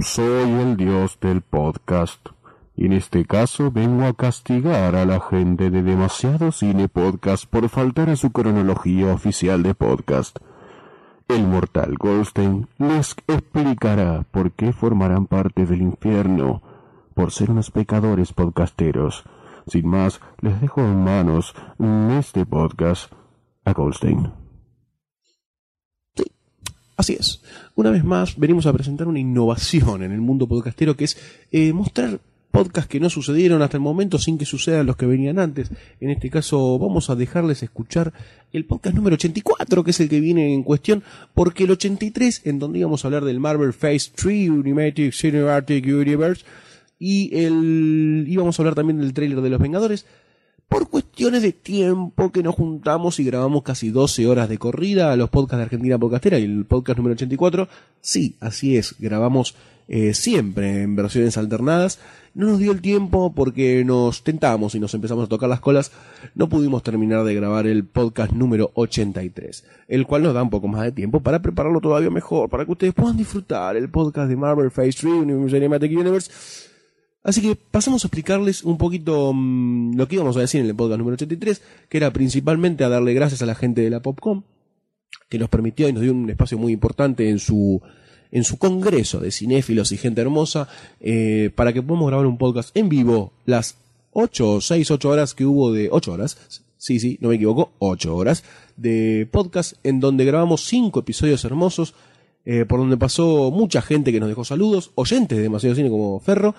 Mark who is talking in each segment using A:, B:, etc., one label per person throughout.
A: Soy el dios del podcast. Y en este caso vengo a castigar a la gente de demasiado cine podcast por faltar a su cronología oficial de podcast. El mortal Goldstein les explicará por qué formarán parte del infierno, por ser unos pecadores podcasteros. Sin más, les dejo en manos este podcast a Goldstein.
B: Así es. Una vez más, venimos a presentar una innovación en el mundo podcastero que es eh, mostrar podcasts que no sucedieron hasta el momento sin que sucedan los que venían antes. En este caso, vamos a dejarles escuchar el podcast número 84, que es el que viene en cuestión, porque el 83, en donde íbamos a hablar del Marvel Phase 3 Unimatic Cinematic Universe, y el íbamos a hablar también del tráiler de Los Vengadores, por cuestiones de tiempo que nos juntamos y grabamos casi 12 horas de corrida a los podcasts de Argentina Podcastera y el podcast número 84. Sí, así es, grabamos eh, siempre en versiones alternadas. No nos dio el tiempo porque nos tentamos y nos empezamos a tocar las colas. No pudimos terminar de grabar el podcast número 83, el cual nos da un poco más de tiempo para prepararlo todavía mejor, para que ustedes puedan disfrutar el podcast de Marvel Phase 3 Cinematic Universe. Así que pasamos a explicarles un poquito mmm, lo que íbamos a decir en el podcast número 83, que era principalmente a darle gracias a la gente de la Popcom, que nos permitió y nos dio un espacio muy importante en su, en su congreso de cinéfilos y gente hermosa, eh, para que podamos grabar un podcast en vivo las 8, 6, 8 horas que hubo de 8 horas, sí, sí, no me equivoco, 8 horas de podcast en donde grabamos 5 episodios hermosos, eh, por donde pasó mucha gente que nos dejó saludos, oyentes de demasiado cine como Ferro,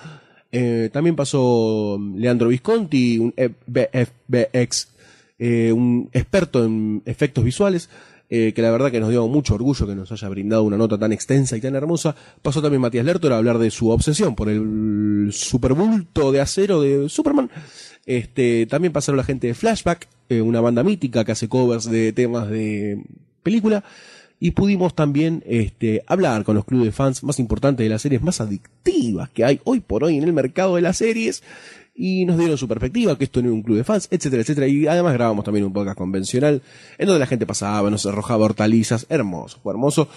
B: eh, también pasó mm, Leandro Visconti, un FBX, eh, un experto en efectos visuales, eh, que la verdad que nos dio mucho orgullo que nos haya brindado una nota tan extensa y tan hermosa. Pasó también Matías Lertor a hablar de su obsesión por el superbulto de acero de Superman. Este, también pasaron la gente de Flashback, eh, una banda mítica que hace covers de temas de película y pudimos también este, hablar con los clubes de fans más importantes de las series más adictivas que hay hoy por hoy en el mercado de las series y nos dieron su perspectiva, que esto no era un club de fans, etcétera, etcétera. Y además grabamos también un podcast convencional en donde la gente pasaba, nos arrojaba hortalizas, hermoso, fue hermoso.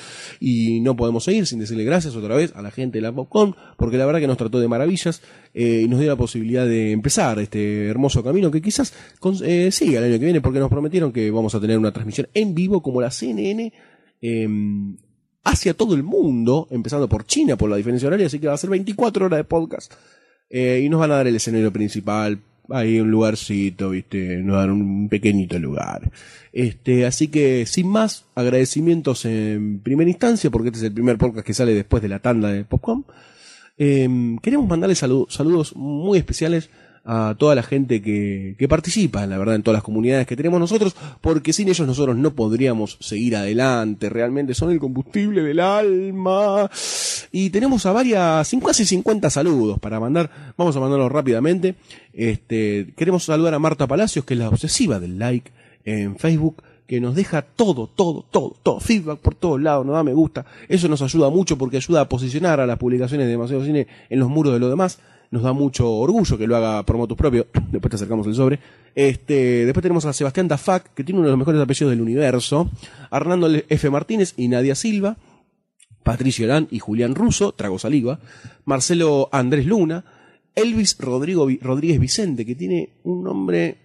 B: Y no podemos seguir sin decirle gracias otra vez a la gente de la Popcorn, porque la verdad que nos trató de maravillas eh, y nos dio la posibilidad de empezar este hermoso camino que quizás con, eh, siga el año que viene, porque nos prometieron que vamos a tener una transmisión en vivo como la CNN em, hacia todo el mundo, empezando por China por la diferencia horaria, así que va a ser 24 horas de podcast. Eh, y nos van a dar el escenario principal, ahí un lugarcito, viste, nos dan un pequeñito lugar. Este, así que sin más, agradecimientos en primera instancia, porque este es el primer podcast que sale después de la tanda de Popcom. Eh, queremos mandarles saludo, saludos muy especiales a toda la gente que, que, participa, la verdad, en todas las comunidades que tenemos nosotros, porque sin ellos nosotros no podríamos seguir adelante, realmente son el combustible del alma. Y tenemos a varias, casi 50 saludos para mandar, vamos a mandarlos rápidamente. Este, queremos saludar a Marta Palacios, que es la obsesiva del like en Facebook que nos deja todo, todo, todo, todo, feedback por todos lados, nos da me gusta. Eso nos ayuda mucho porque ayuda a posicionar a las publicaciones de Demasiado Cine en los muros de lo demás nos da mucho orgullo que lo haga por motus propio. Después te acercamos el sobre. Este, después tenemos a Sebastián Dafac, que tiene uno de los mejores apellidos del universo. Arnando F. Martínez y Nadia Silva. Patricio Orán y Julián Russo, Trago Saliva. Marcelo Andrés Luna. Elvis Rodrigo, Rodríguez Vicente, que tiene un nombre.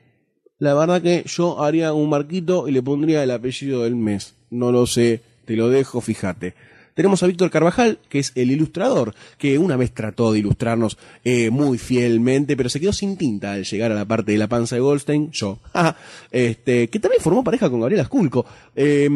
B: La verdad que yo haría un marquito y le pondría el apellido del mes. No lo sé, te lo dejo, fíjate tenemos a Víctor Carvajal, que es el ilustrador, que una vez trató de ilustrarnos eh, muy fielmente, pero se quedó sin tinta al llegar a la parte de la panza de Goldstein, yo, Ajá. este, que también formó pareja con Gabriel Asculco, eh,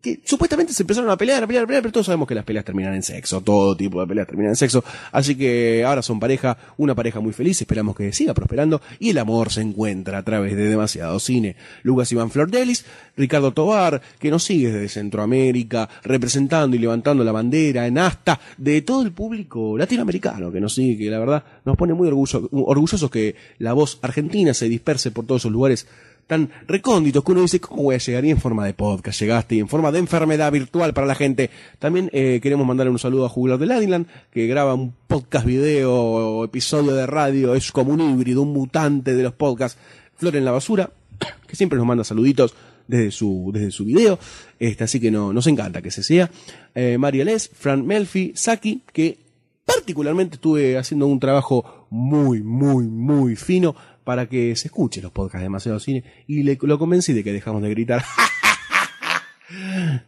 B: que supuestamente se empezaron a pelear, a pelear, a pelear, pero todos sabemos que las peleas terminan en sexo, todo tipo de peleas terminan en sexo, así que ahora son pareja, una pareja muy feliz, esperamos que siga prosperando, y el amor se encuentra a través de demasiado cine. Lucas Iván Flordelis, Ricardo Tobar, que nos sigue desde Centroamérica, representando y levantando la bandera en hasta de todo el público latinoamericano que nos sigue, que la verdad nos pone muy orgullo, orgullosos que la voz argentina se disperse por todos esos lugares tan recónditos que uno dice, ¿cómo voy a llegar? Y en forma de podcast llegaste, y en forma de enfermedad virtual para la gente. También eh, queremos mandarle un saludo a Juglar de Ladiland, que graba un podcast video, episodio de radio, es como un híbrido, un mutante de los podcasts, Flor en la Basura, que siempre nos manda saluditos desde su, desde su video. Este, así que no, nos encanta que se sea. Eh, María Les, Fran Melfi, Saki, que particularmente estuve haciendo un trabajo muy, muy, muy fino para que se escuche los podcasts de demasiado cine y le, lo convencí de que dejamos de gritar.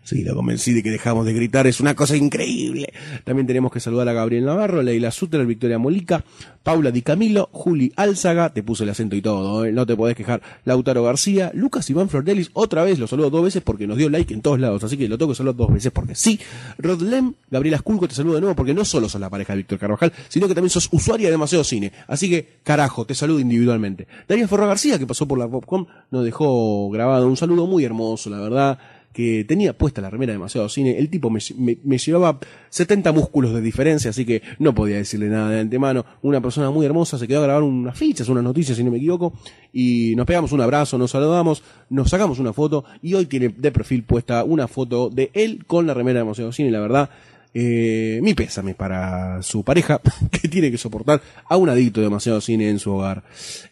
B: Sí, lo convencí de que dejamos de gritar, es una cosa increíble. También tenemos que saludar a Gabriel Navarro, Leila Sutter, Victoria Molica, Paula Di Camilo, Juli Álzaga, te puse el acento y todo, ¿eh? no te podés quejar, Lautaro García, Lucas Iván Flordelis, otra vez lo saludo dos veces porque nos dio like en todos lados, así que lo tengo que saludar dos veces porque sí. Rodlem, Gabriela Asculco, te saludo de nuevo porque no solo sos la pareja de Víctor Carvajal, sino que también sos usuaria de demasiado cine, así que carajo, te saludo individualmente. Darío Ferro García, que pasó por la Popcom, nos dejó grabado un saludo muy hermoso, la verdad que tenía puesta la remera demasiado cine. El tipo me, me, me, llevaba 70 músculos de diferencia, así que no podía decirle nada de antemano. Una persona muy hermosa se quedó a grabar unas fichas, unas noticias, si no me equivoco. Y nos pegamos un abrazo, nos saludamos, nos sacamos una foto. Y hoy tiene de perfil puesta una foto de él con la remera demasiado cine, la verdad. Eh, mi pésame para su pareja que tiene que soportar a un adicto de demasiado cine en su hogar.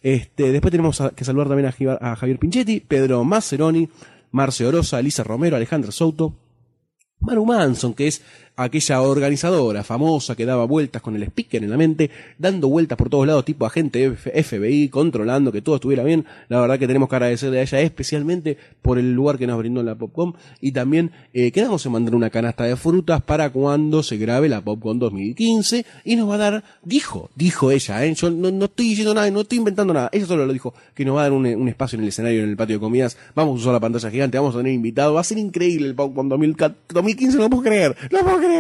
B: Este, después tenemos que saludar también a, a Javier Pinchetti, Pedro Maceroni, Marce Orosa, Elisa Romero, Alejandra Souto, Manu Manson, que es aquella organizadora famosa que daba vueltas con el speaker en la mente, dando vueltas por todos lados, tipo agente F FBI, controlando que todo estuviera bien. La verdad que tenemos que agradecerle a ella especialmente por el lugar que nos brindó en la Popcom. Y también eh, quedamos en mandar una canasta de frutas para cuando se grabe la Popcom 2015. Y nos va a dar, dijo, dijo ella, ¿eh? yo no, no, estoy diciendo nada, no estoy inventando nada. Ella solo lo dijo, que nos va a dar un, un, espacio en el escenario, en el patio de comidas. Vamos a usar la pantalla gigante, vamos a tener invitados. Va a ser increíble el Popcom 2015, no lo puedo creer, no lo puedo creer.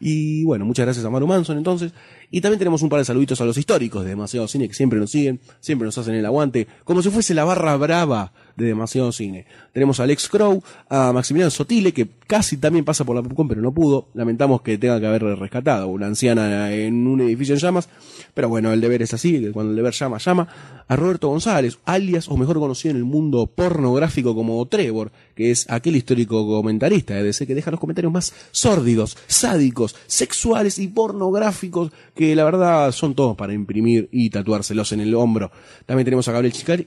B: Y bueno, muchas gracias a Manu Manson entonces. Y también tenemos un par de saluditos a los históricos de Demasiado Cine que siempre nos siguen, siempre nos hacen el aguante, como si fuese la barra brava de Demasiado Cine. Tenemos a Alex Crow, a Maximiliano Sotile, que casi también pasa por la Popcom, pero no pudo. Lamentamos que tenga que haber rescatado a una anciana en un edificio en llamas. Pero bueno, el deber es así, que cuando el deber llama, llama. A Roberto González, alias, o mejor conocido en el mundo pornográfico como Trevor, que es aquel histórico comentarista eh, de DC que deja los comentarios más sórdidos, sádicos, sexuales y pornográficos, que la verdad son todos para imprimir y tatuárselos en el hombro. También tenemos a Gabriel Chicari,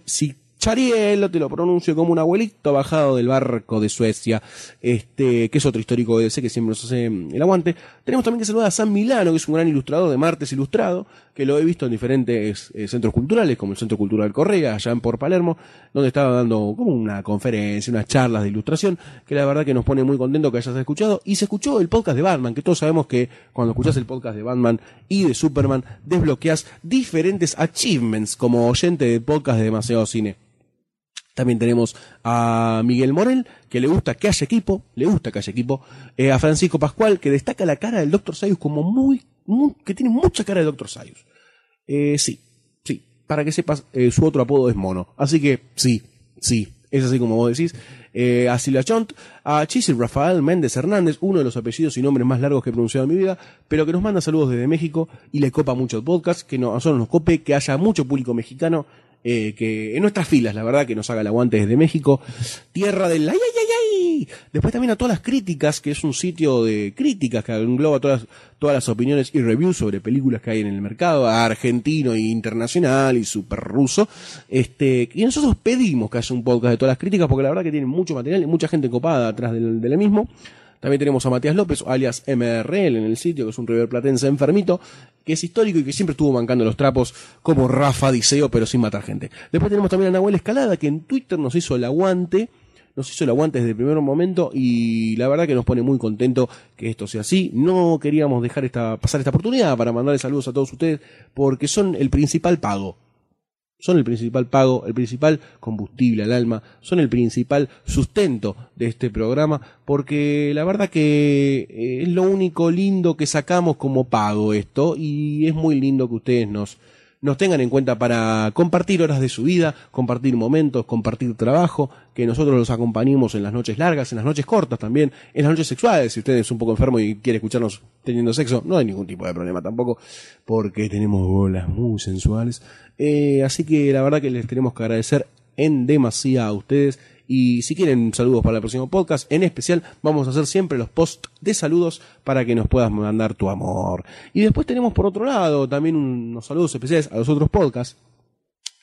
B: Charielo, te lo pronuncio como un abuelito bajado del barco de Suecia, este, que es otro histórico de DC que siempre nos hace mm, el aguante. Tenemos también que saludar a San Milano, que es un gran ilustrador de Martes Ilustrado, que lo he visto en diferentes eh, centros culturales, como el Centro Cultural Correa, allá en por Palermo, donde estaba dando como una conferencia, unas charlas de ilustración, que la verdad que nos pone muy contento que hayas escuchado. Y se escuchó el podcast de Batman, que todos sabemos que cuando escuchás el podcast de Batman y de Superman, desbloqueas diferentes achievements como oyente de podcast de demasiado cine. También tenemos a Miguel Morel, que le gusta que haya equipo, le gusta que haya equipo. Eh, a Francisco Pascual, que destaca la cara del Dr. Sayus como muy, muy, que tiene mucha cara de Dr. Sayus. Eh, sí, sí, para que sepas, eh, su otro apodo es mono. Así que sí, sí, es así como vos decís. Eh, a Sila Chont, a Chisil Rafael Méndez Hernández, uno de los apellidos y nombres más largos que he pronunciado en mi vida, pero que nos manda saludos desde México y le copa mucho el podcast, que no, a nosotros nos cope, que haya mucho público mexicano eh, que en nuestras filas, la verdad, que nos haga el aguante desde México. Tierra del ay, ay, ay, ay. Después también a todas las críticas, que es un sitio de críticas que engloba todas, todas las opiniones y reviews sobre películas que hay en el mercado, a argentino y internacional y super ruso. Este, y nosotros pedimos que haya un podcast de todas las críticas, porque la verdad que tienen mucho material y mucha gente copada atrás del, del mismo. También tenemos a Matías López, alias MRL en el sitio, que es un River Platense enfermito, que es histórico y que siempre estuvo mancando los trapos como Rafa Diceo, pero sin matar gente. Después tenemos también a Nahuel Escalada, que en Twitter nos hizo el aguante. Nos hizo el aguante desde el primer momento y la verdad que nos pone muy contento que esto sea así. No queríamos dejar esta, pasar esta oportunidad para mandarle saludos a todos ustedes porque son el principal pago son el principal pago, el principal combustible al alma, son el principal sustento de este programa, porque la verdad que eh, es lo único lindo que sacamos como pago esto, y es muy lindo que ustedes nos, nos tengan en cuenta para compartir horas de su vida, compartir momentos, compartir trabajo, que nosotros los acompañemos en las noches largas, en las noches cortas también, en las noches sexuales, si usted es un poco enfermo y quiere escucharnos teniendo sexo, no hay ningún tipo de problema tampoco, porque tenemos bolas muy sensuales. Eh, así que la verdad que les tenemos que agradecer en demasía a ustedes. Y si quieren saludos para el próximo podcast, en especial vamos a hacer siempre los posts de saludos para que nos puedas mandar tu amor. Y después tenemos por otro lado también unos saludos especiales a los otros podcasts,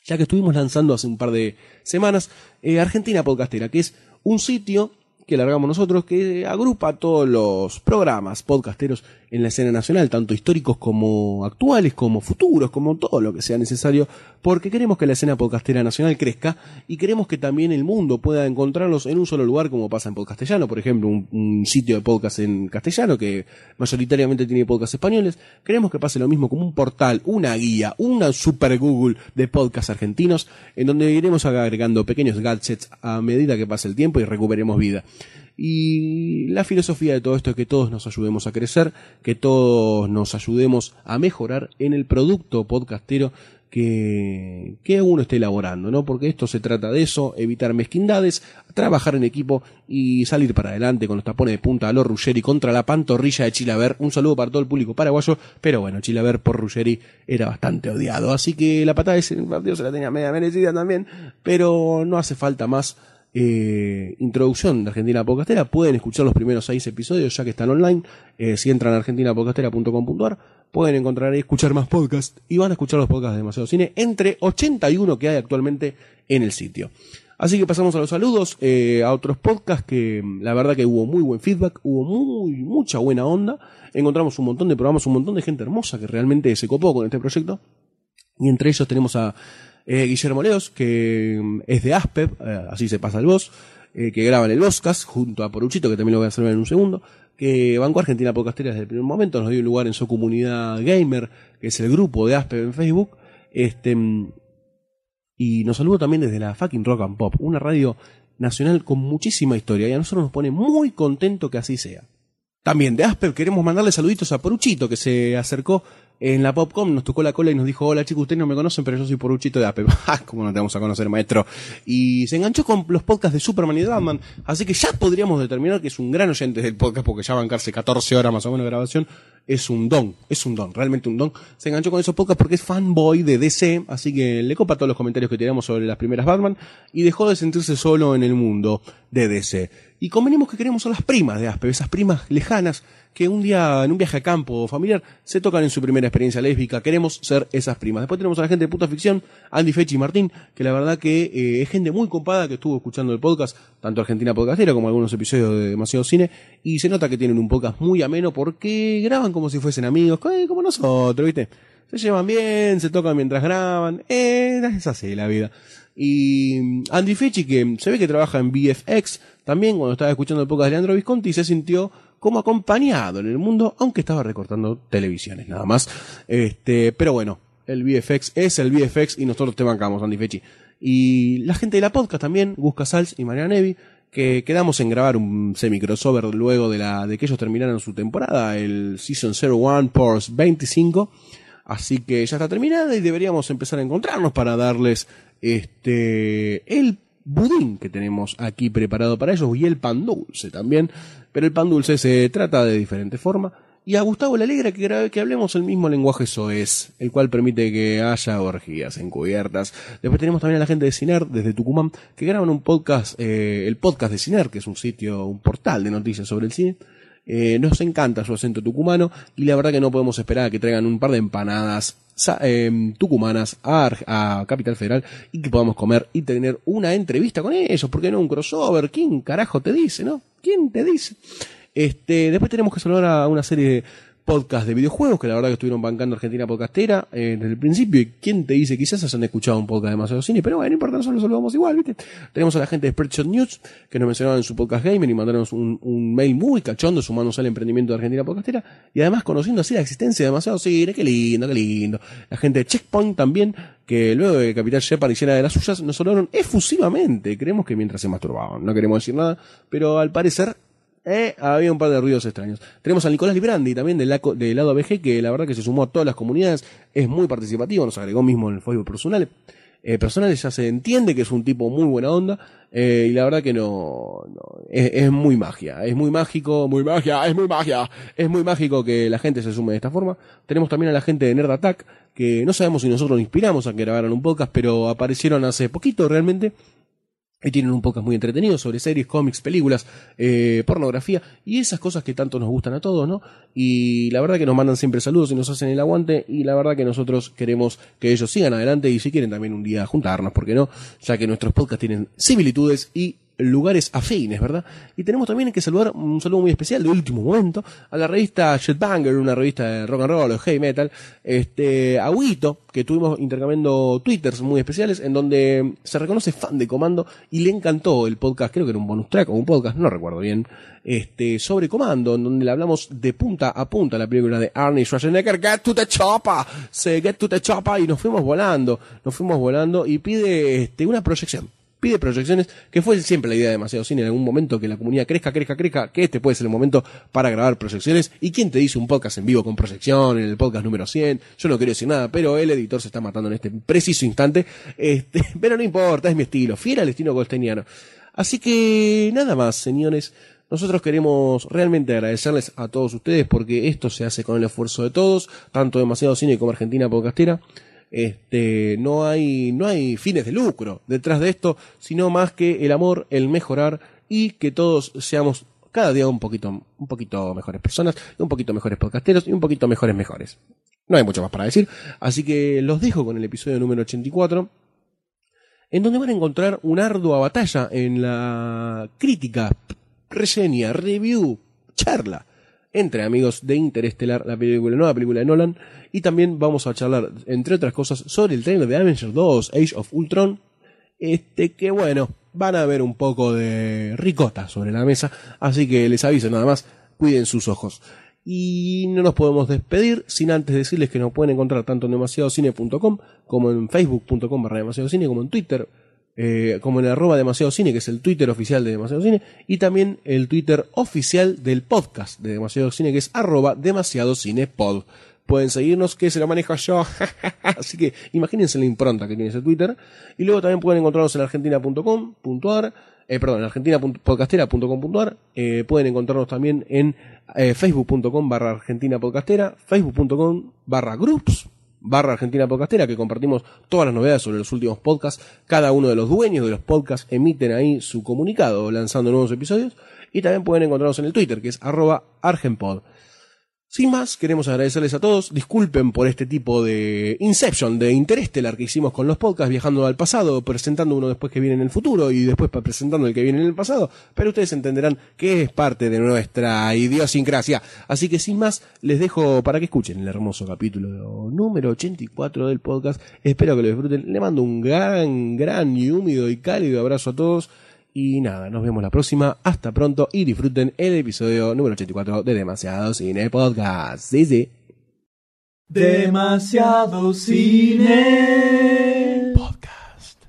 B: ya que estuvimos lanzando hace un par de semanas eh, Argentina Podcastera, que es un sitio que largamos nosotros que agrupa todos los programas podcasteros en la escena nacional, tanto históricos como actuales, como futuros, como todo lo que sea necesario, porque queremos que la escena podcastera nacional crezca y queremos que también el mundo pueda encontrarlos en un solo lugar, como pasa en Podcastellano, por ejemplo, un, un sitio de podcast en castellano que mayoritariamente tiene podcasts españoles. Queremos que pase lo mismo como un portal, una guía, una super Google de podcasts argentinos, en donde iremos agregando pequeños gadgets a medida que pase el tiempo y recuperemos vida. Y la filosofía de todo esto es que todos nos ayudemos a crecer, que todos nos ayudemos a mejorar en el producto podcastero que, que uno esté elaborando, ¿no? Porque esto se trata de eso, evitar mezquindades, trabajar en equipo y salir para adelante con los tapones de punta a los Ruggeri contra la pantorrilla de Chilaver. Un saludo para todo el público paraguayo, pero bueno, Chilaver por Ruggeri era bastante odiado, así que la patada de ese partido se la tenía media merecida también, pero no hace falta más. Eh, introducción de Argentina Podcastera. Pueden escuchar los primeros seis episodios ya que están online. Eh, si entran a argentinapodcastera.com.ar pueden encontrar y escuchar más podcasts y van a escuchar los podcasts de Demasiado Cine entre 81 que hay actualmente en el sitio. Así que pasamos a los saludos, eh, a otros podcasts que mm, la verdad que hubo muy buen feedback, hubo muy, mucha buena onda. Encontramos un montón de programas, un montón de gente hermosa que realmente se copó con este proyecto. Y entre ellos tenemos a eh, Guillermo Leos, que mm, es de Aspep, eh, así se pasa el voz, eh, que graba en el Oscas junto a Poruchito, que también lo voy a saludar en un segundo, que Banco Argentina Podcastera desde el primer momento, nos dio un lugar en su comunidad gamer, que es el grupo de Aspep en Facebook, este, mm, y nos saludó también desde la fucking Rock and Pop, una radio nacional con muchísima historia, y a nosotros nos pone muy contento que así sea. También de Asper queremos mandarle saluditos a Poruchito que se acercó en la Popcom, nos tocó la cola y nos dijo, hola chicos, ustedes no me conocen, pero yo soy Poruchito de Asper. Ah, ¿Cómo no te vamos a conocer, maestro? Y se enganchó con los podcasts de Superman y de Batman, así que ya podríamos determinar que es un gran oyente del podcast porque ya bancarse 14 horas más o menos de grabación es un don, es un don, realmente un don. Se enganchó con esos podcasts porque es fanboy de DC, así que le copa todos los comentarios que tiramos sobre las primeras Batman y dejó de sentirse solo en el mundo de DC. Y convenimos que queremos a las primas de Aspe, esas primas lejanas que un día en un viaje a campo familiar se tocan en su primera experiencia lésbica. Queremos ser esas primas. Después tenemos a la gente de Puta Ficción, Andy Fechi y Martín, que la verdad que eh, es gente muy compada que estuvo escuchando el podcast, tanto Argentina Podcastera como algunos episodios de Demasiado Cine, y se nota que tienen un podcast muy ameno porque graban como si fuesen amigos, eh, como nosotros, ¿viste? Se llevan bien, se tocan mientras graban, eh, es así la vida. Y mm, Andy Fechi, que se ve que trabaja en BFX, también cuando estaba escuchando el podcast de Leandro Visconti, se sintió como acompañado en el mundo, aunque estaba recortando televisiones nada más. Este, pero bueno, el VFX es el VFX y nosotros te bancamos, Andy Fechi. Y la gente de la podcast también, Gus Casals y Mariana Nevi, que quedamos en grabar un semi-crossover luego de, la, de que ellos terminaron su temporada, el Season 01 Pors 25. Así que ya está terminada y deberíamos empezar a encontrarnos para darles este el budín que tenemos aquí preparado para ellos y el pan dulce también. Pero el pan dulce se trata de diferente forma. Y a Gustavo le alegra que, gra- que hablemos el mismo lenguaje soez, el cual permite que haya orgías encubiertas. Después tenemos también a la gente de Ciner, desde Tucumán, que graban un podcast, eh, el podcast de Ciner, que es un sitio, un portal de noticias sobre el cine. Eh, nos encanta su acento tucumano y la verdad que no podemos esperar a que traigan un par de empanadas sa- em, tucumanas a, Ar- a Capital Federal y que podamos comer y tener una entrevista con ellos. ¿Por qué no un crossover? ¿Quién carajo te dice, no? ¿Quién te dice? Este, después tenemos que saludar a una serie de podcasts de videojuegos que la verdad que estuvieron bancando Argentina Podcastera eh, desde el principio. Y quién te dice, quizás hayan escuchado un podcast de Demasiado Cine, pero bueno, no importa, nosotros los saludamos igual, ¿viste? Tenemos a la gente de Spreadshot News que nos mencionaron en su podcast Gamer y mandaron un, un mail muy cachondo sumándose al emprendimiento de Argentina Podcastera y además conociendo así la existencia de Demasiado Cine. Qué lindo, qué lindo. La gente de Checkpoint también que luego de que Capital Shepard hiciera de las suyas, nos hablaron efusivamente. Creemos que mientras se masturbaban, no queremos decir nada, pero al parecer eh, había un par de ruidos extraños. Tenemos a Nicolás Librandi también del, laco- del lado ABG, que la verdad que se sumó a todas las comunidades, es muy participativo, nos agregó mismo en el Facebook personal. Eh, personales ya se entiende que es un tipo muy buena onda eh, y la verdad que no, no, es, es muy magia, es muy mágico, muy magia, es muy magia, es muy mágico que la gente se sume de esta forma. Tenemos también a la gente de Nerd Attack, que no sabemos si nosotros nos inspiramos a que grabaran un podcast, pero aparecieron hace poquito realmente y tienen un podcast muy entretenido sobre series, cómics, películas, eh, pornografía y esas cosas que tanto nos gustan a todos, ¿no? Y la verdad que nos mandan siempre saludos y nos hacen el aguante y la verdad que nosotros queremos que ellos sigan adelante y si quieren también un día juntarnos, ¿por qué no? Ya que nuestros podcasts tienen similitudes y lugares afines, ¿verdad? Y tenemos también que saludar un saludo muy especial de último momento a la revista Jetbanger, una revista de rock and roll, de heavy metal, este, a Huito, que tuvimos intercambiando twitters muy especiales, en donde se reconoce fan de Comando y le encantó el podcast, creo que era un bonus track o un podcast, no recuerdo bien, este, sobre Comando, en donde le hablamos de punta a punta la película de Arnie Schwarzenegger, Get to the Chopper, se Get to the Chopper, y nos fuimos volando, nos fuimos volando y pide, este, una proyección pide proyecciones, que fue siempre la idea de Demasiado Cine, en algún momento que la comunidad crezca, crezca, crezca, que este puede ser el momento para grabar proyecciones. ¿Y quién te dice un podcast en vivo con proyección, en el podcast número 100? Yo no quiero decir nada, pero el editor se está matando en este preciso instante. Este, pero no importa, es mi estilo, fiel al estilo colsteniano. Así que nada más, señores. Nosotros queremos realmente agradecerles a todos ustedes porque esto se hace con el esfuerzo de todos, tanto Demasiado Cine como Argentina Podcastera este, no hay, no hay fines de lucro detrás de esto, sino más que el amor, el mejorar y que todos seamos cada día un poquito, un poquito mejores personas, un poquito mejores podcasteros y un poquito mejores mejores. No hay mucho más para decir, así que los dejo con el episodio número 84 en donde van a encontrar una ardua batalla en la crítica, reseña, review, charla entre amigos de Interestelar, la película, nueva película de Nolan, y también vamos a charlar, entre otras cosas, sobre el trailer de Avengers 2, Age of Ultron, este que bueno, van a ver un poco de ricota sobre la mesa, así que les aviso nada más, cuiden sus ojos. Y no nos podemos despedir sin antes decirles que nos pueden encontrar tanto en demasiadocine.com como en facebook.com barra demasiadocine como en twitter eh, como en arroba demasiado cine, que es el Twitter oficial de demasiado cine, y también el Twitter oficial del podcast de demasiado cine, que es arroba demasiado cine pod. Pueden seguirnos, que se lo manejo yo. Así que imagínense la impronta que tiene ese Twitter. Y luego también pueden encontrarnos en argentina.com.ar, eh, perdón, en argentinapodcastera.com.ar. Eh, pueden encontrarnos también en eh, facebook.com barra argentinapodcastera, facebook.com barra groups, barra Argentina Podcastera, que compartimos todas las novedades sobre los últimos podcasts. Cada uno de los dueños de los podcasts emiten ahí su comunicado lanzando nuevos episodios. Y también pueden encontrarnos en el Twitter, que es arroba argenpod. Sin más, queremos agradecerles a todos. Disculpen por este tipo de Inception, de Interestelar que hicimos con los podcasts, viajando al pasado, presentando uno después que viene en el futuro y después presentando el que viene en el pasado. Pero ustedes entenderán que es parte de nuestra idiosincrasia. Así que sin más, les dejo para que escuchen el hermoso capítulo número 84 del podcast. Espero que lo disfruten. Le mando un gran, gran y húmedo y cálido abrazo a todos. Y nada, nos vemos la próxima. Hasta pronto y disfruten el episodio número 84 de Demasiado Cine Podcast. Sí, sí.
C: Demasiado cine.
B: Podcast.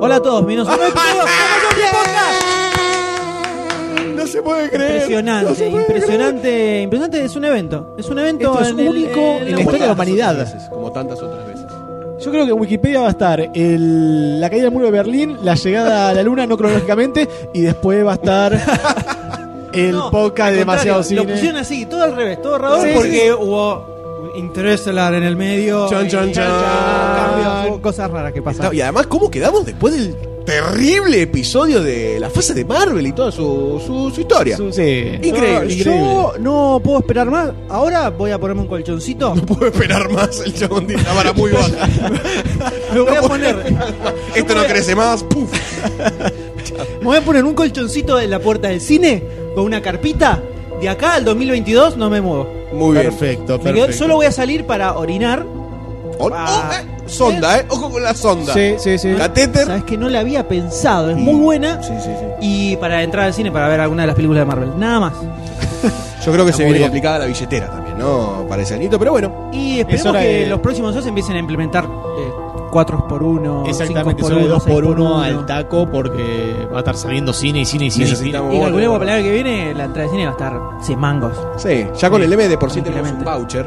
C: Hola a todos, bienvenidos a un nuevo episodio de Demasiado Cine Podcast.
B: No se puede creer. No
C: Impresionante,
B: se puede
C: impresionante, impresionante. Es un evento. Es un evento
D: Esto es
C: en el-
D: único
C: en
D: en
C: la
D: la historia de la
C: humanidad.
D: humanidad.
B: como tantas otras veces.
D: Yo creo que en Wikipedia va a estar el- la caída del muro de Berlín, la llegada a la luna, no cronológicamente, y después va a estar el
C: No,
D: podcast
C: al
D: de demasiado
C: contrario, Lo
D: cine.
C: pusieron así, todo al revés, todo raro,
D: Sí,
C: porque hubo Interestelar en el medio. eh,
B: Chan,
C: y-
B: chan, chan.
C: cambios, hubo cosas raras que
B: Está-
C: pasaron.
B: y además, ¿cómo quedamos después del terrible episodio de la fase de Marvel y toda su, su, su historia?
D: Su- sí.
B: Increíble.
D: No,
C: Yo no puedo esperar más. Ahora voy a ponerme un colchoncito.
B: No puedo esperar más, el chabón tiene la vara muy baja.
C: Me voy a
B: puedo
C: poner.
B: Esto no crece más, puf.
C: Me voy a poner un colchoncito en la puerta del cine con una carpita. De acá al 2022 no me muevo.
B: Muy bien.
D: Perfecto,
C: Me quedo-
D: perfecto.
C: solo voy a salir para orinar.
B: Oh, oh, eh, sonda, eh. Ojo con la sonda.
D: Sí, sí, sí.
B: Catéter.
C: Sabes que no la había pensado. Es
B: Y-
C: muy buena.
B: Sí, sí, sí.
C: Y para entrar al cine para ver alguna de las películas de Marvel. Nada más.
B: Yo creo que se
D: muy
B: viene
D: bien.
B: complicada la billetera también, ¿no? Para ese anito, pero bueno.
C: Y esperemos
D: hora
C: que
D: de-
C: los próximos dos empiecen a implementar
E: eh,
C: 4 por 1
D: Exactamente,
C: 5
D: solo dos por uno al
C: alta
D: taco porque va a estar saliendo cine y cine y cine. y cine.
B: Necesitamos
C: Y calculemos
B: bote,
C: para el año que viene la entrada de cine va a estar sin mangos.
B: Sí, ya con el M de por sí tenemos un
C: Tranquilamente.
B: voucher.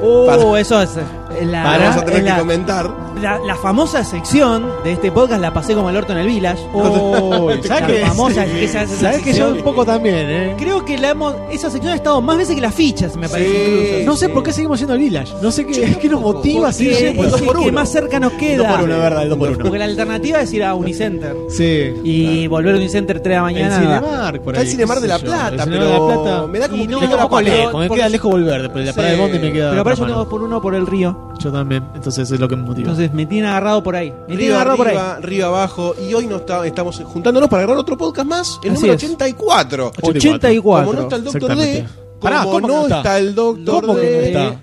D: Uh,
E: Oh,
B: Para-
E: eso es. eh, La,
B: Vamos a tener
E: es
B: que
E: la-
B: comentar.
E: la- la famosa sección de este podcast la pasé como el orto en el Village.
D: Oh,
E: La famosa, esa- esa
D: ¿Sabes que yo
E: sección.
D: un poco también, eh?
E: Creo que la hemos, esa sección ha estado más veces que las fichas, me parece. incluso.
D: No sé por qué seguimos yendo al Village. No sé qué, qué nos
B: Pues
D: motiva a
E: Eh, Sí,
D: seguir yendo.
E: es el que más cerca nos queda.
D: por uno, es verdad, el dos por uno.
E: Porque la alternativa es ir a Unicenter.
D: Sí.
E: Y volver a Unicenter 3 de la
D: El
E: mañana.
D: Cinemark, por
B: Está el
D: ahí,
B: Cinemark
D: qué
B: de
D: sé
B: la
D: yo.
B: Plata,
D: El
B: pero
D: Cinemark de la Plata.
B: me da como
E: Y
B: que
E: no,
B: me queda
E: tampoco
B: la
E: lejos,
B: pata.
D: Como que queda lejos volver, después de la parada de
B: Sí.
D: Bondi me queda.
E: pero
D: otra
E: aparece un
D: mano.
E: 2 por uno por el río.
D: Yo también, entonces es lo que me motiva.
E: Entonces me tiene agarrado por ahí. Me tiene
B: Río
E: agarrado por ahí.
B: arriba, río abajo. Y hoy nos está- estamos juntándonos para grabar otro podcast más. El
E: Así
B: número
E: es.
B: 84.
E: 84.
B: Como no está el Doctor D.
D: Exactamente.
B: Como
D: Pará, ¿cómo
B: no
D: no
B: está?
D: está?
B: el Doctor
D: ¿Cómo que no
B: D.
D: está?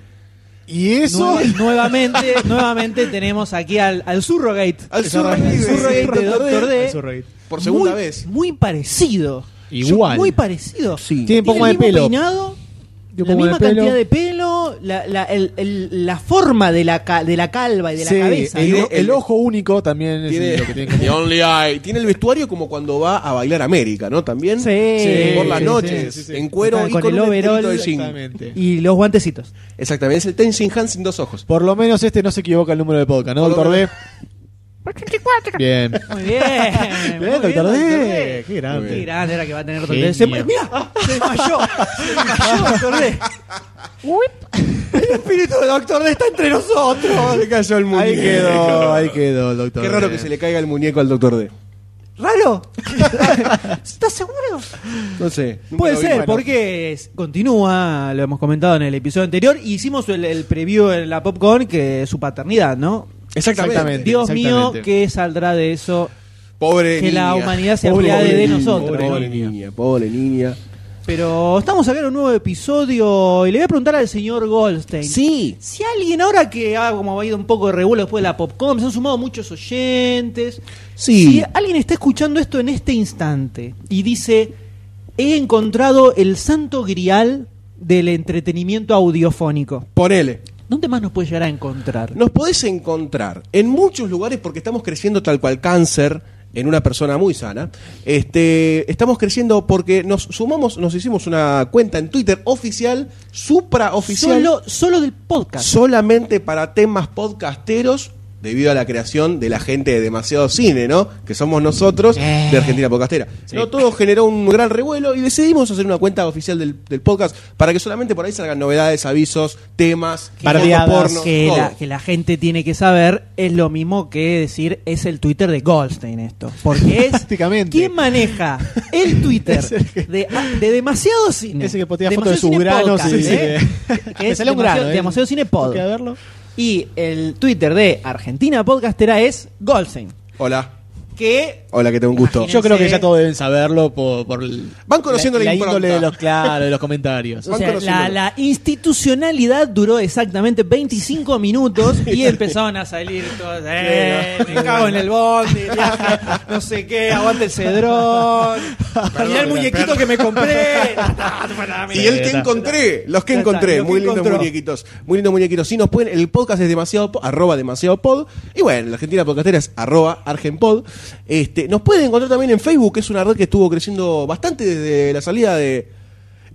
D: ¿Y eso?
E: Nue- nuevamente, nuevamente tenemos aquí al, al Surrogate.
B: Al
E: El
D: este,
B: Surrogate.
E: Surrogate de Doctor D.
D: Sorry.
B: Por segunda
E: Muy-
B: vez.
E: Muy parecido.
D: Igual.
E: Muy parecido.
B: Sí.
D: Tiene un poco
E: Tiene
D: más
E: el
D: de pelo.
E: mismo peinado,
D: Tiene
E: la
D: un poco más
E: misma
D: de pelo.
E: cantidad de pelo, la, la- el- el- la forma de la, ca- de la calva y de
D: Sí,
E: la cabeza.
D: El,
E: ¿no?
B: ¿no?
D: el ojo único también es
B: Tiene,
D: lo que tiene como-
B: The Only Eye. Tiene el vestuario como cuando va a bailar América, ¿no? También.
E: Sí,
B: por las
E: sí,
B: noches.
D: sí, sí, sí.
B: En cuero
E: Están
B: y
E: con
B: con,
E: el
B: un
E: overall,
B: estilito de jean.
D: Exactamente.
E: Y los guantecitos.
B: Exactamente. Es el Tenzin Han sin dos ojos.
D: Por lo menos este no se equivoca el número de podcast, ¿no,
B: Por lo
D: doctor D?
B: menos.
F: 84.
D: Bien.
E: Muy bien. muy
D: Bien,
E: bien,
D: doctor D.
E: D.
D: Qué
E: ¿Eh, Qué
D: grande.
E: grande era que va a tener Doctor
D: Genio.
E: D. Se, mira, se desmayó. Se desmayó, Doctor D.
F: Uy,
E: El espíritu de Doctor D está entre nosotros.
B: Le cayó el
D: Ahí quedó, ahí quedó el doctor
B: Qué raro que se le caiga el muñeco al Doctor D.
E: ¿Raro? ¿Estás seguro?
B: No sé. nunca
E: Puede
B: lo vi.
E: ser,
B: Bueno,
E: porque es- continúa, lo hemos comentado en el episodio anterior, y hicimos el, el preview en la PopCon, que es su paternidad, ¿no?
B: Exactamente.
D: Exactamente.
E: Dios mío,
D: exactamente.
E: que saldrá de eso,
B: Pobre
E: que
B: niña.
E: la humanidad se
D: Pobre
E: apiade de
D: niña,
E: nosotros.
B: Pobre,
E: ¿no?
B: niña, pobre niña.
E: Pero estamos acá en un nuevo episodio, y le voy a preguntar al señor Goldstein.
B: Sí.
E: Si alguien ahora que ha como ha ido un poco de regulo después de la PopCon, se han sumado muchos oyentes.
B: Sí.
E: Si alguien está escuchando esto en este instante y dice, he encontrado el santo grial del entretenimiento audiofónico.
B: Ponele.
E: ¿Dónde más nos puede llegar a encontrar?
B: Nos podés encontrar en muchos lugares porque estamos creciendo tal cual cáncer en una persona muy sana. Este, estamos creciendo porque nos sumamos, nos hicimos una cuenta en Twitter oficial, supraoficial,
E: Solo, solo del podcast.
B: solamente para temas podcasteros debido a la creación de la gente de demasiado cine, ¿no? Que somos nosotros
E: Eh.
B: de Argentina Podcastera. No, todo generó un gran revuelo y decidimos hacer una cuenta oficial del, del podcast para que solamente por ahí salgan novedades, avisos, temas,
D: Bardeadas.
B: fotos porno,
E: que,
B: todo.
E: la, que la gente tiene que saber es lo mismo que decir es el Twitter de Goldstein esto. Porque es
D: Prácticamente.
E: quien maneja el Twitter
D: Es el que-
E: de, de demasiado cine.
D: Ese que potea
E: Demasiado
D: fotos de sus
E: Cine
D: granos
E: Podcast,
D: y dice
E: ¿eh?
D: que-
E: Que
D: Me
E: es
D: sale
E: demasiado,
D: un grano, ¿eh?
E: demasiado cine pod.
D: Toque a verlo.
E: Y el Twitter de Argentina Podcastera es Goldstein.
B: Hola.
E: Que
B: Hola, que tengo un gusto.
E: Imagínate.
D: Yo creo que ya todos deben saberlo por, por el-
B: Van conociendo la impronta.
D: índole de los claro, de los comentarios.
E: o
B: Van
E: sea, la,
B: conociéndolo.
E: la institucionalidad duró exactamente 25 minutos y empezaron a salir todos. "Eh, me cago en el bondi, viaja, no sé qué, aguante el cedrón. Mirá el muñequito que me compré. Eh,
B: Y él que encontré, los que
E: Ya está,
B: encontré,
E: los que
B: muy lindos
E: encontró.
B: muñequitos, muy lindos muñequitos. Si nos pueden, el podcast es demasiado po- arroba demasiado pod. Y bueno, la Argentina Podcastera es arroba argenpod. Este, nos pueden encontrar también en Facebook, que es una red que estuvo creciendo bastante desde la salida de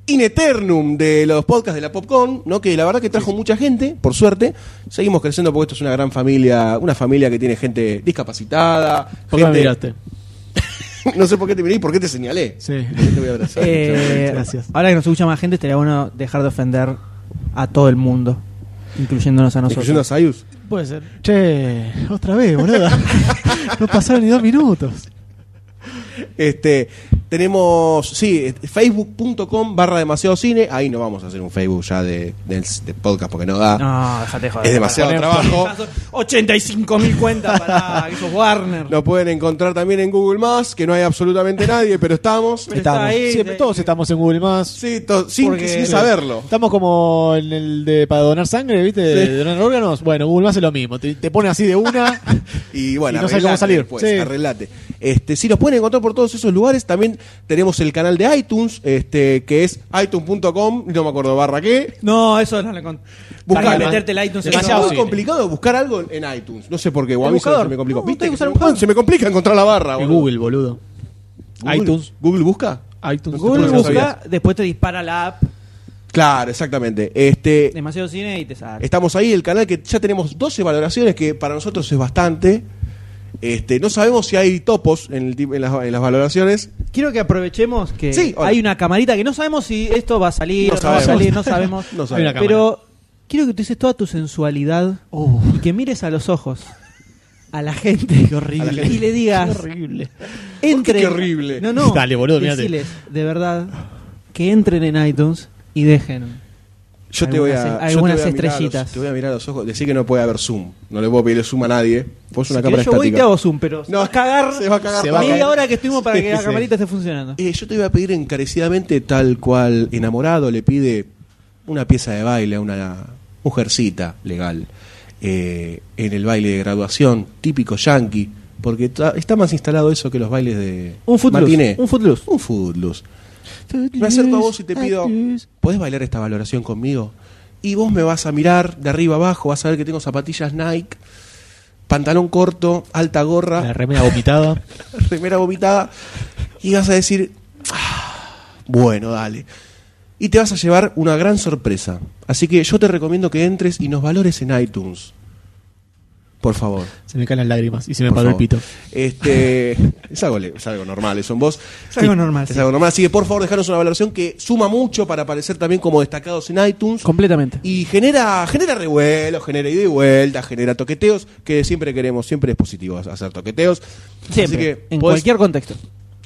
B: In Eternum de los podcasts de la Popcorn, ¿no? Que la verdad que trajo mucha gente, por suerte. Seguimos creciendo porque esto es una gran familia, una familia que tiene gente discapacitada.
D: ¿Por qué me
B: gente-
D: miraste?
B: no sé por qué te miré y por qué te señalé.
D: Sí.
B: ¿Por qué te voy a abrazar?
E: Eh,
D: Gracias.
E: Ahora que nos escucha más gente, estaría bueno dejar de ofender a todo el mundo, incluyéndonos a nosotros.
B: Incluyendo a Sayus.
D: Puede ser. Che, otra vez, boludo. no pasaron ni dos minutos.
B: Este, tenemos, sí, este, facebook.com barra demasiado cine. Ahí no vamos a hacer un Facebook ya de, del- de podcast porque no da.
E: No, dejate de joder.
B: es demasiado trabajo.
E: 85 mil cuentas para esos Warner.
B: Nos pueden encontrar también en Google Más, que no hay absolutamente nadie, pero estamos.
E: Pero está ahí, eh,
D: Siempre,
E: de-
D: todos estamos en Google Más.
B: Sí, to- sin,
E: Porque-
B: sin saberlo.
D: Estamos como en el de para donar sangre, ¿viste? De-
B: Sí.
D: De donar órganos. Bueno, Google Más es lo mismo. Te, te pone así de una.
B: Y bueno,
D: Y no sabe cómo
B: arreglate
D: salir.
B: después,
D: Sí.
B: arreglate. Este, si nos pueden encontrar por todos esos lugares, también tenemos el canal de iTunes, este, que es iTunes.com, no me acuerdo barra qué.
E: No, eso no lo con... Para
B: Buscalo.
E: meterte el iTunes en
B: Es
D: Demasiado
E: todo.
B: muy
D: sí.
B: complicado buscar algo en iTunes. No sé por qué. o A
E: El
B: mí se-
E: buscador.
B: se me complicó.
E: No,
B: ¿Viste?
E: tenés que usar
B: se
E: el
B: me-
E: buscador.
B: Se me complica encontrar la barra.
D: En
B: boludo.
D: Google, Ah, boludo.
B: Google.
D: iTunes.
B: Google busca.
D: iTunes.
E: Google
B: No lo
E: busca,
B: sabías.
E: después te dispara la app
B: Claro, exactamente. Este,
E: Demasiado cine y te sale.
B: Estamos ahí, el canal que ya tenemos 12 valoraciones, que para nosotros es bastante. Este, no sabemos si hay topos en, el tip- en las, en las valoraciones.
E: Quiero que aprovechemos que
B: Sí, hola.
E: hay una camarita que no sabemos si esto va a
B: No
E: salir, no, va a
B: sabemos.
E: salir, no sabemos.
B: No
D: Hay una
B: sabemos.
D: cámara.
E: Pero quiero que utilices toda tu sensualidad
D: Uh.
E: y que mires a los ojos a la gente
B: A la
E: y
B: gente.
E: le digas
D: horrible.
E: entre
B: qué horrible?
E: no no
D: Dale, boludo, mírate.
E: deciles, de verdad que entren en iTunes y dejen
B: Yo te voy a.
E: Algunas-
B: yo te
E: algunas
B: voy a mirar a los-
E: estrellitas.
B: te voy a mirar a los ojos. Decir que no puede haber zoom. No le puedo pedir zoom a nadie. Pues una
E: Si
B: cámara
E: querés, yo voy y
B: estática.
E: te hago zoom pero
B: No, cagar. Se va a cagar.
D: se va a
B: todo.
E: media
D: caer.
E: hora que estuvimos para que la
D: Sí.
E: camarita esté funcionando
B: Eh, yo te voy a pedir encarecidamente, tal cual enamorado le pide una pieza de baile a una mujercita legal eh, en el baile de graduación, típico yankee, porque ta- está más instalado eso que los bailes de
E: un footloose
B: matiné.
E: un footloose
B: Un footloose. Me acerco a vos y te pido, ¿podés bailar esta valoración conmigo? Y vos me vas a mirar de arriba abajo, vas a ver que tengo zapatillas Nike, pantalón corto, alta gorra
D: La remera vomitada.
B: primera vomitada y vas a decir, "Ah, bueno, dale. Y te vas a llevar una gran sorpresa. Así que yo te recomiendo que entres y nos valores en iTunes. Por favor.
D: Se me caen las lágrimas y se me
B: por
D: paró el
B: favor.
D: pito.
B: Este, es, algo, le- es algo normal, eso en vos.
E: Es algo normal,
B: Es
E: sí.
B: algo normal. Así que por favor, dejanos una valoración que suma mucho para aparecer también como destacados en iTunes.
E: completamente
B: Y genera, genera revuelo, genera ida y vuelta, genera toqueteos, que siempre queremos, siempre es positivo hacer toqueteos. Así que
E: siempre en
B: podés-
E: cualquier contexto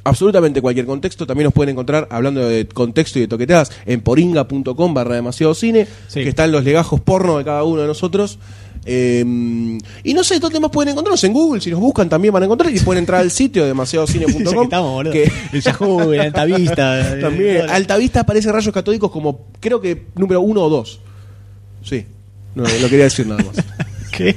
B: absolutamente cualquier contexto. También nos pueden encontrar, hablando de contexto y de toqueteadas, en poringa.com barra demasiado cine,
D: Sí.
B: que están los legajos porno de cada uno de nosotros. Eh, y no sé, ¿dónde más pueden encontrarnos? En Google, si nos buscan también van a encontrar y pueden entrar al sitio
D: Ya que
B: demasiadocine.com.
D: estamos, boludo.
B: que-
D: El Yahoo, el Altavista. eh,
B: también,
D: todo.
B: Altavista aparece Rayos Catódicos como creo que número uno o dos. Sí, no, no quería decir nada más.
D: ¿Qué?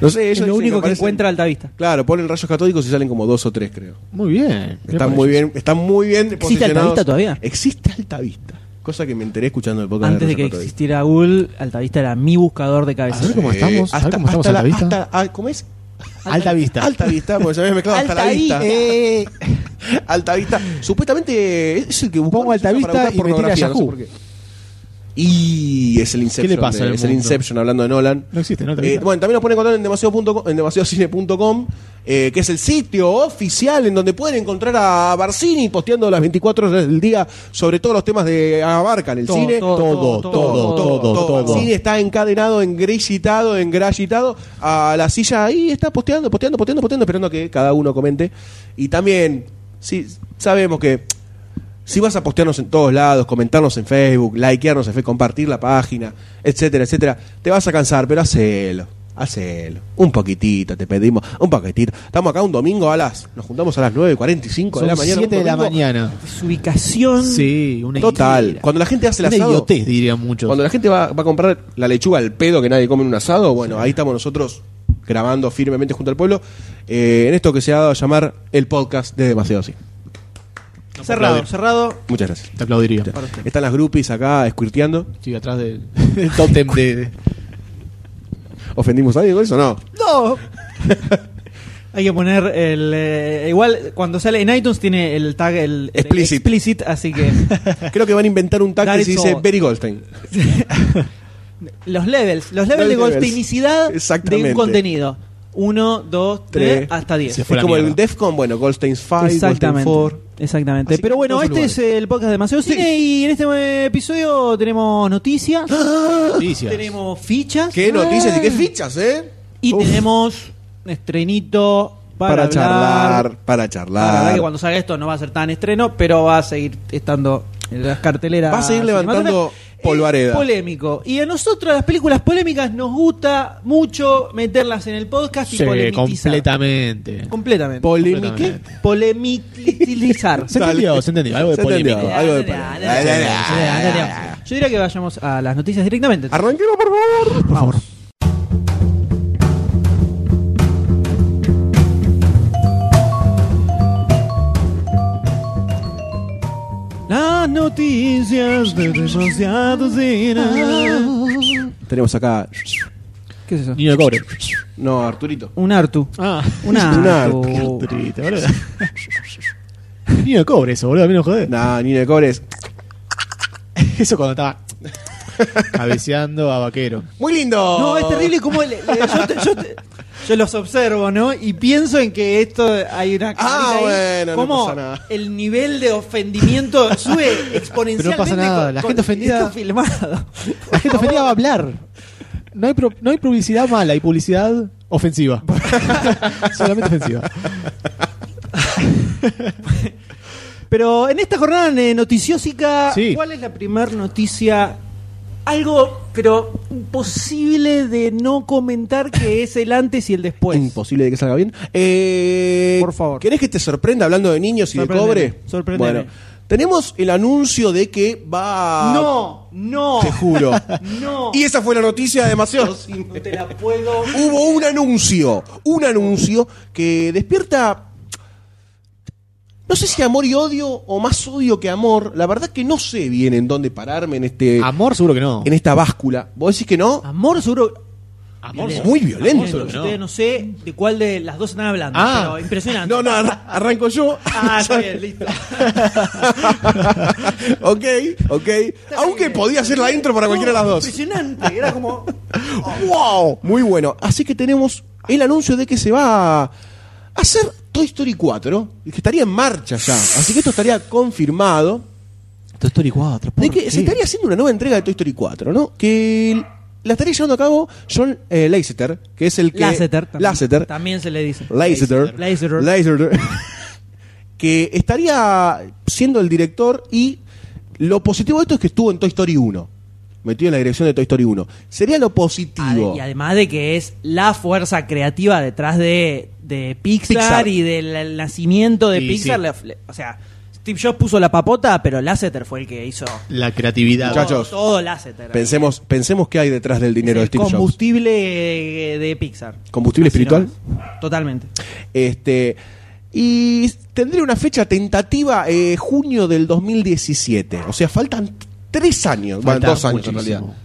B: No sé,
E: es
B: ellos
E: lo
B: dicen
E: único que
B: aparecen-
E: encuentra Altavista
B: Claro, ponen rayos catódicos y salen como dos o tres, creo.
D: Muy bien.
B: Están muy bien, están muy bien posicionados.
E: Altavista todavía?
B: Existe Altavista. Cosa que me enteré escuchando el podcast
E: Antes de que
B: Roger Rotoy.
E: existiera Google, Altavista era mi buscador de cabeza.
D: A ver cómo
B: Eh,
D: estamos. a ver
B: hasta-
D: cómo estamos
B: hasta
D: Alta
B: la-
D: Vista.
B: hasta- ah, ¿Cómo es?
D: Altavista.
B: Altavista, porque se me había mezclado hasta la vista. Eh, Altavista. Supuestamente es el que buscó
D: Pongo Altavista
B: para buscar
D: y me tira
B: pornografía,
D: Yahoo.
B: por qué. Y es el Inception.
D: ¿Qué le pasa
B: de-
D: al
B: es el
D: mundo?
B: Inception hablando de Nolan.
D: No existe, ¿no?
B: Eh, bueno, también nos pueden encontrar en demasiado.com, en demasiadocine.com, eh, que es el sitio oficial en donde pueden encontrar a Barcini posteando las 24 horas del día sobre todos los temas de abarcan el
E: Todo,
B: cine.
E: todo,
D: todo, todo, todo, todo.
B: El cine está encadenado, engrisitado, engrasitado a la silla ahí, está posteando, posteando, posteando, posteando, esperando a que cada uno comente. Y también, sí, sabemos que si vas a postearnos en todos lados, comentarnos en Facebook, likearnos en Facebook, compartir la página, etcétera, etcétera, te vas a cansar, pero hacelo. Hacelo. Un poquitito, te pedimos. Un poquitito. Estamos acá un domingo a las. Nos juntamos a las 9.45 de
D: Son
B: la mañana. un
D: 7 de la
B: domingo.
D: mañana.
E: Su ubicación.
D: Sí, una
B: Total.
D: idea.
B: Cuando la gente hace el
D: Una
B: asado.
D: idiotez, dirían muchos.
B: Cuando la gente va, va a comprar la lechuga al pedo que nadie come en un asado, bueno, ahí estamos nosotros grabando firmemente junto al pueblo eh, en esto que se ha dado a llamar el podcast de Demasiado Así.
E: Cerrado,
D: aplaudir.
E: cerrado.
B: Muchas gracias.
D: Te aplaudiría.
B: Están las groupies acá esquirteando.
D: Estoy atrás del del tótem de... de-
B: ¿Ofendimos a alguien con eso? No.
E: No. Hay que poner el. eh, igual, cuando sale en iTunes tiene el tag, el. el
B: Explicit.
E: explicit, así que.
B: Creo que van a inventar un tag
E: That
B: que se
E: is
B: dice
E: all.
B: Berry Goldstein.
E: los levels. Los
B: Los
E: levels de
B: levels.
E: goldsteinicidad de
B: Exactamente.
E: un contenido. Uno, dos, tres,
B: Tres.
E: hasta diez.
D: Se
B: Es
D: fue la
B: como el
D: mierda.
B: Defcon, bueno, Goldstein's 5, Goldstein
E: Exactamente.
B: 4.
E: Exactamente.
B: Así que
E: Pero bueno,
B: todos
E: este
B: lugares.
E: es el podcast de Demasiado
B: Sí.
E: Cine y en este episodio tenemos noticias,
D: Noticias.
E: tenemos fichas.
B: Qué noticias y qué fichas, ¿eh?
E: Y
B: Uf.
E: tenemos un estrenito para,
B: Para,
E: hablar.
B: charlar, para
E: La verdad
B: charlar.
E: que cuando salga esto no va a ser tan estreno, pero va a seguir estando en las carteleras.
B: Va a seguir levantando
E: cinematográficas.
B: polvareda.
E: Es polémico. Y a nosotros las películas polémicas nos gusta mucho meterlas en el podcast y
D: Sí,
E: polemizar.
D: completamente.
E: Completamente.
B: Polemique.
E: Polemizar.
D: Se entendió, se entendió. Algo de
B: Se entendió.
D: polémica.
B: Algo de
E: Yo diría que vayamos a las noticias directamente.
B: Arranquemos, por favor.
D: Por favor.
E: Las noticias de demasiado
B: Tenemos acá.
E: ¿Qué es eso?
D: Niño de cobre.
B: No, Arturito.
E: Un Artu.
D: Ah. Oh.
E: Un
B: Un
E: Artu.
B: Artu.
D: Triste, boludo. Niño de cobre eso, boludo. A mí no me jode.
B: Nah, Nino de Cobres.
D: Eso cuando estaba cabeceando a vaquero.
G: Muy lindo.
E: No,
D: Oh.
E: es terrible como le- le- yo, te- yo te- yo los observo, ¿no? Y pienso en que esto hay
D: Ah,
E: una carita ahí,
B: bueno, no
E: como
B: pasa nada.
E: el nivel de ofendimiento sube exponencialmente.
D: Pero no pasa nada, la gente ofendida-
E: esto filmado.
D: La gente ofendida va a hablar. No hay, pro- no hay publicidad mala, hay publicidad ofensiva. Solamente ofensiva.
E: Pero en esta jornada eh, noticiosica,
D: Sí.
E: ¿cuál es la primer noticia? Algo, pero imposible de no comentar que es el antes y el después.
B: Imposible de que salga bien. Eh,
E: Por favor.
B: ¿Querés que te sorprenda hablando de niños y de
E: Sorprendeme,
B: cobre?
E: sorprendeme.
B: Bueno, tenemos el anuncio de que va.
E: No, no,
B: Te juro.
E: no.
B: Y esa fue la noticia demasiado
E: No
B: simple.
E: te la puedo.
B: Hubo un anuncio, un anuncio que despierta. No sé si amor y odio o más odio que amor. La verdad que no sé bien en dónde pararme en este
D: Amor, seguro que no.
B: en esta báscula. ¿Vos decís que no?
E: Amor, seguro.
D: Amor,
B: Es muy violento.
E: Bueno, yo todavía no sé de cuál de las dos están hablando,
D: Ah.
E: pero impresionante.
B: No, no, arra- arranco yo.
E: Ah, está bien, listo.
B: ok, ok. Aunque
E: bien.
B: podía hacer la intro para cualquiera de las dos.
E: Impresionante, era como.
B: ¡Wow! Muy bueno. Así que tenemos el anuncio de que se va a hacer Toy Story 4, y que estaría en marcha ya. Así que esto estaría confirmado.
D: Toy Story 4.
B: De que se estaría haciendo una nueva entrega de Toy Story 4, ¿no? Que la estaría llevando a cabo John eh, Lasseter, que es el que.
E: Lasseter también,
B: Lasseter.
E: También se le dice.
B: Lasseter.
E: Lasseter.
B: Lasseter. que estaría siendo el director y lo positivo de esto es que estuvo en Toy Story 1. Metido en la dirección de Toy Story 1. Sería lo positivo.
E: Ade- Ah, Y además de que es la fuerza creativa detrás de, de Pixar,
B: Pixar.
E: y del el nacimiento de
D: Y
E: Pixar.
D: sí.
E: la fle- o sea, Steve Jobs puso la papota, pero Lasseter fue el que hizo
D: La creatividad.
B: Muchachos,
E: todo, todo Lasseter.
B: Pensemos, pensemos qué hay detrás del dinero de
E: el
B: Steve Jobs.
E: combustible eh, de Pixar.
B: Combustible
E: Así
B: espiritual.
E: nomás. Totalmente.
B: Este, y tendría una fecha tentativa eh, junio del 2017. O sea, faltan t- tres años. Bueno,
D: Falta
B: dos años en
D: muchísimo.
B: realidad.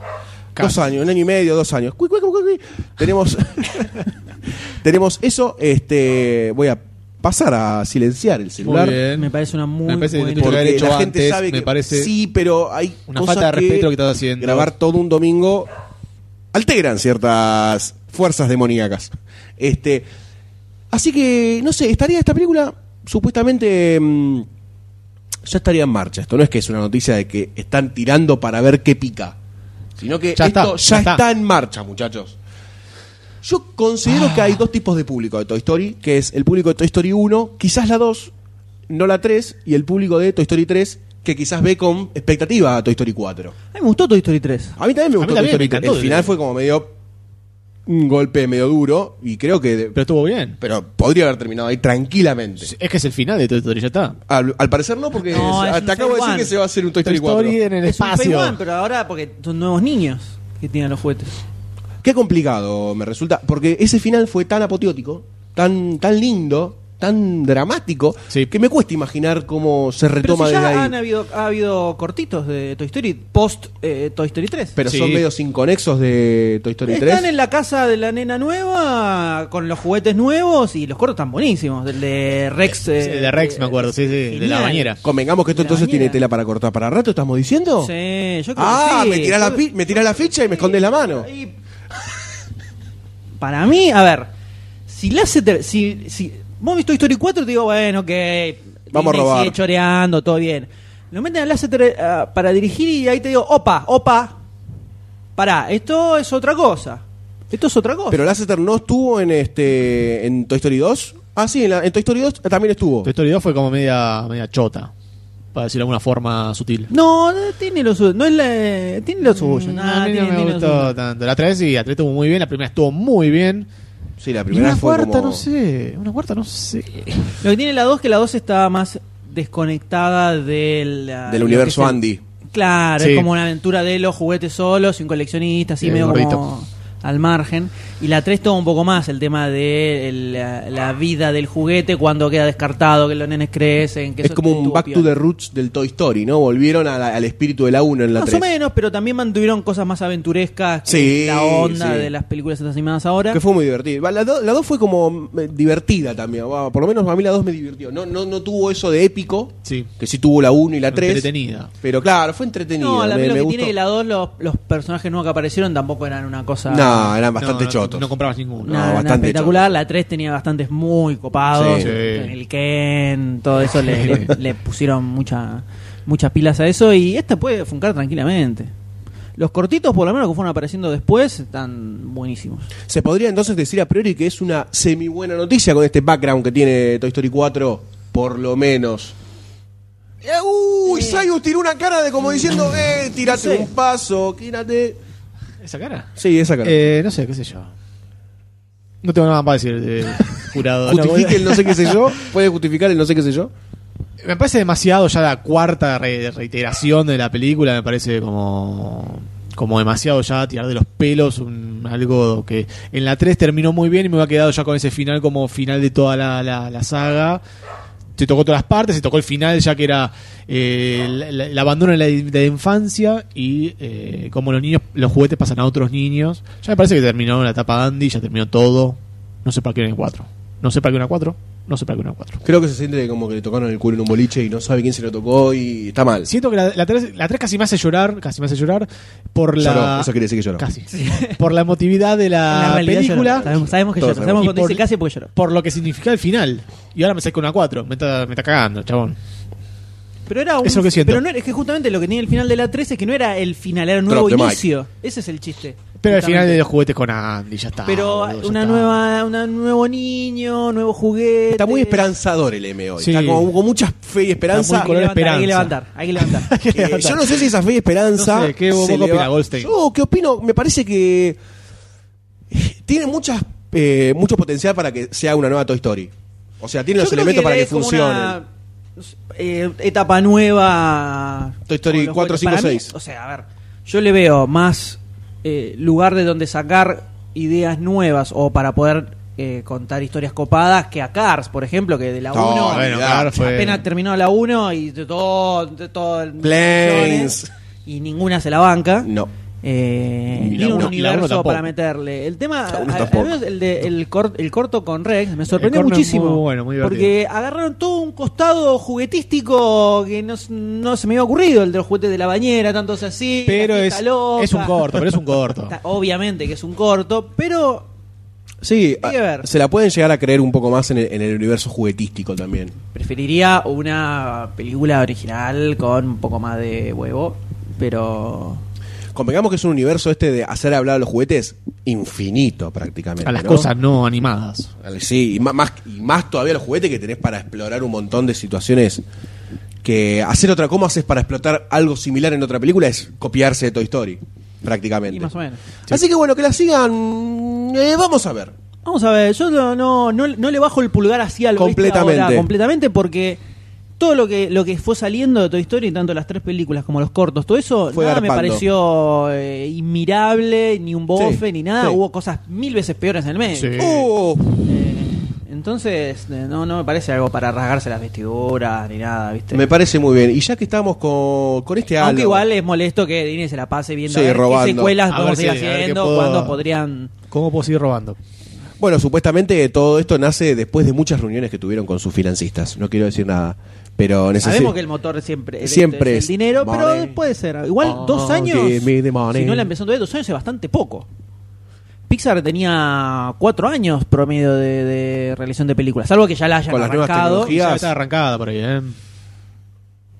B: Dos
D: Casi.
B: años, un año y medio, dos años. Cui, cui, cui, cui, cui. Tenemos, tenemos eso. Este, voy a pasar a silenciar el celular.
D: Muy bien.
E: Me parece una muy
D: Me parece que
E: buena-
D: te toca-
B: Porque
D: Lo haber hecho
B: la gente
D: antes,
B: sabe
D: me
B: que-
D: parece
B: sí, pero hay
D: una
B: cosas
D: falta de respeto lo que estás haciendo.
B: Grabar todo un domingo alteran ciertas fuerzas demoníacas. Este, así que no sé, estaría esta película supuestamente mm, ya estaría en marcha. Esto no es que es una noticia de que están tirando para ver qué pica, sino que
D: Ya está,
B: esto
D: ya
B: ya,
D: está.
B: está en marcha, muchachos. Yo considero que hay dos tipos de público de Toy Story, que es el público de Toy Story 1, quizás la 2, no la 3, y el público de Toy Story 3, que quizás ve con expectativa a Toy Story 4.
E: A mí me gustó Toy Story 3.
B: A mí también me
D: A mí
B: gustó
D: también,
B: Toy
D: me
B: Story 3.
D: encantó.
B: El final fue como medio un golpe medio duro, y creo que... de-
D: Pero estuvo bien.
B: pero podría haber terminado ahí tranquilamente.
D: Es que es el final de Toy Story, ya está.
B: Al, al parecer no, porque
E: No,
B: se-
E: es un
B: te acabo de decir
E: One.
B: que se va a hacer un Toy Story 4.
D: en el
E: Es un Pay
D: espacio.
E: One, pero ahora porque son nuevos niños que tienen los juguetes.
B: Qué complicado me resulta, porque ese final fue tan apoteótico, tan, tan lindo, tan dramático,
D: Sí.
B: que me cuesta imaginar cómo se
E: Pero
B: retoma
E: si
B: desde
E: ya
B: ahí.
E: han habido, ha habido cortitos de Toy Story post eh, Toy Story 3.
B: Pero
D: Sí.
B: son medios inconexos de Toy Story
E: Están
B: 3.
E: en la casa de la nena nueva con los juguetes nuevos y los cortos tan buenísimos. El de Rex. eh,
D: el de Rex, me acuerdo, sí, sí, de
E: genial.
D: la bañera.
B: Convengamos que esto
E: La
B: entonces
E: bañera.
B: tiene tela para cortar para rato, ¿estamos diciendo?
E: Sí, yo creo
B: Ah,
E: que sí.
B: me tirás la,
E: Yo-
B: pi- me tirás la ficha y me escondes la mano.
E: Y- Para mí, a ver, si la hace- si, si vos viste Toy Story 4, te digo, bueno, que
B: Vamos a robar.
E: Sigue choreando, todo bien. Lo meten a Lasseter ah, para dirigir y ahí te digo, opa, opa, pará, esto es otra cosa. Esto es otra cosa.
B: Pero Lasseter no estuvo en este en Toy Story 2. Ah, sí, en, la- en Toy Story 2 también estuvo.
D: Toy Story 2 fue como media, media chota. Para decirlo de alguna forma sutil.
E: no, no, tiene lo suyo. No es la- tiene lo suyo.
D: Mm,
E: nada,
D: a mí
E: tiene,
D: no me
E: tiene lo
D: gustó
E: suyo.
D: tanto. La 3 sí, la 3 estuvo muy bien, la primera estuvo muy bien.
B: Sí, la
D: Y
B: primera
D: una
B: fue
D: cuarta,
B: como-
D: no sé. Una cuarta, no sé.
E: Lo que tiene la 2 que la 2 está más desconectada del, ah,
B: Del
E: lo que
B: universo
E: es el-
B: Andy.
E: Claro,
D: Sí.
E: es como una aventura de los juguetes solos, sin coleccionistas, así
D: Bien,
E: medio
D: gordito.
E: como al margen. Y la 3 toma un poco más el tema de el- la, la vida del juguete cuando queda descartado, que los nenes crecen. Que
B: Es
E: eso
B: como un
E: estuvo
B: back to
E: piola.
B: the roots del Toy Story, ¿no? Volvieron a la- al espíritu de la 1 en la
E: Más
B: 3.
E: o menos, pero también mantuvieron cosas más aventurescas. que
B: Sí,
E: la onda
B: sí.
E: de las películas estas animadas ahora.
B: Que fue muy divertido. Va, La 2 fue como eh, divertida también. va, Por lo menos a mí la 2 me divirtió. No, no, no tuvo eso de épico,
D: Sí.
B: que sí tuvo la 1 y la 3.
D: Entretenida.
B: Pero claro, fue entretenida.
E: no, la
B: me,
E: lo
B: me
E: que
B: gustó.
E: tiene que la 2, los, los personajes nuevos que aparecieron tampoco eran una cosa.
B: No, eran bastante
D: No, no,
B: chotos.
D: No comprabas ninguno.
B: No,
E: nada, nada
B: bastante
E: espectacular. La 3 tenía bastantes muy copados.
B: Sí.
E: El Ken, todo eso le, le- le pusieron mucha, muchas pilas a eso. Y esta puede funcar tranquilamente. Los cortitos, por lo menos, que fueron apareciendo después, están buenísimos.
B: Se podría entonces decir a priori que es una semi buena noticia con este background que tiene Toy Story 4, por lo menos. Eh, Uy, Sayus tiró una cara de como diciendo, eh, tirate un paso, quírate.
D: ¿Esa cara?
B: Sí, esa cara.
D: Eh, no sé, qué sé yo. No tengo nada más para decir, eh, jurado. No,
B: Justifique el
D: voy
B: no sé qué sé yo, puede justificar el no sé qué sé yo.
D: a- Me parece demasiado ya la cuarta re- reiteración de la película. Me parece como, como demasiado ya tirar de los pelos un- algo que en la 3 terminó muy bien y me ha quedado ya con ese final como final de toda la, la- la saga. Se tocó todas las partes, se tocó el final ya que era eh, el, el- el abandono de la, de la infancia y eh, como los niños, los juguetes pasan a otros niños. Ya me parece que terminó la etapa Andy, ya terminó todo. No sé para qué era el 4. No sé para qué era 4. No sé para qué era 4.
B: Creo que se siente como que le tocaron el culo en un boliche y no sabe quién se lo tocó y está mal.
D: Siento que la, la 3, la 3 casi me hace llorar, casi me hace llorar por la
B: Lloró, eso quiere decir que lloró.
D: casi. por la emotividad de
E: En
D: la,
E: realidad lloró.
D: película,
E: Sabemos, sabemos que
B: Todos
E: lloró. Sabemos
D: sabemos.
E: cuando
D: Y por-
E: dice casi porque lloró.
D: por lo que significa el final. Y ahora me saca una 4, me está, me está cagando, chabón.
E: Pero era un,
D: Es lo que siento.
E: Pero no era- es que justamente lo que tenía el final de la 3 es que no era el final, era un nuevo
B: Drop the mic.
E: inicio. Ese es el chiste.
D: Pero al
E: Justamente.
D: final de los juguetes con Andy, ya está.
E: Pero
D: boludo, ya
E: una
D: está.
E: nueva, una nuevo niño, nuevo juguete.
B: Está muy esperanzador el M hoy.
D: Sí.
B: Está como con mucha fe y
D: Está
B: esperanza.
D: muy color
E: Hay que levantar,
D: esperanza.
E: hay que levantar. hay que
B: Eh,
E: levantar.
B: yo no sé si esa fe y esperanza.
D: No sé, ¿qué- vos-
B: se
D: vos
B: le
D: qué
B: va-
D: opinás, Goldstein?
B: Yo, ¿qué opino? Me parece que tiene muchas, eh, mucho potencial para que sea una nueva Toy Story. O sea, tiene
E: Yo
B: los
E: creo
B: elementos para que
E: es como
B: funcione.
E: una, no sé, eh, etapa nueva.
B: Toy Story
E: con los
B: 4,
E: juguetes. Para
B: 5,
E: mí,
B: 6.
E: o sea, a ver, yo le veo más eh, lugar de donde sacar ideas nuevas o para poder eh, contar historias copadas que a Cars, por ejemplo, que de la 1
B: No,
D: Bueno,
B: Olvidá.
D: claro, fue.
E: apenas terminó la 1 y de todo, de todo el- ¿eh?
B: Planes.
E: y ninguna se la banca.
B: No.
E: Eh,
B: Ni la
E: tiene un
B: uno.
D: La uno
E: universo
D: tampoco.
E: para meterle. El tema,
B: La uno
E: a- a-
B: tampoco.
E: a mí el, de- el, cor- el corto con Rex me sorprendió
D: El corto es
E: muchísimo.
D: muy bueno, muy divertido.
E: porque agarraron todo un costado juguetístico que no, s- no se me había ocurrido. El de los juguetes de la bañera, tanto es así.
D: Pero
E: la
D: es,
E: fiesta loca.
D: es un corto, pero es un corto.
E: Está- Obviamente que es un corto, pero
B: Sí,
E: Hay que
B: a-
E: ver.
B: Ah, se la pueden llegar a creer un poco más en el, en el universo juguetístico también.
E: preferiría una película original con un poco más de huevo. Pero
B: Convengamos que es un universo este de hacer hablar a los juguetes infinito prácticamente.
D: A las
B: ¿no?
D: cosas no animadas.
B: Al- Sí, y ma- más, y más todavía los juguetes que tenés para explorar un montón de situaciones. Que hacer otra, ¿cómo haces para explotar algo similar en otra película? Es copiarse de Toy Story, prácticamente.
E: y más o menos.
B: Así que bueno, que la sigan. eh, vamos a ver.
E: Vamos a ver, yo no, no, no, no le bajo el pulgar hacia lo
B: Completamente.
E: completamente porque todo lo que lo que fue saliendo de Toy Story, tanto las tres películas como los cortos, todo eso
B: Fue
E: nada me
B: garpando.
E: pareció eh, inmirable, ni un bofe,
B: Sí,
E: ni nada.
B: sí.
E: Hubo cosas mil veces peores en el medio.
D: Sí.
B: Oh,
E: Eh, entonces, eh, no, no me parece algo para rasgarse las vestiduras ni nada, ¿viste?
B: me parece muy bien. Y ya que estamos con, con este
E: Aunque
B: álbum-
E: igual es molesto que Dini se la pase viendo
B: Sí,
E: a ver qué
B: robando.
E: secuelas
D: A
E: podemos
D: ver
E: ir
D: si- a ver qué
E: haciendo,
D: puedo-
E: cuándo podrían...
D: ¿Cómo puedo seguir robando?
B: Bueno, supuestamente todo esto nace después de muchas reuniones que tuvieron con sus financistas. No quiero decir nada. Pero necesito.
E: Sabemos que el motor siempre, es-
B: Siempre
E: es
B: es
E: el dinero,
B: money.
E: pero puede ser. Igual
B: Oh,
E: dos años.
B: give me the money.
E: Si no la empezó todavía, dos años es bastante poco. Pixar tenía cuatro años promedio de, de realización de películas, salvo que ya la hayan
B: Con las nuevas
E: arrancado.
B: tecnologías.
D: Ya está arrancada por ahí, ¿eh?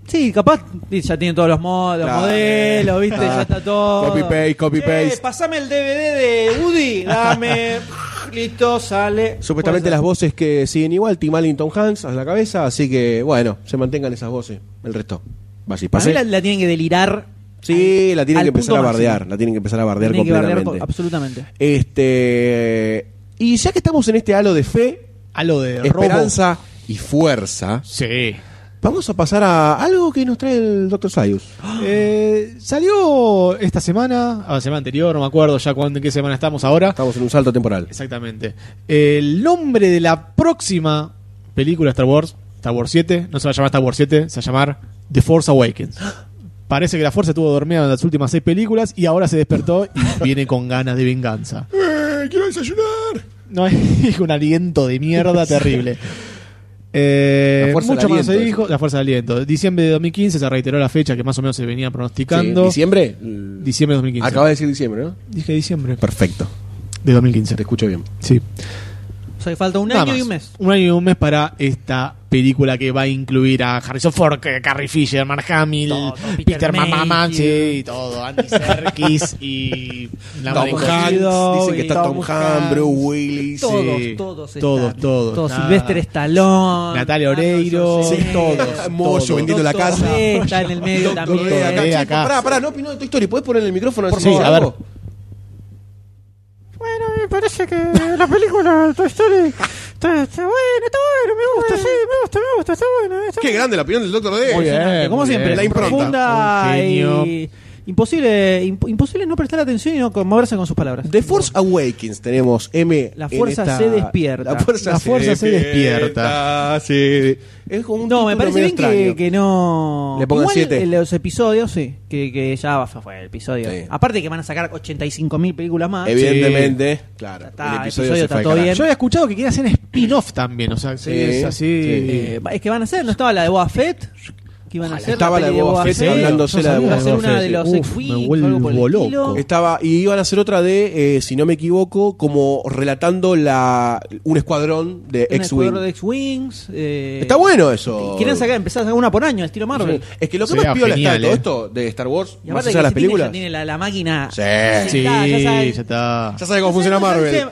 E: Sí, capaz ya tienen todos los, mo- los
B: Claro. Ah.
E: modelos, viste, ya está todo.
B: Copy paste, copy
E: Che,
B: paste.
E: Pasame el DVD de Woody, dame, listo, sale.
B: Supuestamente
E: Puede
B: las
E: ser.
B: voces que siguen igual, Tim Allington Hans a la cabeza, así que bueno, se mantengan esas voces. El resto. Vaya y
E: Para
B: pase.
E: mí la, la tienen que delirar.
B: Sí,
E: al-
B: la tienen
E: al
B: que empezar a
E: punto máximo.
B: bardear, la tienen que empezar a bardear
E: Tienen que bardear
B: completamente.
E: co- absolutamente.
B: este y ya que estamos en este halo de fe,
D: A lo de robo.
B: esperanza y fuerza,
D: Sí.
B: Vamos a pasar a algo que nos trae el Dr. Sayus.
E: Ah.
D: Eh, salió esta semana, o la semana anterior, no me acuerdo ya cuándo, en qué semana estamos ahora.
B: Estamos en un salto temporal.
D: Exactamente. El nombre de la próxima película de Star Wars, Star Wars 7, no se va a llamar Star Wars 7, se va a llamar The Force Awakens. Parece que la fuerza estuvo dormida en las últimas seis películas y ahora se despertó y viene con ganas de venganza.
E: Eh,
B: ¡Quiero desayunar!
D: No es un aliento de mierda terrible. Eh,
B: La fuerza del
D: mucho más se
B: aliento,
D: dijo, la fuerza del aliento. Diciembre de 2015 se reiteró la fecha que más o menos se venía pronosticando.
B: ¿Diciembre?
D: Diciembre de 2015.
B: Acaba de decir diciembre, ¿no?
D: Dije diciembre
B: Perfecto.
D: de
B: Se
D: 2015.
B: te escucha bien.
D: Sí.
E: O sea, que falta un
D: Nada
E: año y
D: más.
E: un mes.
D: Un año y un mes para esta película que va a incluir a Harrison Ford, que- Carrie Fisher, Mark Hamill,
E: Todo,
D: Peter,
E: Peter
D: Mamá,
E: Mayhew.
D: y todo, Andy Serkis y la
B: Tom
D: madre
B: Hanks.
D: con-
B: Dicen que
E: y
B: está
E: Tom
B: Tom Hanks,
E: Hanks.
B: Bruce Willis.
E: Todos,
D: Sí.
E: todos,
D: Todos,
E: están.
D: todos,
E: Todos.
D: está-
E: Sylvester Stallone.
D: Natalia Oreiro.
E: Arnold Schwarzenegger,
D: Sí, todos.
B: Moyo vendiendo la
E: Doctor
B: casa.
E: D Está en el medio
B: Doctor
E: también.
B: D acá,
D: D
B: che,
D: acá.
B: Pará, pará, no opinó de tu historia. ¿Puedes poner el micrófono?
D: Por
B: encima,
D: favor, a ver.
B: Marco?
H: Bueno, me parece que la película de Toy Story está, está buena, está buena, me gusta, sí, me gusta, me gusta, está buena. Está
B: Qué grande la opinión del Doctor D.
D: Muy bien.
E: como
D: muy
E: siempre,
D: bien.
B: Eh, La impronta.
E: profunda
D: Un genio.
E: y imposible, imp- imposible no prestar atención y no conmoverse con sus palabras.
B: The Force Awakens tenemos M.
E: La
B: en
E: fuerza
B: esta-
E: se despierta.
B: La fuerza,
D: La fuerza se
B: sí. Es como un
E: No, me
B: título
E: parece
B: medio
E: bien que,
B: extraño.
E: que no.
B: Le pongan
E: Igual
B: siete.
E: en los episodios, sí. Que, que ya fue- fue el episodio.
B: Sí.
E: Aparte que van a sacar 85.000 películas más.
B: Evidentemente, claro.
E: Está,
B: el episodio,
E: episodio
B: se
E: está
B: fue al
E: todo
B: carajo.
E: bien.
D: Yo había escuchado que quería hacer spin-off también, o sea, que
B: Sí,
D: es así.
B: sí.
E: Eh, es que van a hacer, no estaba la de Boba Fett. Que iban a hacer
B: Estaba la de Boba Fett, hablándose la de
E: Iban a
B: Boba
E: hacer una
B: Fett,
E: de
B: sí.
E: los
D: Uf,
E: X-Wing,
D: me vuelvo
E: algo por el
D: loco.
E: estilo.
B: Estaba, y iban a hacer otra de, eh, si no me equivoco, como relatando la un escuadrón de
E: Un
B: X-Wing.
E: escuadrón de X-Wings. eh,
B: Está bueno eso.
E: Quieren sacar, empezar a sacar una por año, estilo Marvel.
B: Es que lo que
D: Sería
B: más piola está de
D: genial,
B: todo
D: eh.
B: esto, de Star Wars,
E: Y
B: más
E: aparte
B: allá de
E: que
B: las
E: si tiene-
B: películas.
E: ya tiene la, la máquina.
B: Sí.
D: Sí,
E: Ya está, ya
D: ya
E: sabe.
D: está.
B: Ya sabe cómo funciona Marvel.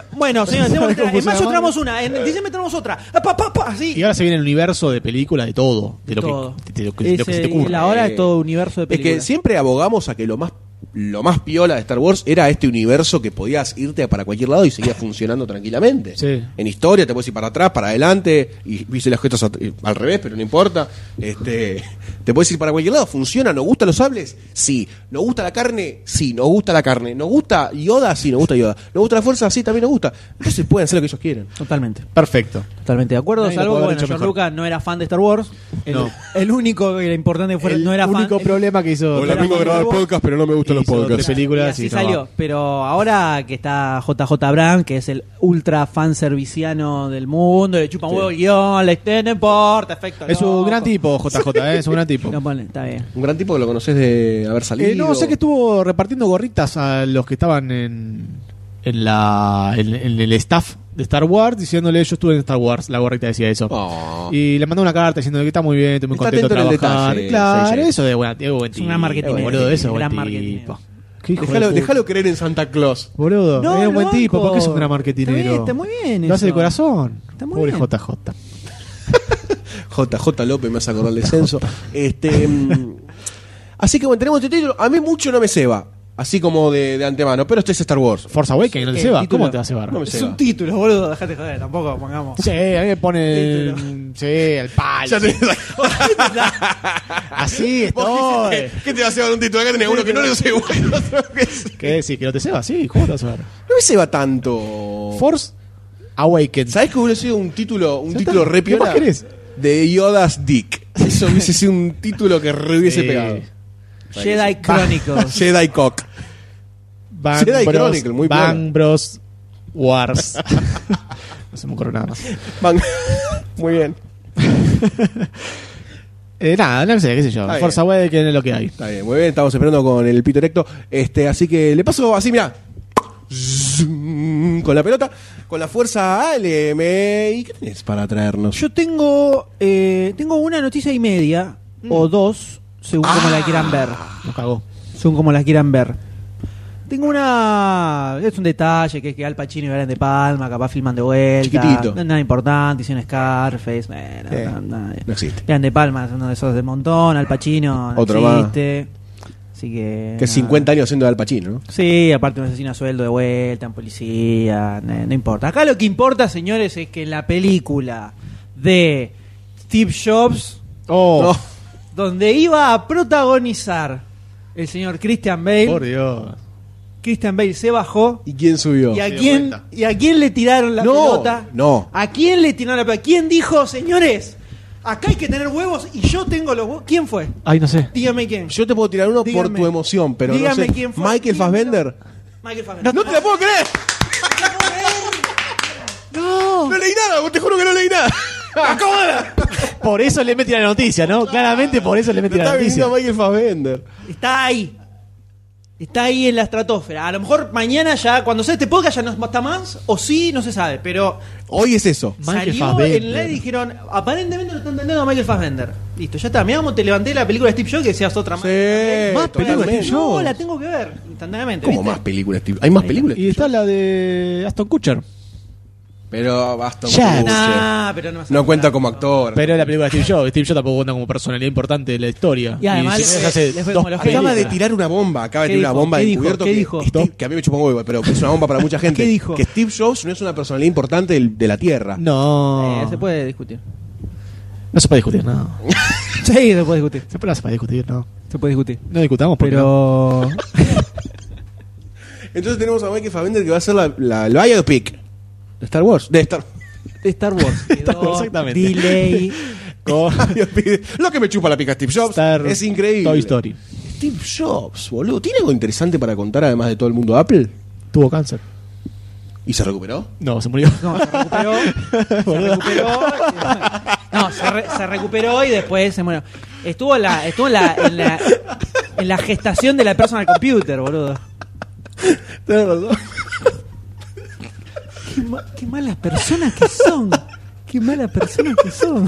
E: Bueno, señores,
D: ¿Sabe
E: tenemos-
D: cómo
E: en
D: funciona
E: mayo
D: Marvel?
E: tenemos una, en diciembre tenemos otra. Ah, pa, pa, pa, así.
D: Y ahora se viene el universo de película de todo, de lo,
E: Todo.
D: Que, de lo que- de lo que se te
E: Ese-
D: ocurra.
E: la hora es todo universo de
B: eh, Es que
E: películas.
B: siempre abogamos a que lo más lo más piola de Star Wars era este universo que podías irte para cualquier lado y seguía funcionando tranquilamente.
D: Sí.
B: En historia te puedes ir para atrás, para adelante, y hice las gestas at- al revés, pero no importa. Este, te puedes ir para cualquier lado, funciona, nos gustan los sables, sí. Nos gusta la carne, sí, nos gusta la carne. Nos gusta Yoda, sí, nos gusta Yoda. Nos gusta la fuerza, sí, también nos gusta. Entonces pueden hacer lo que ellos quieren.
E: Totalmente.
D: Perfecto.
E: Totalmente de acuerdo,
D: Nadie lo
E: salvo
D: puede
E: que
D: haber
E: bueno,
D: hecho
E: George
D: mejor.
E: Lucas no era fan de Star Wars. El,
D: No.
E: el único que era importante que fuera,
D: el
E: no era fan.
D: único
E: el-
D: problema que hizo.
E: Hola, amigo, grabar podcast,
B: pero no me
D: gustan los podcasts.
E: y
D: películas
E: así
D: y no
E: salió.
D: va.
E: Pero ahora que está JJ Abrams, que es el ultra fan serviciano del mundo, le chupa un huevo el guión, le este, no importa, efecto.
D: Es
E: loco.
D: un gran tipo, JJ, ¿eh? es un gran tipo.
E: No, ponle, está bien.
B: Un gran tipo que lo conoces de haber salido.
D: Eh, no, sé que estuvo repartiendo gorritas a los que estaban en, en, la, en, en el staff de Star Wars, diciéndole yo estuve en Star Wars, la gorrita decía eso.
B: Oh.
D: Y le mandó una carta diciendo que está muy bien, estoy muy
B: Está
D: contento de
B: atento en el
D: trabajar.
B: detalle,
D: claro,
B: sí, sí.
D: eso de buena, de buen
E: Es un gran
D: tipo,
E: marketinero,
D: Boludo, eso es
E: gran
D: buen
E: marketinero.
D: tipo. Qué hijo de
B: Déjalo,
D: puta.
B: déjalo creer en Santa Claus.
D: Boludo,
E: No,
D: es
E: lo
D: un buen tipo,
E: banco.
D: porque es un gran
E: Está
D: marketinero.
E: bien, está muy bien
D: Lo hace de
E: eso.
D: corazón.
E: Está muy
D: Pobre
E: bien.
D: JJ.
B: JJ López me hace acordar el descenso. Este, mm, así que bueno, tenemos este título. A mí mucho no me ceba, así como de, de antemano, pero este es Star Wars.
D: Forza Awakens, no te
E: Eh,
D: ceba.
E: título.
D: ¿Cómo te va a cebar?
B: No me
E: Es
B: ceba.
E: un título, boludo, dejate joder, tampoco pongamos.
D: Sí, a mí me pone.
E: Título.
D: Sí, el palo.
B: Ya tenés-
D: Así
B: Vos
D: estoy.
B: dijiste, ¿Qué te va a cebar un título? Acá tenés uno que no le ceba y otro que sí.
D: ¿Qué decís? ¿Que no te ceba? Sí, ¿cómo te va a cebar?
B: No me ceba tanto.
D: Force Awakens.
B: ¿Sabés que hubiera sido un título, un
D: Ya
B: título
D: está.
B: re
D: ¿Qué
B: piola?
D: más querés?
B: De Yoda's Dick. Eso hubiese sido un título que re hubiese
D: Sí.
B: pegado.
E: Jedi Chronicles.
B: Jedi Cock.
D: Bang
B: Jedi
D: Bros.
B: Chronicle, muy
D: Bang
B: piola.
D: Bros. Wars. no se me ocurre nada más.
B: Van- Muy bien.
D: Eh, nada, no sé, qué sé yo.
B: Está bien.
D: Forza Awakens es lo que hay.
B: Está bien, muy bien, estamos esperando con el pito erecto. Este, así que le paso así, mira. Con la pelota, con la fuerza ALM. ¿Y qué tenés para traernos?
E: Yo tengo, eh, tengo una noticia y media, o dos, según como la quieran ver.
D: Nos cagó.
E: Según como la quieran ver. Tengo una. Es un detalle que, que Al Pacino y Brian De Palma, capaz filman de vuelta.
B: Chiquitito.
E: No es Nada importante, hicieron Scarface. eh, no,
B: Eh,
E: no, no.
B: no existe.
E: Brian De Palma es uno de esos de montón, Al Pacino no
B: Otro más.
E: existe. Así que.
B: Que
E: nada.
B: 50 años siendo de Al Pacino, ¿no?
E: Sí, aparte un asesino a sueldo de vuelta, en policía, ne- no, importa. Acá lo que importa, señores, es que en la película de Steve Jobs
D: Oh,
E: donde iba a protagonizar el señor Christian Bale.
D: por Dios.
E: Christian Bale se bajó.
B: ¿Y quién subió?
E: ¿Y a,
D: dio
E: quién,
D: vuelta.
E: ¿Y a quién le tiraron la
B: No,
E: pelota?
B: no.
E: ¿A quién le tiraron la pelota? ¿Quién dijo, señores, acá hay que tener huevos y yo tengo los huevos? ¿Quién fue?
D: Ay, no sé.
E: Dígame quién.
B: Yo te puedo tirar uno por
E: Dígame.
B: tu emoción, pero no
E: Dígame
B: sé.
E: quién fue.
B: Michael
E: ¿Quién
B: Fassbender.
E: Michael Fassbender.
B: No, te la puedo creer.
E: No.
B: No leí nada, te juro que no leí nada. Acabo de ver.
D: Por eso le metí la noticia, ¿no? Claramente por eso le
B: Lo
D: metí la
B: Está
D: noticia.
B: viendo Michael Fassbender.
E: Está ahí. Está ahí en la estratosfera. A lo mejor mañana ya, cuando sea este podcast, ya no está más. O sí, no se sabe. Pero
B: Hoy es eso.
D: Michael
E: salió
D: Fassbender.
E: en la y dijeron, aparentemente no están entendiendo a Michael Fassbender. Listo, ya está. Mirá cómo te levanté la película de Steve Jobs que seas otra más.
B: Sí,
E: más películas de
B: totalmente.
E: Steve Jobs. No, la tengo que ver instantáneamente.
B: ¿Cómo
E: ¿viste?
B: más películas? Steve? Hay más películas.
D: Y está la de Aston Kutcher.
B: Pero basta.
D: Ya.
E: Nah, pero no, vas a
B: No cuenta
E: contar.
B: como actor.
D: Pero es la película de Steve Jobs. Steve Jobs tampoco cuenta como personalidad importante de la historia.
E: Y además
D: si
E: le-
D: no, hace
E: le fue
D: dos
E: como los
B: Acaba de
D: películas.
B: tirar una bomba, acaba de
E: ¿Qué
B: tirar una
E: dijo?
B: bomba
E: ¿Qué
B: de
E: dijo?
B: encubierto
E: ¿Qué
B: que,
E: dijo?
B: Steve- que a mí me chupa un huevo, pero que es una bomba para mucha gente.
E: ¿Qué dijo?
B: Que Steve Jobs no es una personalidad importante del- de la Tierra.
D: No.
E: Eh, se puede discutir.
D: No se puede discutir, no.
E: Sí, se puede discutir.
D: Se puede, no se puede discutir, no.
E: Se puede discutir.
D: No discutamos, porque no.
E: Pero.
B: Entonces tenemos a Michael Fassbender que va a ser la, la, la biopic de Star Wars. De Star
E: de Star Wars.
D: Star Wars,
E: quedó
D: exactamente.
E: Delay.
D: Con
B: biopic. Lo que me chupa la pica Steve Jobs
D: Star-
B: es increíble.
D: Toy Story.
B: Steve Jobs, boludo. ¿Tiene algo interesante para contar además de todo el mundo de Apple?
D: Tuvo cáncer.
B: ¿Y se recuperó?
D: No, se murió.
E: No, se recuperó. se recuperó. eh, No, se, re- se recuperó y después se murió. Estuvo, la, estuvo en, la, en, la, en la gestación de la personal computer, boludo.
B: Tenés razón.
E: Qué, ma- qué malas personas que son. Qué malas personas que son.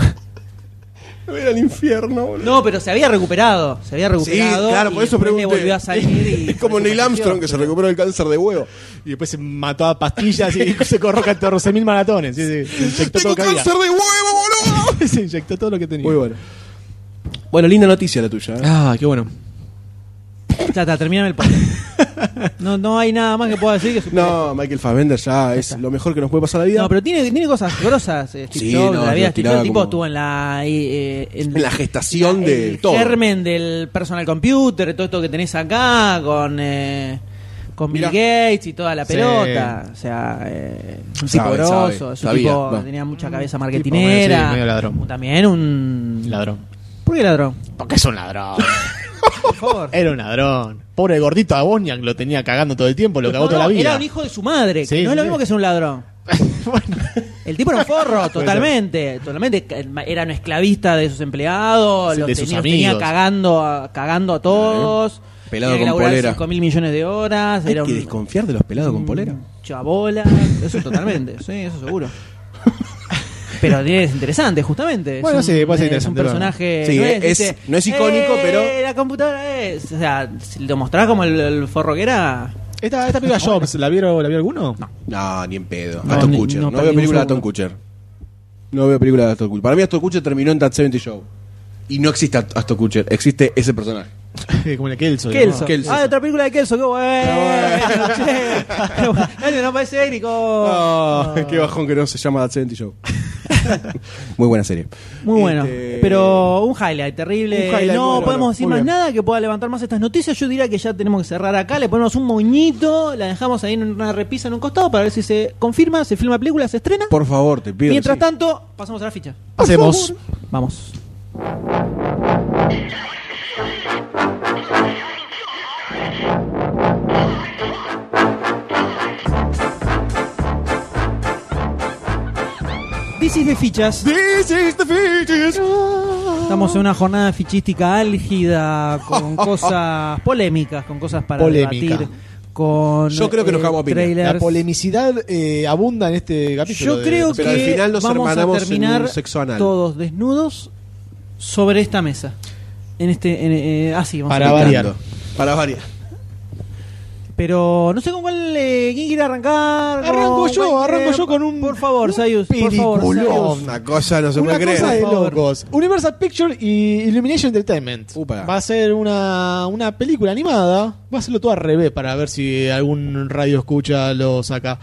B: Era el infierno, boludo.
E: No, pero se había recuperado. Se había recuperado.
B: sí, claro, por
E: y
B: eso
E: después
B: pregunté.
E: le volvió a salir. y-
B: es como Neil Armstrong que se recuperó del cáncer de huevo.
D: Y después se mató a pastillas y se corrió 14.000 maratones. Sí, sí. Se inyectó todo
B: ¡Tengo
D: lo que había.
B: cáncer de huevo, boludo!
D: Se inyectó todo lo que tenía.
B: Muy bueno. Bueno, linda noticia la tuya. ¿eh?
D: Ah, qué bueno.
E: Ya está, terminame el podcast. No, no hay nada más que pueda decir que su-
B: No, Michael Fassbender ya es lo mejor que nos puede pasar la vida.
E: No, pero tiene, tiene cosas grosas. eh, Steve
B: Sí,
E: Jobs,
B: no, lo
E: la vida de Steve
B: tiraba
E: Jobs, el tipo
B: como-
E: estuvo en la, eh, eh, en,
B: En la gestación de
E: el
B: todo.
E: germen del personal computer, todo esto que tenés acá, con, eh, con Bill
B: Mirá.
E: Gates y toda la
D: Sí.
E: pelota. O sea, eh, un
B: Sabe,
E: tipo
B: sabe,
E: grosso, es un
B: sabía,
E: tipo
B: va.
E: tenía mucha cabeza
D: tipo,
E: marketinera.
D: sí, medio ladrón.
E: También un...
D: Ladrón.
E: ¿Por qué ladrón?
D: Porque es un ladrón.
E: Por favor.
D: Era un ladrón. Pobre gordito Aboniak lo tenía cagando todo el tiempo, lo cagó
E: No,
D: toda
E: no,
D: la vida.
E: Era un hijo de su madre, que
D: Sí,
E: no
D: sí,
E: es lo
D: sí.
E: mismo que ser un ladrón.
D: Bueno,
E: El tipo era un forro, totalmente, totalmente. Era un esclavista de sus empleados,
D: Sí,
E: los
D: de
E: tenía,
D: sus
E: los tenía
D: amigos.
E: cagando, a, cagando a todos.
B: Pelado
E: tenía que
B: con
E: laburar
B: polera.
E: 5 mil millones de horas.
B: Hay
E: era
B: que
E: un Mm.
B: desconfiar de los pelados con polera.
E: chabola, eso totalmente, sí, eso seguro. Pero es interesante, justamente.
D: Bueno,
E: es un,
D: sí, puede ser
E: es un
D: interesante,
E: personaje.
B: Sí, es-
E: dice,
B: no es icónico,
E: "Eh,
B: pero-
E: La computadora es. O sea, si lo mostraba como el, el forro que era.
D: esta, esta película Jobs, ¿la vieron, ¿la vio alguno? No.
B: No, ni en pedo.
E: No,
B: a Tom
E: ni-
B: Kutcher.
E: no
B: No,
E: perdí
B: veo
E: un
B: película de
E: segundo.
B: Tom Kutcher. No veo película de Aston Kutcher. Para mí Aston Kutcher terminó en That 70 Show. Y no existe Aston Kutcher, existe ese personaje.
D: Como el Kelso.
E: Kelso.
D: ¿no?
B: Kelso.
E: Ah, otra película de Kelso, qué bueno. che. Pero bueno, Dale, no oh. parece técnico.
B: Ah, Qué bajón que no se llama That 70 Show. Muy buena serie.
E: Muy bueno.
B: Este-
E: Pero un highlight terrible.
B: Un highlight,
E: no
B: bueno,
E: podemos decir
B: muy
E: más
B: bien.
E: nada que pueda levantar más estas noticias. Yo diría que ya tenemos que cerrar acá. Le ponemos un moñito, la dejamos ahí en una repisa en un costado para ver si se confirma, se filma película, se estrena.
B: Por favor, te pido.
E: Mientras
B: sí.
E: tanto, pasamos a la ficha.
D: Hacemos.
E: Vamos. This is de fichas.
D: This is the fittest.
E: Estamos en una jornada fichística álgida, con cosas polémicas, con cosas para
D: Polémica.
E: debatir, con eh,
B: Yo creo que nos cagamos a piña.
D: La
E: trailers.
D: polemicidad eh, abunda en este capítulo.
E: Yo
D: de-
E: creo
B: pero
E: que
B: al final nos
E: vamos a
B: hermanamos en
E: terminar
B: un sexo anal.
E: todos desnudos sobre esta mesa. En este, en, eh, ah, sí, vamos
D: Para
E: a
D: variar.
B: Para variar.
E: Pero no sé con cuál eh, quién quiere arrancar.
D: Arranco
E: con
D: yo,
E: cuál quiere-
D: arranco yo con un-
E: Por favor,
D: un
E: Sayus, por favor,
D: peliculón.
E: Sayus.
B: Una cosa no se
D: Una
B: puede creer.
D: cosa de
E: Por favor.
D: locos. Universal Pictures y Illumination Entertainment.
B: Upa.
D: Va a ser una, una película animada. Va a hacerlo todo al revés para ver si algún radio escucha lo saca.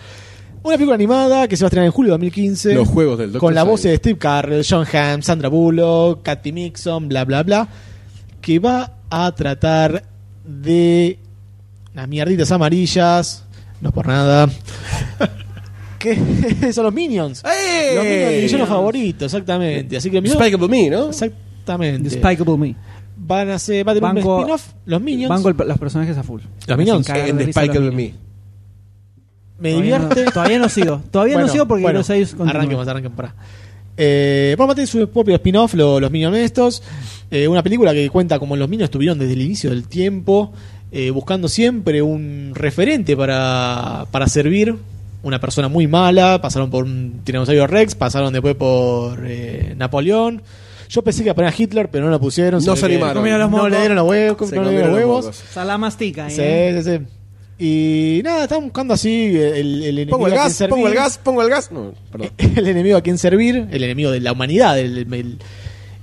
D: Una película animada que se va a estrenar en julio de 2015.
B: Los juegos del Dr.
D: Con la voz
B: Seuss.
D: de Steve Carell, John Hamm, Sandra Bullock, Kathy Mixon, bla, bla, bla. Que va a tratar de las mierditas amarillas. No por nada. que son los Minions. Los Minions, mi villano favorito, Eh, exactamente. Así que mi
B: ¡Eh! Spike Up Me, ¿no?
D: Exactamente.
C: Despicable Me.
D: Van a ser, va a tener
C: Banco-
D: un spin-off, los Minions.
C: Banco el- los personajes a full.
D: Los Minions.
C: Sin cagar
B: En
C: de
B: The
C: risa
B: Spike
C: los
B: Up Me.
D: Me
C: Todavía
D: divierte.
C: no- Todavía no sigo. Todavía no sigo porque
D: bueno,
C: los Ayus continúan.
D: Arranquemos, arranquemos, pará. Eh, bueno, va a tener su propio spin-off, lo- Los Minions estos. Eh, una película que cuenta cómo los Minions estuvieron desde el inicio del tiempo, eh, buscando siempre un referente para, para servir. Una persona muy mala, pasaron por un tiranosaurio Rex, pasaron después por eh, Napoleón. Yo pensé que iba a poner a Hitler, pero no lo pusieron.
B: No
D: ve
B: se
D: que
B: animaron.
D: comieron los No
C: mocos.
D: le dieron los huevos.
B: Se
D: No le dieron
B: comieron
D: los
B: los
D: huevos.
B: mocos.
C: Salamastica.
D: Sí,
C: ¿eh?
D: sí, sí. Y nada, estaban buscando así el, el enemigo.
B: Pongo el
D: a quien
B: gas,
D: servir
B: pongo el gas, pongo el gas. No, perdón.
D: el enemigo a quien servir, el enemigo de la humanidad, el, el, el-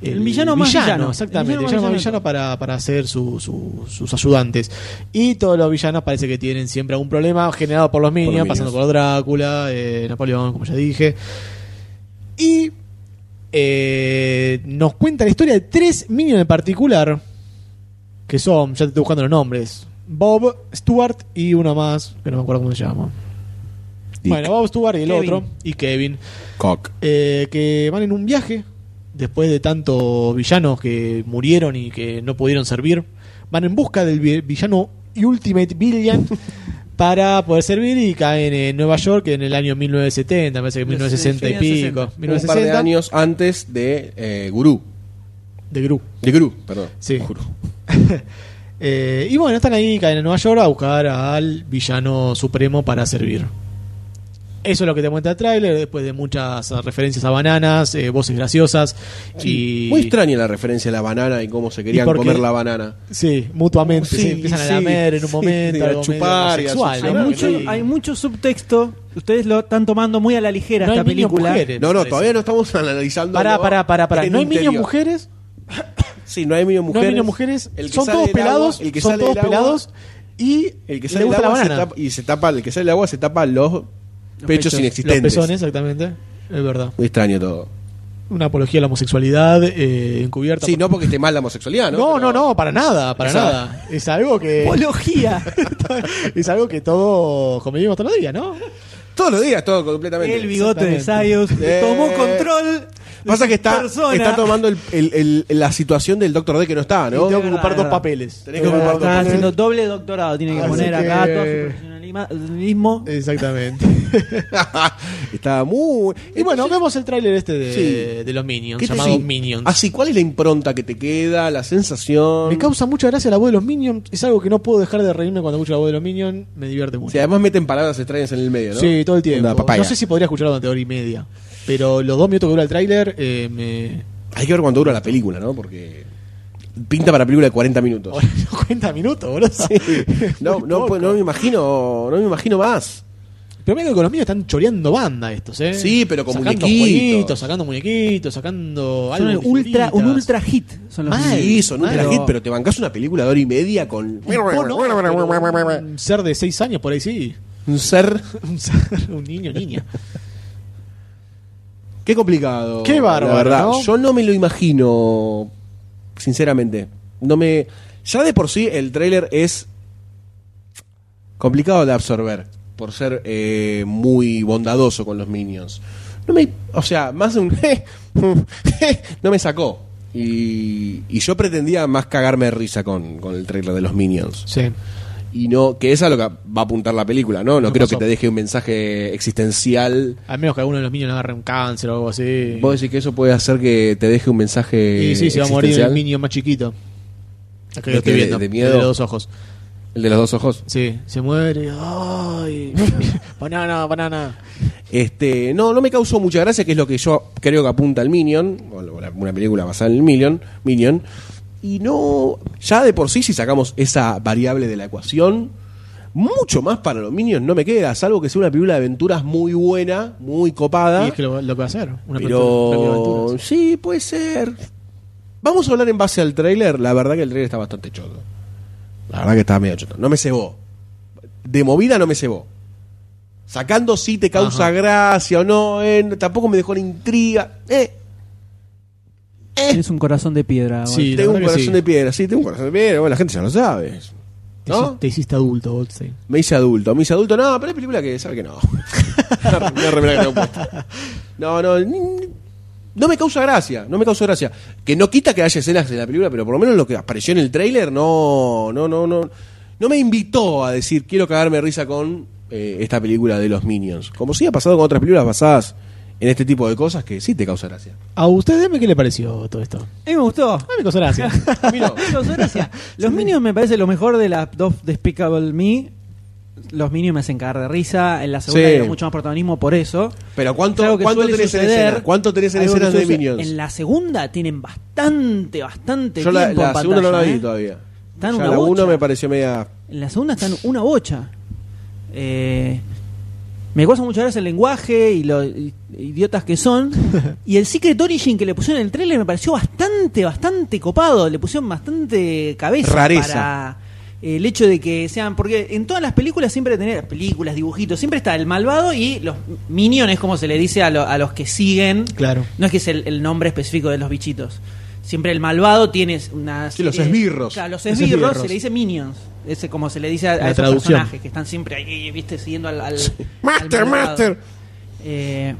C: El villano más villano.
D: Exactamente,
C: El
D: el
C: villano
D: villano,
C: más
D: más villano para, para hacer su- su- sus ayudantes. Y todos los villanos parece que tienen siempre algún problema generado por los minions,
B: minions.
D: pasando por Drácula, eh, Napoleón, como ya dije. Y eh, nos cuenta la historia de tres minions en particular, que son, ya te estoy buscando los nombres, Bob, Stuart y uno más, que no me acuerdo cómo se llama.
A: Dick.
D: Bueno, Bob, Stuart y el
C: Kevin.
D: otro, y Kevin
A: Cock.
D: eh, que van en un viaje después de tantos villanos que murieron y que no pudieron servir. Van en busca del vi- villano Ultimate Villain para poder servir y caen en Nueva York en el año 1970, me parece que 1960 y
C: Sí, sí,
D: pico.
C: 60.
B: Un par de
D: 1960
B: años antes de eh, Gurú.
D: de Gru.
B: De Gurú, perdón.
D: Sí.
B: Gurú.
D: Eh, y bueno, están ahí, caen en Nueva York a buscar al villano supremo para servir. Eso es lo que te cuenta el tráiler, después de muchas eh, referencias a bananas, eh, voces graciosas y...
B: Muy extraña la referencia a la banana y cómo se querían
D: porque-
B: comer la banana.
D: Sí, mutuamente.
B: Sí,
D: se empiezan
B: sí,
D: a lamer en un
B: sí,
D: momento,
B: sí, a
D: algo medio
B: chupar y a
D: sexual,
C: Hay,
B: succionar,
D: ¿no?
C: mucho,
D: Sí.
C: hay mucho subtexto. Ustedes lo están tomando muy a la ligera
D: No hay
C: esta
D: niños
C: película.
D: mujeres,
B: No, no,
D: Eh, parece.
B: todavía no estamos analizando.
D: Pará,
B: lo-
D: pará, pará, pará.
B: en
D: ¿No hay
B: el
D: niños
B: interior.
D: mujeres?
B: Sí, no hay niños
D: No
B: mujeres.
D: hay niños mujeres.
B: El que
D: Son
B: sale
D: todos
B: del agua-
D: pelados.
B: el que
D: Son
B: sale
D: todos
B: del agua-
D: pelados. Y
B: El que
D: le
B: sale del
D: gusta
B: agua
D: la
B: se
D: banana.
B: tapa- y se tapa, el que sale del agua se tapa los, pechos,
C: pechos,
D: Los
B: inexistentes.
D: pezones, exactamente. Es verdad.
B: Muy extraño todo.
D: Una apología a la homosexualidad eh, encubierta.
B: Sí,
D: por-
B: no porque esté mal la homosexualidad, ¿no?
D: No,
B: Pero-
D: no, no, para nada, para
B: Es
D: nada. Es algo que.
C: Apología.
D: es algo que todos convivimos todos los días, ¿no?
B: Todos los días, todo completamente.
C: El bigote de Sayos
B: Exactamente. Eh,
C: tomó control. de
B: Pasa
C: su
B: que está,
C: persona.
B: está tomando el- el- el- la situación del Doctor D que no está,
D: Y tengo
B: ¿no?
D: que
C: verdad,
D: ocupar
C: es
D: dos
C: verdad.
D: papeles.
E: Ah,
D: Eh,
B: Tenés que ocupar dos
C: Está
B: papeles.
C: haciendo doble doctorado. Tiene que
D: Así
C: poner
D: que-
C: acá todo su profesionalismo.
B: Eh,
D: Exactamente.
B: está muy.
D: Y bueno, vemos el tráiler este de,
B: Sí.
D: de los Minions,
B: ¿Qué te- Ah,
D: llamado
B: sí?
D: Minions.
B: Así, ¿cuál es la impronta que te queda? La sensación.
D: Me causa mucha gracia la voz de los Minions. Es algo que no puedo dejar de reírme cuando escucho la voz de los Minions. Me divierte
B: O
D: mucho.
B: sea, además meten palabras extrañas en el medio, ¿no?
D: Sí, todo el tiempo.
B: Onda, papaya.
D: No sé si podría escucharlo durante hora y media. Pero los dos minutos que dura el tráiler eh, me...
B: Hay que ver cuánto dura la película, ¿no? Porque pinta para película de 40 minutos.
D: 40 minutos, boludo.
B: No,
D: Muy
B: no,
D: poco.
B: pues, no me imagino, no me imagino más.
D: Pero mira que con los Minions están choreando banda estos, ¿eh?
B: Sí, pero con
D: sacando
B: muñequitos.
D: jueguitos, sacando muñequitos, sacando
C: Son
D: algo.
C: el ultra, un ultra hit. Son los
D: Mal.
B: Sí, son un
D: Claro.
B: hit, pero te bancas una película de hora y media con
D: Un ser de 6 años por ahí sí.
B: un ser.
D: Un ser, un niño, niña.
B: Qué complicado.
D: Qué bárbaro,
B: La verdad,
D: ¿no?
B: yo no me lo imagino, sinceramente. No me. Ya de por sí el tráiler es complicado de absorber por ser eh, muy bondadoso con los minions. No me, o sea, más de un no me sacó. Y, y yo pretendía más cagarme de risa con, con el tráiler de los minions.
D: Sí.
B: Y no, que esa es a lo que va a apuntar la película, ¿no? No,
D: No
B: creo
D: pasó.
B: que te deje un mensaje existencial.
D: Al menos que alguno de los niños agarre un cáncer o algo así.
B: ¿Vos decís que eso puede hacer que te deje un mensaje
D: Y sí, se va a morir el
B: existencial?
D: niño más chiquito. Acá lo
B: ¿De qué?
D: estoy
B: ¿De-
D: viendo.
B: de miedo?
D: el los dos ojos.
B: El de los dos ojos.
D: Sí, se muere. ¡Ay! banana, banana.
B: Este, no, no me causó mucha gracia, que es lo que yo creo que apunta el Minion, o la- la- una película basada en el Minion, Minion. Y no, ya de por sí, si sacamos esa variable de la ecuación, mucho más para los Minions no me queda, salvo que sea una película de aventuras muy buena, muy copada.
C: ¿Ah?
D: Y es que lo, lo que va a hacer. Una apertura, una
B: pero
D: aventura.
B: sí, puede ser. Vamos a hablar en base al tráiler. La verdad que el tráiler está bastante choto. La verdad que está medio choto. No me cebó. De movida no me cebó. Sacando si te causa gracia o no, eh, tampoco me dejó la intriga. Eh,
I: Tienes un corazón de piedra.
D: Sí, la
B: tengo
D: verdad
B: un
D: que
B: corazón
D: sí.
B: de piedra, sí, tengo un corazón de piedra, bueno, la gente ya lo sabe.
D: Te,
B: ¿No?
D: hici- te hiciste adulto, Goldstein.
B: Me hice adulto, me hice adulto, no, pero hay película que sabe que no. Una re- una remera que tengo puesta. No, no, ni- ni- no me causa gracia, no me causa gracia. Que no quita que haya escenas de la película, pero por lo menos lo que apareció en el tráiler no, no, no, no, no me invitó a decir quiero cagarme de risa con eh, esta película de los Minions. Como sí ha pasado con otras películas basadas en este tipo de cosas que sí te causa gracia.
D: A usted, dime qué le pareció todo esto.
E: A mí me gustó.
D: Ah, me causó gracia.
B: A mí no.
E: Eso, gracias. Los Minions me parece lo mejor de las dos Despicable Me. Los Minions me hacen cagar de risa. En la segunda
B: Sí.
E: hay mucho más protagonismo por eso.
B: Pero
E: Es
B: ¿cuánto,
E: algo que
B: ¿cuánto
E: suele
B: tenés en
E: suceder.
B: escena? ¿Cuánto tenés en
E: Algo que
B: escenas de
E: suele-
B: Minions?
E: En la segunda tienen bastante, bastante
B: Yo la,
E: tiempo
B: la
E: en
B: segunda no la
E: pantalla,
B: vi
E: ¿eh?
B: todavía.
E: Está
B: Ya
E: en una
B: la
E: bocha.
B: uno me pareció media
E: En la segunda están una bocha. Eh, me causa muchas gracias el lenguaje y los idiotas que son. Y el Secret Origin que le pusieron en el trailer me pareció bastante, bastante copado. Le pusieron bastante cabeza
B: Rareza.
E: para eh, el hecho de que sean. Porque en todas las películas siempre tener películas, dibujitos, siempre está el malvado y los miniones, como se le dice a, lo- a los que siguen.
D: Claro.
E: No es que es el, el nombre específico de los bichitos. Siempre el malvado tiene una.
B: Sí, los
E: serie-
B: esbirros.
E: Claro, los
D: Los
E: esbirros,
D: esbirros.
E: se le dice minions. Ese como se le dice a, a
D: La
E: esos
D: traducción.
E: personajes que están siempre ahí, viste, siguiendo al. al- al
B: Master,
E: malvado.
B: master.
E: Eh,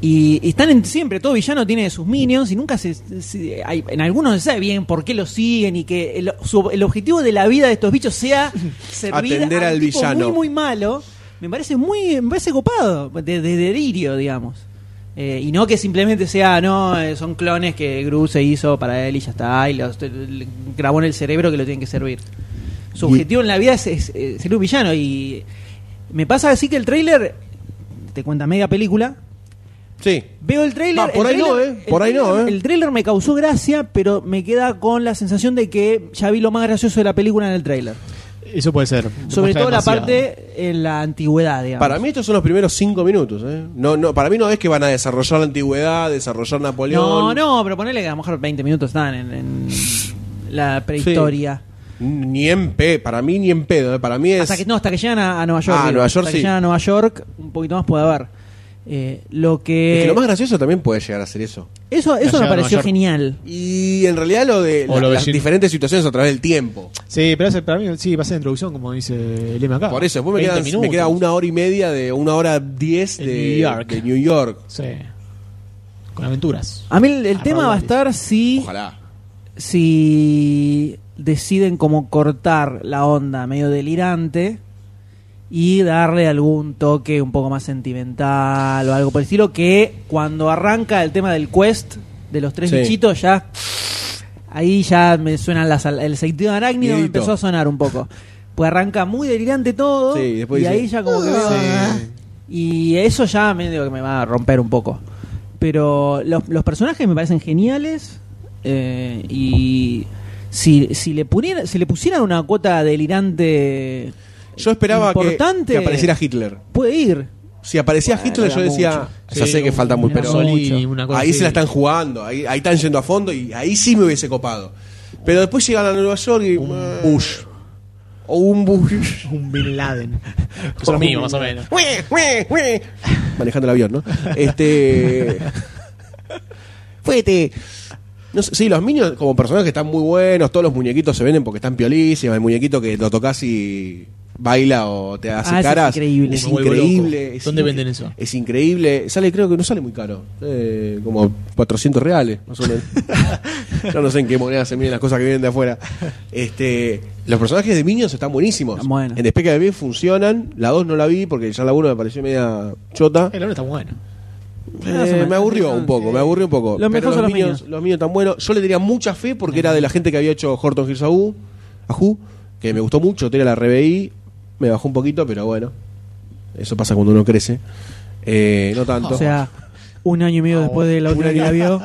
E: y, y están en- siempre, todo villano tiene sus minions y nunca se. se- hay- en algunos se sabe bien por qué lo siguen y que el, su- el objetivo de la vida de estos bichos sea servir
B: Atender
E: a un
B: al
E: tipo
B: villano.
E: Muy, muy malo. Me parece muy. Me parece copado, de, de delirio, digamos. Eh, y no que simplemente sea, no, eh, son clones que Gru se hizo para él y ya está, y los, le grabó en el cerebro que lo tienen que servir. Su objetivo en la vida es, es, eh, ser un villano y me pasa así que el tráiler te cuenta media película.
B: Sí.
E: Veo el
B: Va,
E: tráiler,
B: por
E: el
B: ahí no,
E: tráiler-
B: eh, por
E: el
B: ahí no,
E: tráiler-
B: eh.
E: El tráiler me causó gracia, pero me queda con la sensación de que ya vi lo más gracioso de la película en el tráiler.
D: Eso puede ser.
E: Sobre
D: Muestra
E: todo la
D: demasiado.
E: parte en la antigüedad, digamos.
B: Para mí estos son los primeros cinco minutos. ¿eh? No, no, para mí no es que van a desarrollar la antigüedad, desarrollar Napoleón.
E: No, no, pero ponele que a lo mejor 20 minutos están en, en la prehistoria.
B: Ni en pedo. Para mí ni en pedo. ¿eh? Para mí es...
E: Hasta que, no, hasta que llegan a, a Nueva York.
B: Ah,
E: digo.
B: Nueva York
E: hasta que
B: sí.
E: llegan a Nueva York, un poquito más puede haber. Eh, lo que,
B: es que lo más gracioso también puede llegar a ser eso.
E: eso
D: Llegan
E: eso
D: a
E: me
D: Nueva
E: pareció
D: York.
E: genial.
B: Y en realidad lo de
D: O
B: la-
D: lo
B: las
D: vecino.
B: diferentes situaciones a través del tiempo.
D: Sí, pero ese- para mí sí va a ser introducción, como dice el MK.
B: Por eso, después me,
D: 20
B: quedan- me
D: minutos.
B: queda una hora y media de una hora diez
D: En
B: de
D: New York.
B: de New York.
D: Sí. Con aventuras.
E: A mí el, el
D: A
E: tema va a
D: Raúl.
E: estar si,
B: Ojalá.
E: si deciden como cortar la onda medio delirante y darle algún toque un poco más sentimental o algo por el estilo que cuando arranca el tema del quest de los tres
B: Sí.
E: bichitos ya ahí ya me suena las al- el sentido de arácnido me
B: Miedito.
E: empezó a sonar un poco pues arranca muy delirante todo
B: Sí, después
E: y
B: dice,
E: ahí ya como que veo,
D: "Ah".
E: "Ah". y eso ya medio que me va a romper un poco pero los, los personajes me parecen geniales eh, y si, si le puniera- si le pusieran una cuota delirante
B: Yo esperaba que,
E: Importante.
B: que apareciera Hitler.
E: puede ir
B: Si aparecía
E: Bueno,
B: Hitler yo
E: era
B: decía...
E: mucho.
B: ya sé que falta muy...
E: era
B: Pero,
E: mucho.
B: Ahí se la están jugando, ahí, ahí están yendo a fondo y ahí sí me hubiese copado. Pero después llegan a Nueva York y. Un Bush. O un Bush.
D: Un Bin Laden. Que son los mismos, más o menos.
B: Manejando el avión, ¿no? Este. Fuete. No sé, sí, los Minions como personajes están muy buenos, todos los muñequitos se venden porque están piolísimos, el muñequito que lo tocas y baila o te hace
E: Ah, ese es
B: caras.
E: increíble.
B: Es
D: Me vuelvo
B: increíble.
D: loco.
B: es
D: ¿Dónde
B: incre-
D: venden eso?
B: Es increíble. Sale, creo que no sale muy caro. Eh, como 400 reales, más o menos. Yo no sé en qué moneda se miden las cosas que vienen de afuera. Este, los personajes de Minions están buenísimos.
E: Están buenos.
B: En Despeca de B funcionan. La 2 no la vi porque ya la 1 me pareció media chota.
D: El hombre está bueno.
B: Eh, me aburrió un poco, me aburrió un poco. Pero
E: Los mejores eh, son los
B: Minions,
E: Minions.
B: los Minions tan buenos. Yo le tenía mucha fe porque era de la gente que había hecho Horton Hears a Who, a Who, que me gustó mucho, tenía la reveí, me bajó un poquito, pero bueno. Eso pasa cuando uno crece. Eh, no tanto.
E: o sea un año y medio después de la última que la vio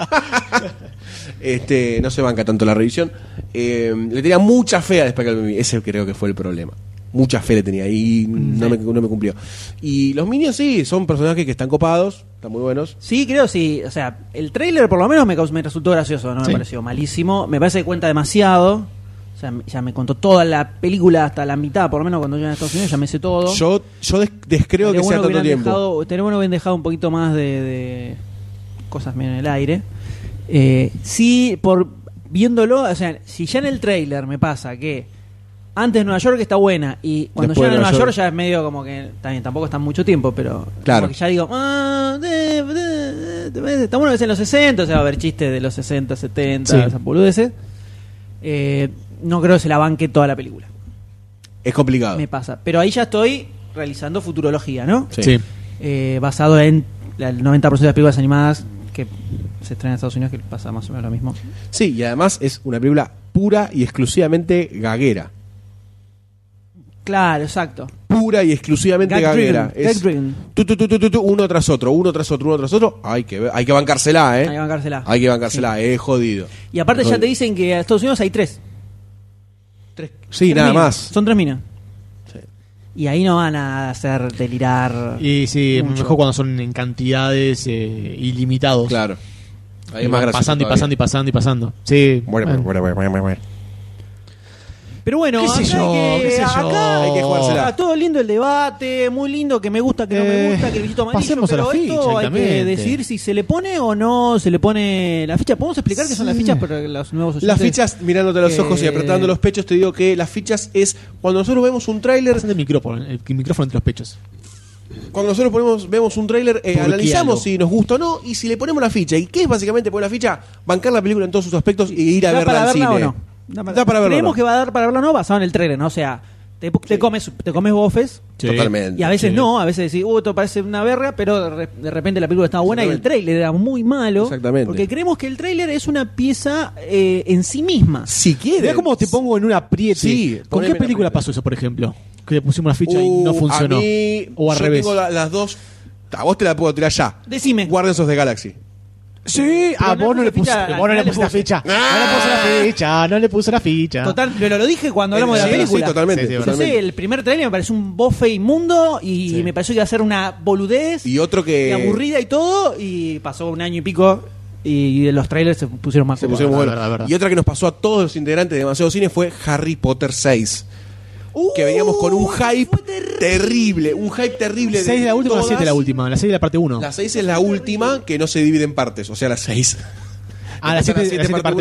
B: este, no se banca tanto la revisión. Eh, le tenía mucha fe a Despicable Me. Ese creo que fue el problema. Mucha fe le tenía y
E: Mm,
B: no me, no me cumplió. Y los Minions sí, son personajes que están copados, están muy buenos.
E: Sí, creo sí. O sea, el trailer por lo menos me, caus- me resultó gracioso, no me
D: Sí.
E: pareció malísimo. Me parece que cuenta demasiado. O sea, me- ya me contó toda la película hasta la mitad, por lo menos cuando yo en Estados Unidos, ya me sé todo.
B: Yo, yo des- descreo
E: Estaría
B: que sea
E: bueno
B: tanto
E: hubieran
B: tiempo.
E: dejado- estaría bueno hubieran dejado un poquito más de, de cosas medio en el aire. Eh, sí, por viéndolo, o sea, si ya en el trailer me pasa que antes Nueva York está buena y cuando
B: Después
E: llegan a
B: de
E: Nueva
B: Nueva
E: York,
B: York.
E: ya es medio como que también tampoco está mucho tiempo, pero
B: Claro.
E: como que ya digo, ah, de- de- de- está bueno que sea en los 60, o sea, va a haber chistes de los 60, 70,
D: Sí.
E: esas boludeces. Eh, no creo que se la banque toda la película.
B: Es complicado.
E: Me pasa. Pero ahí ya estoy realizando futurología, ¿no?
B: Ah. Sí.
D: Sí.
E: eh, basado en la- el 90% de las películas animadas que se estrenan en Estados Unidos, que pasa más o menos lo mismo.
B: Sí, y además es una película pura y exclusivamente gaguera.
E: Claro, exacto.
B: Pura y exclusivamente
E: Gag
B: gaguera.
E: driven,
B: Es
E: gag driven.
B: tu, tu, tu, tu, tu, tu, uno tras otro, uno tras otro, uno tras otro. Hay que, ver- hay que bancársela, ¿eh?
E: Hay que bancársela.
B: Hay que bancársela, es jodido.
E: Y aparte
B: Jodido.
E: ya te dicen que a Estados Unidos hay tres. Tres.
B: Sí,
E: tres
B: nada
E: minas.
B: más.
E: Son tres minas. Y ahí no van a hacer delirar.
D: Y sí,
E: Mucho.
D: mejor cuando son en cantidades eh, ilimitados.
B: Claro. Ahí
D: Y
B: es más
D: van
B: gracioso
D: pasando y
B: todavía.
D: pasando y pasando y pasando. Sí.
B: Bueno, bueno, bueno, bueno, bueno, bueno.
E: Pero bueno,
D: ¿Qué sé
E: acá
D: yo?
E: hay que,
D: ¿Qué sé yo?
E: acá-
B: Hay que jugársela.
E: acá Ah, todo lindo el debate, muy lindo que me gusta, que no me
D: Eh,
E: gusta, que el bichito amarillo,
D: pasemos a la
E: pero
D: ficha,
E: esto hay que
D: exactamente.
E: decidir si se le pone o no se le pone la ficha. ¿Podemos explicar qué son las
D: Sí.
E: fichas para los nuevos oyentes? Eh,
B: Las fichas, mirándote a los
E: que-
B: ojos y apretando los pechos, te digo que las fichas es cuando nosotros vemos un tráiler,
D: Bastante micrófono, el micrófono entre los pechos.
B: cuando nosotros ponemos, vemos un tráiler, eh,
D: Porque
B: analizamos
D: algo.
B: si nos gusta o no y si le ponemos la ficha. ¿Y qué es básicamente poner la ficha? Bancar la película en todos sus aspectos y e ir a
E: ¿Da
B: verla
E: para
B: al
E: verla
B: cine.
E: o no?
B: Da para verla. o
E: Creemos
B: no.
E: que va a dar para verla o no basado en el trailer, ¿no? O sea, te, te comes, te comes bofes
D: Sí.
B: Totalmente.
E: y a veces
D: Sí.
E: no, a veces decís, uh, esto parece una verga, pero de, re- de repente la película estaba buena y el trailer era muy malo.
B: Exactamente.
E: Porque creemos que el trailer es una pieza eh, en sí misma.
B: Si quieres.
D: Mirá cómo te pongo en un apriete.
B: Sí, poneme
D: ¿Con qué
B: la
D: película
B: película.
D: pasó eso, por ejemplo? Que le pusimos una ficha y
B: Uh,
D: no funcionó.
B: a mí-
D: o al
B: yo
D: revés.
B: tengo la- las dos. A vos te la puedo tirar ya.
E: Decime.
B: Guardians of the Galaxy.
D: Sí,
E: Pero no
D: a Eh, ah, vos no
E: le
D: le
E: puse
D: pusiste
E: ficha, al final le
D: la
E: puse.
D: ficha. No le puso la ficha, no le puso la ficha.
E: Total, pero lo dije cuando hablamos de
B: ¿ah? Sí,
E: la película.
B: Sí, totalmente.
D: Sí, sí,
E: Yo
B: totalmente.
E: sé, el primer trailer me pareció un bofe inmundo y me pareció que iba a ser una boludez
B: Y eh, otro que.
E: y aburrida y todo. Y pasó un año y pico y los trailers se pusieron más
B: Se
E: copados.
B: pusieron muy
D: Verdad,
B: buenos.
D: verdad, verdad.
B: Y otra que nos pasó a todos los integrantes de Demasiado Cine fue Harry Potter 6. que veníamos con un hype
E: fue terrible.
B: terrible. Un hype terrible.
D: 6 de la última, la 7 de la última. La 6 de la parte 1.
B: La 6 es la última que no se divide en partes, o sea, la 6.
D: Ah, la 7 parte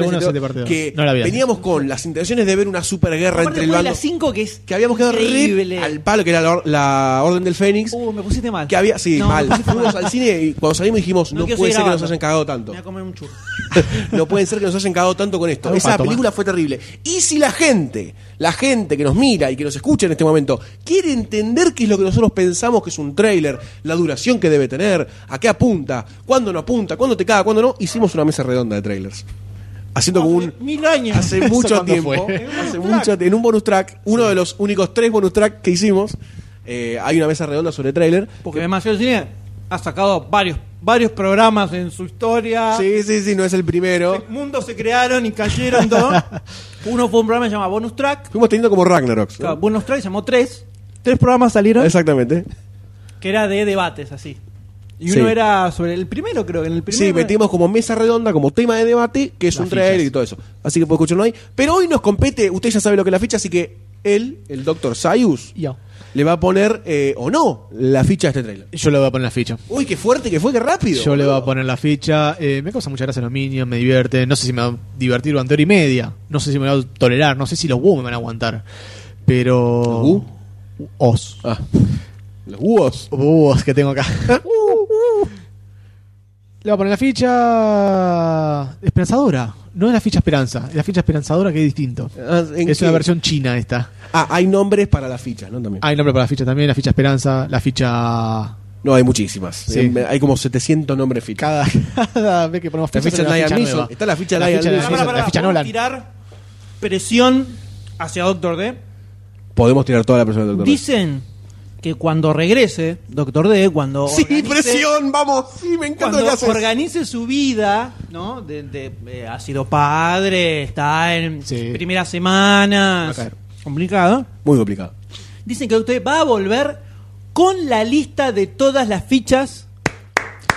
D: 1, la 7 parte 2.
B: Que
D: No la veas.
B: veníamos con las intenciones de ver una superguerra
E: Aparte
B: entre el
E: fue
B: bando.
E: la 5 que es
B: Que habíamos quedado
E: horrible.
B: re al palo, que era la, or- la Orden del Fénix.
E: Uh, me pusiste mal.
B: Que había, sí,
E: No,
B: mal.
E: me pusiste
B: Fuimos al cine y cuando salimos dijimos,
E: No
B: no,
E: quiero
B: puede
E: seguir
B: ser que nos
E: grabando.
B: hayan cagado
E: Me
B: tanto.
E: voy a comer un churro.
B: no pueden ser que nos hayan cagado tanto con esto.
D: Algo
B: Esa
D: para tomar.
B: película fue terrible. Y si la gente, la gente que nos mira y que nos escucha en este momento, quiere entender qué es lo que nosotros pensamos que es un tráiler, la duración que debe tener, a qué apunta, cuándo no apunta, cuándo te caga, cuándo no, hicimos una mesa redonda de trailers. Haciendo como un...
E: Mil años.
B: Hace
D: ¿Eso
B: mucho
D: cuándo
B: tiempo,
D: fue?
B: hace mucho, en un bonus track, uno de los únicos tres bonus track que hicimos, eh, hay una mesa redonda sobre tráiler.
E: Porque demasiado cine ha sacado varios varios programas en su historia.
B: Sí, sí, sí, no es el primero.
E: Mundos se crearon y cayeron todos. Uno fue un programa llamado Bonus Track.
B: Fuimos teniendo como Ragnarok. ¿no?
E: Claro, Bonus Track se llamó tres. Tres programas salieron
B: Exactamente.
E: que era de debates así. Y uno
B: Sí.
E: era sobre el primero, creo que en el primero.
B: Sí, metimos como mesa redonda, como tema de debate, que es
D: Las
B: un trailer
D: fichas.
B: y todo eso. Así que puedo escucharlo ahí. Pero hoy nos compete, usted ya sabe lo que es la ficha, así que él, el doctor Sayus,
D: Yo.
B: le va a poner eh, o no la ficha a este trailer.
D: Yo le voy a poner la ficha.
B: Uy, qué fuerte que fue, qué rápido.
D: Yo le voy a
B: boludo.
D: poner la ficha. Eh, me causa mucha gracia los Minions, me divierte. No sé si me va a divertir durante hora y media. No sé si me va a tolerar. No sé si los Wu me van a aguantar. Pero.
B: ¿Los Wu?
D: Os.
B: Ah. Los búhos.
D: Búhos Uh, que tengo acá.
B: Uh,
D: Le voy a poner la ficha. Esperanzadora. No es la ficha esperanza. Es la ficha esperanzadora que es distinto.
B: Ah, ¿en
D: Es
B: qué?
D: una versión Ah. china esta.
B: Ah, hay nombres para las fichas, ¿no? También.
D: Hay nombre para la ficha también. La ficha esperanza. La ficha.
B: No, hay muchísimas.
D: Sí.
B: Eh, Hay como 700 nombres de fichas.
D: Cada, cada vez que ponemos
B: La ficha
D: sale una
B: Lion Mission.
D: nueva.
B: Está la ficha Lion
D: de-
B: Mission.
D: la ficha Nolan.
E: tirar presión hacia Doctor D.
B: Podemos tirar toda la persona del doctor.
E: Dicen que cuando regrese Doctor D, cuando
B: Sí,
E: organice-
B: presión, vamos. Sí, me encanta
E: cuando
B: lo que haces.
E: organice su vida, ¿no? De, de- eh, ha sido padre, está en
D: Sí.
E: primeras semanas,
D: Va a caer.
E: complicado.
B: Muy complicado.
E: Dicen que usted va a volver con la lista de todas las fichas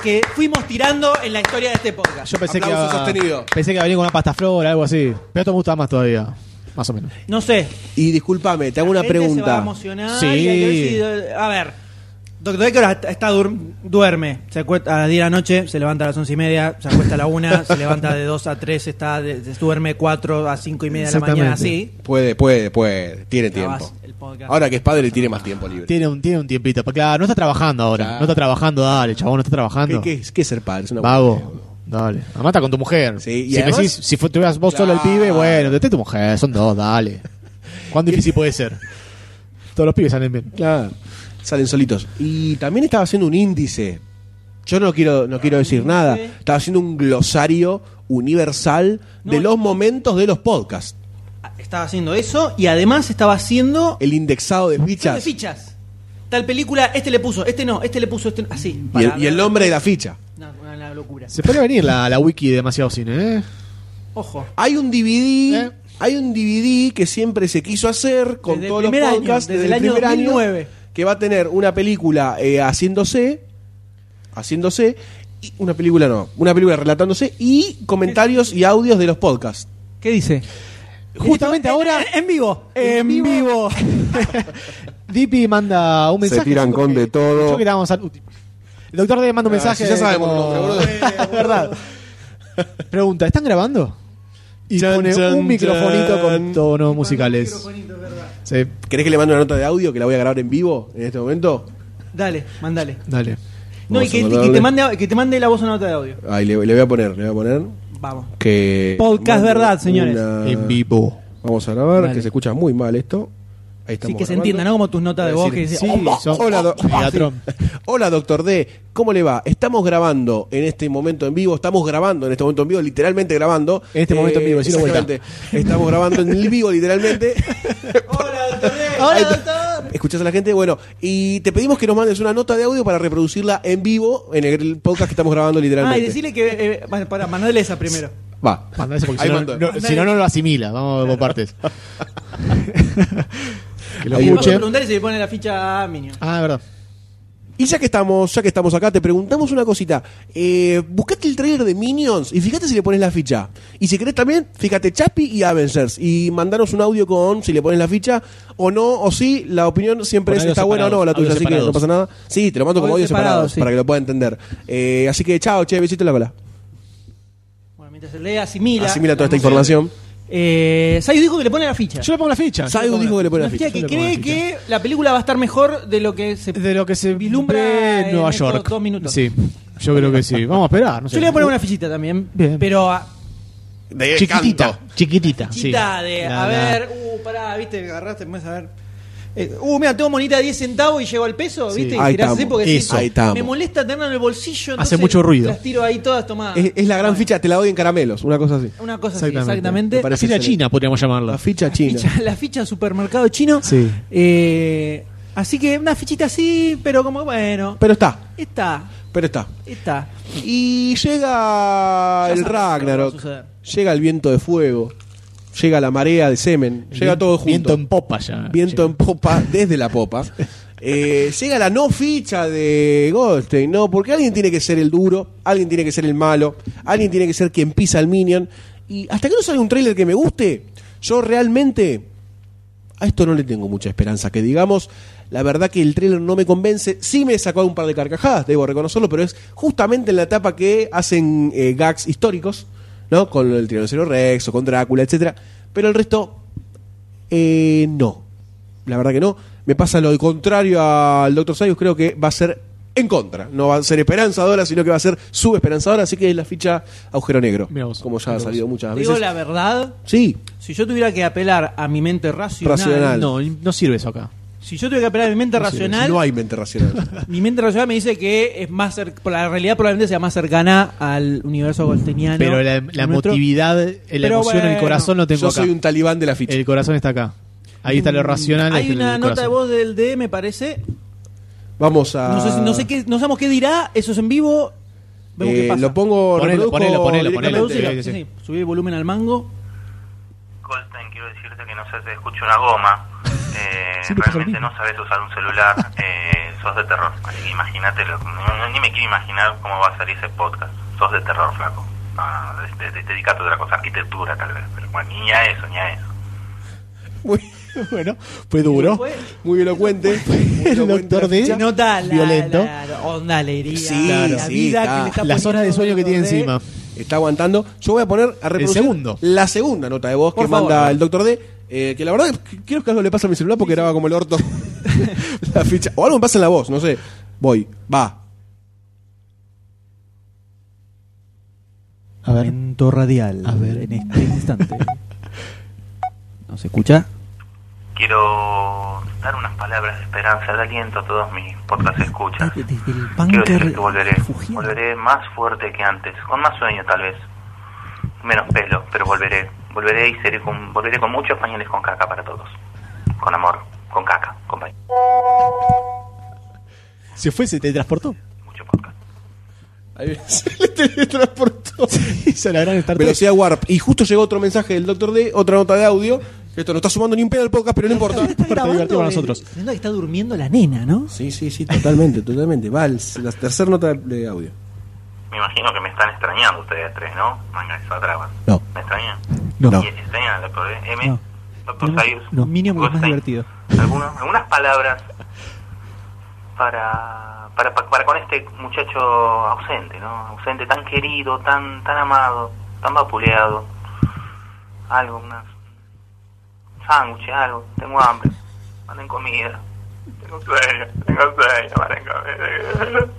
E: que fuimos tirando en la historia de este podcast.
D: Yo pensé que,
B: Aplauso
D: iba-
B: sostenido.
D: pensé que iba a venir con una pasta flor o algo así. Pero esto me gusta más todavía. más o menos.
E: No sé.
B: Y discúlpame, te hago
E: la
B: una
E: gente Se va a
B: pregunta.
E: emocionar
D: Sí.
E: y hay que ver si- a ver. Doctor Ecker hasta- está dur- duerme, se acuesta a las 10 de la noche, se levanta a las 11 y media, se acuesta a la 1, se levanta de 2 a 3, está de- de- duerme 4 a 5 y media de la mañana, así.
D: Exactamente.
B: Puede, puede, puede. Tiene tiempo.
E: Grabás el podcast.
B: Ahora que es padre, tiene más tiempo libre.
D: Tiene un, tiene un tiempito. pero Claro, no está trabajando ahora.
B: Claro.
D: No está trabajando, dale, chabón, no está
B: ¿Qué,
D: trabajando.
B: qué es, qué es ser padre? Es una
D: Vago. Dale. Amata con tu mujer.
B: Sí, y
D: si me
B: además-
D: decís, si fu- tuvieras vos solo el
B: Claro.
D: pibe, bueno, dete tu mujer, son dos, dale. ¿Cuán difícil puede ser? Todos los pibes salen bien.
B: Claro. Salen solitos. Y también estaba haciendo un índice. Yo no quiero, no quiero decir nada. Estaba haciendo un glosario universal de
E: No,
B: los momentos de los podcasts.
E: Estaba haciendo eso y además estaba haciendo
B: El indexado de
E: fichas.
B: Eh, fichas.
E: fichas. Tal película, este le puso, este no, este le puso, este no, así.
B: Y
E: para
B: el, y el
E: ver-
B: nombre de la ficha.
E: Una, una locura.
D: Se puede venir la, la wiki de demasiado cine, ¿eh?
E: Ojo.
B: Hay un DVD.
D: ¿Eh?
B: Hay un DVD que siempre se quiso hacer con
E: Desde el
B: todos los
E: primer año,
B: podcasts
E: desde el año
B: primer
E: 2009.
B: que va a tener una película eh, haciéndose, haciéndose, y una película no, una película relatándose y comentarios y audios de los podcasts.
E: ¿Qué dice?
D: Justamente ahora,
E: En, en vivo.
D: En vivo. Dipi manda un mensaje.
A: tiran
D: diciendo
A: con
D: que-
A: de todo.
D: Yo que estábamos al- Uy, El doctor D manda un
B: Ah,
D: mensaje.
B: si ya sabemos
D: como- "Eh,
B: el nombre,
D: Es verdad. Pregunta, ¿están grabando? Y
B: Chan,
D: pone
B: chan,
D: un microfonito
B: chan.
D: con tonos musicales. Sí,
B: ¿Querés que le mande una nota de audio que la voy a grabar en vivo en este momento?
E: Dale, mandale.
D: dale.
E: No,
B: Vamos
E: y
B: a
E: que, y que
B: mandarle.
E: te mande, que te mande la voz una nota de audio.
B: Ahí le, le voy a poner, le voy a poner
E: Vamos.
B: que
E: Podcast
B: mande
E: verdad, señores.
B: una-
D: En vivo.
B: Vamos a grabar,
E: Dale.
B: que se escucha muy mal esto. Ahí
E: Sí,
B: estamos
E: que se
B: grabando.
E: entienda, ¿no? Como tus notas de voz que dice,
D: Sí, son-
B: Oh, Hola, do-
D: Megatron.
B: Hola, doctor D. ¿Cómo le va? Estamos grabando en este momento en vivo. Estamos grabando en este momento en vivo, literalmente grabando.
D: En este momento en vivo, decilo vuelta.
B: exactamente. Estamos grabando en vivo, literalmente.
E: Hola, doctor.
B: Ahí
E: Hola,
B: está.
E: doctor.
B: Escuchás a la gente. Bueno, y te pedimos que nos mandes una nota de audio para reproducirla en vivo en el podcast que estamos grabando,
E: Ah,
B: literalmente.
E: y decirle que. eh, bueno, para, mandale esa primero.
B: Va.
D: Manda ese porque
B: Ahí
D: si no,
B: mandó.
D: no- si no, no lo asimila. Vamos por partes. que lo
B: Ahí
E: Y vamos a
D: escuche.
E: preguntarle si le pone la ficha a Minion.
D: Ah, es verdad.
B: Y ya que estamos, ya que estamos acá, te preguntamos una cosita. Eh, buscate el trailer de Minions y fíjate si le pones la ficha. Y si querés también, fíjate Chapi y Avengers. Y mandanos un audio con si le pones la ficha o no, o sí, la opinión siempre es
D: Con audios
B: está buena o no,
D: separados,
B: la tuya,
D: audios
B: así que no
D: separados.
B: pasa nada. Sí, te lo mando como audio
E: Audios
B: separados
E: separados, sí.
B: para que lo pueda entender. Eh, así que chao, che, besito en la cola.
E: Bueno, mientras se lee, asimila.
B: Asimila toda esta
E: Vamos a ver.
B: información.
E: Eh, Sayo dijo que le pone la ficha.
D: Yo le pongo la ficha.
B: Sayu dijo que le pone la
E: Una
B: ficha.
E: ficha que
D: Yo le pongo la
E: cree
D: ficha.
E: que la película va a estar mejor de lo que se.
D: De lo que se
E: Vislumbra
D: ve
E: en
D: Nueva
E: estos
D: York.
E: dos minutos.
D: Sí, yo creo que sí. Vamos a esperar. No sé.
E: Yo le voy a poner una fichita también.
D: Bien.
E: Pero a,
B: De
D: chiquitita. Chiquitita. sí.
E: chita de.
D: La-
E: a
D: la-
E: ver, uh, pará, viste, agarraste, me a ver. Eh, uh, mira, tengo monita de 10 centavos y llego al peso,
D: Sí.
E: ¿viste? Y
B: Ahí
E: tirás
B: estamos,
E: así porque
D: eso.
B: Ahí estamos.
E: me molesta tenerla en el bolsillo.
D: Hace
E: entonces
D: mucho ruido.
E: Las tiro ahí todas tomadas.
B: Es, es la gran ficha, te la doy en caramelos, una cosa así.
E: Una cosa
D: Exactamente.
E: así,
B: Me
E: exactamente.
B: parece
D: Así la
B: excelente.
D: China podríamos
B: La
D: llamarla.
B: ficha china.
E: Ficha- la ficha supermercado chino.
D: Sí.
E: Eh, así que una fichita así, pero como bueno.
B: Pero está,
E: Está,
B: pero está.
E: está.
B: Y llega
E: Ya
B: el
E: sabes lo que va a
B: Ragnarok,
E: suceder.
B: llega el viento de fuego, llega la marea de semen, llega todo junto.
D: Viento en popa ya.
B: Viento en popa, desde la popa. Eh, llega la no ficha de Goldstein, ¿no? Porque alguien tiene que ser el duro, alguien tiene que ser el malo, alguien tiene que ser quien pisa al minion. Y hasta que no sale un trailer que me guste, yo realmente a esto no le tengo mucha esperanza, que digamos, la verdad que el trailer no me convence, sí me sacó un par de carcajadas, debo reconocerlo, pero es justamente en la etapa que hacen eh, gags históricos, ¿no? Con el Trinocero Rex o con Drácula, etcétera, pero el resto eh, no. La verdad que no. Me pasa lo contrario al Dr. Sayus, creo que va a ser en contra, no va a ser esperanzadora, sino que va a ser subesperanzadora, así que es la ficha agujero negro,
D: Mirá vos,
B: como ya
D: mirá
B: ha
D: vos.
B: salido muchas
E: Digo
B: veces.
E: la verdad,
B: Sí,
E: si yo tuviera que apelar a mi mente racional,
B: Racional.
D: No, no sirve eso acá.
E: si yo tuviera que apelar a mi mente racional,
B: no hay mente racional.
E: mi mente racional me dice que es más cer- por la realidad probablemente sea más cercana al universo golteniano.
D: Pero la, la
E: Nuestro-
D: emotividad, la
E: Pero
D: emoción, el
E: bueno,
D: corazón lo tengo
B: Yo
D: acá. Eh,
B: soy un talibán de la ficha.
D: El corazón está acá. Ahí está lo racional.
E: Mm, Hay
D: está el
E: una nota
D: corazón.
E: de voz del D, me parece.
B: Vamos a.
E: No sé, si- no sé qué, no sabemos qué dirá, eso es en vivo. Vemos
B: Eh,
E: qué pasa.
B: Lo pongo.
D: Ponelo,
B: reproduzco
D: ponelo, ponelo, ponelo.
B: directamente.
E: Reproducilo,
D: sí, sí,
E: sí,
D: sí.
E: sí. Subir el volumen al mango.
J: Colstein, quiero decirte que no se te escucha una goma. Eh,
D: Siempre pasa lo
J: realmente
D: mismo.
J: no sabes usar un celular. Eh, sos de terror. Así que imagínate, lo- no- no- ni me quiero imaginar cómo va a salir ese podcast. Sos de terror, flaco. No, no, no, de- de- de- dedicate a otra cosa, arquitectura tal vez. Pero bueno, ni a eso, ni a eso.
B: Muy,
D: bueno, fue duro.
E: Fue-
B: muy elocuente. muy
D: El
B: elocuente
D: doctor D.
B: la
E: Se
B: ficha.
E: nota la,
D: Violento.
E: la- la onda, la herida,
B: Sí,
E: la
B: sí,
E: vida
B: está.
E: que le está
D: Las
E: poniendo
D: horas de sueño que tiene
E: Doctor D.
D: encima.
B: Está aguantando. Yo voy a poner a reproducir
D: segundo.
B: la segunda nota de voz
E: Por
B: que
E: favor.
B: manda el doctor D. eh, que la verdad es que creo que algo le pasa a mi celular porque graba como el orto la ficha. O algo me pasa en la voz, no sé. Voy, va.
D: A ver.
E: Momento radial
D: A ver.
E: en este instante. ¿No se escucha?
J: Quiero dar unas palabras de esperanza, de aliento a todos mis podcast escuchas.
E: Desde el
J: Quiero
E: búnker
J: decir que volveré,
E: refugiado.
J: volveré más fuerte que antes, con más sueño tal vez, menos pelo, pero volveré, volveré y seré con, volveré con muchos pañales con caca para todos, con amor, con caca, con pañales,
D: Se fue, se teletransportó.
J: mucho podcast.
B: Ahí se le teletransportó.
D: Hizo la gran Star Trek.
B: Velocidad Warp. Y justo llegó otro mensaje del doctor D, otra nota de audio. que Esto no está sumando ni un pedo al podcast, pero no importa.
E: Está grabando
D: divertido con
E: el-
D: nosotros.
E: se nota que está durmiendo la nena, ¿no?
B: Sí, sí, sí, totalmente, totalmente. Va, el- la tercera nota de audio.
J: Me imagino que me están extrañando ustedes tres, ¿no? Manga, esa traba.
B: No.
J: ¿Me extrañan?
B: No.
J: ¿Y extrañan al doctor D? M?
E: No.
J: Doctor
E: No,
J: Sayus?
E: no, mínimo que es más
J: Goldstein?
E: divertido.
J: algunos- algunas palabras para, para, para con este muchacho ausente, ¿no? Ausente, tan querido, tan, tan amado, tan vapuleado. Algo, unas sándwiches, algo. Tengo hambre. Manden comida. Tengo sueño, tengo sueño, manden comida.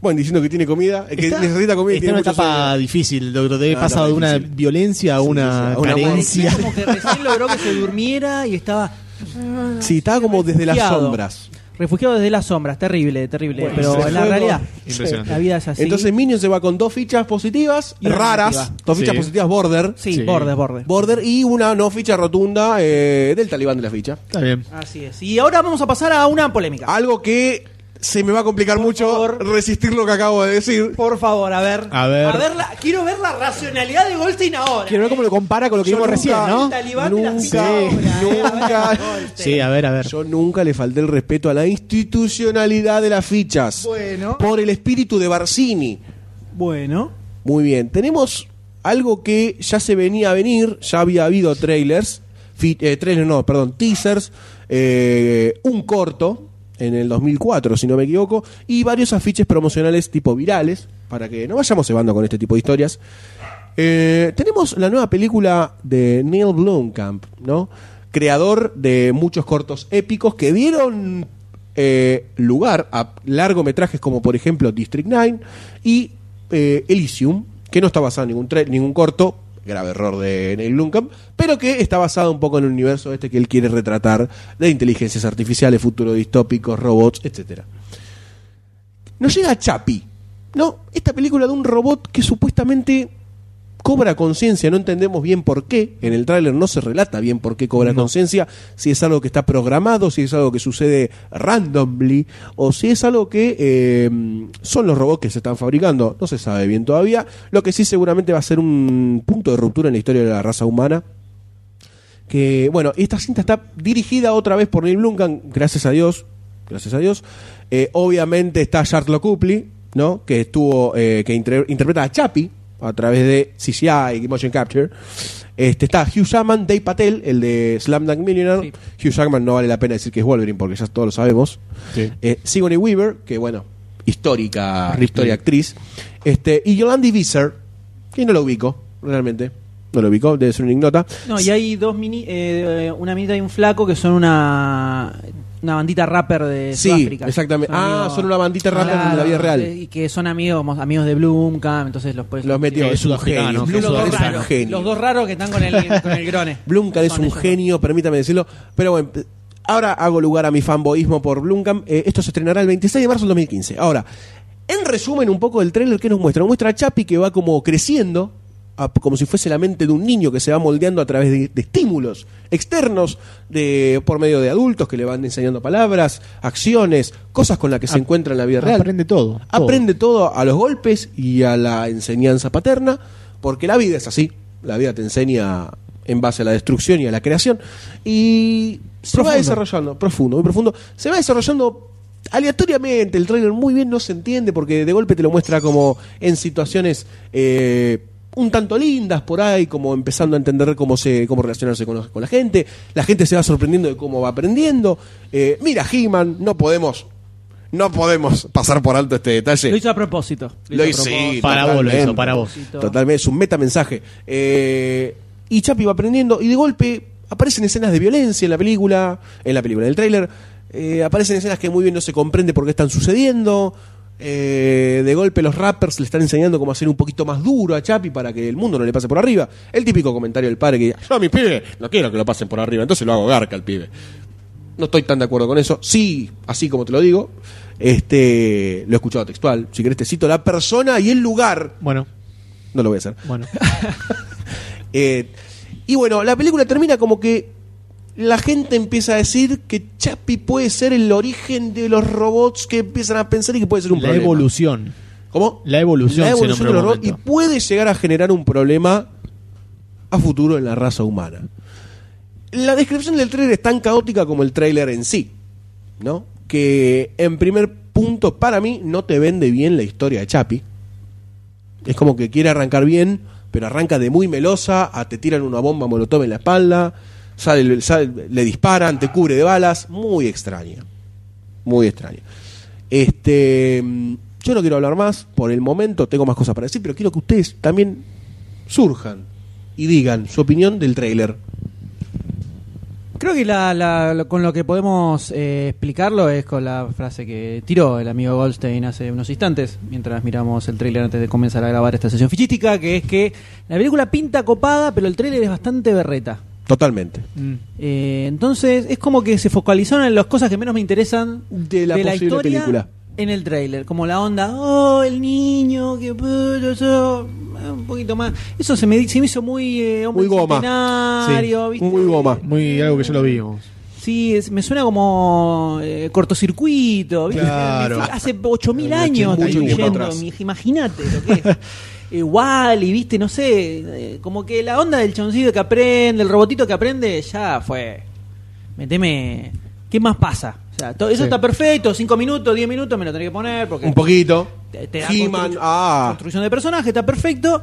B: Bueno, diciendo que tiene comida, eh, que
D: Está-
B: necesita comida y
D: Está en
B: tiene
D: una
B: mucho
D: etapa difícil, doctor. D.
B: Una
D: pasa
B: etapa
D: de una
B: difícil.
D: violencia a una
B: sí, a una
D: carencia.
E: Parecía como que recién logró que se durmiera y estaba
B: sueño. Sí, estaba como desde las
E: Refugiado.
B: sombras.
E: refugiado desde las sombras. Terrible, terrible.
B: Bueno,
E: Pero
B: ese
E: en la
B: juego-
E: realidad,
D: Impresionante.
E: la vida es así.
B: Entonces Minion se va con dos fichas positivas,
E: Y una
B: raras,
E: negativa.
B: dos fichas
D: Sí.
B: positivas border,
E: sí,
D: Sí.
E: borde, borde.
B: border y una no ficha rotunda eh, del talibán de la ficha.
D: Está bien.
E: Así es. Y ahora vamos a pasar a una polémica.
B: Algo que se me va a complicar mucho
E: favor.
B: resistir lo que acabo de decir.
E: Por favor, a ver.
D: A ver.
E: la- quiero ver la racionalidad de Goldstein ahora.
D: Quiero ver cómo lo compara con lo que
B: Yo
D: vimos
B: nunca-
D: recién, ¿no?
E: El talibán de las
B: Nunca,
E: picadoras, eh.
B: nunca.
E: Goldstein.
D: Sí, a ver, a ver.
B: Yo nunca le falté el respeto a la institucionalidad de las fichas.
E: Bueno.
B: Por el espíritu de Barcini.
E: Bueno.
B: Muy bien, tenemos algo que ya se venía a venir, ya había habido trailers, fi- eh, trailers no, perdón, teasers, eh, un corto en el 2004, si no me equivoco, y varios afiches promocionales tipo virales, para que no vayamos cebando con este tipo de historias. Eh, tenemos la nueva película de Neil Blomkamp, ¿no? Creador de muchos cortos épicos que dieron eh, lugar a largometrajes como por ejemplo District 9 y eh, Elysium, que no está basado en ningún, tra- ningún corto, grave error de Neil Blomkamp, pero que está basado un poco en el universo este que él quiere retratar de inteligencias artificiales, futuro distópicos, robots, etcétera nos llega Chapi. No, esta película de un robot que supuestamente cobra conciencia, no entendemos bien por qué, en el tráiler no se relata bien por qué cobra conciencia, si es algo que está programado, si es algo que sucede randomly, o si es algo que eh, son los robots que se están fabricando, no se sabe bien todavía, lo que sí seguramente va a ser un punto de ruptura en la historia de la raza humana, que bueno, esta cinta está dirigida otra vez por Neil Blomkamp, gracias a Dios, gracias a Dios. Eh, obviamente está Charlotte Copley, ¿no? Que estuvo eh, que inter- interpreta a Chappie a través de CCI y Motion Capture. Este está Hugh Jackman, Dave Patel, el de Slam Dunk Millionaire. Hugh Jackman no vale la pena decir que es Wolverine porque ya todos lo sabemos.
D: Sí.
B: Eh, Sigourney Weaver, que bueno, histórica,
D: Ripley.
B: historia actriz. Este, y Yolandi Visser, que no lo ubico, realmente. No lo ubico, debe ser una ignota.
E: No, y hay dos mini. eh, una minita y un flaco que son una. Una bandita rapper de
B: Sí,
E: Sudáfrica.
B: exactamente. Ah, son una bandita rapper de la vida real.
E: eh, Y que son amigos amigos de Bloomcam, entonces los puedes.
B: Los metió.
D: que
B: Es un genio.
D: sudafricano, que
E: Los
B: Blumkamp
E: dos,
B: es un
E: raros, los dos
B: genio.
E: raros que están con el, con el grone.
B: Blumkamp es
E: Son
B: un
E: esos dos.
B: genio, permítame decirlo. Pero bueno, eh, ahora hago lugar a mi fanboyismo por Blumkamp. Eh, esto se estrenará el 26 de marzo del 2015. Ahora, en resumen un poco del tráiler que nos muestra. Nos muestra a Chapi que va como creciendo, a- como si fuese la mente de un niño que se va moldeando a través de, de estímulos externos, de, por medio de adultos que le van enseñando palabras, acciones, cosas con las que se encuentra en la vida real.
D: Aprende todo. todo.
B: Aprende todo a los golpes y a la enseñanza paterna, porque la vida es así. La vida te enseña en base a la destrucción y a la creación. Y se va
D: Profundo.
B: desarrollando, profundo, muy profundo. Se va desarrollando aleatoriamente. El trailer muy bien no se entiende porque de golpe te lo muestra como en situaciones. eh, un tanto lindas por ahí, como empezando a entender cómo se cómo relacionarse con, con la gente. La gente se va sorprendiendo de cómo va aprendiendo. Eh, mira, He-Man, no podemos no podemos pasar por alto este detalle.
E: Lo hizo a propósito.
B: Lo
E: a
B: hice,
E: propósito.
B: sí,
D: Para vos lo
B: totalmente.
D: hizo, para vos.
B: Totalmente, es un metamensaje. Eh, y Chapi va aprendiendo y de golpe aparecen escenas de violencia en la película, en la película, en el tráiler. Eh, aparecen escenas que muy bien no se comprende por qué están sucediendo. Eh, de golpe los rappers le están enseñando cómo hacer un poquito más duro a Chapi para que el mundo no le pase por arriba. El típico comentario del padre que dice, yo a mi pibe no quiero que lo pasen por arriba, entonces lo hago garca al pibe. No estoy tan de acuerdo con eso. Sí, así como te lo digo, este, lo he escuchado textual. Si querés te cito la persona y el lugar.
D: Bueno,
B: No lo voy a hacer.
D: bueno.
B: Eh, y bueno, la película termina como que la gente empieza a decir que Chapi puede ser el origen de los robots que empiezan a pensar y que puede ser un
D: La
B: problema.
D: evolución.
B: ¿Cómo?
D: La evolución
B: La
D: se
B: evolución
D: nombró
B: de los
D: un
B: robots y
D: momento.
B: puede llegar a generar un problema a futuro en la raza humana. La descripción del trailer es tan caótica como el trailer en sí, ¿no? Que en primer punto, para mí, no te vende bien la historia de Chapi. Es como que quiere arrancar bien, pero arranca de muy melosa, a te tiran una bomba molotov en la espalda, sale- sale- le disparan, te cubre de balas, muy extraña. Muy extraña. Este, mm, yo no quiero hablar más por el momento, tengo más cosas para decir, pero quiero que ustedes también surjan y digan su opinión del tráiler.
E: Creo que la- la- lo- con lo que podemos eh, explicarlo es con la frase que tiró el amigo Goldstein hace unos instantes, mientras miramos el tráiler antes de comenzar a grabar esta sesión fichística, que es que la película pinta copada, pero el tráiler es bastante berreta.
B: Totalmente.
E: Eh, entonces es como que se focalizaron en las cosas que menos me interesan
B: De la posible
E: historia
B: película.
E: en el tráiler, como la onda, oh, el niño, que puto, yo", eh, un poquito más. Eso se me, di- se me hizo muy eh, hombre
B: Muy goma.
E: centenario, ¿viste?
B: Muy goma.
D: Muy algo que ya lo vimos.
E: Sí, es- me suena como eh, cortocircuito. ¿viste?
D: Claro.
E: Hace 8000
D: Mucho
E: años
B: tiempo
E: estoy leyendo,
B: atrás.
E: mi- Imagínate lo que es. Igual, y viste, no sé, eh, como que la onda del choncillo que aprende, el robotito que aprende, ya fue. Meteme. ¿Qué más pasa? O sea, to- eso
D: Sí.
E: está perfecto, 5 minutos, 10 minutos me lo tenés que poner porque
B: Un poquito.
E: te, te da
B: He-Man,
E: constru-
B: ah.
E: construcción de personaje, está perfecto.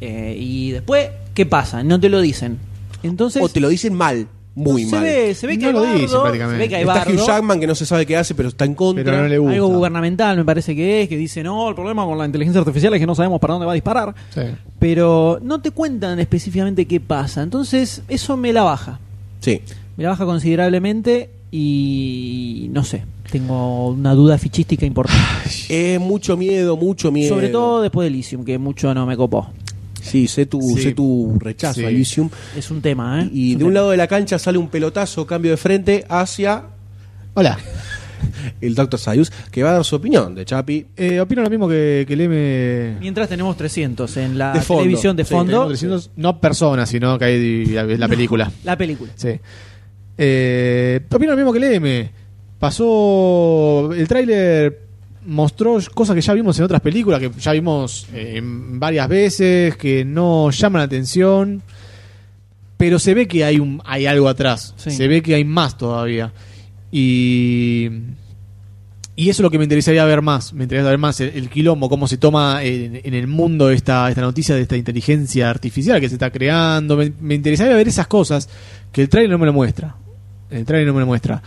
E: Eh, y después, ¿qué pasa? No te lo dicen. Entonces,
B: O te lo dicen mal, muy
E: no
B: mal.
E: Se ve, se ve que
D: No
E: hay
D: lo
E: bardo,
D: dicen prácticamente.
E: Se ve que hay
B: Está
E: bardo.
B: Hugh Jackman que no se sabe qué hace, pero está en contra.
D: Pero no le gusta.
E: Algo gubernamental me parece que es, que dice, no, el problema con la inteligencia artificial es que no sabemos para dónde va a disparar.
D: Sí.
E: Pero no te cuentan específicamente qué pasa. Entonces, eso me la baja.
B: Sí.
E: Me la baja considerablemente y no sé. Tengo una duda fichística importante.
B: Eh, mucho miedo, mucho miedo.
E: Sobre todo después de Elysium, que mucho no me copó.
B: Sí, sé tu,
D: Sí.
B: sé tu rechazo
D: Sí.
B: a Elysium.
E: Es un tema, ¿eh?
B: Y
E: Es
B: de un
E: tema.
B: lado de la cancha sale un pelotazo, cambio de frente, hacia
D: Hola.
B: el Dr. Sayus, que va a dar su opinión de Chapi.
D: Eh, opino lo mismo que, que Leme. Ah,
E: Mientras tenemos 300 en la
B: De fondo.
E: televisión de
B: Sí,
E: fondo,
D: Tenemos 300, no personas, sino que hay la, la película.
E: la película.
D: Sí. Eh, opino lo mismo que Leme. Pasó. El tráiler mostró cosas que ya vimos en otras películas, que ya vimos eh, varias veces, que no llaman la atención. Pero se ve que hay, un, hay algo atrás.
E: Sí.
D: Se ve que hay más todavía. Y. Y eso es lo que me interesaría ver más. Me interesaría ver más el, el quilombo, cómo se toma en, en el mundo esta, esta noticia de esta inteligencia artificial que se está creando. Me, me interesaría ver esas cosas que el trailer no me lo muestra. El trailer no me lo muestra.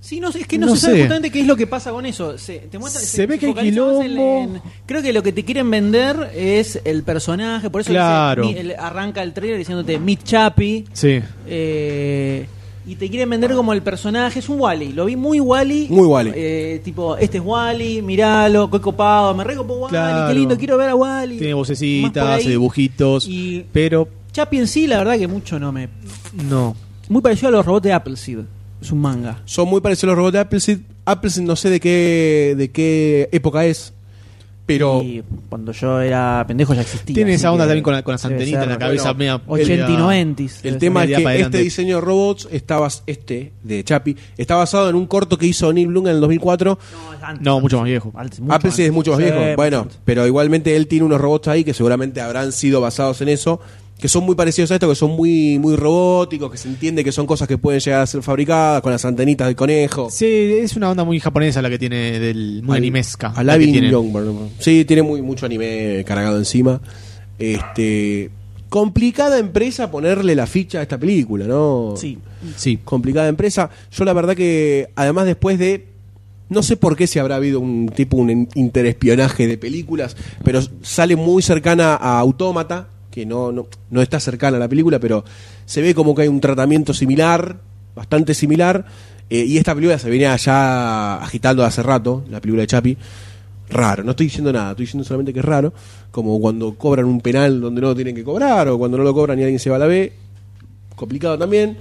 E: Sí, no, sé, es que no,
D: No
E: se sabe
D: sé.
E: justamente qué es lo que pasa con eso. Se, te muestra-
D: Se ve que hay
E: focalizó más en-
D: quilombo.
E: en- creo que lo que te quieren vender es el personaje. Por eso dice-
D: Claro.
E: mi- el- arranca el trailer diciéndote Meet Chappie.
D: Sí.
E: eh, y te quieren vender como el personaje. Es un Wally. Lo vi muy Wally.
B: Muy Wall-E.
E: Eh, tipo, este es Wally, miralo, qué copado. Me recopó Wally.
D: Claro.
E: Qué lindo, quiero ver a Wally.
D: Tiene
E: Más por
D: vocecitas,
E: ahí.
D: hace dibujitos.
E: Y
D: Pero
E: Chappie en sí, la verdad que mucho no me.
D: no.
E: Muy parecido a los robots de Appleseed. Es un manga.
B: Son muy parecidos los robots de Appleseed. Appleseed no sé de qué, de qué época es, pero
E: Y cuando yo era pendejo ya existía.
D: Tiene
E: así
D: esa onda
E: que
D: también con, la- con las
E: debe
D: antenitas en
E: ser
D: la cabeza. media-
E: 80 y
D: media-
E: 90.
B: el tema es
D: media
B: que
D: para
B: este
D: adelante.
B: diseño de robots, está bas- este de Chapi, está basado en un corto que hizo Neil Blum en el 2004.
D: No, mucho más viejo.
B: Appleseed es mucho más
E: Sí,
B: viejo.
E: mucho
B: Bueno,
E: antes.
B: pero igualmente él tiene unos robots ahí que seguramente habrán sido basados en eso. que son muy parecidos a esto, que son muy, muy robóticos, que se entiende que son cosas que pueden llegar a ser fabricadas con las antenitas de conejo.
D: Sí, es una onda muy japonesa la que tiene del muy animesca.
B: A
D: la que
B: Lavin
D: tiene.
B: Youngberg. Sí, tiene muy, mucho anime cargado encima. Este. Complicada empresa ponerle la ficha a esta película, ¿no?
E: Sí.
D: Sí.
B: complicada empresa. Yo la verdad que además después de no sé por qué si habrá habido un tipo un in- interespionaje de películas, pero sale muy cercana a Autómata, que no, no no está cercana a la película, pero se ve como que hay un tratamiento similar, bastante similar. eh, y esta película se venía ya agitando hace rato, la película de Chapi. Raro, no estoy diciendo nada, estoy diciendo solamente que es raro, como cuando cobran un penal donde no lo tienen que cobrar, o cuando no lo cobran y alguien se va a la B, complicado también.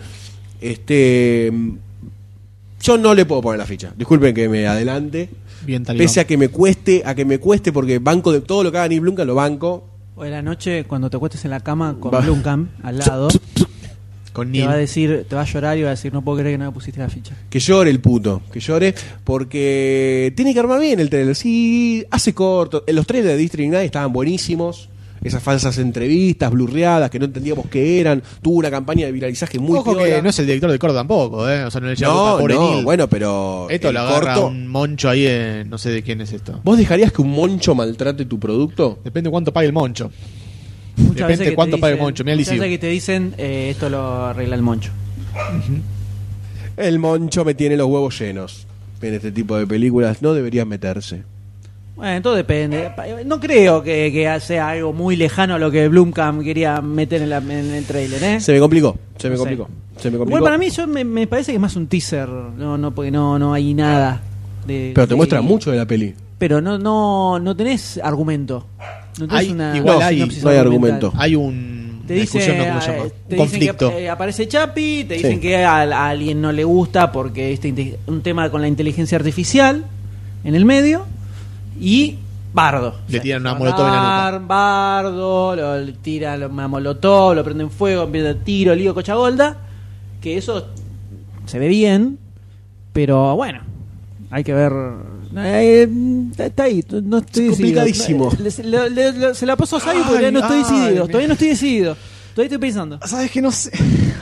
B: Este. Yo no le puedo poner la ficha. Disculpen que me adelante.
D: Bien talibán.
B: Pese a que me cueste, a que me cueste, porque banco de todo lo que haga Neil Blomkamp lo banco.
E: O de la noche, cuando te acuestes en la cama con
B: Va.
E: Blumkamp al lado,
D: Con
E: te va a
D: Neil.
E: decir, te va a llorar y va a decir, no puedo creer que no me pusiste la ficha.
B: Que llore el puto, que llore, porque tiene que armar bien el trailer. Sí, hace corto. En Los trailers de District 9 estaban buenísimos. Esas falsas entrevistas, blurreadas, que no entendíamos qué eran. Tuvo una campaña de viralizaje muy
D: Ojo
B: piola.
D: que no es el director de Coro tampoco, ¿eh? O sea, no le echa la culpa
B: no,
D: a pobre
B: no,
D: Neil.
B: bueno, pero.
D: Esto
B: el
D: lo agarra
B: corto-
D: un moncho ahí, eh, no sé de quién es esto.
B: ¿Vos dejarías que un moncho maltrate tu producto?
D: Depende cuánto pague el moncho.
E: Muchas
D: Depende
E: veces que
D: cuánto
E: te
D: pague el
E: dicen-
D: Moncho, mirá el
E: muchas
D: Liceo.
E: veces que te dicen, eh, esto lo arregla el Moncho.
B: El moncho me tiene los huevos llenos. En este tipo de películas no deberías meterse.
E: Bueno, todo depende. No creo que, que sea algo muy lejano a lo que Blumkamp quería meter en, la- en el trailer, ¿eh?
B: Se me complicó, se me
E: No sé.
B: complicó, se me complicó.
E: Igual para mí yo me, me parece que es más un teaser, no, no, porque no, no hay nada. De,
B: Pero te
E: de-
B: muestra mucho de la peli.
E: Pero no, no, no tenés argumento. No tenés
D: Hay-
E: una,
D: igual
E: una
D: hay-
E: sinopsis
B: no hay
E: argumental.
B: argumento.
D: Hay un.
E: Te
D: una
E: dice,
D: discusión, ¿no? ¿Cómo se
E: eh,
D: llama?
E: te
D: Un
E: dicen que
D: conflicto.
E: eh, aparece Chapi, te dicen
B: Sí.
E: que a, a alguien no le gusta porque es un tema con la inteligencia artificial en el medio y Bardo.
D: Le tiran una molotov en la nuca.
E: Bar- Bardo, lo, le tiran lo- una molotov, lo prenden fuego, empieza el tiro, lío, cochagolda. Que eso se ve bien, pero bueno, hay que ver. Eh, está ahí, no estoy
B: Es
E: decidido.
B: complicadísimo.
E: Les- lo- le- lo- se la paso a Sayu
D: Ay,
E: porque todavía no estoy
D: ay,
E: decidido.
D: mira.
E: Todavía no estoy decidido. Todavía estoy pensando.
D: ¿Sabes que no sé?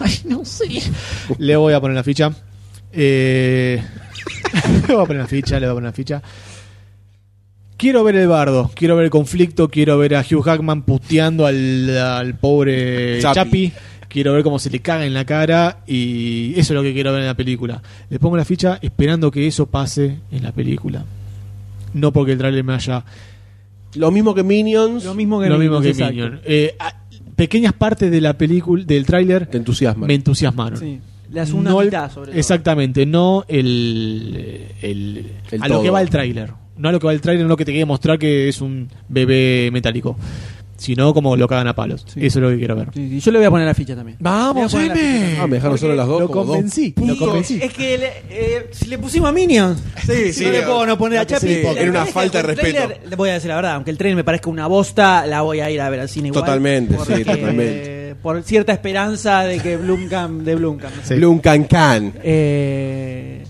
D: Ay, no sé. Le voy a poner la ficha. Eh, le voy a poner la ficha, le voy a poner la ficha. Quiero ver el bardo, quiero ver el conflicto, quiero ver a Hugh Hackman puteando al, al pobre
B: Chapi.
D: Chapi. Quiero ver cómo se le caga en la cara y eso es lo que quiero ver en la película. Le pongo la ficha esperando que eso pase en la película. No porque el trailer me haya
B: Lo mismo que Minions.
E: Lo mismo que
D: lo mismo
E: Minions,
D: que
E: exacto.
D: Minion. Eh, a- pequeñas partes de la película, del tráiler,
B: Te entusiasma.
D: me entusiasmaron.
E: Sí. Las una
D: No el-
E: mitad, sobre todo.
D: Exactamente, no el, eh, el-
B: El
D: a lo que
B: todo.
D: va el tráiler. No a lo que va el tráiler, no lo que te quiere mostrar que es un bebé metálico. Sino como lo cagan a palos.
E: Sí.
D: Eso es lo que quiero ver.
E: Sí, sí, Yo le voy a poner la ficha también.
D: ¡Vamos,
E: Le voy a poner la
D: Jaime!
B: Ah, me dejaron solo las dos.
D: Lo
B: como dos
D: convencí,
B: putos.
D: lo convencí.
E: Es que le- eh, si le pusimos a Minions,
B: sí,
E: no le
B: eh,
E: puedo no poner a
B: sí,
E: Chapi.
B: era
E: La
B: una
E: verdad es que
B: falta de
E: aunque el
B: respeto.
E: trailer- le voy a decir la verdad, aunque el tren me parezca una bosta, la voy a ir a ver al cine igual.
B: Totalmente, sí,
E: porque,
B: totalmente.
E: eh, Por cierta esperanza de que Blumkamp, de Blumkamp.
D: Sí.
B: Blum Can Can.
E: Eh,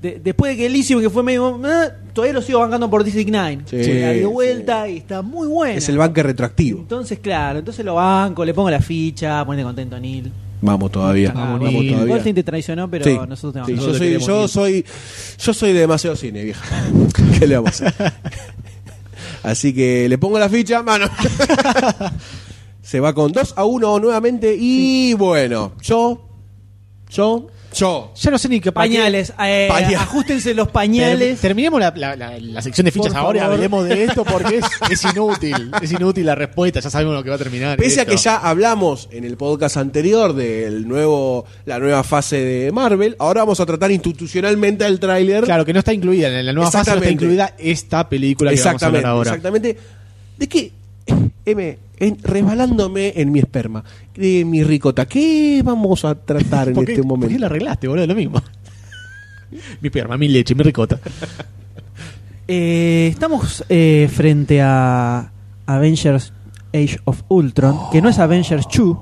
E: de- después de que Elysium, que fue medio. eh, todavía lo sigo bancando por District 9.
B: Sí,
E: Sí, la dio
B: sí.
E: vuelta y está muy buena.
B: Es el banque retroactivo.
E: Entonces, claro, entonces lo banco, le pongo la ficha, ponete contento, Neil.
B: Vamos todavía.
E: Ah,
B: Vamos,
E: bueno,
B: todavía.
E: Goldstein te traicionó, pero
B: Sí.
E: nosotros te
B: Sí,
E: bancamos.
B: yo, soy, yo, soy, yo soy de demasiado cine, vieja. ¿Qué le vamos a hacer? Así que le pongo la ficha, mano. Se va con 2 a 1 nuevamente. Y bueno, yo, yo, yo.
D: Ya no sé ni qué para qué-
E: Pañales, eh,
B: Pañales.
E: ajustense los
D: Ter-
E: pañales.
D: Terminemos la, la- la- la sección de fichas
E: Por
D: ahora,
E: favor.
D: hablemos de esto porque es, es inútil. Es inútil la respuesta, ya sabemos lo que va a terminar.
B: Pese a
D: esto.
B: que ya hablamos en el podcast anterior de nuevo, la nueva fase de Marvel, ahora vamos a tratar institucionalmente el tráiler.
D: Claro, que no está incluida en la nueva fase, no está
B: Exactamente.
D: incluida esta película que vamos a
B: exactamente,
D: hablar ahora.
B: exactamente. ¿De qué? M, en- resbalándome en mi esperma, de mi ricota. ¿Qué vamos a tratar en
D: ¿Por qué-
B: este
D: ¿Por qué
B: momento?
D: la arreglaste, boludo? Lo mismo. mi perma, mi leche, mi ricota.
E: Eh, estamos eh, frente a Avengers Age of Ultron, que no es Avengers 2,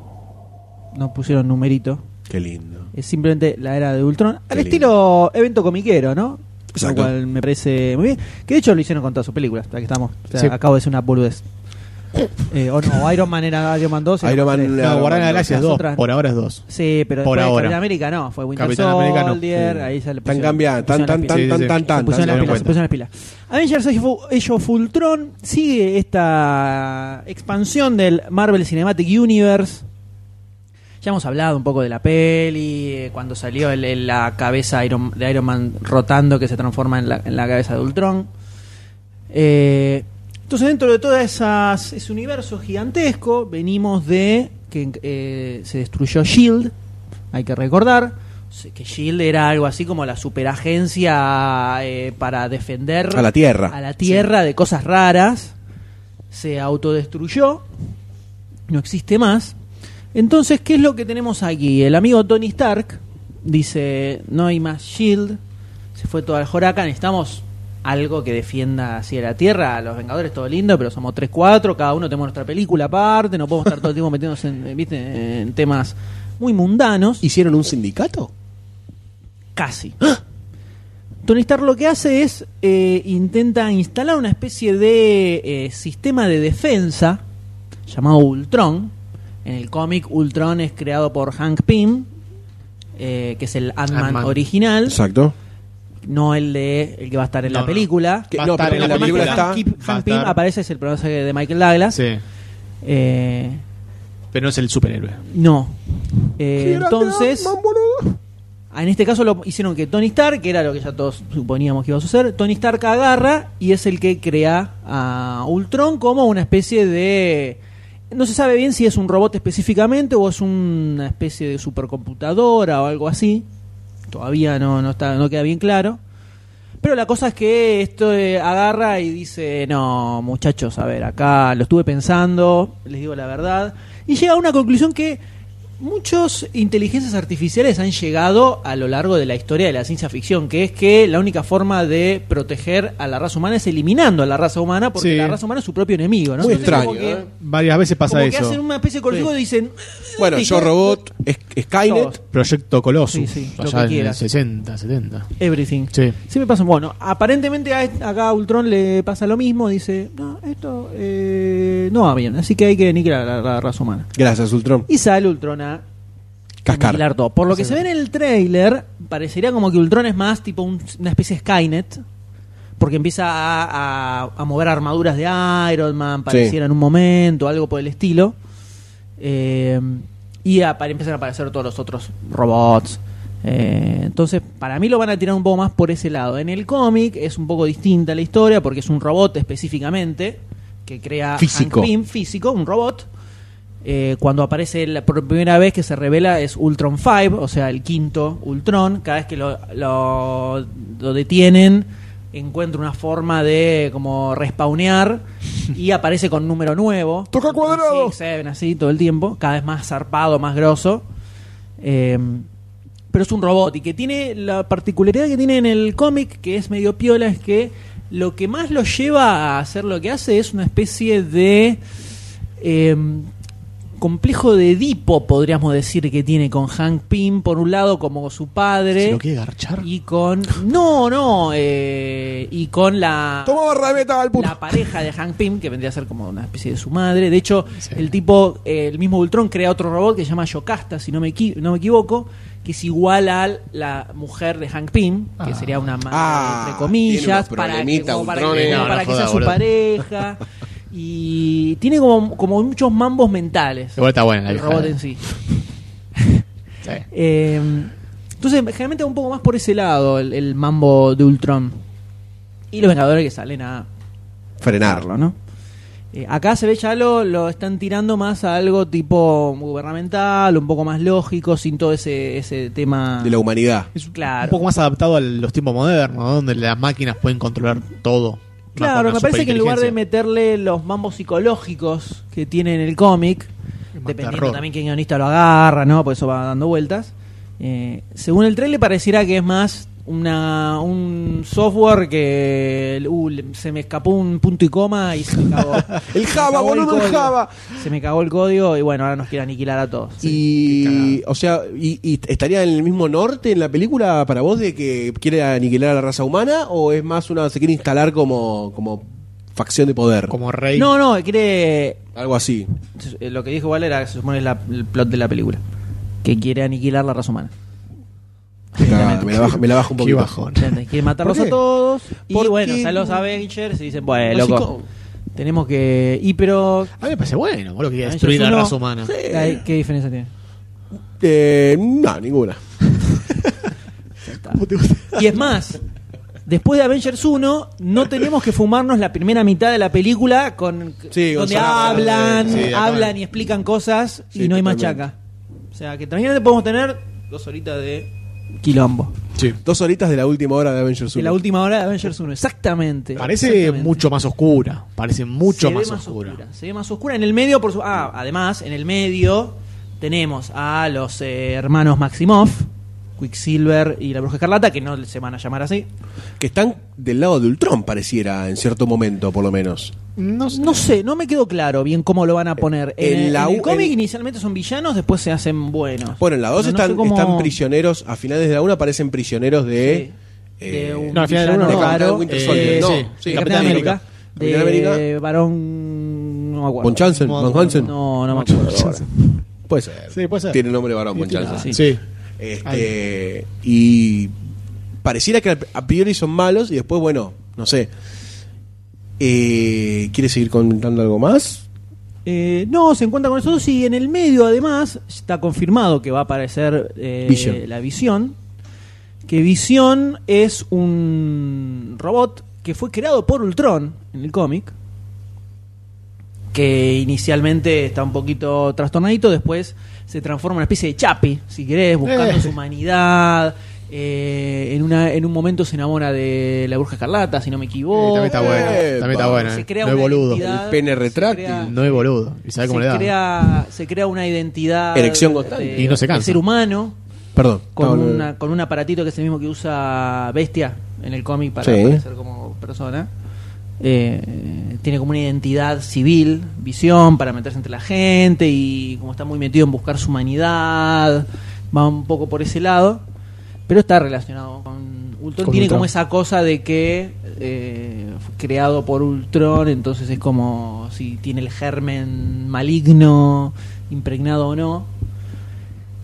E: no pusieron numerito,
B: Qué lindo.
E: es simplemente la era de Ultron, al
B: lindo.
E: estilo evento comiquero, ¿no?
B: Exacto.
E: Lo cual me parece muy bien. Que de hecho lo hicieron con todas sus películas, hasta que estamos. O sea,
D: Sí.
E: Acabo de decir una boludez. Eh, o no, Iron Man era Iron Man 2. era
B: Iron Man
E: tres.
B: Le
D: No,
B: hago
D: Guardianes
B: mandar.
D: de la Galaxia es
E: Las
D: dos.
E: otras-
D: Por ahora es dos.
E: Sí, pero
D: Por
E: después
D: ahora.
E: Capitán América no, fue Winter
D: Capitán
E: Soldier,
D: América no.
B: Sí.
E: ahí se le
B: Tan
E: pusieron-
B: cambiada, tan,
E: pusieron las
B: tan,
E: pilas.
B: tan,
D: Sí, sí, sí.
B: tan, tan,
E: Se
B: tan.
E: pusieron las pilas,
D: dieron
E: se
D: cuenta.
E: pusieron las pilas. Avengers Age of- Age of Ultron sigue esta expansión del Marvel Cinematic Universe. Ya hemos hablado un poco de la peli, eh, cuando salió el- el- la cabeza Iron- de Iron Man rotando que se transforma en la, en la cabeza de Ultron. Eh, entonces dentro de todo esas, ese universo gigantesco venimos de que eh, se destruyó Shield, hay que recordar se- que Shield E era algo así como la superagencia eh, para defender
B: A la Tierra.
E: a la Tierra de cosas raras, se autodestruyó, no existe más. Entonces, ¿qué es lo que tenemos aquí? El amigo Tony Stark dice, no hay más Shield, E se fue todo al Huracan, necesitamos algo que defienda así a la Tierra, a los Vengadores, todo lindo, pero somos 3-4, cada uno tenemos nuestra película aparte, no podemos estar todo el tiempo metiéndonos en, eh, ¿viste? en temas muy mundanos.
B: ¿Hicieron un sindicato?
E: Casi. Tony Stark lo que hace es eh, intenta instalar una especie de eh, sistema de defensa llamado Ultron. En el cómic Ultron es creado por Hank Pym, eh, que es el Ant-Man
D: Ant-Man.
E: original,
B: Exacto.
E: no el de el que va a estar en
D: No,
E: la
D: no.
E: película.
B: Que-
D: Va a
B: no,
D: estar
B: pero
D: en
B: en la
D: la
B: película
D: película.
B: está.
E: Hank, Pym-
D: Va a
E: Hank Pym
D: estar.
E: aparece es el personaje de Michael Douglas.
D: Sí.
E: Eh,
D: Pero no es el superhéroe.
E: no. Eh, entonces. En este caso lo hicieron que Tony Stark, que era lo que ya todos suponíamos que iba a suceder, Tony Stark agarra y es el que crea a Ultron como una especie de... No se sabe bien si es un robot específicamente o es una especie de supercomputadora o algo así. Todavía no, no, está, no queda bien claro. Pero la cosa es que esto eh, agarra y dice, no, muchachos, a ver, acá lo estuve pensando, les digo la verdad, y llega a una conclusión que muchas inteligencias artificiales han llegado a lo largo de la historia de la ciencia ficción, que es que la única forma de proteger a la raza humana es eliminando a la raza humana, porque
D: Sí.
E: la raza humana es su propio enemigo, ¿no?
B: Muy
E: Entonces,
B: extraño,
E: como que,
B: ¿eh?
D: Varias veces pasa
E: como que
D: eso.
E: hacen una especie de colectivo y dicen...
B: Bueno,
E: "Listo,
B: Yo Robot, es- Skynet.
E: Todos.
D: Proyecto Colossus.
E: Sí, sí, lo que
D: allá en el
E: quieras.
D: 60, 70.
E: Everything.
D: Sí.
E: Sí me pasa. Bueno, aparentemente a, est- acá a Ultron le pasa lo mismo. Dice, no, esto eh, no va bien. Así que hay que aniquilar a la, la raza humana.
B: Gracias, Ultron.
E: Y sale Ultron a
B: Cascar.
E: aniquilar todo. Por lo que se ve en el tráiler, parecería como que Ultron es más tipo un- una especie de Skynet. Porque empieza a, a- a mover armaduras de Iron Man, pareciera en un momento, algo por el estilo. Eh, y apa- empiezan a aparecer todos los otros robots. Eh, entonces, para mí lo van a tirar un poco más por ese lado. En el cómic es un poco distinta la historia porque es un robot específicamente que crea
B: Físico.
E: Hank Pym, físico, un robot. Eh, cuando aparece la por primera vez que se revela es Ultron 5, o sea, el quinto Ultron. Cada vez que lo, lo- lo detienen, encuentra una forma de como respawnear y aparece con número nuevo.
B: Toca cuadrado.
E: Sí, se ven así todo el tiempo, cada vez más zarpado, más grosso. Eh, pero es un robot y que tiene la particularidad que tiene en el cómic, que es medio piola, es que lo que más lo lleva a hacer lo que hace es una especie de eh, complejo de Edipo, podríamos decir, que tiene con Hank Pym, por un lado, como su padre.
D: ¿Se lo quiere garchar?
E: Y con. No, no. eh, y con la.
B: Toma barra de metal, puto.
E: La pareja de Hank Pym, que vendría a ser como una especie de su madre. De hecho,
D: Sí.
E: el tipo, eh, el mismo Ultron, crea otro robot que se llama Yocasta, si no me, equi- no me equivoco, que es igual a la mujer de Hank Pym, que
D: Ah.
E: sería una madre,
B: Ah,
E: entre comillas,
B: tiene unos
E: para que,
B: problemitas,
E: como para que-
B: Ultron, eh.
E: como
D: No,
E: para
D: no
E: que sea
D: joda,
E: su
D: boludo.
E: pareja. Y tiene como, como muchos mambos mentales.
D: Igual está buena la
E: El
D: vieja. eh.
E: robot en sí.
D: Sí.
E: Eh, entonces, generalmente va un poco más por ese lado el, el mambo de Ultron. Y los Vengadores que salen a
B: Frenarlo.
E: ¿no? Eh, acá se ve ya lo, lo están tirando más a algo tipo gubernamental, un poco más lógico, sin todo ese, ese tema.
B: De la humanidad.
D: Es un-
E: Claro.
D: un poco más adaptado a los tiempos modernos, ¿no? donde las máquinas pueden controlar todo. Más
E: Claro,
D: con
E: me
D: la
E: parece que en lugar de
D: superinteligencia.
E: meterle los mambos psicológicos que tiene en el cómic,
D: más
E: dependiendo
D: terror.
E: también quién guionista lo agarra, ¿no? Por eso va dando vueltas. eh, según el trailer pareciera que es más una, un software que uh, le- se me escapó un punto y coma y se me cagó.
B: El
E: Se me
B: Java,
E: cagó
B: boludo, el
E: código.
B: Java.
E: Se me cagó el código y bueno, ahora nos quiere aniquilar a todos.
B: Y, o sea, y, y estaría en el mismo norte en la película para vos de que quiere aniquilar a la raza humana o es más una se quiere instalar como, como facción de poder.
D: Como rey.
E: No, no, quiere.
B: Algo así.
E: eh, Lo que dijo Val era, se supone, la- el plot de la película. Que quiere aniquilar la raza humana.
B: Nada, me, la baja, me la baja un
D: Qué
B: poquito.
D: bajón.
E: ¿Entiendes? Quiere matarlos
B: ¿Por
E: a
B: qué?
E: todos. Y
B: ¿Por
E: bueno,
B: qué?
E: salen los Avengers y dicen, bueno,
B: Así
E: loco,
B: como-
E: tenemos que. Y pero.
D: A mí me parece bueno, boludo, que quiera destruir la
E: Avengers
D: raza
E: 1,
D: humana.
E: ¿qué- ¿Qué diferencia tiene?
B: Eh, no, ninguna.
E: Y es más, después de Avengers 1, no tenemos que fumarnos la primera mitad de la película con
B: Sí,
E: donde
B: Gonzalo,
E: hablan,
D: sí, acá.
E: hablan y explican cosas
B: Sí,
E: y no hay
B: totalmente.
E: machaca. O sea, que también podemos tener dos horitas de quilombo.
D: Sí.
B: Dos horitas de la última hora de Avengers 1.
E: De la última hora de Avengers 1, exactamente.
D: Parece
E: Exactamente.
D: mucho más oscura. Parece mucho
E: Se ve
D: más, oscura.
E: Se ve más oscura. En el medio, por su... Ah, además, en el medio tenemos a los eh, hermanos Maximoff, Quicksilver y la Bruja Escarlata, que no se van a llamar así.
B: Que están del lado de Ultron, pareciera, en cierto momento, por lo menos.
D: No sé.
E: No sé, no me quedó claro bien cómo lo van
B: Eh,
E: a poner. En,
B: en
E: el-
B: la
E: en el
B: u-
E: cómic
B: en-
E: inicialmente son villanos, después se hacen buenos.
B: Bueno, en la 2
E: No- no
B: están,
E: sé cómo-
B: están prisioneros, a finales de la 1 aparecen prisioneros de...
E: Sí, de
B: eh,
E: un
D: No, al final
E: villano
D: no, no,
E: raro,
B: no, Winter Soldier,
E: eh,
B: no,
E: sí,
B: sí,
E: de
B: Capitán
E: Capitán América,
B: América.
E: de
B: Capitán América.
E: varón no me acuerdo.
B: Von Jansen,
D: No,
B: Von Hansen.
E: No, no me acuerdo. ahora.
B: Puede ser.
D: Sí, puede ser.
B: Tiene nombre de varón, Von
D: Ah,
B: Jansen.
D: sí.
E: Sí.
B: Este, y pareciera que a priori son malos y después, bueno, no sé. Eh, ¿Quieres seguir contando algo más?
E: Eh, no, se encuentra con nosotros y en el medio además está confirmado que va a aparecer eh,
B: Vision.
E: la visión. Que Visión es un robot que fue creado por Ultron en el cómic. Que inicialmente está un poquito trastornadito, después se transforma en una especie de chapi, si querés, buscando
D: Eh.
E: su humanidad. eh, en, una, en un momento se enamora de la bruja escarlata, si no me
D: Eh,
E: equivoco.
D: también está bueno. También está
B: Epa.
D: bueno.
E: Se
D: eh.
E: crea
D: no es
E: una
D: boludo.
E: identidad,
B: El pene
E: se
B: retráctil.
E: crea-
D: No es boludo. ¿Y sabe cómo le
E: se
D: da?
E: crea, se crea una identidad
B: Erección constante.
E: de-
D: Y no se cansa.
E: de ser humano
B: Perdón.
E: con,
B: No, no, no.
E: una, con un aparatito que es el mismo que usa Bestia en el cómic para
B: Sí.
E: aparecer como persona. Eh, tiene como una identidad civil, visión para meterse entre la gente y como está muy metido en buscar su humanidad, va un poco por ese lado, pero está relacionado con Ultron.
D: Con
E: tiene
D: Ultron.
E: como esa cosa de que eh, fue creado por Ultron, entonces es como si tiene el germen maligno impregnado o no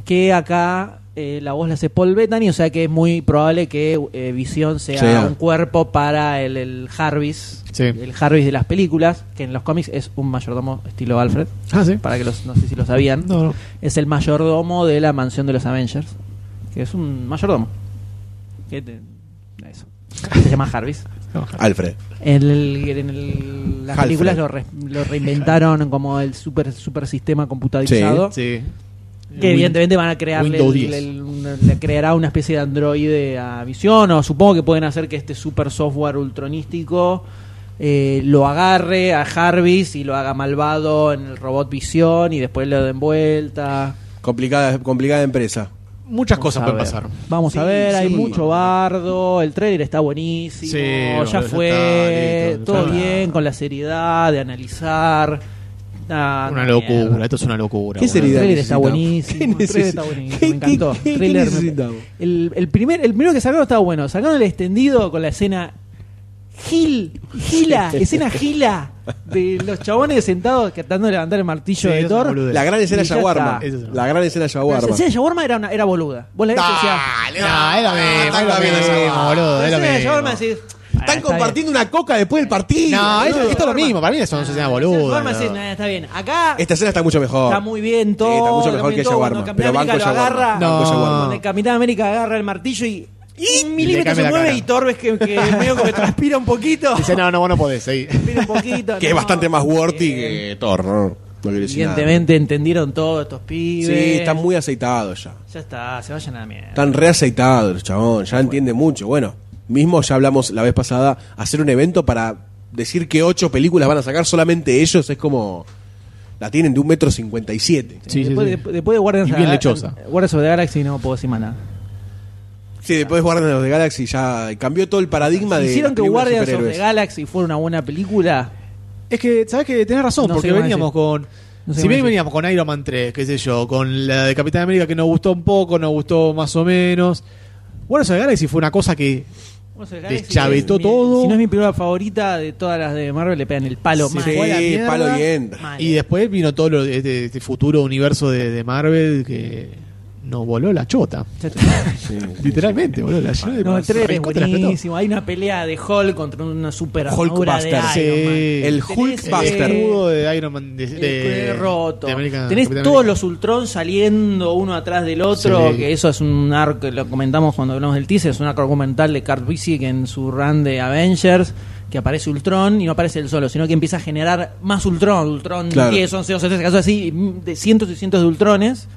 E: que acá eh, la voz la hace Paul Bettany, o sea que es muy probable que eh, Visión sea
B: Sea.
E: un cuerpo para el, el Jarvis,
D: Sí.
E: el Jarvis de las películas, que en los cómics es un mayordomo estilo Alfred,
D: Ah, sí.
E: para que los, no sé si lo sabían,
D: No, no.
E: es el mayordomo de la mansión de los Avengers, que es un mayordomo, que te- eso. se llama Jarvis.
D: Ah,
B: Alfred.
E: En, el- en el- las
B: Halfred.
E: películas lo, re- lo reinventaron como el super, super sistema computarizado.
D: Sí.
E: Que
D: Win-
E: evidentemente van a crearle
D: Windows
E: el-
D: 10.
E: el- una- le creará una especie de androide a Visión, o supongo que pueden hacer que este super software ultronístico eh, lo agarre a Jarvis y lo haga malvado en el robot Visión y después le den vuelta.
B: Complicada, complicada empresa.
D: Muchas cosas
E: Vamos
D: pueden
E: a
D: pasar.
E: ver. Vamos a
B: Sí,
E: ver, hay
B: sí.
E: mucho bardo, el trailer está buenísimo,
D: Sí,
E: ya
D: boludo, ya
E: fue,
D: está, listo,
E: todo
D: está.
E: bien, con la seriedad de analizar. Ah,
D: Una
E: mierda.
D: locura. Esto es una locura.
B: ¿Qué
D: boludo.
E: El
B: seriedad?
E: trailer está
B: necesitamos?
E: buenísimo.
B: ¿Qué
E: El trailer está
B: necesi-
E: buenísimo.
B: qué-
E: Me encantó.
B: qué- qué- qué
E: Trailer me-
B: necesitamos?
E: el, el primer, el primero que sacaron estaba bueno. Sacaron el extendido con la escena Gil, Gila, escena Gila de los chabones sentados que tratando de levantar el martillo
D: Sí,
E: de
D: eso es
E: Thor.
D: boludez.
B: La gran escena
E: Y ya
B: Yaguarma.
E: está.
D: Eso es.
B: La gran escena
E: Pero La
B: Yaguarma.
E: escena de Shawarma era, una- era boluda. Vos la ves y decías.
D: Dale, no, es lo mismo, es lo
B: está bien esa
D: mismo,
B: barra.
D: Ah, boludo,
E: La
D: es lo
E: escena de Shawarma
D: mismo.
E: decís. "Ah,
B: Están
E: está bien".
B: compartiendo una coca después del partido.
D: No, eso-
B: boludo.
D: esto es lo mismo, para mí son
E: Ah,
D: dos
E: la
D: escenas
E: escena de Shawarma
D: boludas.
E: decís, "Nah, está bien. Acá
D: Este
B: Esta escena está mucho mejor.
E: Está muy bien todo.
B: Sí, está mucho
E: está
B: mejor
E: muy
B: que
E: todo.
B: Shawarma.
E: Cuando el
B: Pero
E: Capitán
B: banco
E: América lo
B: Shawarma.
E: agarra,
D: No.
B: Banco Yaguarma.
E: cuando el Capitán América agarra el martillo y, y un milímetro
D: cambia
E: se
D: la
E: mueve
D: cara.
E: y Thor ves que, que medio como que transpira un poquito.
D: Dice, no, no, vos no podés, seguí.
E: Transpira un poquito.
B: Que es
E: no.
B: bastante más worthy
E: Eh,
B: que Thor, ¿no? No quiero decir nada.
E: Evidentemente entendieron todos estos pibes.
B: Sí, están muy aceitados ya.
E: Ya está, se vayan a la mierda.
B: Están reaceitados los chabón, ya entiende mucho. Bueno, mismo ya hablamos la vez pasada, hacer un evento para decir que ocho películas van a sacar solamente ellos es como. La tienen de un metro cincuenta y siete.
D: Sí, sí,
E: después,
D: sí.
E: de- después de Guardians,
D: Y
E: of
D: bien
E: the-
D: lechosa.
E: Guardians of the Galaxy no puedo decir más nada.
B: Sí, después Guardians of the Galaxy ya cambió todo el paradigma de.
E: Hicieron
B: las
E: que
B: películas de
E: Guardians of the
B: superhéroes.
E: Galaxy fuera una buena película.
D: Es que, ¿sabes que Tenés razón,
E: No sé
D: porque
E: qué más
D: veníamos con.
E: No sé
D: si
E: qué más
D: bien
E: decir.
D: veníamos con Iron Man 3, qué sé yo, con la de Capitán América que nos gustó un poco, nos gustó más o menos. Bueno, of the Galaxy fue una cosa que
E: Bueno, se
D: Deschavetó
E: mi-
D: todo.
E: Si no es mi película favorita de todas las de Marvel, le pegan el palo
B: Sí,
E: mal.
B: sí,
E: Fue a la mierda,
B: palo y entra.
E: mal.
D: Y después vino todo lo- este, este futuro universo de, de Marvel que nos voló la chota. Literalmente, voló la chota.
E: No, el trailer es
D: Recontra explotó.
E: buenísimo. Hay una pelea de Hulk contra una super armadura de
B: Hulkbuster.
E: Iron Man.
D: Sí.
B: El
E: Tenés,
B: Hulkbuster.
E: eh,
D: escudo de Iron Man de,
E: el
D: de-
E: cuello roto.
D: de América-
E: Tenés
D: Capitán
E: todos
D: América.
E: los Ultron saliendo uno atrás del otro,
D: Sí.
E: que eso es un arco, lo comentamos cuando hablamos del teaser, es un arco argumental de Kurt Busiek en su run de Avengers, que aparece Ultron y no aparece él solo, sino que empieza a generar más Ultron, Ultron
B: Claro.
E: 10, 11, 12, 13, casos así, mm, de cientos y cientos de Ultrones.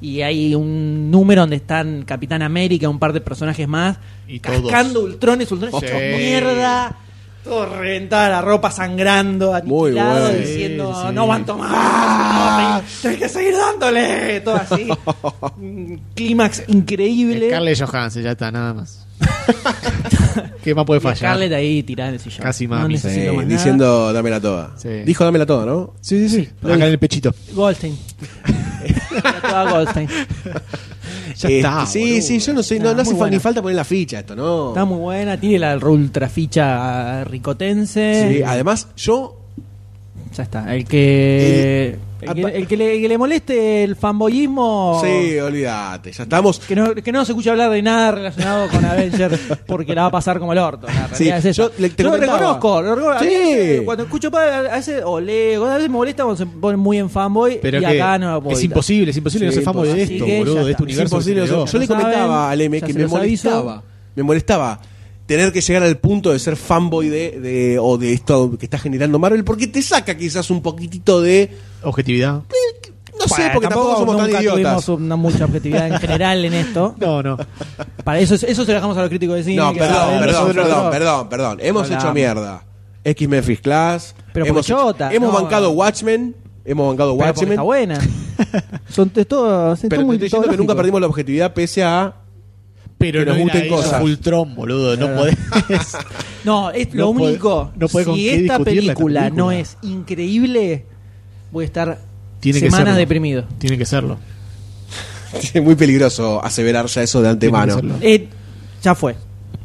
E: Y hay un número donde están Capitán América, un par de personajes más,
D: Y todos.
E: cascando Ultrones, Ultrones,
D: Sí.
E: hechos mierda. Todo reventada la ropa, sangrando,
B: Muy
E: aniquilado,
B: bueno.
E: diciendo,
D: Sí, sí.
E: no aguanto más, tenés que seguir dándole, todo así. Un Clímax increíble.
D: Scarlett Johansson, ya está, nada más. ¿Qué más puede
E: Y
D: fallar?
E: Scarlett ahí tirada en el sillón.
D: Casi mami.
B: Sí,
E: necesito más nada.
B: diciendo dámela toda.
D: Sí.
B: Dijo dámela toda, ¿no?
D: Sí, sí, sí. Acá en el pechito.
E: Goldstein. Era toda Goldstein.
D: Ya
B: Este,
D: está.
B: Sí,
D: boludo.
B: sí, yo no sé, no,
E: Nah,
B: no hace
E: muy
B: fa- ni
E: buena.
B: falta poner la ficha esto, ¿no?
E: Está muy buena, tiene la ultraficha ricotense.
B: Sí, además, yo
E: Ya está. El que.
B: El-
E: El, que, el que le, que le moleste el fanboyismo.
B: Sí, olvídate, ya estamos.
E: Que no, que no se escuche hablar de nada relacionado con Avengers porque la va a pasar como el orto. La realidad
B: Sí,
E: es esa.
B: yo le- te
E: Yo lo
B: comentaba.
E: reconozco. lo reconozco.
B: Sí.
E: A veces, cuando escucho pa- a veces o leo, a veces me molesta cuando se ponen muy en fanboy
D: Pero
E: y
D: que
E: acá no lo puedo
D: es
E: evitar.
D: imposible, es imposible
B: Sí,
D: no ser famo de
E: imposible.
D: esto,
E: Así que ya
D: boludo, de este
E: está.
B: Es
D: universo. que
B: imposible,
D: se
B: yo,
D: creó.
B: yo le
E: Ya
B: comentaba
E: saben,
B: al M
E: ya
B: que
E: se
B: me
E: los aviso.
B: molestaba. Me molestaba tener que llegar al punto de ser fanboy de, de- o de esto que está generando Marvel, porque te saca quizás un poquitito de.
D: Objetividad.
B: No sé,
E: Bueno,
B: porque tampoco, somos tan
E: nunca
B: idiotas.
E: tuvimos una mucha objetividad en general en esto.
D: No, no.
E: Para eso, eso se lo dejamos a los críticos de cine.
B: No,
E: que
B: perdón,
E: saben,
B: perdón,
E: nosotros
B: perdón,
E: no.
B: perdón, perdón. Hemos
E: Hola.
B: hecho mierda. X Men First Class.
E: Pero
B: hemos,
E: porque chota,
B: hemos
E: no.
B: bancado Watchmen. Hemos bancado
E: Pero porque
B: Watchmen.
E: está buena. Son es todo, es
B: Pero
E: todo
B: te
E: muy
B: estoy diciendo que
E: gráfico.
B: nunca perdimos la objetividad pese a.
D: Pero
B: Que
D: no
B: nos
D: era
B: gusten
D: eso,
B: cosas.
D: Ultron, boludo, no
E: Claro.
D: podés.
E: No, es
D: No
E: lo
D: puede-
E: único.
D: no puede con
E: si
D: qué
E: esta
D: discutir la
E: película, no
D: película.
E: es increíble, voy a estar
D: Tiene que
E: semanas
D: serlo.
E: deprimido.
D: Tiene que serlo.
B: Es muy peligroso aseverar ya eso de antemano.
D: Tiene que serlo.
E: Eh, ya fue.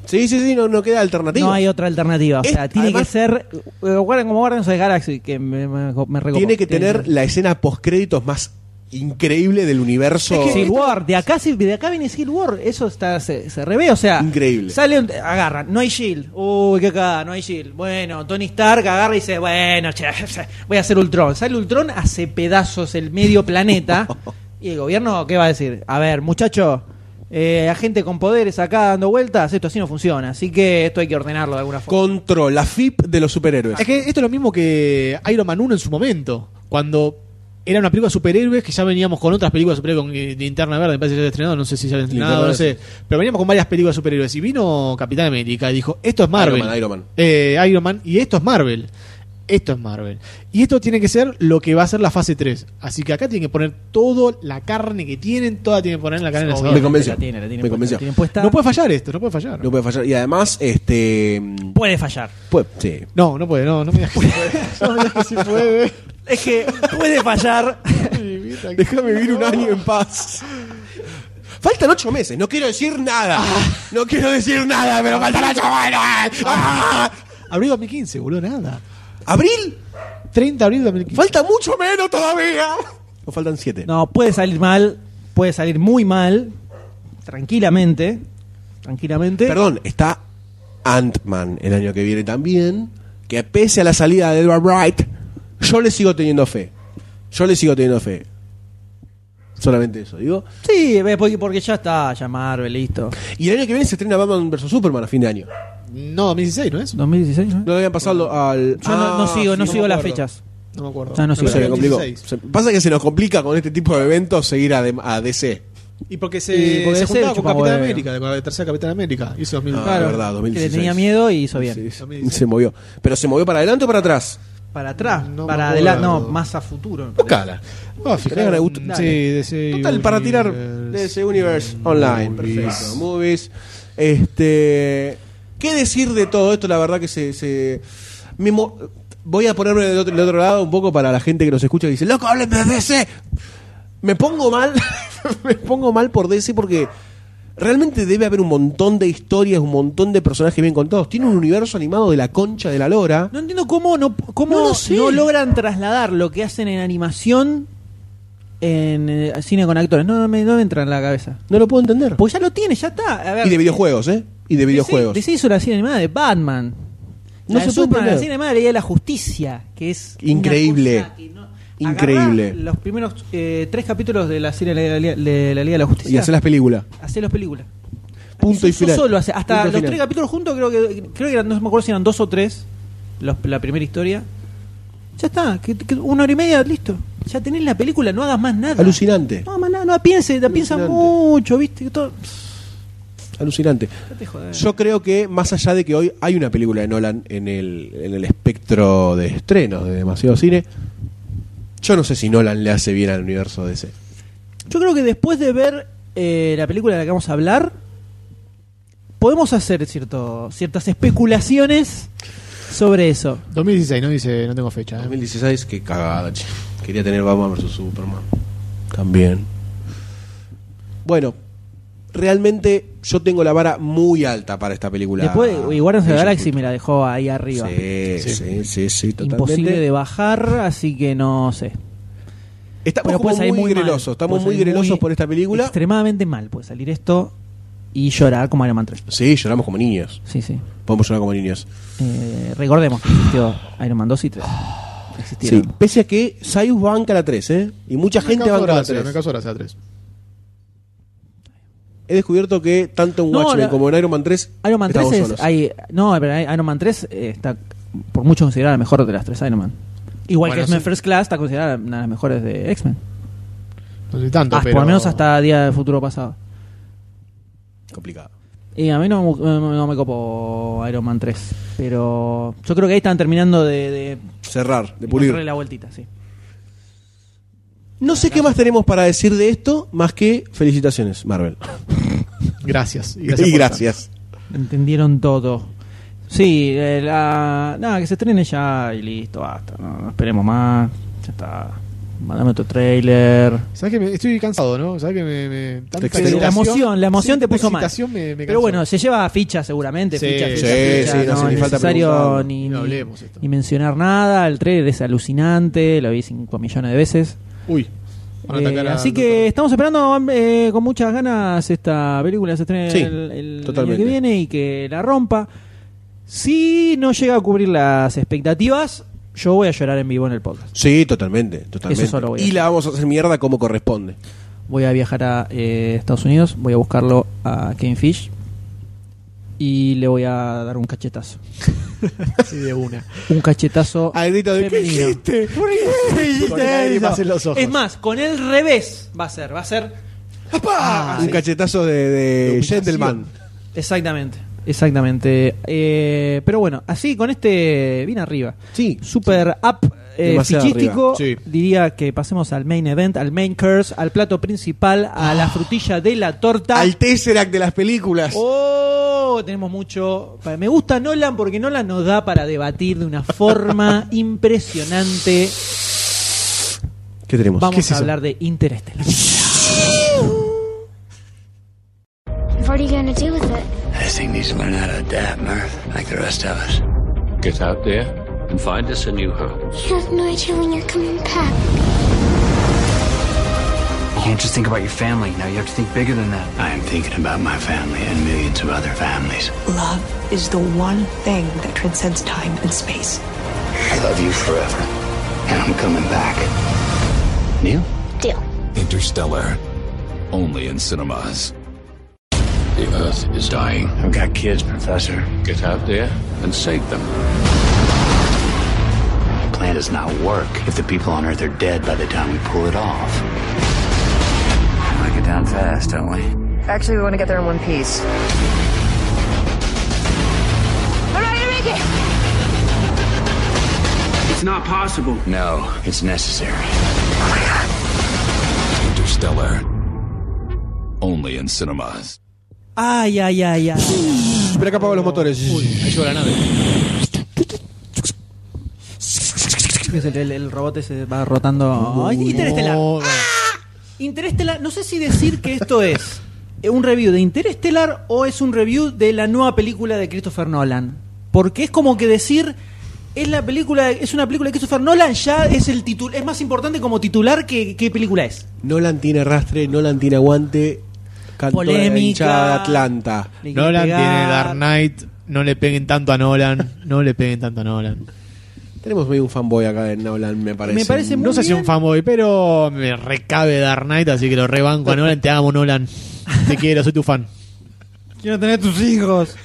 B: Sí, sí, sí, no, no queda alternativa.
E: No hay otra alternativa. O sea,
B: Es-
E: tiene
B: además-
E: que ser. eh, Guardian como Guardians of the Galaxy, que me, me, me recopo.
B: Tiene que tener la escena postcréditos más increíble del universo.
E: Civil War, de acá, se- de acá viene Civil War, eso está, se, se revé, o sea.
B: Increíble.
E: Sale, un- agarra, no hay Shield. Uy, qué acá, no hay Shield. Bueno, Tony Stark agarra y dice, bueno, che, voy a hacer Ultron. Sale Ultron, hace pedazos el medio planeta. y el gobierno, ¿qué va a decir? A ver, muchacho, eh, gente con poderes acá dando vueltas, esto así no funciona. Así que esto hay que ordenarlo de alguna forma.
B: Control, la FIP de los superhéroes.
D: Es que esto es lo mismo que Iron Man 1 en su momento, cuando era una película de superhéroes que ya veníamos con otras películas de superhéroes, con eh, Linterna Verde, me parece que ya había estrenado, no sé si ya había estrenado,
B: Linterna
D: no sé. Pero veníamos con varias películas de superhéroes y vino Capitán América y dijo, esto es Marvel.
B: Iron Man, Iron Man.
D: Eh, Iron Man, y esto es Marvel. Esto es Marvel. Y esto tiene que ser lo que va a ser la fase 3. Así que acá tienen que poner toda la carne que tienen, toda tienen que poner en la carne en el
B: Me
D: asador.
B: convenció.
E: La tiene, la tiene
B: Me
E: puesta,
B: convenció.
E: la tiene puesta.
D: No puede fallar esto, no puede fallar.
B: No puede fallar. Y además, este.
E: puede fallar.
B: Pues, sí.
D: No, no puede, no, no me digas que sí puede. No me digas que sí puede.
E: Es que puede fallar.
B: Déjame vivir un año en paz. Faltan ocho meses, no quiero decir nada. No quiero decir nada, pero faltan ocho meses. ¡Ah!
D: Abril 2015, boludo, nada.
B: ¿Abril?
D: 30 de abril de 2015.
B: Falta mucho menos todavía. Nos faltan siete.
E: No, puede salir mal, puede salir muy mal, tranquilamente, tranquilamente.
B: Perdón, está Ant-Man el año que viene también. Que pese a la salida de Edward Wright, yo le sigo teniendo fe. Yo le sigo teniendo fe. Solamente eso, digo.
E: Sí, ve, porque, porque ya está, ya Marvel, listo.
B: Y el año que viene se estrena Batman vs Superman a fin de año.
D: No, 2016, ¿no es? No,
E: 2016, ¿no?
B: No le habían pasado al.
E: Yo no, no
B: Ah,
E: sigo, no
D: sí, no
E: sigo
D: me
E: las
D: acuerdo.
E: fechas.
D: me acuerdo.
E: Ah, no, sí,
D: Me
B: sí, se me
D: parece que
B: complicó.
D: 16.
B: Se- pasa que se nos complica con este tipo de eventos seguir a, de- a DC.
D: Y porque se,
E: Y porque se
D: se juntaba con
E: chupa
D: Capitán
E: huevo.
D: América, con la tercera Capitán América. Hizo 2000.
B: Ah,
D: Claro.
B: es verdad,
E: que
B: 2016.
E: le tenía miedo y hizo bien.
B: Sí, sí,
D: 2016.
B: se movió. Pero se movió para adelante o para atrás.
E: Para atrás,
D: No me
E: para
D: acuerdo.
E: adelante, no, más a futuro. me parece.
B: Búscala.
D: Ah,
B: Tenés ganas de gust-
D: mm,
B: dale.
D: Sí, de ese
B: Total, para tirar
D: universe.
B: DC Universe Online. Perfecto. Movies. Este. ¿Qué decir de todo esto? La verdad que se. se- me mo- voy a ponerme del otro, del otro lado un poco para la gente que nos escucha y dice: ¡Loco, hablen de DC! Me pongo mal. me pongo mal por DC porque Realmente debe haber un montón de historias, un montón de personajes bien contados. Tiene un universo animado de la concha de la lora.
E: No entiendo cómo no, cómo
B: No
E: no,
B: lo sé.
E: logran trasladar lo que hacen en animación en eh, cine con actores. No, no me, no me entra en la cabeza.
B: No lo puedo entender.
E: Pues ya lo tiene, ya está. A ver,
B: Y de videojuegos, ¿eh? Y de videojuegos.
E: DC hizo la cine animada de Batman.
B: No
E: la de
B: se puede
E: Superman, la
B: entender.
E: cine animada de la Liga de la Justicia, que es una
B: Increíble.
E: cosa que no-
B: Increíble.
E: Agarrá Los primeros eh, tres capítulos de la serie de la, de la Liga de la Justicia.
B: Y hacer las películas.
E: Hacé los películas.
B: Punto
E: Eso-
B: y final.
E: eso solo hace.
B: Punto
E: Hasta
B: y
E: los
B: final.
E: tres capítulos juntos, creo que, creo que eran, no me acuerdo si eran dos o tres. los- la primera historia. Ya está, que, que una hora y media, listo. Ya tenés la película, no hagas más nada.
B: Alucinante.
E: No, más nada, no pienses, la piensa
B: Alucinante.
E: mucho, ¿viste? Que todo- Ah.
B: Alucinante.
E: Ya te jodés.
B: Yo creo que más allá de que hoy hay una película de Nolan en el, en el espectro de estrenos de demasiado cine, yo no sé si Nolan le hace bien al universo de ese.
E: Yo creo que después de ver eh, la película de la que vamos a hablar, podemos hacer cierto, ciertas especulaciones sobre eso.
D: 2016, no dice, no tengo fecha. ¿eh?
B: 2016, qué cagada, che. Quería tener Batman vs Superman. También. Bueno, realmente yo tengo la vara muy alta para esta película.
E: Después, y Guardians of the
B: Age
E: Galaxy me
B: Ultron.
E: la dejó ahí arriba.
B: Sí, sí, sí, sí, totalmente.
E: Imposible de bajar, así que no sé.
B: Estamos
E: Pero
B: como
E: puede salir
B: muy,
E: mal.
B: grelosos, estamos
E: Puede
B: muy
E: salir
B: grelosos por esta película.
E: Extremadamente mal puede salir esto y llorar como Iron Man 3.
B: Sí, lloramos como niños.
E: Sí, sí.
B: Podemos llorar como niños.
E: Eh, recordemos que existió Iron Man 2 y 3. Existieron.
B: Sí, pese a que Sayus banca la 3, ¿eh? Y mucha gente
D: me causó
B: banca la
D: gracia, me
B: 3.
D: causó gracia la 3.
B: He descubierto que tanto en
E: No,
B: Watchmen
E: la-
B: como en Iron Man 3
E: Iron Man 3
B: estamos
E: es,
B: solos.
E: hay- no, pero hay- Iron Man 3 eh, está por mucho considerada la mejor de las tres Iron Man. Igual
D: Bueno,
E: que X-Men
D: sí.
E: First Class está considerada una de las mejores de X-Men.
D: No sé tanto,
E: Ah,
D: pero.
E: Por lo menos hasta Día del Futuro Pasado.
B: Complicado.
E: Y a mí no, me- no, me copo Iron Man 3. Pero yo creo que ahí están terminando de, de,
B: Cerrar, de
E: encontrarle
B: pulir.
E: la vueltita, sí.
B: No sé qué más tenemos para decir de esto más que felicitaciones, Marvel.
D: Gracias. Y
B: Y
D: gracias. por
B: gracias.
E: Entendieron todo. Sí, eh, la- nada, que se estrene ya y listo, basta. No, no esperemos más. Ya está. Mandame otro trailer.
D: tanto. ¿Sabes que me, estoy cansado, ¿no? ¿Sabes que me. me tanta
B: Te excediste.
D: excitación-
E: La emoción, la emoción
D: sí,
E: te puso
D: tanta
E: mal.
D: excitación me- me
E: Pero
D: cansó.
E: bueno, se lleva ficha seguramente.
D: Sí,
E: ficha,
D: sí,
E: ficha,
D: sí,
E: ficha,
D: sí, no
E: no,
D: hace
E: es
D: ni
B: falta
E: necesario
B: preguntarlo.
E: ni,
D: Ni lo
E: ni-
D: hablemos esto.
E: ni mencionar nada. El trailer es alucinante, lo vi 5 millones de veces.
D: Uy. van a
E: Eh,
D: atacar a-
E: así que estamos esperando eh, con muchas ganas esta película se estrene
B: Sí,
E: el, el año
B: totalmente.
E: que viene y que la rompa. Si no llega a cubrir las expectativas, yo voy a llorar en vivo en el podcast.
B: Sí, totalmente, totalmente.
E: Eso solo voy a
B: y
E: decir.
B: la vamos a hacer mierda como corresponde.
E: Voy a viajar a eh, Estados Unidos, voy a buscarlo a Ken Fish y le voy a dar un cachetazo.
D: Sí, de una.
E: Un cachetazo.
B: Al grito de ¿qué
E: Femenino.
B: hiciste?
D: Con lágrimas en los ojos.
E: Es más, con el revés va a ser, va a ser
B: ¡Apá! Un cachetazo de, de gentleman.
E: exactamente, exactamente. Eh, pero bueno, así con este bien arriba.
B: Sí.
E: super up eh,
B: Demasiado
E: fichístico.
D: arriba. Sí.
E: Diría que pasemos al main event, al main curse, al plato principal, a la frutilla de la torta.
B: Al Tesseract de las películas.
E: Oh, tenemos mucho. pa- Me gusta Nolan porque Nolan nos da para debatir de una forma impresionante.
B: ¿Qué tenemos?
E: Vamos
B: ¿Qué
E: a hablar de Interestelar.
K: What are you going to do with it?
L: This thing needs to learn how to adapt, Murph, like the rest of us.
M: Get out there and find us a new home.
K: You have no idea when you're coming back.
N: You can't just think about your family. Now you have to think bigger than that.
L: I am thinking about my family and millions of other families.
O: Love is the one thing that transcends time and space.
L: I love you forever, and I'm coming back. Neil?
K: Deal.
M: Interstellar. Only in cinemas. The Earth is dying.
L: I've got kids, Professor.
M: Get out there and save them.
L: The plan does not work if the people on Earth are dead by the time we pull it off. Lock it down fast, don't we?
O: Actually, we want to get there in one piece.
L: No, it's necessary.
M: Interstellar. Only in cinemas.
E: Ay, ay, ay, ay.
B: Espera que apago los motores.
D: Ahí llegó la nave.
E: Es el, el- el robot ese va rotando. Ay, Interestelar. Ah,
D: No, no.
E: Interestelar, no sé si decir que esto es eh, un review de Interestelar o es un review de la nueva película de Christopher Nolan. Porque es como que decir es la película es una película de Christopher Nolan ya es el titul- es más importante como titular que qué película es.
B: Nolan tiene rastre, Nolan tiene aguante. Cantó la
E: Polémica.
B: hinchada de Atlanta.
E: Le quiere
D: Nolan
E: pegar.
D: tiene Dark Knight. No le peguen tanto a Nolan. No le peguen tanto a Nolan.
B: Tenemos medio un fanboy acá de Nolan, me parece.
E: Me parece muy
D: No sé si
E: bien.
D: un fanboy, pero me recabe Dark Knight, así que lo rebanco a Nolan. Te amo, Nolan. Te quiero, soy tu fan.
E: Quiero tener tus hijos.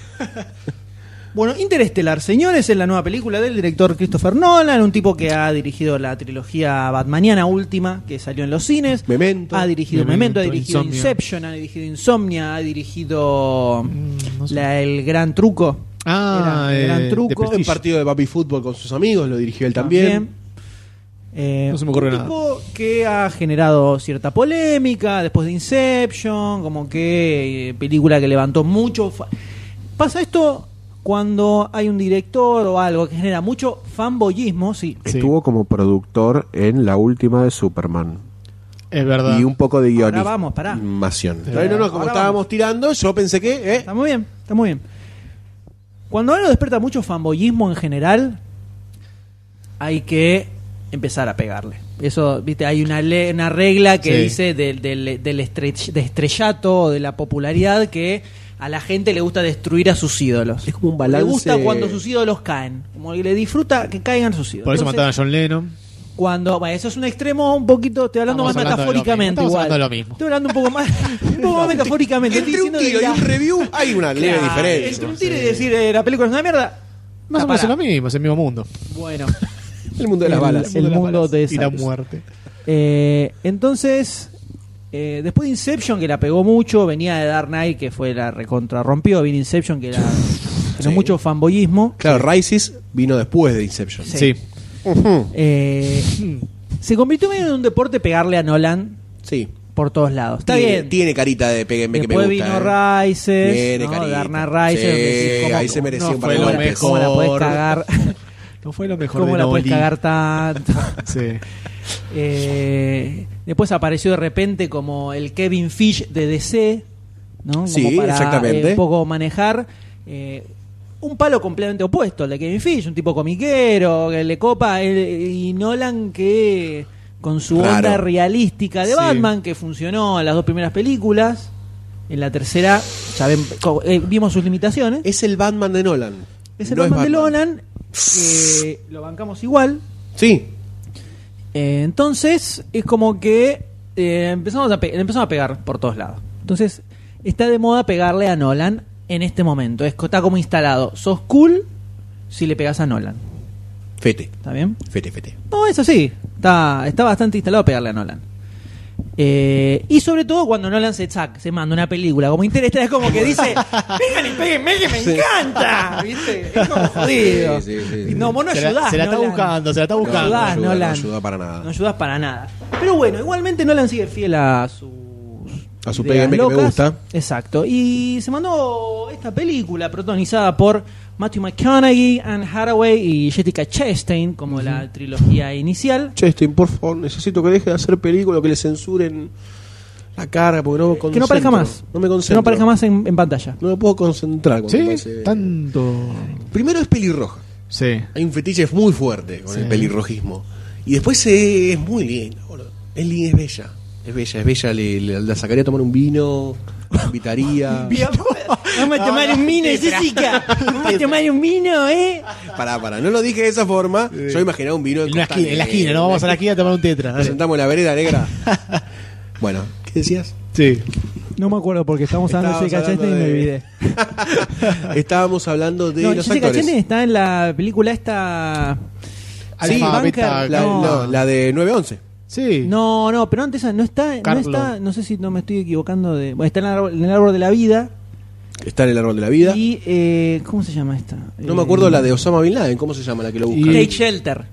E: Bueno, Interestelar, señores, es la nueva película del director Christopher Nolan, un tipo que ha dirigido la trilogía Batmaniana última, que salió en los cines.
B: Memento.
E: Ha dirigido Memento,
D: Memento,
E: ha dirigido
D: Insomnia.
E: Inception, ha dirigido Insomnia, ha dirigido
D: Mm, no sé.
E: la- El Gran Truco.
D: Ah,
E: Era- eran
D: eh,
E: trucos.
D: de
B: Un
D: Prestige.
B: partido de papi fútbol con sus amigos, lo dirigió él también.
E: Eh,
D: No se me ocurre
E: un
D: nada.
E: tipo que ha generado cierta polémica después de Inception, como que eh, película que levantó mucho. fa- Pasa esto cuando hay un director o algo que genera mucho fanboyismo, sí.
D: Sí.
A: Estuvo como productor en la última de Superman.
D: Es verdad.
A: Y un poco de
E: Ahora
A: guionista.
E: vamos, pará.
B: Pero no, no, como
E: Ahora
B: estábamos tirando, yo pensé que. eh,
E: Está muy bien, está muy bien. Cuando algo despierta mucho fanboyismo en general, hay que empezar a pegarle. Eso, viste, hay una, le- una regla que
D: Sí.
E: dice del, del, del estre- de estrellato, de la popularidad, que a la gente le gusta destruir a sus ídolos.
B: Es como un balance.
E: Le gusta cuando sus ídolos caen. Como que le disfruta que caigan sus ídolos.
D: Por eso
E: Entonces,
D: mataron a John Lennon.
E: cuando bueno, eso es un extremo un poquito estoy hablando
D: Estamos
E: más
D: hablando de lo
E: metafóricamente
D: mismo,
E: igual
D: estamos hablando de lo mismo.
E: estoy hablando un poco más un poco más metafóricamente estoy
B: Entre un
E: diciendo de
B: tiro y
E: la-
B: un review hay una leve
E: Claro,
B: diferencia.
E: Entre un tiro y decir eh, la película es una mierda.
D: Más o menos es lo mismo, es el mismo mundo.
E: Bueno,
B: El mundo de las
E: El-
B: balas.
E: el mundo de
D: Y la
E: esas.
D: muerte.
E: eh, entonces, eh, después de Inception, que la pegó mucho, venía de Dark Knight, que fue la recontra rompió, vino Inception, que era generó
B: Sí.
E: mucho fanboyismo.
B: Claro, Rises vino después de Inception.
D: Sí.
E: Eh, se convirtió medio en un deporte pegarle a Nolan
B: Sí.
E: por todos lados. Está
B: tiene,
E: bien.
B: Tiene carita de péguenme que me
E: Después
B: gusta.
E: vino
B: eh.
E: Rises,
B: Tiene
E: ¿no?
B: carita.
E: Dark Knight Rises, donde decís,
B: Sí,
E: ¿cómo-
B: ahí se mereció
D: no
B: un
D: fue
B: par de
D: lo
E: ¿Cómo la,
B: golpes.
E: cómo la podés
D: mejor.
E: cagar?
D: No fue lo mejor
E: ¿Cómo
D: de
E: la podés
D: Noli.
E: cagar tanto?
D: Sí.
E: Eh, después apareció de repente como el Kevin Fish de DC, ¿no? Como
B: Sí, exactamente.
E: eh, un poco manejar eh, un palo completamente opuesto al de Kevin Fish, un tipo comiquero, que le copa, el- y Nolan que con su
B: Claro.
E: onda realística de
D: Sí.
E: Batman, que funcionó en las dos primeras películas, en la tercera ya ven- co- eh, vimos sus limitaciones.
B: Es el Batman de Nolan.
E: Es el
B: No
E: Batman de
B: Batman.
E: Nolan, que lo bancamos igual,
B: Sí.
E: eh, entonces, es como que eh, empezamos, a pe- empezamos a pegar por todos lados. Entonces, está de moda pegarle a Nolan en este momento. Es, co- está como instalado. Sos cool si le pegas a Nolan.
B: Fete,
E: ¿Está bien?
B: fete, fete.
E: No, eso sí. Está, está bastante instalado pegarle a Nolan. Eh, y sobre todo cuando Nolan se, sac- se manda una película como Interestelar, es como que dice: Vengan y péguenme que me encanta. ¿Viste? Es como jodido.
B: Sí, sí, sí,
E: Y No, vos no
D: se, la,
E: ayudás.
D: se la está
E: Nolan.
D: buscando, se la está buscando.
E: ayudás,
B: no, ayuda,
E: Nolan.
B: no ayuda para nada.
E: No ayudas para nada. Pero bueno, igualmente Nolan sigue fiel a sus.
B: A su
E: ideas
B: PGM que me
E: locas.
B: gusta.
E: Exacto. Y se mandó esta película protagonizada por Matthew McConaughey, Anne Hathaway y Jessica Chastain, como la trilogía inicial.
B: Chestin, por favor, necesito que deje de hacer películas que le censuren la cara porque no me concentro.
E: Que no aparezca más.
B: No me
E: Que
B: concentro.
E: no aparezca más en, en pantalla.
B: No me puedo concentrar. cuando
D: Sí,
B: pase.
D: tanto.
B: Primero es pelirroja.
D: Sí.
B: Hay un fetiche muy fuerte con
D: Sí.
B: el pelirrojismo. Y después eh, es muy linda, boludo. Es linda, es bella. Es bella, es bella. Le, le- la sacaría a tomar un vino, la invitaría.
E: Vamos a tomar un vino, Jessica. Vamos a tomar un vino, ¿eh?
B: Pará, pará. No lo dije de esa forma. Yo imaginaba un vino
D: En, una esquina, en la esquina, ¿no? Vamos a la esquina a tomar un tetra.
B: Nos
D: dale.
B: sentamos en la vereda negra. bueno, ¿qué decías?
D: Sí.
E: No me acuerdo porque estamos hablando de Jessica
B: Estábamos
E: Chastain y me
B: hablando de-
E: olvidé.
B: Estábamos hablando de
E: No,
B: los
E: Jessica
B: actores.
E: Chastain está en la película esta.
B: Sí,
D: Alfa,
E: Bunker,
D: beta,
B: La,
D: gamma.
B: no, la de 911.
D: Sí.
E: No, no, pero antes esa no está, no
D: Carlos.
E: está, no sé si no me estoy equivocando de, bueno, está en el, árbol, en el árbol de la vida
B: Está en el árbol de la vida.
E: y eh, ¿cómo se llama esta?
B: No
E: Eh,
B: me acuerdo la de Osama Bin Laden. ¿Cómo se llama la que lo busca?
E: Take Shelter.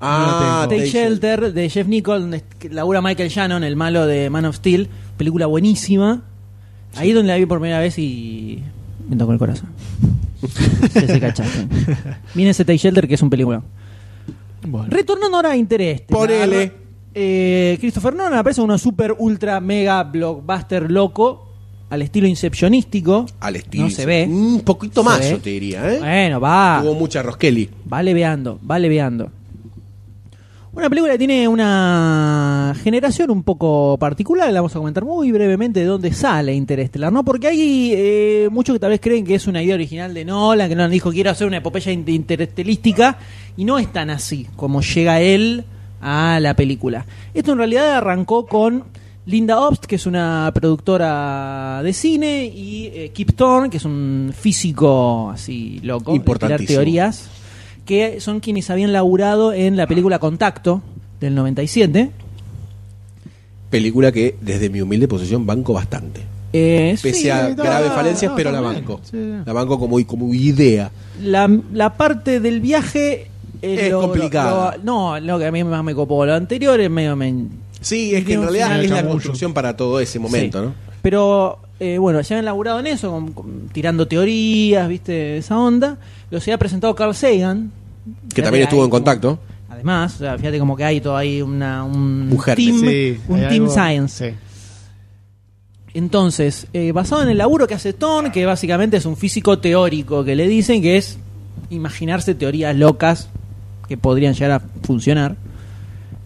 B: Ah,
E: Take, Shelter de Jeff Nichols, donde es- que labura Michael Shannon, el malo de Man of Steel, película buenísima. Ahí es donde la vi por primera vez y me tocó el corazón. Jessica Chastain. Miren ese Take Shelter que es un película.
D: Bueno.
E: Retornando ahora a interés.
B: Ponele.
E: eh, Christopher Nolan aparece en una super, ultra, mega blockbuster loco, al estilo incepcionístico.
B: Al estilo.
E: No se ve.
B: Un poquito
E: Se
B: más,
E: ve.
B: yo te diría, ¿eh?
E: Bueno, va.
B: Hubo mucha Roskelly.
E: Va leveando, va leveando. Una película que tiene una generación un poco particular, la vamos a comentar muy brevemente de dónde sale Interestelar, ¿no? Porque hay eh, muchos que tal vez creen que es una idea original de Nolan, que Nolan dijo quiero hacer una epopeya in- interestelística, y no es tan así como llega él a la película. Esto en realidad arrancó con Linda Obst, que es una productora de cine, y eh, Kip Thorne, que es un físico así loco, de tirar
B: Importantísimo.
E: teorías que son quienes habían laburado en la película Contacto del 97.
B: Película que, desde mi humilde posición, banco bastante.
E: Eh,
B: Pese
E: sí,
B: a
E: no,
B: graves
E: no,
B: falencias,
E: no,
B: pero la
E: también.
B: banco.
E: Sí.
B: La banco como, como idea.
E: La, la parte del viaje eh,
B: Es
E: lo- lo-
B: complicada.
E: lo- no, lo que a mí más me copó. Lo anterior es medio. me-
B: Sí, es que en
E: Dios,
B: realidad
E: sí.
B: es la construcción para todo ese momento,
E: Sí.
B: ¿no?
E: Pero eh, bueno, ya habían laburado en eso, con- con- tirando teorías, ¿viste? Esa onda. Los había presentado Carl Sagan.
B: Que también estuvo en contacto.
E: Además, o sea, fíjate como que hay todo ahí una, un,
B: Un germen.
E: team,
D: Sí,
E: un
D: hay
E: team
D: algo-
E: science. Entonces, eh, basado en el laburo que hace Thorne, que básicamente es un físico teórico, que le dicen que es imaginarse teorías locas que podrían llegar a funcionar.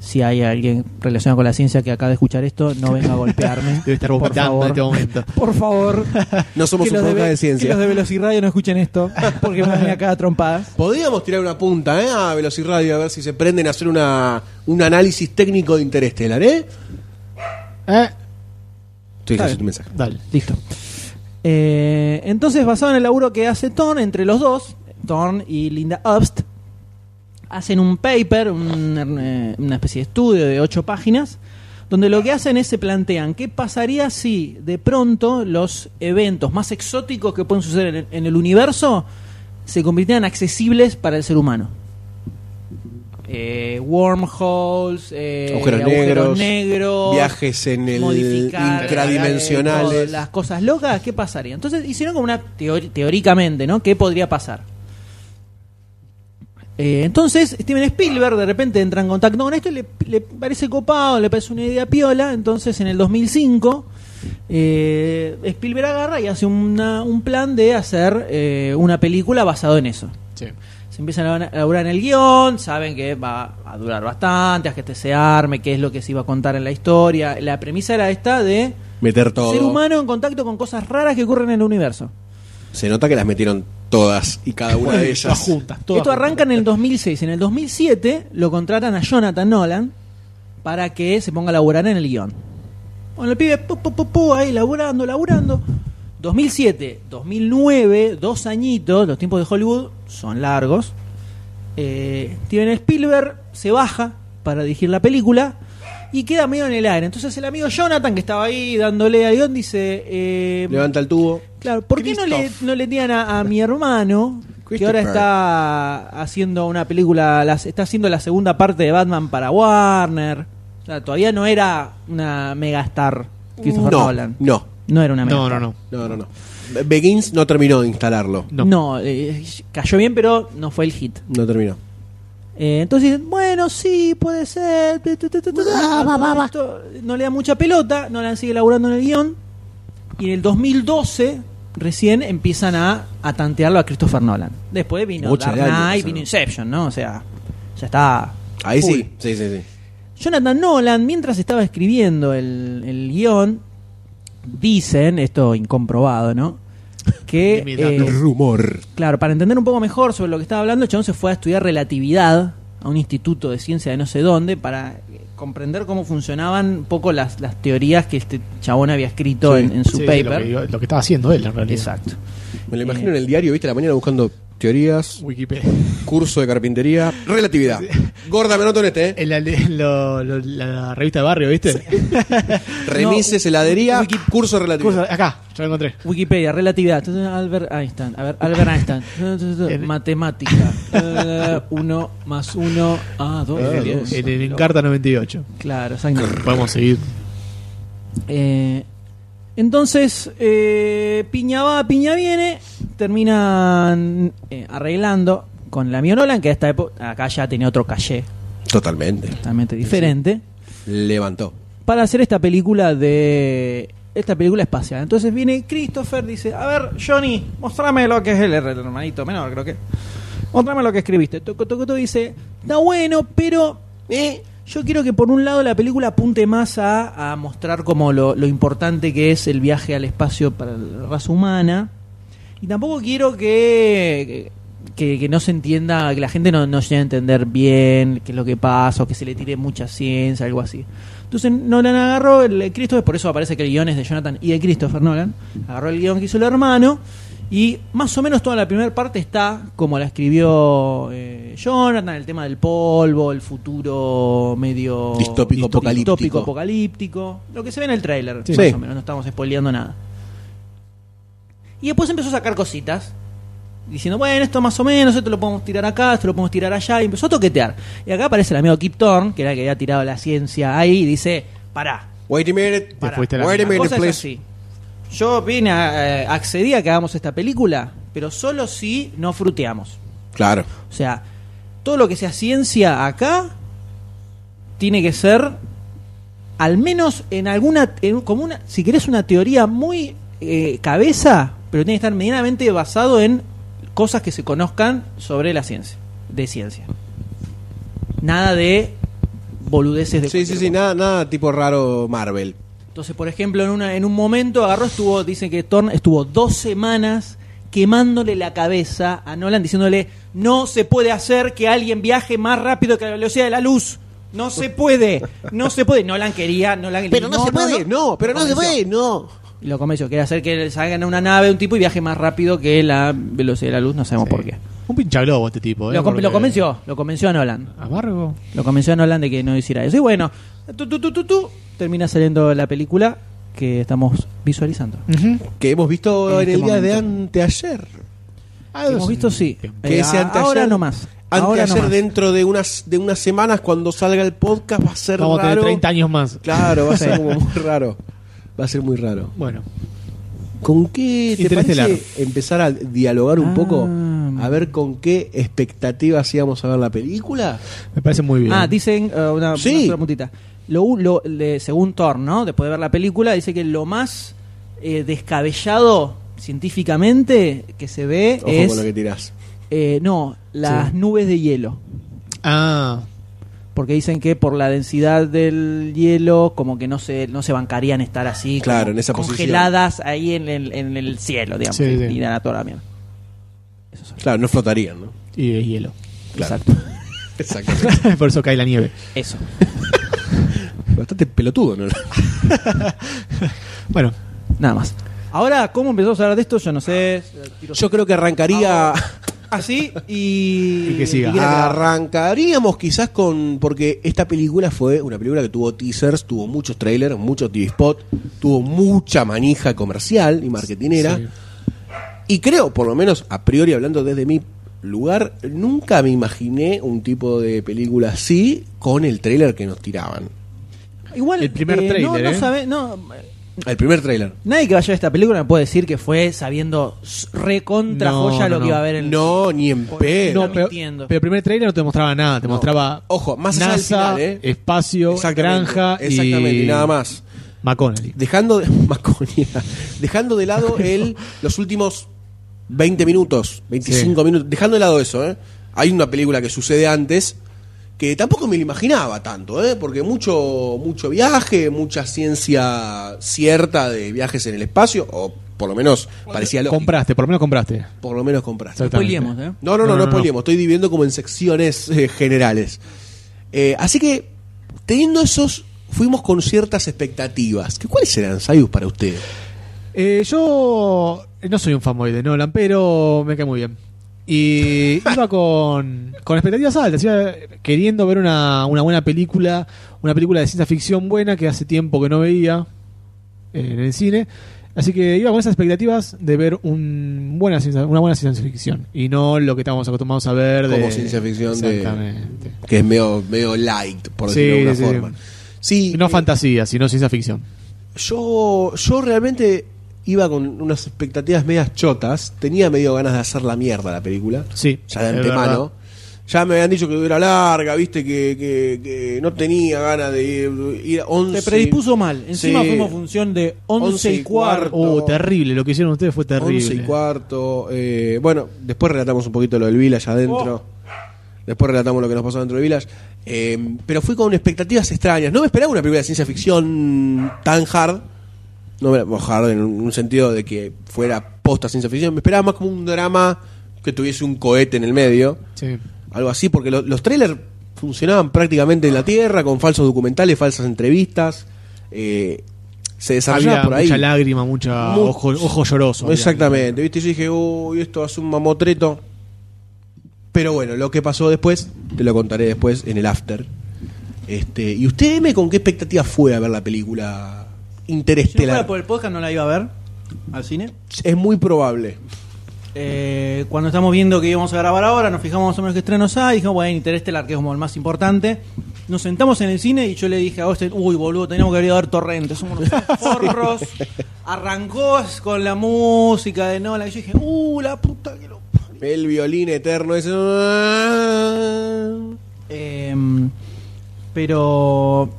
E: Si hay alguien relacionado con la ciencia que acaba de escuchar esto, no venga a golpearme.
D: Debe estar
E: por
D: vomitando en este
E: favor.
D: momento.
E: Por favor.
B: No somos
E: que
B: un
E: los
B: programa de
E: Que los
B: ciencia.
E: de Velocirradio no escuchen esto, porque van a venir acá a trompadas.
B: Podríamos tirar una punta, ¿eh? A Velocirradio, a ver si se prenden a hacer una, un análisis técnico de Interestelar, ¿eh?
D: Eh,
B: Estoy leyendo
E: Está bien.
B: tu mensaje.
D: dale.
E: Listo. Eh, entonces, basado en el laburo que hace Thorne, entre los dos, Thorne y Linda Obst, hacen un paper, un, eh, una especie de estudio de ocho páginas, donde lo que hacen es se plantean qué pasaría si de pronto los eventos más exóticos que pueden suceder en el, en el universo se convirtieran accesibles para el ser humano. Eh, wormholes, eh,
B: Agujeros negros,
E: negros,
B: Viajes en el
E: modificar eh,
B: intradimensionales.
E: todo, las cosas locas, ¿qué pasaría? Entonces hicieron como una teori- teóricamente, ¿no? ¿Qué podría pasar? Eh, entonces Steven Spielberg de repente entra en contacto con esto y le, le parece copado, le parece una idea piola. Entonces en el 2005 eh, Spielberg agarra y hace una- un plan de hacer eh, una película basado en eso
D: Sí.
E: se empiezan a laburar en el guión, saben que va a durar bastante, a que este se arme, qué es lo que se iba a contar en la historia. La premisa era esta de
B: Meter todo.
E: ser humano en contacto con cosas raras que ocurren en el universo.
B: Se nota que las metieron todas y cada una de ellas.
D: juntas, todas
E: Esto arranca en el 2006. En el 2007 lo contratan a Jonathan Nolan para que se ponga a laburar en el guión. Bueno, el pibe pu, pu, pu, pu, ahí laburando, laburando. 2007, 2009, dos añitos, los tiempos de Hollywood son largos. Eh, Steven Spielberg se baja para dirigir la película y queda medio en el aire. Entonces el amigo Jonathan, que estaba ahí dándole al guión, dice... eh,
B: Levanta el tubo.
E: Claro, ¿por qué no le,
B: Christoph.
E: no le tiran a, a mi hermano, que ahora
B: Christopher.
E: está haciendo una película, las- está haciendo la segunda parte de Batman para Warner? O sea, todavía no era una megastar Christopher
B: No,
E: Nolan.
B: no,
E: No era una
D: No, no,
E: megastar.
D: no.
B: no, no, no. Be- Begins no terminó de instalarlo.
D: no.
E: No, eh, cayó bien, pero no fue el hit.
B: No terminó.
E: Eh, entonces, bueno, sí, puede ser. tu, tu, tu, tu, tu, tu. A todo esto, No le da mucha pelota, Nolan sigue laburando en el guión. Y en el 2012 recién empiezan a, a tantearlo a Christopher Nolan. Después vino
B: Mucha
E: Dark
B: de años,
E: Knight,
B: ¿no?
E: vino Inception, ¿no? O sea, ya está.
B: Ahí
E: full.
B: sí. Sí, sí, sí.
E: Jonathan Nolan, mientras estaba escribiendo el, el guión, dicen, esto incomprobado, ¿no? Que
D: Limitando.
E: eh,
B: Rumor.
E: Claro, para entender un poco mejor sobre lo que estaba hablando, el chabón se fue a estudiar relatividad a un instituto de ciencia de no sé dónde para eh, comprender cómo funcionaban un poco las, las teorías que este chabón había escrito
B: Sí.
E: en, en su
D: Sí, sí, Lo que,
E: paper.
D: digo- lo que estaba haciendo él en realidad.
E: Exacto.
B: Me lo imagino en el diario, viste, a la mañana buscando teorías,
D: Wikipedia.
B: curso de carpintería, relatividad. Gorda, me anoto en este, ¿eh?
D: En la, en lo- lo- la revista de barrio, ¿viste?
B: Remises, heladería, curso de
D: Curso-
B: relatividad.
D: acá, yo lo encontré.
E: Wikipedia, relatividad. Entonces, Albert Einstein. A ver, Albert Einstein. Matemática. Eh, uno más uno. Ah, dos.
D: En el-
E: dos.
D: en Eh, el Encarta 98.
E: Claro, exactamente.
D: Podemos seguir.
E: Eh, entonces, eh, piña va, piña viene, terminan eh, arreglando con la Mio Nolan, que a esta época acá ya tenía otro caché
B: Totalmente.
E: totalmente diferente.
B: Levantó.
E: para hacer esta película de esta película espacial. Entonces viene Christopher, dice, a ver, Johnny, mostrame lo que es el, el hermanito menor, creo que. Mostrame lo que escribiste. Toco, toco, toco, dice, está bueno, pero eh, yo quiero que por un lado la película apunte más a, a mostrar como lo, lo importante que es el viaje al espacio para la raza humana. Y tampoco quiero que, que, que no se entienda, que la gente no, no llegue a entender bien qué es lo que pasa, o que se le tire mucha ciencia, algo así. Entonces Nolan agarró el Christopher, por eso aparece que el guión es de Jonathan y de Christopher Nolan. Agarró el guión que hizo el hermano. Y más o menos toda la primera parte está como la escribió eh, Jonathan, el tema del polvo, el futuro medio
B: Distópico apocalíptico.
E: distópico apocalíptico, lo que se ve en el tráiler,
B: Sí.
E: más
B: Sí.
E: o menos, no estamos spoileando nada. Y después empezó a sacar cositas, diciendo, bueno, esto más o menos, esto lo podemos tirar acá, esto lo podemos tirar allá, y empezó a toquetear. Y acá aparece el amigo Kip Thorne, que era el que había tirado la ciencia ahí, y dice, pará,
B: Wait a minute.
E: pará.
D: fuiste a la
B: Wait a
E: La
B: minute,
E: cosa es
B: please.
E: así. Yo vine a, eh, accedí a que hagamos esta película, pero solo si no fruteamos.
B: Claro.
E: O sea, todo lo que sea ciencia acá tiene que ser al menos en alguna en- como una si querés una teoría muy eh, cabeza, pero tiene que estar medianamente basado en cosas que se conozcan sobre la ciencia, de ciencia. Nada de boludeces de
B: Sí, sí,
E: cualquier
B: sí, nada, nada tipo raro Marvel.
E: entonces, por ejemplo, en, una, en un momento agarró, estuvo, dicen que Thorne estuvo dos semanas quemándole la cabeza a Nolan, diciéndole, no se puede hacer que alguien viaje más rápido que la velocidad de la luz. No se puede, no se puede. Nolan quería, Nolan le
B: Pero
E: dijo,
B: no, se puede, no, pero no se puede, no.
E: Y lo convenció, quería hacer que salga en una nave un tipo y viaje más rápido que la velocidad de la luz, no sabemos por qué.
D: Un pinchaglobo este tipo, ¿eh?
E: Lo, com-
D: Porque-
E: lo convenció, lo convenció a Nolan.
D: ¿Amargo?
E: Lo convenció a Nolan de que no hiciera eso. Y bueno, tu, tu, tu, tu, tu, termina saliendo la película que estamos visualizando.
B: Que hemos visto en,
E: En este
B: el día de
E: momento.
B: anteayer.
E: Hemos visto, sí.
B: Que
E: Eh,
B: ese
E: a-
B: anteayer-
E: ahora no más. Ahora
B: Anteayer
E: no más.
B: dentro de unas, de unas semanas, cuando salga el podcast, va a ser
D: Vamos a tener
B: raro.
D: 30 años más.
B: Claro, va a ser
D: Sí.
B: como muy raro. Va a ser muy raro.
D: Bueno.
B: ¿Con qué te
D: Interestelar.
B: parece empezar a dialogar un
E: Ah.
B: poco? A ver con qué expectativas íbamos a ver la película.
D: Me parece muy bien.
E: Ah, dicen eh, una,
B: Sí.
E: una sola puntita. Lo, u- lo- le- según Thor, ¿no? Después de ver la película, dice que lo más eh, descabellado científicamente que se ve
B: Ojo
E: es
B: con lo que tirás.
E: eh, no las
B: Sí.
E: nubes de hielo,
D: Ah,
E: porque dicen que por la densidad del hielo como que no se no se bancarían estar así
B: Claro,
E: como
B: en esa posición.
E: congeladas ahí en el, en el cielo, digamos,
D: Sí, sí.
E: y la toda la mierda.
B: Claro, no flotarían, ¿no?
D: y de hielo.
B: Claro.
E: Exacto.
B: Exactamente.
D: Por eso cae la nieve.
E: Eso.
B: Bastante pelotudo, ¿no?
D: Bueno,
E: Nada más. Ahora, ¿cómo empezamos a hablar de esto? Yo no sé. Tiro-
B: Yo creo que arrancaría.
E: Así y.
D: Y que siga.
E: que
B: Ah,
E: la-
B: Arrancaríamos quizás con. Porque esta película fue una película que tuvo teasers, tuvo muchos trailers, muchos TV spot, tuvo mucha manija comercial y marketinera.
D: Sí.
B: Y creo, por lo menos a priori hablando desde mi lugar, nunca me imaginé un tipo de película así con el trailer que nos tiraban.
E: Igual.
D: El primer
E: eh,
D: tráiler,
E: No, no
D: ¿eh?
E: sabe- no,
B: El primer trailer.
E: nadie que vaya a esta película me puede decir que fue sabiendo s- recontra
D: No,
E: joya
D: no,
E: lo que
D: no.
E: iba a haber en
B: No, ni en pedo.
E: No,
D: pero,
E: mintiendo.
D: pero el primer trailer no te mostraba nada, te mostraba
B: Ojo, más allá del
D: NASA,
B: final, ¿eh?
D: espacio,
B: Exactamente,
D: granja
B: Exactamente, y nada más.
D: McConnell.
B: Dejando de, Maconia. dejando de lado el los últimos 20 minutos, 25 minutos, dejando de lado eso, ¿eh? Hay una película que sucede antes que tampoco me lo imaginaba tanto, ¿eh? Porque mucho mucho viaje, mucha ciencia cierta de viajes en el espacio o por lo menos parecía lógico.
D: Compraste, por lo menos compraste.
B: Por lo menos compraste.
D: Exactamente.
E: Spoileemos, ¿eh?
B: No, no, no,
D: No,
B: no,
D: no,
B: es
D: no.
B: poliemo, estoy dividiendo como en secciones eh, generales. Eh, así que, teniendo esos, fuimos con ciertas expectativas. ¿Qué- ¿Cuáles eran, Sayus, para ustedes?
D: Eh, yo no soy un fanboy de Nolan, pero me cae muy bien. Y iba con, con expectativas altas, iba queriendo ver una, una buena película, una película de ciencia ficción buena que hace tiempo que no veía eh, en el cine. Así que iba con esas expectativas de ver un buena ciencia- una buena ciencia ficción y no lo que estábamos acostumbrados a ver de
B: Como ciencia ficción de-
D: Exactamente.
B: Que es medio, medio light, por
D: Sí,
B: decirlo de alguna
D: sí.
B: forma. Sí,
D: No
B: eh,
D: fantasía, sino ciencia ficción.
B: yo, yo realmente iba con unas expectativas medias chotas. Tenía medio ganas de hacer la mierda la película.
D: Sí,
B: Ya de
D: es
B: antemano.
D: verdad.
B: ya me habían dicho que era larga, viste, que, que- que no tenía ganas de ir, ir a 11.
E: Te predispuso mal. Encima
B: Sí.
E: fuimos función de 11 y cuarto.
D: Oh, terrible. Lo que hicieron ustedes fue terrible.
B: 11 y cuarto. eh, bueno, después relatamos un poquito lo del Village adentro. Después relatamos lo que nos pasó dentro del Village. Eh, pero fui con expectativas extrañas. No me esperaba una película de ciencia ficción tan hard. No me bueno, hard en un sentido de que fuera posta ciencia ficción. Me esperaba más como un drama que tuviese un cohete en el medio.
D: Sí.
B: Algo así, porque lo- los trailers funcionaban prácticamente en la Tierra con falsos documentales, falsas entrevistas. eh, se desarrollaba
D: Había
B: por ahí.
D: mucha lágrima, mucha
B: Mu-
D: ojo, ojo lloroso. había.
B: Exactamente, ¿viste? Yo dije, uy, esto hace un mamotreto. Pero bueno, lo que pasó después, te lo contaré después en el after. Este, ¿Y usted, M, con qué expectativa fue a ver la película
E: Si no fuera
B: Interestelar?
E: por el podcast no la iba a ver al cine.
B: Es muy probable.
E: Eh, cuando estamos viendo que íbamos a grabar ahora, nos fijamos más o menos qué estrenos hay. Dijimos, bueno, Interestelar, que es como el más importante. Nos sentamos en el cine y yo le dije a Austin, uy, boludo, teníamos que haber ido a ver Torrentes. Somos unos forros. Arrancó con la música de Nola. Y yo dije, uh, la puta que lo.
B: El violín eterno ese.
E: Em, pero.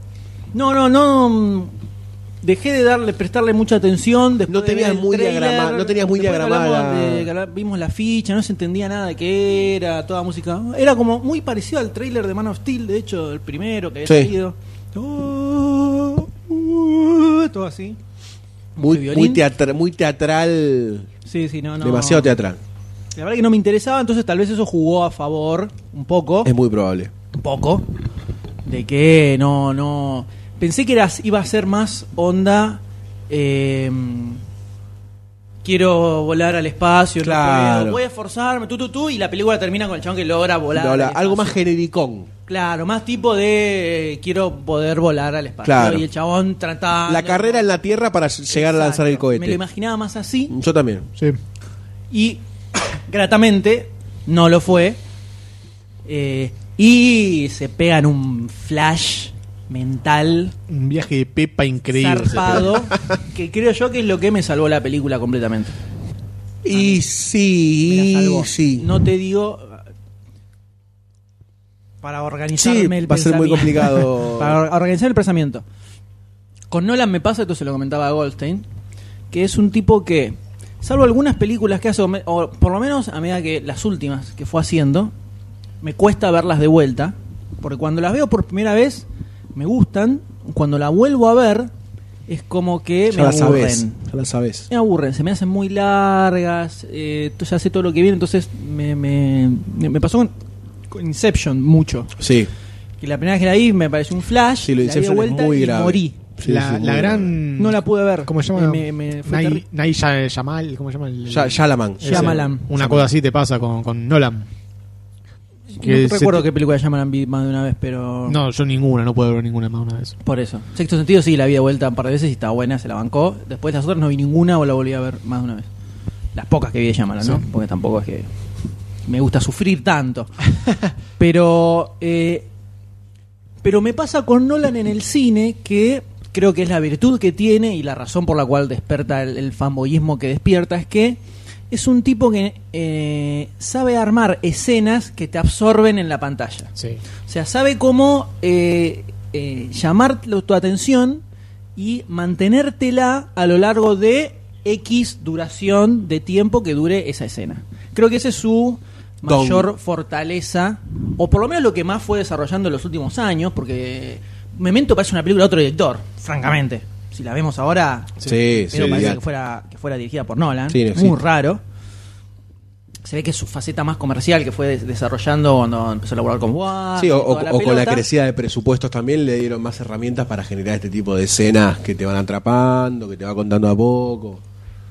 E: No, no, no. mm, Dejé de darle, prestarle mucha atención. Después
B: No
E: de
B: tenías
E: ver el
B: muy
E: tráiler.
B: diagrama- no tenías muy
E: Después que
B: diagramada.
E: hablamos de que habla- vimos la ficha, no se entendía nada de qué era, toda música. Era como muy parecido al tráiler de Man of Steel, de hecho, el primero que había
B: Sí.
E: salido. Oh, uh, todo así.
B: Muy,
E: Ese
B: muy,
E: violín.
B: teatra- muy teatral.
E: Sí, sí, no, no.
B: Demasiado teatral.
E: La verdad que no me interesaba, entonces tal vez eso jugó a favor un poco.
B: Es muy probable.
E: un poco de que no no pensé que eras iba a ser más onda eh, quiero volar al espacio no
B: Claro.
E: puedo, voy a esforzarme tú tú tú y la película termina con el chabón que logra volar
B: Habla-
E: al
B: algo más
E: espacio.
B: genericón.
E: claro más tipo de eh, quiero poder volar al espacio
B: Claro.
E: y el chabón trataba
B: La carrera en la Tierra para llegar a lanzar el
E: me lo
B: cohete.
E: imaginaba más así
B: Yo también.
E: y gratamente no lo fue. Eh, y se pegan un flash mental
D: Un viaje de Pepa increíble.
E: zarpado que creo yo que es lo que me salvó la película completamente.
B: Y sí,
E: Me la
B: y
E: salvó.
B: sí.
E: No te digo eh, para organizarme
B: Sí,
E: el
B: va a ser muy
E: pensamiento.
B: complicado.
E: para or- organizar el pensamiento. Con Nolan me pasa, esto se lo comentaba a Goldstein, que es un tipo que, salvo algunas películas que hace, o me- o por lo menos a medida que las últimas que fue haciendo, me cuesta verlas de vuelta, porque cuando las veo por primera vez, me gustan, cuando la vuelvo a ver, es como que
B: Ya
E: me
B: la
E: aburren
B: sabes. Ya la sabes.
E: me aburren, se me hacen muy largas, eh, to- ya sé todo lo que viene, entonces me, me- me- me pasó con, con Inception mucho.
B: Sí.
E: Que la primera vez que la vi me pareció un flash,
B: Sí, lo de
E: la di de
B: Inception es
E: vuelta
B: muy
E: y
B: grave.
E: morí.
B: Sí,
D: la,
B: sí,
D: la
B: muy
D: gran.
E: No la pude ver. Eh,
D: ¿Cómo se llama?
E: Me- me- fue
D: Nay-
E: terri-
D: Nay Ya- Yamal. ¿Cómo se llama? El,
B: Ya, Yalaman.
D: ese.
E: Shyamalan.
D: Una cosa así te pasa con, con Nolan. que
E: no
D: se
E: recuerdo
D: te-
E: qué película llaman vi más de una vez, pero...
D: No, yo ninguna, no puedo ver ninguna más una vez.
E: Por eso. Sexto sentido sí, la vi de vuelta un par de veces y estaba buena, se la bancó. Después las otras no vi ninguna o la volví a ver más de una vez. Las pocas que vi de Shyamalan, ¿no?
D: Sí.
E: Porque tampoco es que me gusta sufrir tanto. pero, eh, pero me pasa con Nolan en el cine que creo que es la virtud que tiene y la razón por la cual desperta el, el fanboyismo que despierta es que es un tipo que eh, sabe armar escenas que te absorben en la pantalla.
D: Sí.
E: O sea, sabe cómo eh, eh, llamar lo- tu atención y mantenértela a lo largo de X duración de tiempo que dure esa escena. Creo que esa es su
B: Don.
E: mayor fortaleza, o por lo menos lo que más fue desarrollando en los últimos años, porque Memento parece una película de otro director, francamente. Si la vemos ahora,
B: Sí, sí.
E: pero parece
B: ya.
E: que fuera, que fuera dirigida por Nolan.
B: Sí, no
E: Muy
B: existe.
E: raro. Se ve que es su faceta más comercial que fue des- desarrollando cuando empezó a laburar con Warner.
B: Sí, o,
E: y
B: o-
E: toda
B: o con la
E: pelota.
B: crecida de presupuestos también le dieron más herramientas para generar este tipo de escenas que te van atrapando, que te va contando a poco.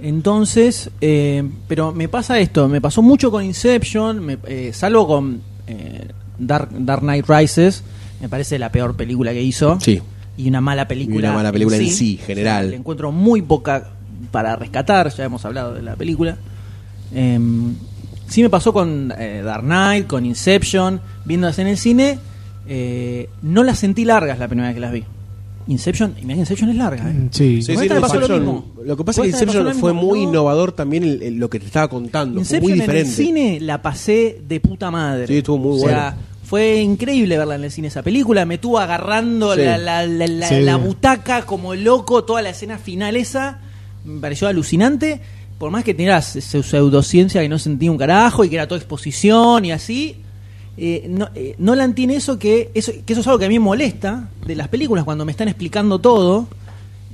E: Entonces, eh, pero me pasa esto, me pasó mucho con Inception, me- eh, salvo con eh, Dark, Dark Knight Rises, me parece la peor película que hizo.
B: Sí.
E: Y una mala película.
B: Y una mala película en sí, general.
E: le encuentro muy poca para rescatar, ya hemos hablado de la película. Eh, sí me pasó con eh, Dark Knight, con Inception, viéndolas en el cine, eh, no las sentí largas la primera vez que las vi. Inception, imagínate, Inception es larga. ¿eh?
D: Mm, Sí.
B: Sí,
E: Con
B: sí,
E: esta le pasó
B: Inception-
E: lo mismo.
B: lo que pasa
E: Con
B: es que
E: esta le pasó
B: Inception
E: lo
B: fue
E: mismo.
B: muy
E: No,
B: innovador también el- el- lo que te estaba contando. Fue muy
E: Inception en el
B: diferente.
E: cine la pasé de puta madre.
B: Sí, estuvo muy
E: o sea,
B: bueno.
E: fue increíble verla en el cine esa película. Me tuvo agarrando
B: Sí.
E: la, la- la- la-
D: Sí.
E: la butaca como loco, toda la escena final esa. Me pareció alucinante. Por más que tenía su pseudociencia que no sentía un carajo y que era toda exposición y así. eh, no, eh, Nolan tiene eso que, eso que eso es algo que a mí me molesta de las películas cuando me están explicando todo.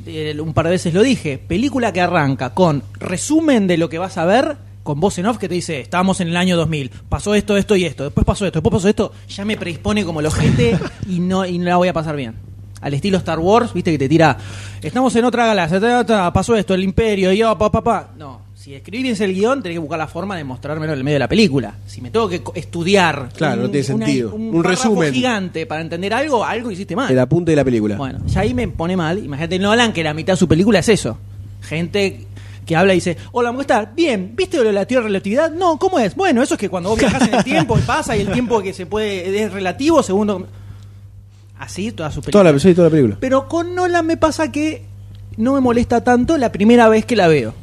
E: Eh, un par de veces lo dije, película que arranca con resumen de lo que vas a ver, con voz en off que te dice, estábamos en el año 2000, pasó esto, esto y esto, después pasó esto, después pasó esto, ya me predispone como el ojete y no, y no la voy a pasar bien. Al estilo Star Wars, viste que te tira, estamos en otra galaxia, ta, ta, pasó esto, el imperio, yo, pa, pa, pa. No, si escribís el guión, tenés que buscar la forma de mostrármelo en el medio de la película. Si me tengo que co- estudiar
B: Claro, no tiene
E: una-
B: sentido. Un
E: párrafo
B: resumen.
E: gigante para entender algo, algo hiciste mal.
B: El apunte de la película.
E: Bueno, ya ahí me pone mal. Imagínate Nolan que la mitad de su película es eso. Gente que habla y dice, hola, ¿cómo estás? Bien, ¿viste lo de la teoría de relatividad? No, ¿cómo es? Bueno, eso es que cuando vos viajás en el tiempo y pasa y el tiempo que se puede es relativo, segundo... Así toda su película.
B: Toda la, sí, toda la película.
E: Pero con Nolan me pasa que no me molesta tanto la primera vez que la veo.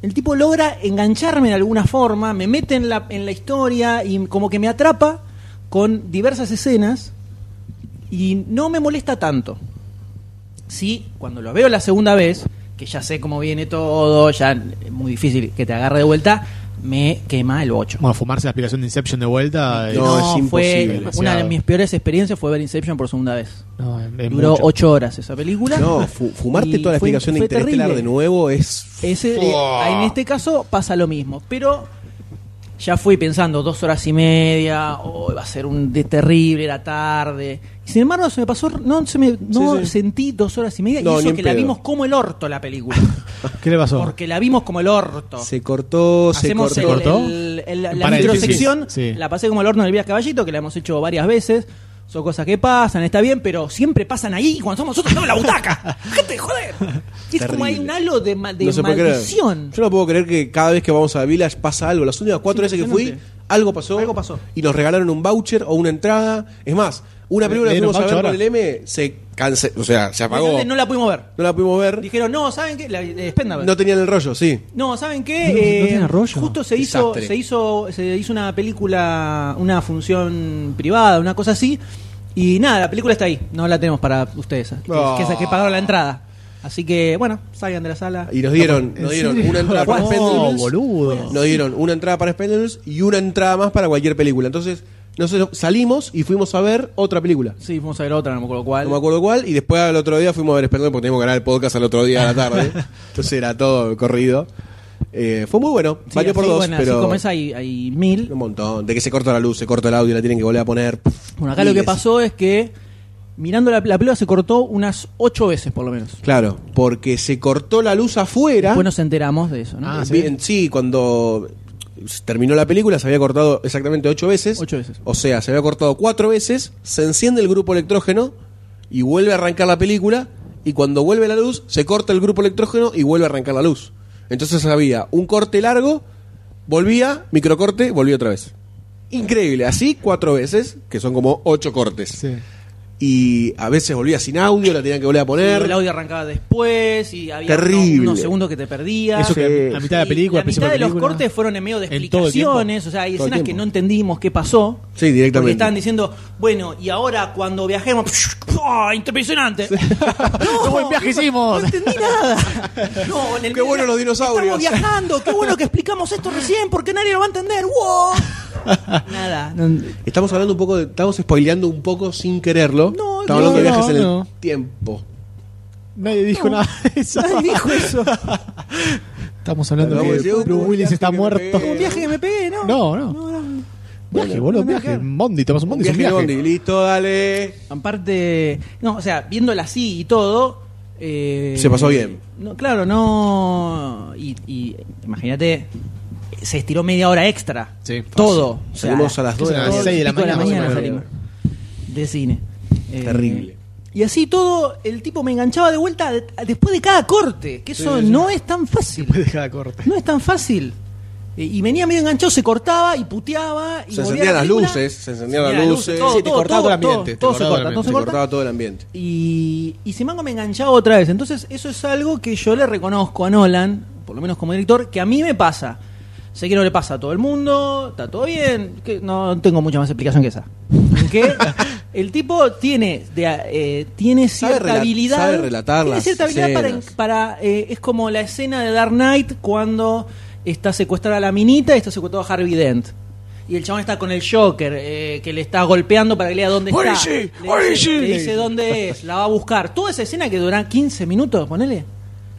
E: El tipo logra engancharme de alguna forma, me mete en la, en la historia y como que me atrapa con diversas escenas y no me molesta tanto. Sí, cuando lo veo la segunda vez, que ya sé cómo viene todo, ya es muy difícil que te agarre de vuelta, me quema el bocho.
D: Bueno, fumarse la explicación de Inception de vuelta. eh,
B: No, es
E: fue
B: imposible.
E: una de
D: demasiado.
E: mis peores experiencias fue ver Inception por segunda vez.
D: No, es- es
E: Duró
D: mucho.
E: ocho horas esa película.
B: No, fu- fumarte
E: Y
B: toda la
E: fue-
B: explicación
E: fue
B: de Interestelar de
E: terrible.
B: nuevo es.
E: Ese,
B: Fua.
E: eh, en este caso pasa lo mismo, pero ya fui pensando dos horas y media, hoy va a ser un de terrible la tarde. Y sin embargo, se me pasó, no, se me, no
B: Sí, sí.
E: sentí dos horas y media
B: No,
E: y
B: ni
E: eso
B: en
E: que la
B: pedo.
E: vimos como el orto la película.
D: ¿Qué le pasó?
E: Porque la vimos como el orto.
B: Se cortó, se
E: Hacemos
B: cortó.
E: el-
D: cortó?
E: el- el- la
D: Paréntesis.
E: microsección,
D: Sí.
E: la pasé como el horno del Vía Caballito, que la hemos hecho varias veces. Son cosas que pasan, está bien, pero siempre pasan ahí y cuando somos nosotros estamos en la butaca. ¡Gente, joder! Y es como
B: Terrible.
E: hay un halo de, ma- de
B: No se puede creer.
E: maldición.
B: Yo no puedo creer que cada vez que vamos a Village pasa algo. Las últimas cuatro
E: Sí,
B: veces que fui,
E: impresionante.
B: algo pasó.
E: Algo pasó.
B: Y nos regalaron un voucher o una entrada. Es más, una
D: Le-
B: película
D: le
B: que
D: dieron
B: fuimos a ver
D: voucher
B: con el M se canceló. O sea, se apagó.
E: Realmente No la pudimos ver.
B: No la pudimos ver.
E: Dijeron, no, ¿saben qué? La, eh, Spendables.
B: No tenían el rollo, sí.
E: No, ¿saben qué?
D: No, no
E: Eh,
D: tiene rollo.
E: Justo se hizo,
B: Desastre.
E: se hizo, se hizo una película, una función privada, una cosa así. Y nada, la película está ahí. No la tenemos para ustedes. que-
D: Oh.
E: Que, que pagaron la entrada. Así que, bueno, salgan de la sala.
B: Y nos dieron, nos dieron una entrada para
D: Ah, No,
B: Spendables.
D: boludo.
B: Nos dieron una entrada para Spendables y una entrada más para cualquier película. Entonces, nosotros salimos y fuimos a ver otra película.
E: Sí, vamos a ver otra, no me acuerdo cuál.
B: No me acuerdo cuál. Y después al otro día fuimos a ver Spendables porque teníamos que grabar el podcast al otro día de la tarde. Entonces era todo corrido. Eh, fue muy bueno.
E: Sí,
B: Valió por
E: así,
B: dos,
E: bueno, así
B: pero...
E: como esa hay, hay mil.
B: Un montón. De que se corta la luz, se corta el audio, la tienen que volver a poner.
E: Bueno, acá lo que
B: Miles.
E: pasó es que mirando la, la película se cortó unas ocho veces por lo menos.
B: Claro, porque se cortó la luz afuera.
E: Después nos enteramos de eso, ¿no?
D: Ah, sí.
B: Bien, sí, cuando terminó la película se había cortado exactamente ocho veces.
E: Ocho veces.
B: O sea, se había cortado cuatro veces, se enciende el grupo electrógeno y vuelve a arrancar la película. Y cuando vuelve la luz, se corta el grupo electrógeno y vuelve a arrancar la luz. Entonces había un corte largo, volvía, microcorte, volvía otra vez. Increíble, así cuatro veces, que son como ocho cortes.
D: Sí.
B: Y a veces volvía sin audio, la tenían que volver a
E: Y
B: poner.
E: el audio arrancaba después y había
B: Terrible.
E: unos segundos que te perdías.
D: Eso que
B: Sí.
D: a mitad de la
E: Y
D: película,
E: La mitad
D: principio
E: de los
D: película.
E: cortes fueron en medio de
D: En todo el tiempo.
E: explicaciones, o sea, hay
B: Todo el
E: escenas que
B: tiempo.
E: no entendimos qué pasó.
B: Sí, directamente.
E: Porque estaban diciendo, bueno, y ahora cuando viajemos. ¡Ah, impresionante! ¡No!
D: ¡Qué buen viaje hicimos!
E: No entendí nada. No, en el
B: Qué bueno los dinosaurios.
E: Estamos viajando, qué bueno que explicamos esto recién porque nadie lo va a entender. ¡Wow! Nada. no-
B: Estamos hablando un poco de- Estamos spoileando un poco sin quererlo.
E: No,
B: estamos
E: no,
B: hablando de
D: no,
B: viajes en
D: no.
B: el tiempo.
D: Nadie dijo
E: No.
D: nada de eso.
E: nadie dijo eso.
D: Estamos hablando
B: Vamos,
D: de
B: llegó
D: que Bruce
B: un
D: Willis
B: viaje
D: está
B: que
D: muerto.
B: me
E: Un viaje que me pegué, ¿no?
D: No, no. Viaje, boludo, viaje. Mondi, tomas un
B: Un
D: Mondi,
B: viaje
D: es
B: de
D: un
B: Bondi,
D: viaje.
B: listo, dale.
E: Aparte, no, o sea, viéndola así y todo. eh,
B: Se pasó bien.
E: No, claro, no. Y, y imagínate, se estiró media hora extra.
D: Sí, fácil.
E: todo. O sea,
B: Salimos a las dos de la
D: Las
B: noche.
D: seis de la
E: pico
D: mañana, más o menos.
E: salimos de cine. Eh,
B: Terrible.
E: Y así todo, el tipo me enganchaba de vuelta de- después de cada corte. Que eso no es tan fácil.
D: Después de cada corte.
E: No es tan fácil. Eh, Y venía medio enganchado, se cortaba y puteaba. Y
B: Se
E: volvía
B: encendían
E: la
B: las
E: película.
B: luces, se encendían las
E: Encendía la luz,
B: luces.
E: todo,
D: Sí, te
E: todo,
D: cortaba todo el
E: todo,
D: ambiente, te
E: todo se
D: cortaba
E: corta,
D: el
E: todo se
D: ambiente.
E: corta.
B: Cortaba todo el ambiente.
E: Y, y Simango me enganchaba otra vez. Entonces, eso es algo que yo le reconozco a Nolan, por lo menos como director, que a mí me pasa. Sé que no le pasa a todo el mundo, está todo bien. Que no tengo mucha más explicación que esa. En que el tipo tiene, de, a- eh, tiene
B: Sabe
E: cierta
B: rela-
E: habilidad.
B: sabe relatar
E: tiene
B: las
E: cierta habilidad para.
B: escenas.
E: para, eh, es como la escena de Dark Knight cuando está secuestrada la minita y está secuestrado Harvey Dent. Y el chabón está con el Joker, eh, que le está golpeando para que lea dónde
D: Where
E: está.
D: is she?
E: Le
D: Where
E: dice-
D: is she?
E: le dice dónde es, la va a buscar. Toda esa escena que dura 15 minutos, ponele.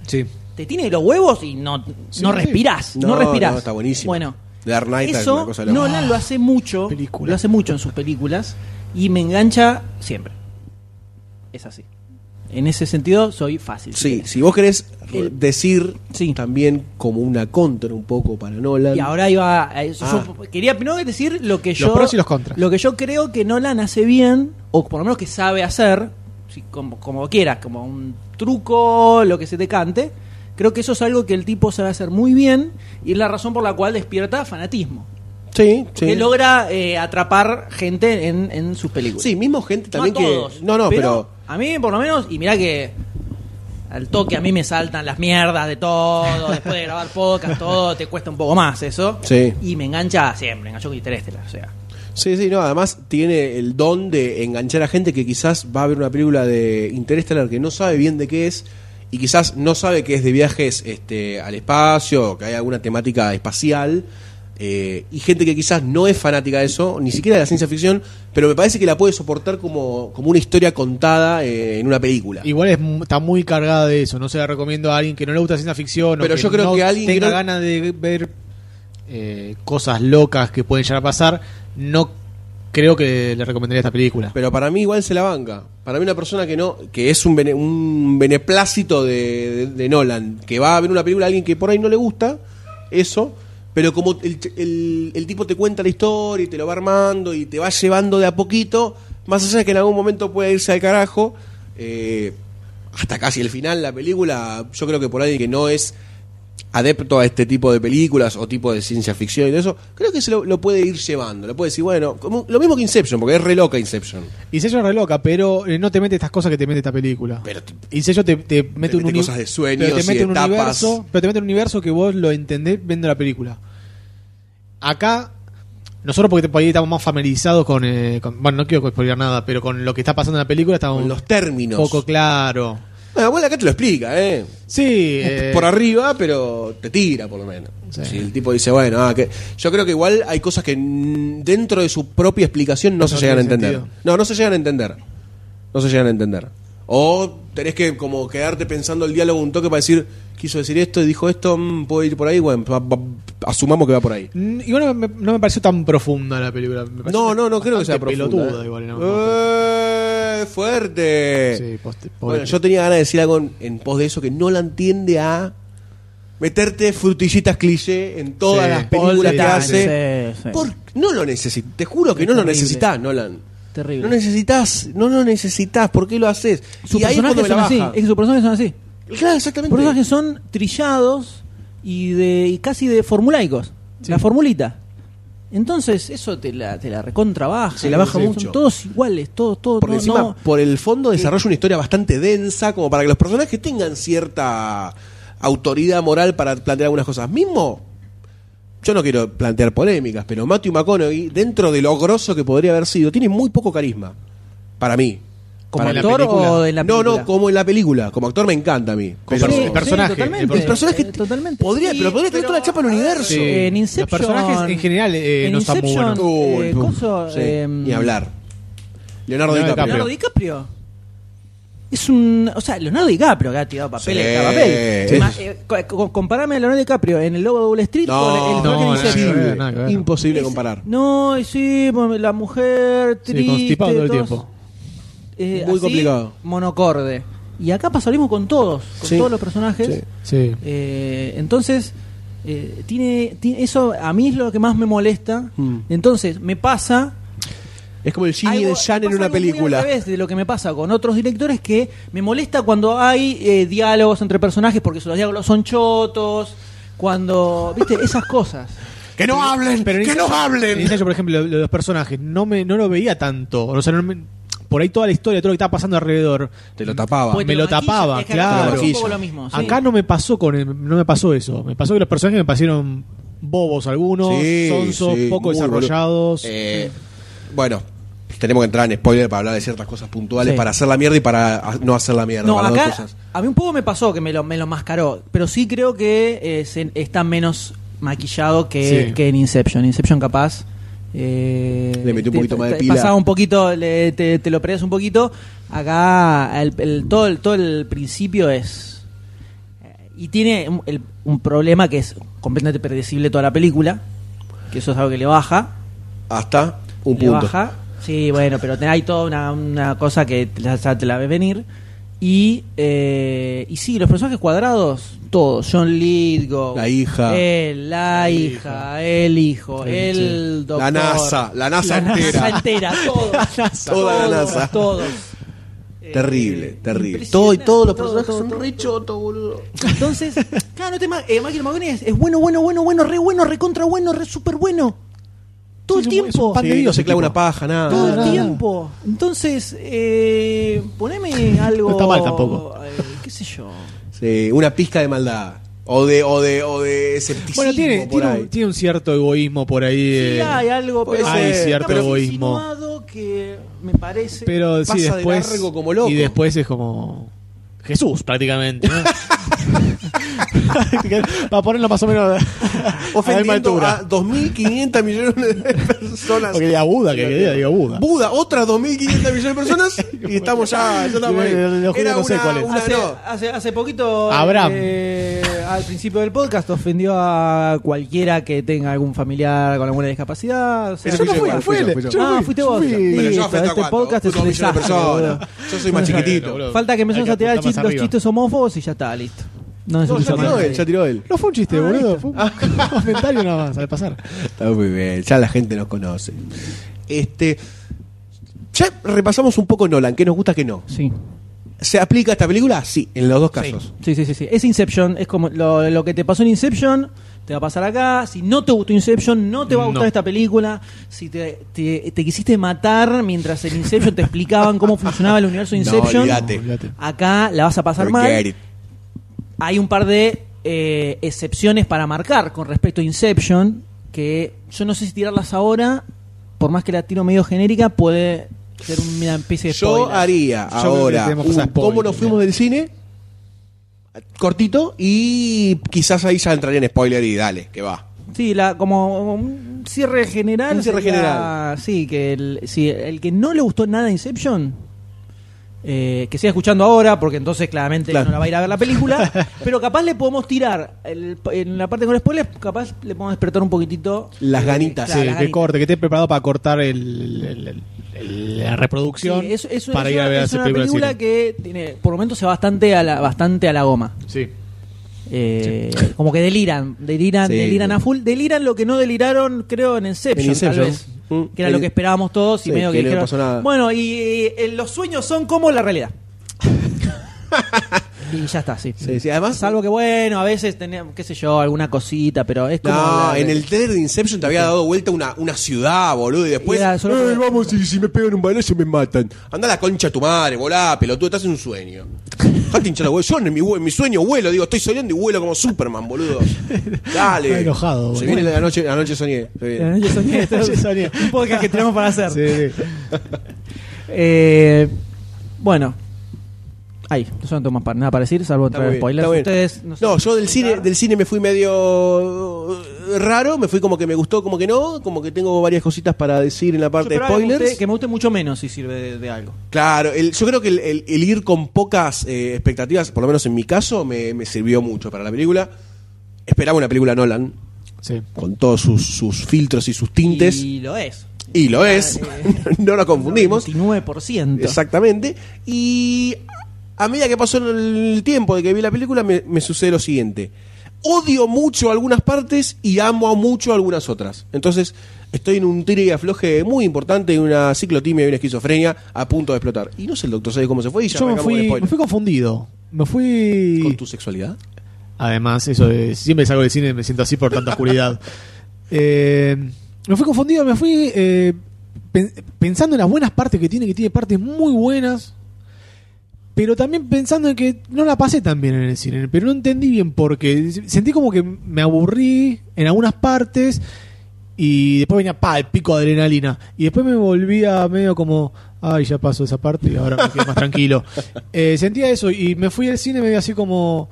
D: Sí.
E: Te tiene los huevos y no,
D: Sí,
E: no
D: sí.
E: respirás. No,
B: No,
E: respirás.
B: no, está buenísimo.
E: Bueno,
B: Dark Knight es una
E: eso
B: cosa de loco.
E: Nolan lo hace mucho. Lo hace mucho en sus películas. Y me engancha siempre. Es así. En ese sentido, soy fácil.
B: Sí, si vos querés
E: El-
B: decir también como una contra un poco para Nolan.
E: Y ahora iba a eso.
B: Ah.
E: Yo quería primero decir lo que
D: Em, Los
E: yo.
D: pros y los contras.
E: Lo que yo creo que Nolan hace bien, o por lo menos que sabe hacer, si- como, como quieras, como un truco, lo que se te cante. Creo que eso es algo que el tipo sabe hacer muy bien y es la razón por la cual despierta fanatismo.
B: Sí, sí.
E: Que logra eh, atrapar gente en, en sus películas.
B: Sí, mismo gente
E: No
B: también
E: a
B: que.
E: todos,
B: no, no, pero.
E: A mí, por lo menos, y mirá que al toque a mí me saltan las mierdas de todo, después de grabar podcast, todo, te cuesta un poco más eso.
B: Sí.
E: Y me engancha siempre, enganchó con Interestelar, o sea.
B: Sí, sí, no, además tiene el don de enganchar a gente que quizás va a ver una película de Interstellar que no sabe bien de qué es y quizás no sabe que es de viajes este, al espacio, o que hay alguna temática espacial. eh, y gente que quizás no es fanática de eso, ni siquiera de la ciencia ficción, pero me parece que la puede soportar como, como una historia contada eh, en una película.
D: Igual es mu- está muy cargada de eso. No se la recomiendo a alguien que no le gusta ciencia ficción o
B: Pero
D: que
B: yo creo
D: no
B: que alguien que
D: tenga
B: no-
D: ganas de ver eh, cosas locas que pueden llegar a pasar. No creo que le recomendaría esta película.
B: Pero para mí igual se la banca. Para mí una persona que no, que es un, bene- un beneplácito de, de- de Nolan, que va a ver una película a alguien que por ahí no le gusta, eso, pero como el, ch- el- el tipo te cuenta la historia y te lo va armando y te va llevando de a poquito, más allá de que en algún momento pueda irse al carajo, eh, hasta casi el final la película, yo creo que por alguien que no es adepto a este tipo de películas o tipo de ciencia ficción y todo eso, creo que se lo, lo puede ir llevando, lo puede decir, bueno, como- lo mismo que Inception, porque es re loca Inception.
D: Y sello re loca, pero eh, no te mete estas cosas que te mete esta película.
B: Pero te-
D: y sello te, te mete un
B: mete
D: uni-
B: cosas de sueños
D: pero te
B: y
D: mete un
B: etapas.
D: universo, pero te mete un universo que vos lo entendés viendo la película. Acá nosotros porque por ahí estamos más familiarizados con, eh, con- bueno, no quiero spoilear nada, pero con lo que está pasando en la película estamos
B: Con los términos.
D: poco claro.
B: Bueno, bueno, acá te lo explica, ¿eh?
D: Sí, eh,
B: Por arriba, pero te tira, por lo menos.
D: Sí.
B: Si el tipo dice, bueno, ah, que... yo creo que igual hay cosas que mm, dentro de su propia explicación no, se
D: No
B: llegan a
D: tiene
B: entender.
D: sentido.
B: No, no se llegan a entender. No se llegan a entender. O tenés que como quedarte pensando el diálogo un toque para decir, quiso decir esto, dijo esto, mm, puedo ir por ahí, bueno, va- va- asumamos que va por ahí.
D: mm, igual no me, no me pareció tan profunda la película. me pareció
B: No, no, no creo que sea
D: bastante
B: profunda.
D: pelotuda
B: ¿eh?
D: igual, no,
B: ¡Eh! ¡Fuerte!
D: Sí, poste-
B: Bueno,
D: pobre-
B: yo tenía ganas de decir algo en, en pos de eso que no la entiende a meterte frutillitas cliché en todas
D: Sí.
B: las películas
D: Paul
B: que hace.
E: Sí, sí.
B: Por- no lo necesitas, te juro que no lo
E: Terrible.
B: necesitas, Nolan.
E: Terrible.
B: No necesitas, no lo necesitas, ¿por qué lo haces?
E: sus
B: y ahí es cuando
E: personajes
B: me la
E: son así,
B: baja.
E: es que sus personajes son así.
B: Claro,
E: Los
B: exactamente.
E: personajes son trillados y de y casi de formulaicos. La formulita. Entonces, eso te la, te la recontra baja.
B: Se la baja
E: Son
B: mucho.
E: todos iguales, todos, todos.
B: Porque
E: no-
B: encima,
E: no-
B: por el fondo, desarrolla una historia bastante densa, como para que los personajes tengan cierta autoridad moral para plantear algunas cosas. Mismo, yo no quiero plantear polémicas, pero Matthew McConaughey, dentro de lo grosso que podría haber sido, tiene muy poco carisma. Para mí.
E: ¿Como
B: Para mí.
E: actor
D: película.
E: o en la
B: no,
E: película?
B: no, como en la película. Como actor me encanta a mí. Pero-
D: Sí, el personaje,
E: totalmente.
D: el personaje.
B: El personaje
E: Eh, totalmente.
B: podría,
E: Sí,
B: pero podría tener toda la chapa del universo.
D: Sí.
E: En
D: Los
E: Inception-
D: personajes en general eh,
E: en
D: no están muy
E: Inception-
D: buenos.
B: Uy,
E: Eh,
B: puf,
E: coso,
B: Uh, sí,
E: eh,
B: Ni hablar. Leonardo
D: Leonardo
B: DiCaprio.
E: Leonardo DiCaprio. Es un. O sea, Leonardo DiCaprio que ha tirado papel,
B: Sí.
E: cada papel.
B: Sí.
E: Ma- eh, co- co- comparame a Leonardo DiCaprio en el logo de Wall Street
B: No,
E: con el- el personaje de
D: no,
E: Inception.
D: nada que ver,
B: imposible.
D: nada que ver.
B: Imposible comparar.
E: No, y sí, bueno, la mujer
D: Sí,
E: triste.
D: constipado todo el
E: todos,
D: tiempo.
E: eh,
B: Muy
E: así,
B: complicado.
E: Monocorde. Y acá pasa lo mismo con todos, con
B: Sí,
E: todos los personajes.
B: sí.
D: Sí.
E: Eh, entonces, eh, tiene, tiene- eso a mí es lo que más me molesta.
B: Mm.
E: Entonces, me pasa
B: Es como el Jin y
E: algo-
B: el Jan en
E: me pasa
B: una
E: algo muy
B: película.
E: al revés de lo que me pasa con otros directores que me molesta cuando hay eh, diálogos entre personajes porque esos diálogos son chotos, Cuando, viste, esas cosas.
B: ¡Que no hablen!
D: Pero en
B: ¡Que
D: este
B: no
D: caso- En
B: hablen!
D: este caso, por ejemplo, lo, lo de los personajes, no me no lo veía tanto. O sea, no me- por ahí toda la historia, todo lo que estaba pasando alrededor.
B: Te lo tapaba.
E: Pues
D: me lo, tapaba,
E: es que acá
D: claro.
E: pasa un poco lo mismo, sí.
D: Acá no me pasó con el- no me pasó eso. Me pasó que los personajes me parecieron bobos algunos,
B: Sí,
D: sonsos,
B: sí,
D: poco
B: muy boludo.
D: desarrollados.
B: Eh, bueno, tenemos que entrar en spoiler para hablar de ciertas cosas puntuales,
E: Sí.
B: para hacer la mierda y para ah, no hacer la mierda.
E: No,
B: para las dos
E: acá
B: cosas.
E: a mí un poco me pasó que me lo, me lo mascaró, pero sí creo que eh, se- está menos maquillado que,
B: Sí.
E: que en Inception. Inception capaz... eh,
B: Le metió un
E: te-
B: poquito más de
E: te-
B: pila.
E: Pasaba un poquito, le- te, te lo peleas un poquito. Acá el, el- todo, el, todo el principio es... eh, Y tiene un, el- un problema que es completamente predecible toda la película, que eso es algo que le baja.
B: Hasta un
E: le
B: punto.
E: baja. Sí, bueno, pero ten- hay toda una, una cosa que te la, ya te la ves venir. Y, eh, y sí, los personajes cuadrados, todos. John Lithgow.
B: La hija.
E: él, la, hija, El hijo.
B: Sí,
E: el
B: sí.
E: doctor.
B: La NASA, la NASA entera.
E: entera, todos.
B: Toda la
E: todos,
B: NASA.
E: Todos.
D: eh,
B: Terrible, terrible.
E: Todo y todos
B: los
E: personajes son re chotos, boludo. Entonces, claro, no te ma- eh, Michael Magone es, es bueno, bueno, bueno, bueno, re bueno, re contra bueno, re super bueno. Todo el tiempo.
B: Sí, no se clava una paja, nada.
E: Todo el
B: nada.
E: tiempo. Entonces, eh, poneme algo.
B: No está mal tampoco.
E: eh, ¿Qué sé yo?
B: Sí, una pizca de maldad. O de, o de, o de escepticismo
D: Bueno, tiene,
B: por
D: tiene,
B: ahí.
D: un, tiene un cierto egoísmo por ahí.
E: Sí,
D: eh,
E: hay algo, pero.
D: hay
E: está
D: cierto
E: medio
D: egoísmo.
E: insinuado que me parece.
D: Pero sí,
E: Pasa de
D: después.
E: largo como loco.
D: Y después es como. Jesús, prácticamente. ¿no? Para ponerlo más o menos a la misma
B: Ofendiendo
D: altura.
B: a 2.500 millones de personas.
D: Porque diga Buda, que, que diga, diga Buda.
B: Buda, otras 2.500 millones de personas y estamos ya, ya estamos ahí.
D: Los judíos
B: Era
D: no sé
B: una-
D: cuál es.
B: una-
E: hace,
B: no.
E: hace, hace poquito.
D: Abraham.
E: eh, al principio del podcast ofendió a cualquiera que tenga algún familiar con alguna discapacidad. o sea,
B: Eso no fui yo, fui yo, fui yo. Yo no
E: Ah,
B: fui,
E: fuiste
B: yo
E: vos.
B: fui.
E: Listo,
B: Pero yo afecto a
E: este
B: cuánto,
E: podcast es
B: fue
E: un
B: dos millones de
E: desastre.
B: personas.
E: boludo.
B: Yo soy más chiquitito.
E: Bueno, Falta que empecemos a tirar chistes- los chistes homófobos y ya está, listo. No,
B: No, ya tiró él, ya tiró él.
D: No fue un
E: Ah,
D: chiste, boludo. Fue un comentario nada más, al pasar.
B: Está muy bien, ya la gente nos conoce. Este, ya repasamos un poco Nolan, que nos gusta que no.
E: Sí.
B: ¿Se aplica esta película? Sí, en los dos casos.
E: Sí, sí, sí, sí. Es Inception, es como lo, lo que te pasó en Inception, te va a pasar acá. Si no te gustó Inception, no te va a gustar
D: No.
E: esta película. Si te, te- te quisiste matar mientras en Inception te explicaban cómo funcionaba el universo de
B: No,
E: Inception,
B: olvídate.
E: acá la vas a pasar
B: Forget
E: mal.
B: it.
E: Hay un par de eh, excepciones para marcar con respecto a Inception, que yo no sé si tirarlas ahora, por más que la tiro medio genérica, puede ser una especie de
B: Yo
E: spoiler.
B: haría
D: Yo creo que
B: ahora
D: tenemos
B: un
D: cosas
B: cómo
D: spoiler,
B: nos fuimos del cine cortito y quizás ahí ya entraría en spoiler y dale, que va.
E: Sí, la, como un cierre general.
B: Un cierre
E: sería-
B: general.
E: Sí, que el, sí, el que no le gustó nada Inception, eh, que siga escuchando ahora, porque entonces claramente
B: Claro.
E: no la va a ir a ver la película. pero capaz le podemos tirar, el- en la parte con spoilers, capaz le podemos despertar un poquitito. eh,
B: Las ganitas.
E: Claro,
D: Sí,
E: las
D: que
E: ganitas.
D: corte, que esté preparado para cortar el, el- el- el- la reproducción.
E: Sí, es, es-
D: para
E: es
D: ir a
E: una,
D: ver
E: es
D: esa
E: una
D: película. al
E: película
D: cine.
E: que tiene, por momentos se va bastante a la, bastante a la goma.
D: Sí.
E: Eh, Como que deliran, deliran,
B: Sí.
E: deliran a full, deliran lo que no deliraron, creo, en Inception,
B: En Inception.
E: tal vez.
B: Mm.
E: Que era lo que esperábamos todos y
B: Sí,
E: medio que,
B: que no
E: dijeron,
B: pasó nada.
E: Bueno, y, eh, los sueños son como la realidad. y ya está, sí.
B: Sí, sí, además-
E: Salvo que, bueno, a veces tenemos, qué sé yo, alguna cosita, pero es como.
B: No,
E: la-
B: en el trailer de Inception te había dado vuelta una, una ciudad, boludo, y después.
E: Y era solo
B: "Ay,
E: por-
B: vamos, si, si me pegan un balazo me matan. Anda a la concha a tu madre, volá, pelotudo, estás en un sueño. Dejate hinchar la bola. Yo en mi, vu- en mi sueño vuelo, digo, estoy soñando y vuelo como Superman, boludo. Dale.
D: Está enojado, boludo.
B: Se viene la noche, anoche soñé. se viene.
E: Yo soñé,
D: Yo soñé.
E: un podcast que tenemos para hacer.
D: Sí, sí.
E: Eh, bueno. Ahí, yo no tengo más para, nada para decir, salvo
B: Está muy
E: entrar
B: bien,
E: spoilers.
B: está bien.
E: Ustedes, no sé.
B: No, yo del cine, del cine me fui medio eh, raro, me fui como que me gustó, como que no, como que tengo varias cositas para decir en la
E: Yo
B: parte de
E: esperaba que me
B: spoilers.
E: guste- Que me guste mucho menos si sirve de, de algo.
B: Claro, el- yo creo que el, el- el ir con pocas eh, expectativas, por lo menos en mi caso, me, me sirvió mucho para la película. Esperaba una película Nolan,
D: Sí.
B: con todos sus, sus filtros y sus tintes, y,
E: Y lo es.
B: lo es, no lo confundimos,
E: 99%.
B: exactamente. Y a medida que pasó el tiempo de que vi la película, me, me sucede lo siguiente. Odio mucho algunas partes y amo mucho algunas otras. Entonces, estoy en un tire y afloje muy importante, en una ciclotimia y una esquizofrenia a punto de explotar. Y no sé el doctor sabe cómo se fue y ya
D: Yo me
B: arrancamos con
D: fui,
B: spoiler.
D: me fui confundido. Me fui.
B: ¿Con tu sexualidad?
D: Además, eso de- siempre salgo del cine y me siento así por tanta oscuridad. Eh, me fui confundido, me fui eh, pen- pensando en las buenas partes que tiene, que tiene partes muy buenas, pero también pensando en que no la pasé tan bien en el cine, pero no entendí bien por qué. Sentí como que me aburrí en algunas partes y después venía, pa, el pico de adrenalina. Y después me volvía medio como, ay, ya pasó esa parte y ahora me quedo más tranquilo. Eh, sentía eso y me fui al cine medio así como,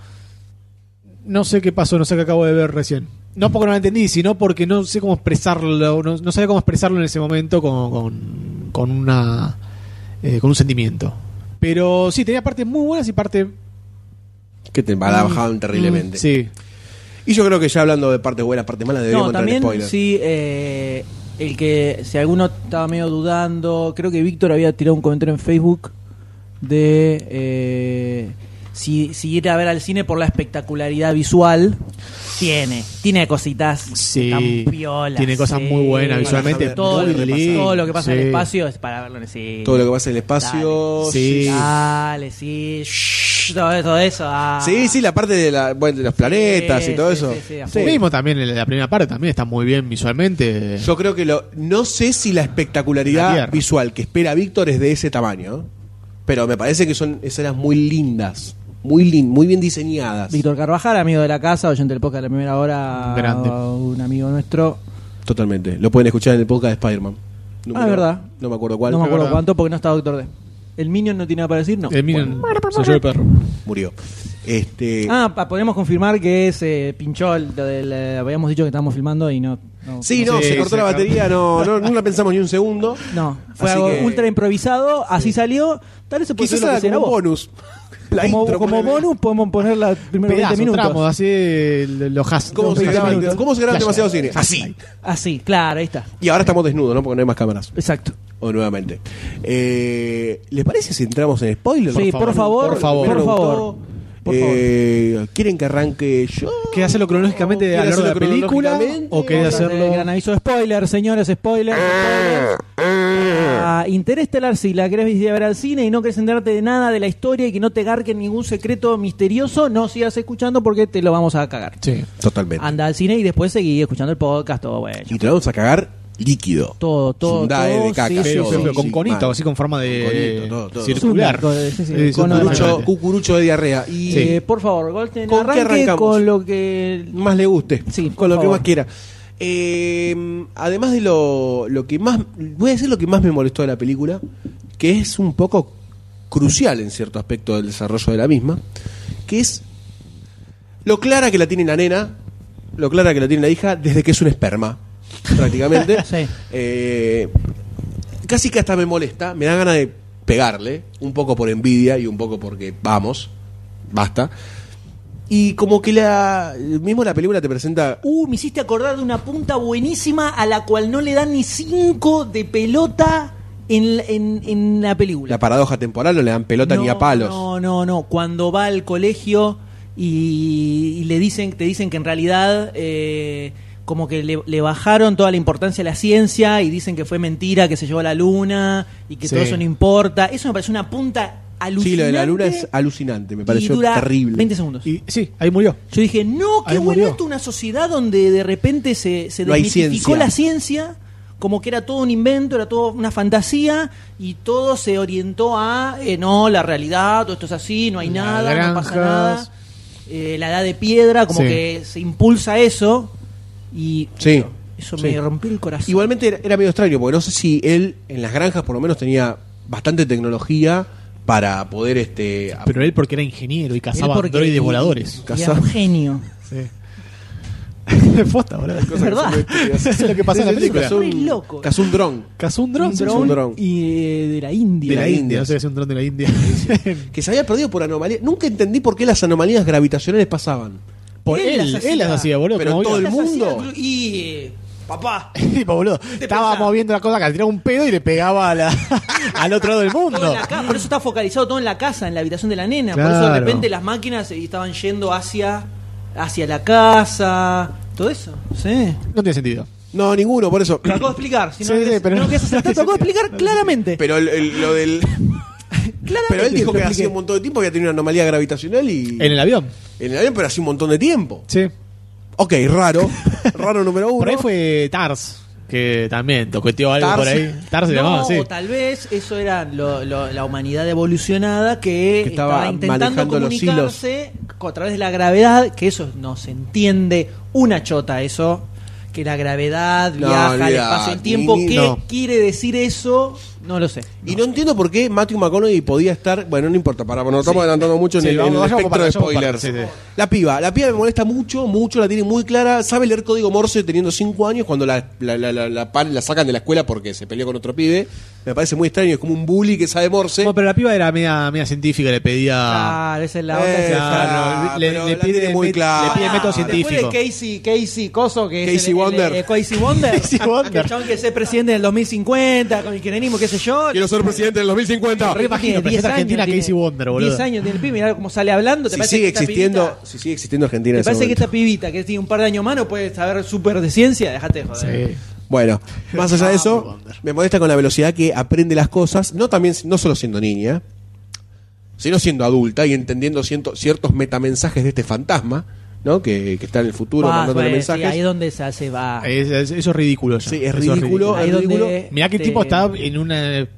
D: no sé qué pasó, no sé qué acabo de ver recién. No porque no la entendí, sino porque no sé cómo expresarlo, no, no sabía cómo expresarlo en ese momento con, con, con una, eh, con un sentimiento. Pero sí, tenía partes muy buenas y partes...
B: Que te bajaban terriblemente.
D: Mm, sí.
B: Y yo creo que ya hablando de partes buenas, partes malas, deberíamos
E: No,
B: entrar en
E: también
B: spoilers.
E: sí, eh, el que si alguno estaba medio dudando, creo que Víctor había tirado un comentario en Facebook de eh, si, si ir a ver al cine por la espectacularidad visual, tiene, tiene cositas
D: Sí,
E: tan piolas.
D: tiene cosas
E: sí.
D: muy buenas visualmente,
E: Todo,
D: muy
E: lo-
D: lindo,
E: todo lo que pasa en el
D: sí.
E: espacio es para verlo en el cine.
B: Todo lo que pasa en el espacio.
D: Dale. Sí.
E: Dale, sí, shh, todo eso, todo eso. ah.
B: Sí, sí, la parte de, la, bueno, de los planetas y todo eso. Sí.
D: Mismo también en la primera parte, también está muy bien visualmente.
B: Yo creo que lo. No sé si la
D: La
B: espectacularidad
D: Tierra.
B: visual que espera Víctor es de ese tamaño, pero me parece que son escenas muy lindas, muy, lin- muy bien diseñadas.
E: Víctor Carvajal, amigo de la casa, oyente del podcast de la primera hora,
B: Grande.
E: un amigo nuestro.
B: Totalmente. Lo pueden escuchar en el podcast de Spider-Man. Número-
E: Ah, es verdad.
B: No me acuerdo cuál.
E: No me acuerdo cuánto porque no está Doctor D. El Minion no tiene nada para decir, no.
D: El Minion se el perro.
B: Murió. Este.
E: Ah, pa- podemos confirmar que se pinchó, el- lo del, eh, habíamos dicho que estábamos filmando y no. no
B: sí, no,
D: Sí,
B: se cortó
D: se
B: la
D: acabó.
B: batería, no, no, no la pensamos ni un segundo.
E: No, fue
B: Así
E: algo
B: que-
E: ultra improvisado, así salió. Tal vez se puede
B: Quizás
E: subir lo que
B: haga
E: se
B: como un
E: grabó.
B: bonus. La
E: como
B: intro,
E: como
B: ponele.
E: bonus podemos poner la primera 20
D: Pedazos,
E: minutos.
D: tramos, así el- los has.
B: ¿Cómo se,
E: 20
B: graban,
E: minutos.
B: ¿Cómo se graban
D: Flash.
B: demasiado cine? Así.
E: Así, claro, ahí está.
B: Y ahora estamos desnudos, ¿no? Porque no hay más cámaras.
E: Exacto.
B: O nuevamente. Eh, ¿Les parece si entramos en spoilers?
E: Sí, por favor,
B: Por favor.
E: por
B: Primero
E: favor.
B: Gustavo. Eh, ¿Quieren que arranque yo?
D: ¿Querés hacerlo cronológicamente a
B: ¿Quieres
D: lo largo de la
B: hacerlo
D: película?
B: cronológicamente?
D: ¿O querés
E: Vamos a hacer
D: hacerlo...?
E: El gran aviso de spoiler, señores, spoiler. spoilers. Ah, Interestelar, si la querés ir a ver al cine y no querés enterarte de nada de la historia y que no te garquen ningún secreto misterioso, no sigas escuchando porque te lo vamos a cagar.
D: Sí.
B: Totalmente.
E: Anda al cine y después seguí escuchando el podcast, todo bueno.
B: Y te vamos a cagar líquido.
E: Todo, todo,
B: Sundae
E: todo,
B: de caca,
E: sí, sí,
D: Pero,
E: sí,
D: pero
E: sí.
D: con conito,
B: mal.
D: así con forma de
B: Con conito, todo, todo.
D: circular.
E: Circular, sí, sí,
D: Eh,
E: con
B: Cucurucho,
D: exactamente.
B: cucurucho de diarrea. Y
D: Sí.
E: Eh, por favor, Golden,
B: ¿Con qué
E: arranque
B: arrancamos?
E: con lo que...
B: más le guste.
E: Sí, por
B: con lo que
E: favor.
B: más quiera. Eh, además de lo, lo que más. Voy a decir lo que más me molestó de la película, que es un poco crucial en cierto aspecto del desarrollo de la misma, que es lo clara que la tiene la nena, lo clara que la tiene la hija, desde que es un esperma, prácticamente.
E: Sí.
B: Eh, casi que hasta me molesta, me da ganas de pegarle, un poco por envidia y un poco porque vamos, basta. Y como que la mismo la película te presenta
E: Uh, me hiciste acordar de una punta buenísima a la cual no le dan ni cinco de pelota en, en- en la película.
B: la paradoja temporal, no le dan pelota ni
E: No,
B: a palos.
E: No, no, no. Cuando va al colegio y, y le dicen, te dicen que en realidad eh, como que le, le bajaron toda la importancia a la ciencia y dicen que fue mentira, que se llevó a la luna y que
D: Sí.
E: todo eso no importa. Eso me parece una punta alucinante.
B: Sí, lo de la luna es alucinante, me pareció
E: y dura
B: terrible.
E: 20 segundos.
D: Y, sí, ahí murió.
E: Yo dije, no, qué
D: Ahí
E: bueno
D: murió.
E: esto, una sociedad donde de repente se, se
B: No hay
E: desmitificó
B: ciencia.
E: la ciencia, como que era todo un invento, era todo una fantasía, y todo se orientó a, eh, no, la realidad, todo esto es así, no hay
D: Las
E: nada, no pasa
D: granjas.
E: nada. Eh, la edad de piedra, como
D: Sí.
E: que se impulsa eso, y
B: Sí.
E: eso
B: Sí.
E: me rompió el corazón.
B: Igualmente era, era medio extraño, porque no sé si él en las granjas por lo menos tenía bastante tecnología para poder este a-
D: Pero él porque era ingeniero y
E: Él
D: cazaba
E: porque- y-
D: androides voladores.
E: y era un genio.
D: Sí. Posta, boludo.
E: Es verdad.
D: Eso es lo que pasa en la
B: Sí, sí,
D: película.
B: cazó
E: Re loco.
B: un, cazó un dron
D: Cazó un dron.
E: Un
D: sí,
B: dron.
E: dron y eh, de la India.
D: De la
B: India.
D: India. No sé si es un dron de la India.
B: que se había perdido por anomalía. Nunca entendí por qué las anomalías gravitacionales pasaban.
D: Por
E: Él
D: él,
E: las
D: él las
E: hacía.
D: hacía, boludo.
B: Pero
D: como
B: todo el
D: había-
B: mundo.
E: Y, eh, papá,
D: Tipo, pues, boludo. Estaba
E: pensás?
D: moviendo la cosa que le tiraba un pedo y le pegaba a la- al otro lado del
E: Todo en
D: mundo.
E: la ca- por eso está focalizado todo en la casa, en la habitación de la nena. Por eso de
D: Claro.
E: repente las máquinas eh, estaban yendo hacia, hacia la casa, todo eso. Sí.
D: No tiene sentido.
B: No, ninguno, por eso.
E: Te acabo de explicar. Si no
D: Sí,
E: querés-
D: sí, pero-
E: no lo querés aceptar, te acabo de explicar claramente.
B: Pero el- el- lo del Pero él
D: claramente
B: dijo
D: lo
B: que hacía
D: expliqué.
B: un montón de tiempo que había tenido una anomalía gravitacional y.
D: En el avión.
B: En el avión, pero hace un montón de tiempo.
D: Sí.
B: Ok, raro. raro número uno.
D: Por ahí fue Tars, que también toqueteó algo por ahí. Tars se
E: no,
D: llamaba, sí.
E: o tal vez eso era lo- lo- la humanidad evolucionada que,
B: Que estaba
E: estaba, intentando
B: manejando los hilos.
E: comunicarse co- a través de la gravedad, que eso no se entiende una chota eso, que la gravedad
B: No,
E: viaja al
B: olvidate,
E: espacio-tiempo,
B: ni- ni-
E: ¿qué
B: no.
E: quiere decir eso? No lo sé.
B: Y no entiendo por qué Matthew McConaughey podía estar. Bueno, no importa, para, nos estamos
D: Sí.
B: adelantando mucho
D: Sí,
B: en el,
D: vamos,
B: en el
D: vayamos
B: espectro
D: para-
B: de
D: vayamos para-
B: spoilers.
D: sí, sí.
B: La piba, la piba me molesta mucho, mucho, la tiene muy clara. Sabe leer código Morse teniendo 5 años cuando la, la, la, la, la pan- la sacan de la escuela porque se peleó con otro pibe. Me parece muy extraño, es como un bully que sabe Morse.
D: Bueno, pero la piba era media, media científica, le pedía.
E: Claro, esa es Ah, la
B: Eh,
E: otra. que-
D: Claro, le,
B: pero
D: le
B: la
D: pide
B: tiene muy
D: met-
B: clara.
D: le pide método
B: Después
D: científico.
E: Después de Casey, Casey Coso, que es
B: Casey
E: el- el-
B: Wonder.
E: eh, Casey Wonder.
D: Casey Wonder.
E: Que el chabón que es presidente del 2050, con el kirchnerismo, qué sé yo.
B: Quiero ser presidente del 2050.
D: Re imagino, presenta Argentina Casey Wonder, boludo.
E: 10 años tiene el pibe, mirá cómo sale hablando. ¿Te
B: Si
E: parece
B: sigue,
E: que esta
B: existiendo,
E: pibita-
B: si sigue existiendo Argentina. en
E: ¿Te
B: ese
E: parece que
B: momento.
E: esta pibita que tiene un par de años mano puede saber súper de ciencia? Dejate de joder.
D: Sí.
B: Bueno, más allá de eso, me molesta con la velocidad que aprende las cosas, no también no solo siendo niña, sino siendo adulta y entendiendo ciento- ciertos metamensajes de este fantasma, ¿no? Que, que está en el futuro
E: Ah,
B: mandándole
E: bueno, sí,
B: mensajes.
E: ahí donde se hace va.
D: Es- es- eso es ridículo ya.
B: Sí, es
D: Eso
B: ridículo,
E: Ahí
B: es
E: donde-
B: ridículo.
D: Mirá que
E: Este-
D: tipo está en un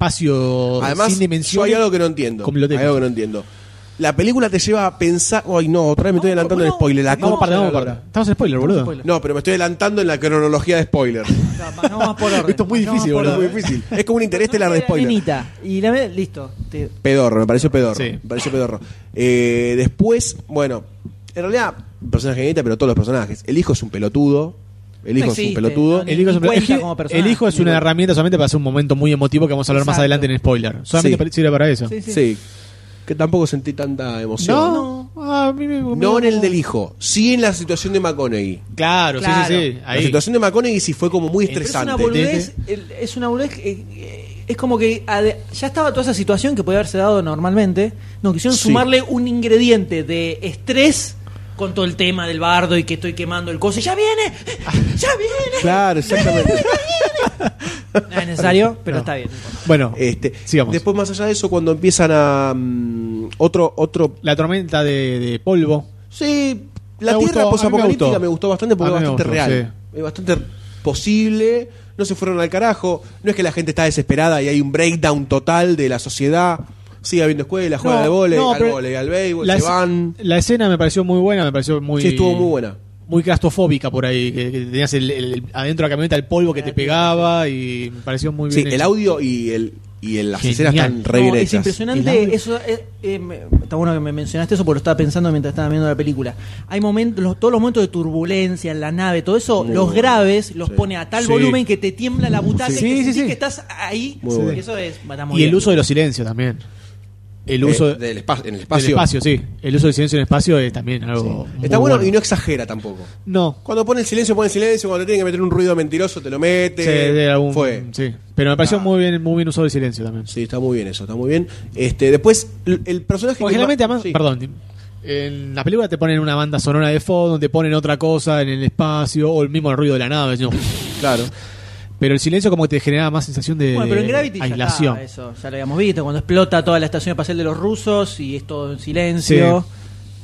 D: espacio
B: Además,
D: sin
B: yo
D: dimensión.
B: hay algo que no entiendo.
D: Con biblioteca.
B: Hay algo que no entiendo. La película te lleva a pensar, ay no, otra vez me estoy adelantando en
E: no,
B: spoiler, la
D: Vamos
B: concha
D: para,
B: de la
D: vamos para.
B: lora.
D: Estamos en spoiler, boludo.
E: spoiler.
B: No, pero me estoy adelantando en la cronología de spoiler.
E: No, no vamos por orden.
D: Esto es muy
E: No vamos
D: difícil,
E: por
D: boludo.
B: es muy
E: orden.
B: difícil. Es como un interés
E: No,
B: estelar de
E: era
B: Este spoiler.
E: nenita. Y la ve- listo. te-
B: Pedorro, me pareció pedorro.
D: Sí.
B: Me pareció pedorro. Eh, después, bueno, en realidad, personaje de Nieta, pero todos los personajes. El hijo es un pelotudo. El hijo
E: No
B: es un
E: existe,
B: pelotudo.
E: no,
D: El hijo, es,
E: Ni cuenta
D: el-
E: como personaje,
D: el hijo es
E: ni
D: una
E: cuenta.
D: herramienta solamente para hacer un momento muy emotivo que vamos a hablar más
E: Exacto.
D: adelante en spoiler.
B: Sí.
D: Solamente para- sirve para eso.
E: Sí, sí.
B: Sí. Que tampoco sentí tanta emoción.
D: No, Ah, a mí me-
B: No en el del hijo, sí en la situación de McConaughey.
D: Claro,
E: Claro.
D: sí, sí, sí.
B: La
D: Ahí.
B: situación de McConaughey sí fue como muy
E: Pero es una
B: estresante.
E: boludez, el- es una boludez, eh, eh, es como que ade- ya estaba toda esa situación que podía haberse dado normalmente. No, quisieron
B: Sí.
E: sumarle un ingrediente de estrés con todo el tema del bardo y que estoy quemando el coso. ¡Ya viene! ¡Ya viene!
B: Claro, exactamente.
E: No es necesario, pero está bien.
D: Bueno,
B: Este,
D: sigamos.
B: Después, más allá de eso, cuando empiezan a. mm, otro, otro.
D: la tormenta de, de polvo.
B: Sí, la
D: Me gustó,
B: tierra
D: a mí me
B: posapocalíptica me,
D: gustó.
B: gustó bastante porque
D: A
B: es
D: mí me
B: bastante
D: gustó,
B: real. Es bastante posible. No se fueron al carajo. No es que la gente está desesperada y hay un breakdown total de la sociedad. Sigue habiendo escuela, juega
D: No,
B: al vóley,
D: no,
B: al
D: pero
B: vóley, al béisbol,
D: la,
B: se
D: es-
B: van.
D: la escena me pareció muy buena, me pareció muy.
B: Sí, estuvo muy buena.
D: Muy claustrofóbica por ahí, que, que tenías el, el- adentro de la camioneta el polvo que te pegaba y me pareció muy
B: Eh, Sí,
D: bien.
B: el
D: hecho.
B: audio y el y el, las
D: Genial.
B: escenas están re
E: No,
B: bien
E: es
B: hechas.
D: El
E: impresionante. Eso, eh, eh, me- está bueno que me mencionaste eso porque lo estaba pensando mientras estaba viendo la película. Hay momentos, los- todos los momentos de turbulencia en la nave, todo eso,
B: Muy
E: los
B: bueno.
E: graves los
B: Sí.
E: pone a tal
D: Sí.
E: volumen que te tiembla la butaca y
D: Sí. Sí,
E: que
D: sí,
E: sentís
D: sí.
E: que estás ahí.
B: Muy bueno.
E: Eso es, está muy
D: Y el
E: bien.
D: uso de los silencios también. El
B: Eh,
D: uso
B: del espacio, en el
D: del
B: espacio.
D: espacio, sí. El uso del silencio en el espacio es también algo. muy
B: Está bueno, y no exagera tampoco.
D: No.
B: Cuando pone el silencio, pone el silencio. Cuando tiene que meter un ruido mentiroso, te lo mete.
D: Sí, de algún-
B: Fue.
D: sí. Pero me pareció
B: Ah.
D: muy bien muy bien usado el silencio también.
B: Sí, está muy bien eso, está muy bien. Este, después, l- el personaje que
D: Porque generalmente,
B: más-
D: además,
B: sí.
D: perdón, en la película te ponen una banda sonora de fondo, te ponen otra cosa en el espacio, o el mismo ruido de la nave. sino-
B: Claro.
D: Pero el silencio como que te generaba más sensación de
E: Bueno, pero en Gravity ya
D: aislación.
E: estaba eso, ya lo habíamos visto, cuando explota toda la estación espacial de los rusos y es todo en silencio.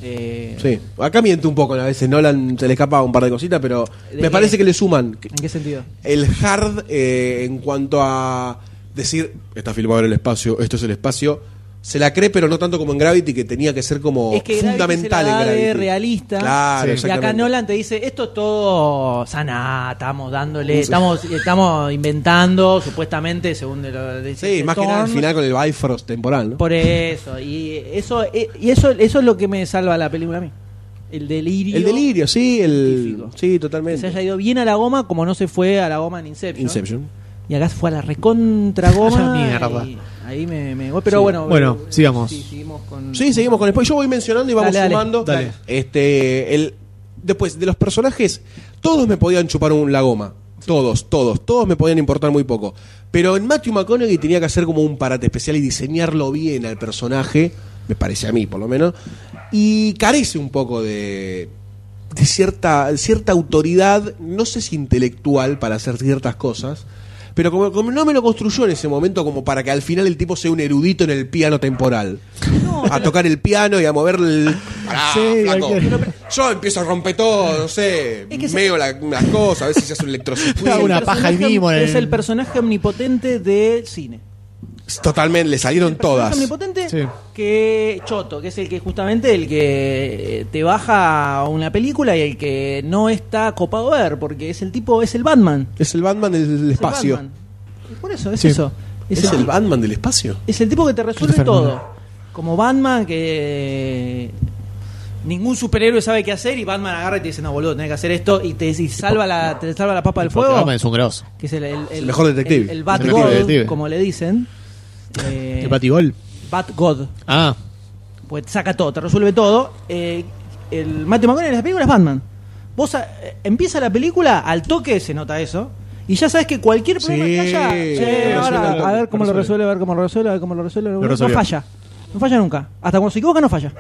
E: Eh,
B: Sí. Acá miente un poco, a veces Nolan se le escapa un par de cositas, pero
E: ¿De
B: me
E: qué?
B: parece que le suman
E: ¿En qué sentido?
B: el hard eh, en cuanto a decir, está filmado en el espacio, esto es el espacio. Se la cree, pero no tanto como en Gravity, que tenía que ser como
E: Es que Gravity
B: fundamental
E: se la da
B: en Gravity.
E: de realista.
B: Claro,
D: Sí.
E: Y acá
B: exactamente.
E: Nolan te dice, esto es todo saná, estamos dándole, estamos, estamos inventando, supuestamente, según de lo de-
B: Sí,
E: de
B: más que nada al
E: Thorne.
B: final con el Bifrost temporal, ¿no?
E: Por eso, y eso, eh, y eso, eso es lo que me salva la película a mí. El delirio.
B: El delirio, sí, el.
E: Científico.
B: Sí,
E: Que
B: totalmente.
E: se haya ido bien a la goma como no se fue a la goma en Inception.
B: Inception.
E: Y acá fue a la recontra goma.
D: Mierda.
E: y ahí me, me- Pero
B: Sí.
E: bueno.
D: Bueno,
E: eh,
D: sigamos.
E: sí, seguimos con-
B: Sí, seguimos con el spoiler. Yo voy mencionando y vamos
E: Dale, dale,
B: sumando.
D: dale.
B: Este, el, después, de los personajes, todos me podían chupar un, la goma. Todos, todos, todos me podían importar muy poco. Pero en Matthew McConaughey tenía que hacer como un parate especial y diseñarlo bien al personaje, me parece a mí por lo menos, y carece un poco de, de cierta, cierta autoridad, no sé si intelectual, para hacer ciertas cosas, Pero como, como no me lo construyó en ese momento como para que al final el tipo sea un erudito en el piano temporal. a tocar el piano y a mover el... Pará,
D: Sí,
B: flaco.
D: cualquier-
B: Yo empiezo a romper todo, no sé.
E: Es que se-
B: meo la- las cosas, a veces se hace un electrocircuito.
E: Es el personaje- Es el personaje omnipotente del cine.
B: Totalmente, le salieron todas.
E: personaje omnipotente que Choto, que es el que justamente el que eh, te baja a una película y el que no está copado a ver, porque es el tipo, es el Batman.
B: Es el Batman del
E: Es el
B: espacio.
E: Batman. Y Por eso, es
B: Sí.
E: eso.
B: ¿Es, el, Batman del espacio?
E: Es el tipo que te resuelve
B: Christopher Nolan.
E: todo. Como Batman, que ningún superhéroe sabe qué hacer y Batman agarra y te dice, no, boludo, tenés que hacer esto y te, y salva, la, te salva la papa del fuego.
D: Batman es un grosso.
E: Que es el, el-
D: el mejor detective.
E: El,
D: Es el
E: Bat
D: mejor
E: God,
D: detective.
E: como le dicen. Eh,
D: El batigol.
E: Bat God.
D: Ah,
E: Pues te saca todo, te resuelve todo. Eh, el Matthew McConaughey en las películas Batman. Vos a- eh, empieza la película, al toque se nota eso. Y ya sabes que cualquier problema que haya.
C: Sí,
E: "Che,
C: lo
E: ahora,
C: resuelve,
E: a ver cómo lo
C: resuelve".
E: resuelve, a ver cómo lo resuelve, a ver cómo lo resuelve. no
C: resolvió.
E: falla. No falla nunca. Hasta cuando se equivoca, no falla.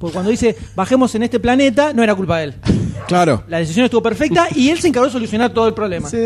E: Porque cuando dice bajemos en este planeta, no era culpa de él.
B: Claro.
E: La decisión estuvo perfecta y él se encargó de solucionar todo el problema.
D: Sí.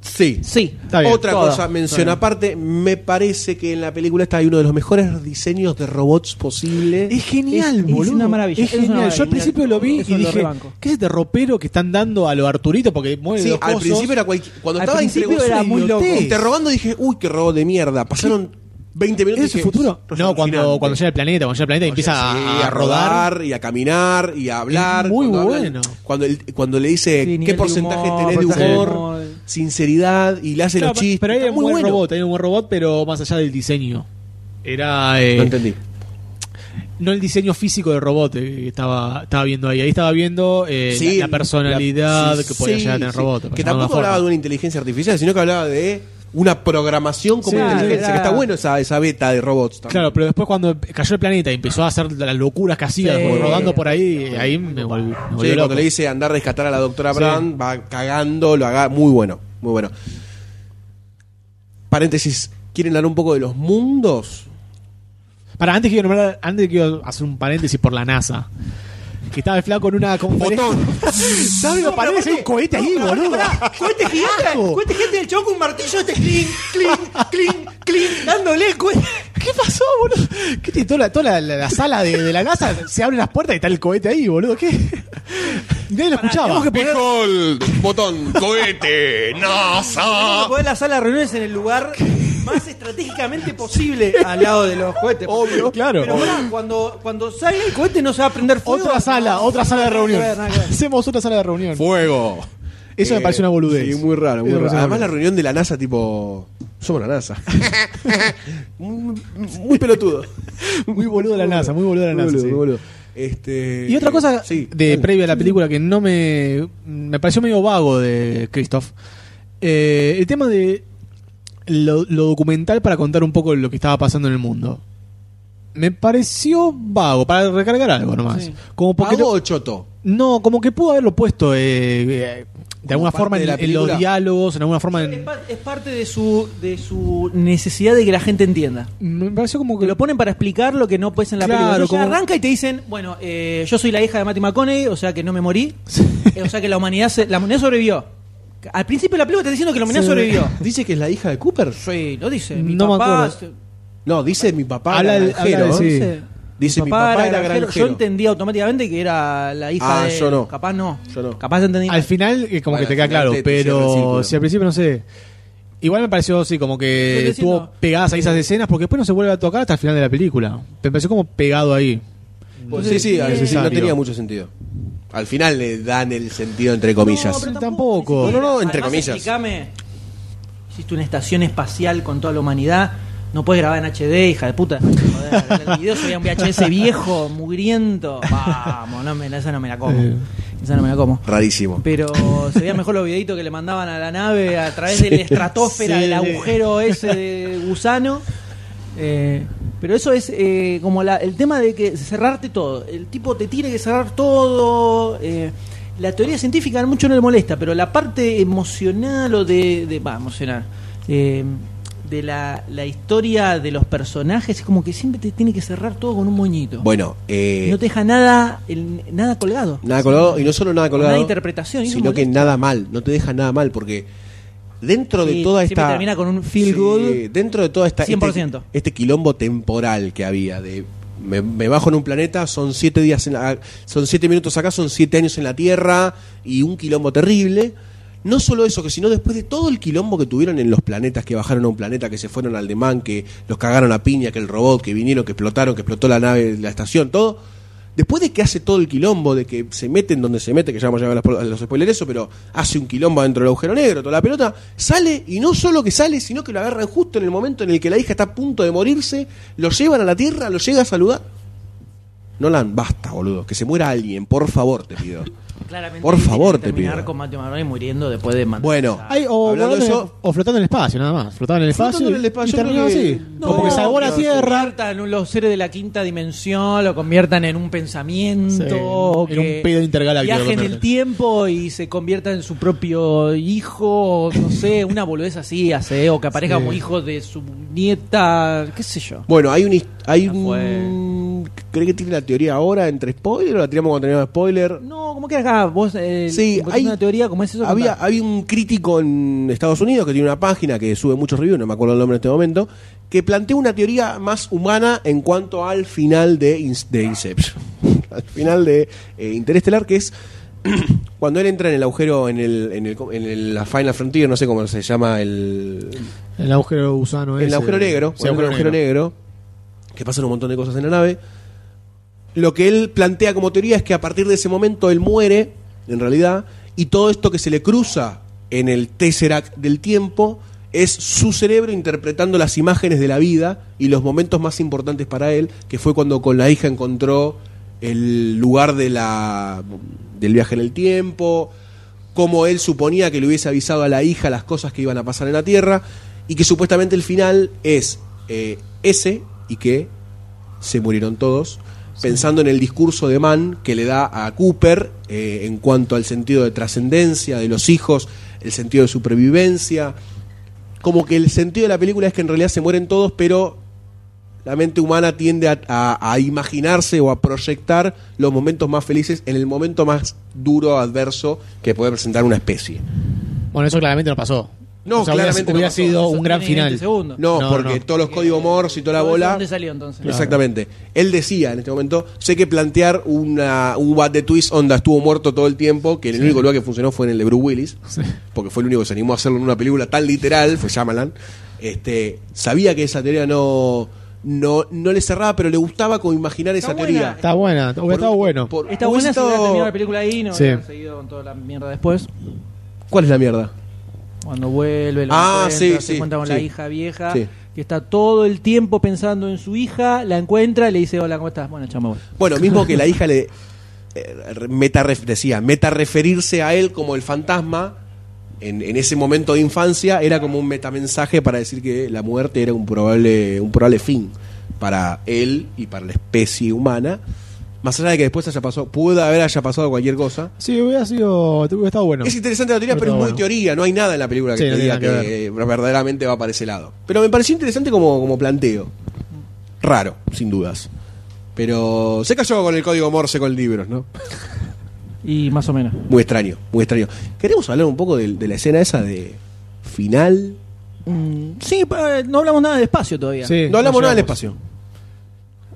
B: Sí.
E: Sí.
B: Otra
E: Todo.
B: cosa, mención
E: Está bien.
B: aparte, me parece que en la película está hay uno de los mejores diseños de robots posible.
D: Es genial, boludo.
E: Es una maravilla.
D: Es
E: es una
D: genial. Yo al
E: maravilla.
D: principio lo vi
E: Eso
D: y
E: lo
D: dije,
E: rebanco.
D: ¿qué es este ropero que están dando a lo Arturito? Porque mueve
B: Sí,
D: los
B: al
D: cosos.
B: principio era cualquier. Cuando
D: Al
B: estaba
D: principio
B: entregó-
D: era muy loco.
B: Interrogando dije, uy, qué robot de mierda. Pasaron 20 minutos.
D: ¿Es el futuro? No, cuando, cuando llega el planeta, cuando llega el planeta y empieza a,
B: a, rodar y a caminar y a hablar.
D: Es muy
B: cuando
D: bueno.
B: cuando, el- cuando le dice
D: Sí, nivel
B: qué
D: de
B: porcentaje
D: humor,
B: tenés de
D: porcentaje de
B: humor, sinceridad y le hace
D: Claro,
B: los chistes.
D: Pero hay
B: Está
D: un
B: muy
D: buen
B: bueno.
D: robot, hay un buen robot, pero más allá del diseño. Era. eh,
B: No entendí.
D: no el diseño físico del robot eh, que estaba, estaba viendo ahí. Ahí estaba viendo eh,
B: Sí,
D: la, la personalidad
B: la- sí,
D: que podía
B: sí,
D: llegar a tener el
B: sí.
D: robot.
B: Que
D: por llamarlo
B: tampoco
D: de alguna
B: hablaba de
D: forma.
B: una inteligencia artificial, sino que hablaba de una programación como
D: Sí,
B: inteligencia.
D: era-
B: Que está bueno esa, esa beta de robots. también.
D: Claro, pero después cuando cayó el planeta y empezó a hacer las locuras que hacía,
B: Sí.
D: como rodando por ahí, ahí me volví. me
B: Sí,
D: volvió
B: cuando
D: loco.
B: le dice andar a rescatar a la doctora
D: Sí.
B: Brand, va cagando, lo haga. Muy bueno, muy bueno. Paréntesis, ¿quieren hablar un poco de los mundos?
D: Para, antes quiero nombrar, antes quiero hacer un paréntesis por la NASA. Que estaba el flaco en una conferencia. ¿Sabes lo parece? Hay un cohete ahí, boludo.
E: Cohete gigante, cohete gigante del choco, un martillo, este clink, clink, clink, clink, dándole cohete.
D: ¿Qué pasó, boludo? ¿Qué tiene toda la, toda la, la- la sala de, de la NASA? Se abren las puertas y está el cohete ahí, boludo. ¿Qué? Y Nadie lo escuchaba.
B: Behold, botón, cohete,
E: Tenemos que
B: NASA.
E: poner la sala de reuniones en el lugar más estratégicamente posible al lado de los cohetes.
D: Obvio, claro.
E: Pero pará, cuando, cuando salga el cohete no se va a prender fuego.
D: Otra sala, otra sala de reunión. Hacemos otra sala de reunión.
B: Fuego.
D: Eso me
B: Eh,
D: parece una boludez.
B: Sí, muy raro, muy
D: Eso
B: raro.
D: me parece una
B: Además, la
D: boludez.
B: reunión de la NASA, tipo. Somos la NASA. muy, muy pelotudo.
D: Muy boludo la NASA, muy boludo la
B: Muy
D: NASA.
B: boludo,
D: sí.
B: muy boludo. Este,
D: Y otra cosa
B: sí,
D: de
B: dale.
D: previo a la película que no me. me pareció medio vago de Christoph. eh, el tema de lo, lo documental para contar un poco lo que estaba pasando en el mundo. Me pareció vago, para recargar algo nomás.
B: Sí.
D: Como porque
B: ¿Pago
D: no-
B: o choto?
D: no, como que pudo haberlo puesto eh, eh, de alguna
B: parte
D: forma
B: de
D: en,
B: la
D: en los
B: película.
D: diálogos, en alguna forma
E: Es
D: en.
E: pa- Es parte de su, de su necesidad de que la gente entienda.
D: Me pareció como
E: que lo ponen para explicar lo que no puedes en la
D: Claro,
E: película. Entonces ya
D: como-
E: arranca y te dicen, bueno, eh, yo soy la hija de Matty McConaughey, o sea que no me morí, Eh, o sea que la humanidad se- la humanidad sobrevivió. Al principio de la película te está diciendo que la humanidad
B: Sí.
E: sobrevivió.
B: ¿Dice que es la hija de Cooper?
E: Sí, lo dice. Mi
D: No me
E: papá,
D: acuerdo.
B: No, dice mi papá
D: Habla
B: era
D: del-
B: granjero.
D: habla del-
B: ¿eh?
D: sí.
B: Dice mi papá, era granjero.
E: Yo entendí automáticamente que era la hija
B: Ah,
E: de
B: yo no.
E: Capaz no.
B: Yo no.
E: Capaz entendí.
D: Al final, eh, como
B: Bueno,
D: que te queda
B: al final
D: claro,
B: te- te cierra el
D: pero
B: círculo.
D: si al principio no sé. Igual me pareció así, como
E: Estoy
D: que
E: diciendo-
D: estuvo pegadas ahí esas escenas, porque después no se vuelve a tocar hasta el final de la película. Me pareció como pegado ahí.
B: Pues sí, sí, a veces sí, no
D: necesario.
B: tenía mucho sentido. Al final le dan el sentido entre
D: No,
B: comillas.
D: pero tampoco.
B: No, no, no, entre
E: Además,
B: comillas.
E: Explícame. Hiciste una estación espacial con toda la humanidad. No puedes grabar en HD, hija de puta. Joder, el video sería un VHS viejo, mugriento. Vamos, no me, esa no me la como.
D: Eh.
E: Esa no me la como.
B: Rarísimo.
E: Pero se veían mejor los videitos que le mandaban a la nave a través de la estratosfera,
D: sí.
E: del agujero ese de gusano. Eh, pero eso es eh, como la- el tema de que cerrarte todo. El tipo te tiene que cerrar todo. eh, la teoría científica mucho no le molesta, pero la parte emocional o de. de va, emocional. eh, de la, la historia de los personajes, es como que siempre te tiene que cerrar todo con un moñito.
B: Bueno, eh,
E: no te deja nada, el- nada colgado.
B: nada colgado, y no solo nada colgado,
E: Nada de interpretación, y eso
B: sino que
E: molesta.
B: nada mal, no te deja nada mal, porque dentro de
E: Sí,
B: toda
E: siempre
B: esta
E: termina con un feel good
B: dentro de toda esta este-
E: 100%.
B: Este, quilombo temporal que había de me, me bajo en un planeta, son siete días en la- son siete minutos acá, son siete años en la Tierra y un quilombo terrible. No solo eso, que sino después de todo el quilombo que tuvieron en los planetas, que bajaron a un planeta, que se fueron al demán, que los cagaron a piña, que el robot, que vinieron, que explotaron, que explotó la nave, la estación, todo. Después de que hace todo el quilombo, de que se meten donde se mete, que ya vamos a llegar a las- a los spoilers, eso, pero hace un quilombo dentro del agujero negro, toda la pelota, sale y no solo que sale, sino que lo agarran justo en el momento en el que la hija está a punto de morirse, lo llevan a la tierra, lo llega a saludar. Nolan, basta, boludo, que se muera alguien, por favor, te pido.
E: Claramente
B: Por
E: tiene que
B: favor, te
E: terminar
B: pido.
E: con Matthew McConaughey muriendo después de matar.
B: Bueno,
D: Ay, o,
B: Hablando de
D: volando en-
B: eso-
D: o flotando en el espacio, nada más. Flotando en el espacio.
B: Flotando en el
D: y
B: espacio,
D: terminaba
B: creo que-
D: así. Como que salvó la
E: Pero
D: Tierra.
E: conviertan los seres de la quinta dimensión, lo conviertan en un pensamiento.
D: Sí,
E: o
D: en un
E: que
D: pedo intergaláctico, lo
E: Viaje en el
D: convierten.
E: tiempo y se convierta en su propio hijo, o no sé, una boludez así hace, o que aparezca
B: Sí.
E: como hijo de su nieta, qué sé yo.
B: Bueno, hay un. his- Hay
E: Ya fue.
B: un ¿Cree que tiene la teoría ahora entre spoiler o la tiramos cuando tenemos spoiler?
E: No, como que acá vos eh,
B: Sí,
E: vos
B: hay-
E: tenés una teoría como es eso.
B: Había,
E: contá.
B: había un crítico en Estados Unidos que tiene una página que sube muchos reviews, no me acuerdo el nombre en este momento, que plantea una teoría más humana en cuanto al final de, In- de Inception, al final de eh, Interestelar, que es cuando él entra en el agujero, en, el, en, el, en el- la Final Frontier, no sé cómo se llama el,
D: El agujero gusano
B: el
D: ese.
B: agujero negro,
D: Sí,
B: el agujero, negro, que pasan un montón de cosas en la nave. Lo que él plantea como teoría es que a partir de ese momento él muere, en realidad, y todo esto que se le cruza en el Tesseract del tiempo es su cerebro interpretando las imágenes de la vida y los momentos más importantes para él, que fue cuando con la hija encontró el lugar de la, del viaje en el tiempo, como él suponía que le hubiese avisado a la hija las cosas que iban a pasar en la Tierra, y que supuestamente el final es eh, ese y que se murieron todos, pensando en el discurso de Mann que le da a Cooper eh, en cuanto al sentido de trascendencia de los hijos, el sentido de supervivencia, como que el sentido de la película es que en realidad se mueren todos, pero la mente humana tiende a, a- a imaginarse o a proyectar los momentos más felices en el momento más duro, adverso que puede presentar una especie.
D: Bueno, eso claramente no pasó.
B: No,
D: O sea, hubiera-
B: claramente no
D: hubiera
B: pasó.
D: sido
E: Eso
D: un gran
E: tiene
D: final.
E: 20 segundos.
B: No,
D: No,
B: porque
D: no.
B: todos los códigos Morse y toda la
E: Todo eso,
B: bola.
E: ¿Dónde salió entonces?
B: Exactamente. Él decía en este momento, sé que plantear una, un bat de twist onda estuvo muerto todo el tiempo, que el único lugar que funcionó fue en el de Bruce Willis, porque fue el único que se animó a hacerlo en una película tan literal, fue Shyamalan. Este, sabía que esa teoría no, no, no le cerraba, pero le gustaba como imaginar esa teoría.
D: Está buena, hubiera estado bueno.
B: Por-
E: Está buena si
B: esto-
E: hubiera terminado la película ahí, no
D: Sí.
E: hubiera seguido con toda la mierda después.
B: ¿Cuál es la mierda?
E: Cuando vuelve, lo
B: Ah,
E: encuentra,
B: sí,
E: se
B: sí,
E: encuentra con
B: sí.
E: la hija vieja,
B: Sí.
E: que está todo el tiempo pensando en su hija, la encuentra, le dice, hola, ¿cómo estás? Bueno, chamo.
B: Bueno, mismo que la hija le eh, meta decía, meta referirse a él como el fantasma en, en ese momento de infancia era como un metamensaje para decir que la muerte era un probable un probable fin para él y para la especie humana. Más allá de que después haya pasado, pudo haber haya pasado cualquier cosa.
D: Sí, hubiera sido. Hubiera estado bueno.
B: Es interesante la teoría,
D: Pero
B: pero es
D: está
B: muy
D: bueno.
B: teoría, no hay nada en la película que
D: Sí,
B: te
D: no tiene
B: diga
D: nada
B: que,
D: que
B: eh, verdaderamente va para ese lado. Pero me pareció interesante como, como planteo. Raro, sin dudas. Pero se cayó con el código Morse con libros, ¿no?
E: Y más o menos.
B: Muy extraño, muy extraño. Queremos hablar un poco de, de la escena esa de final.
E: sí, pa- eh, no hablamos nada de espacio todavía.
D: Sí,
B: no hablamos
D: no
B: nada del
D: llegamos.
B: espacio.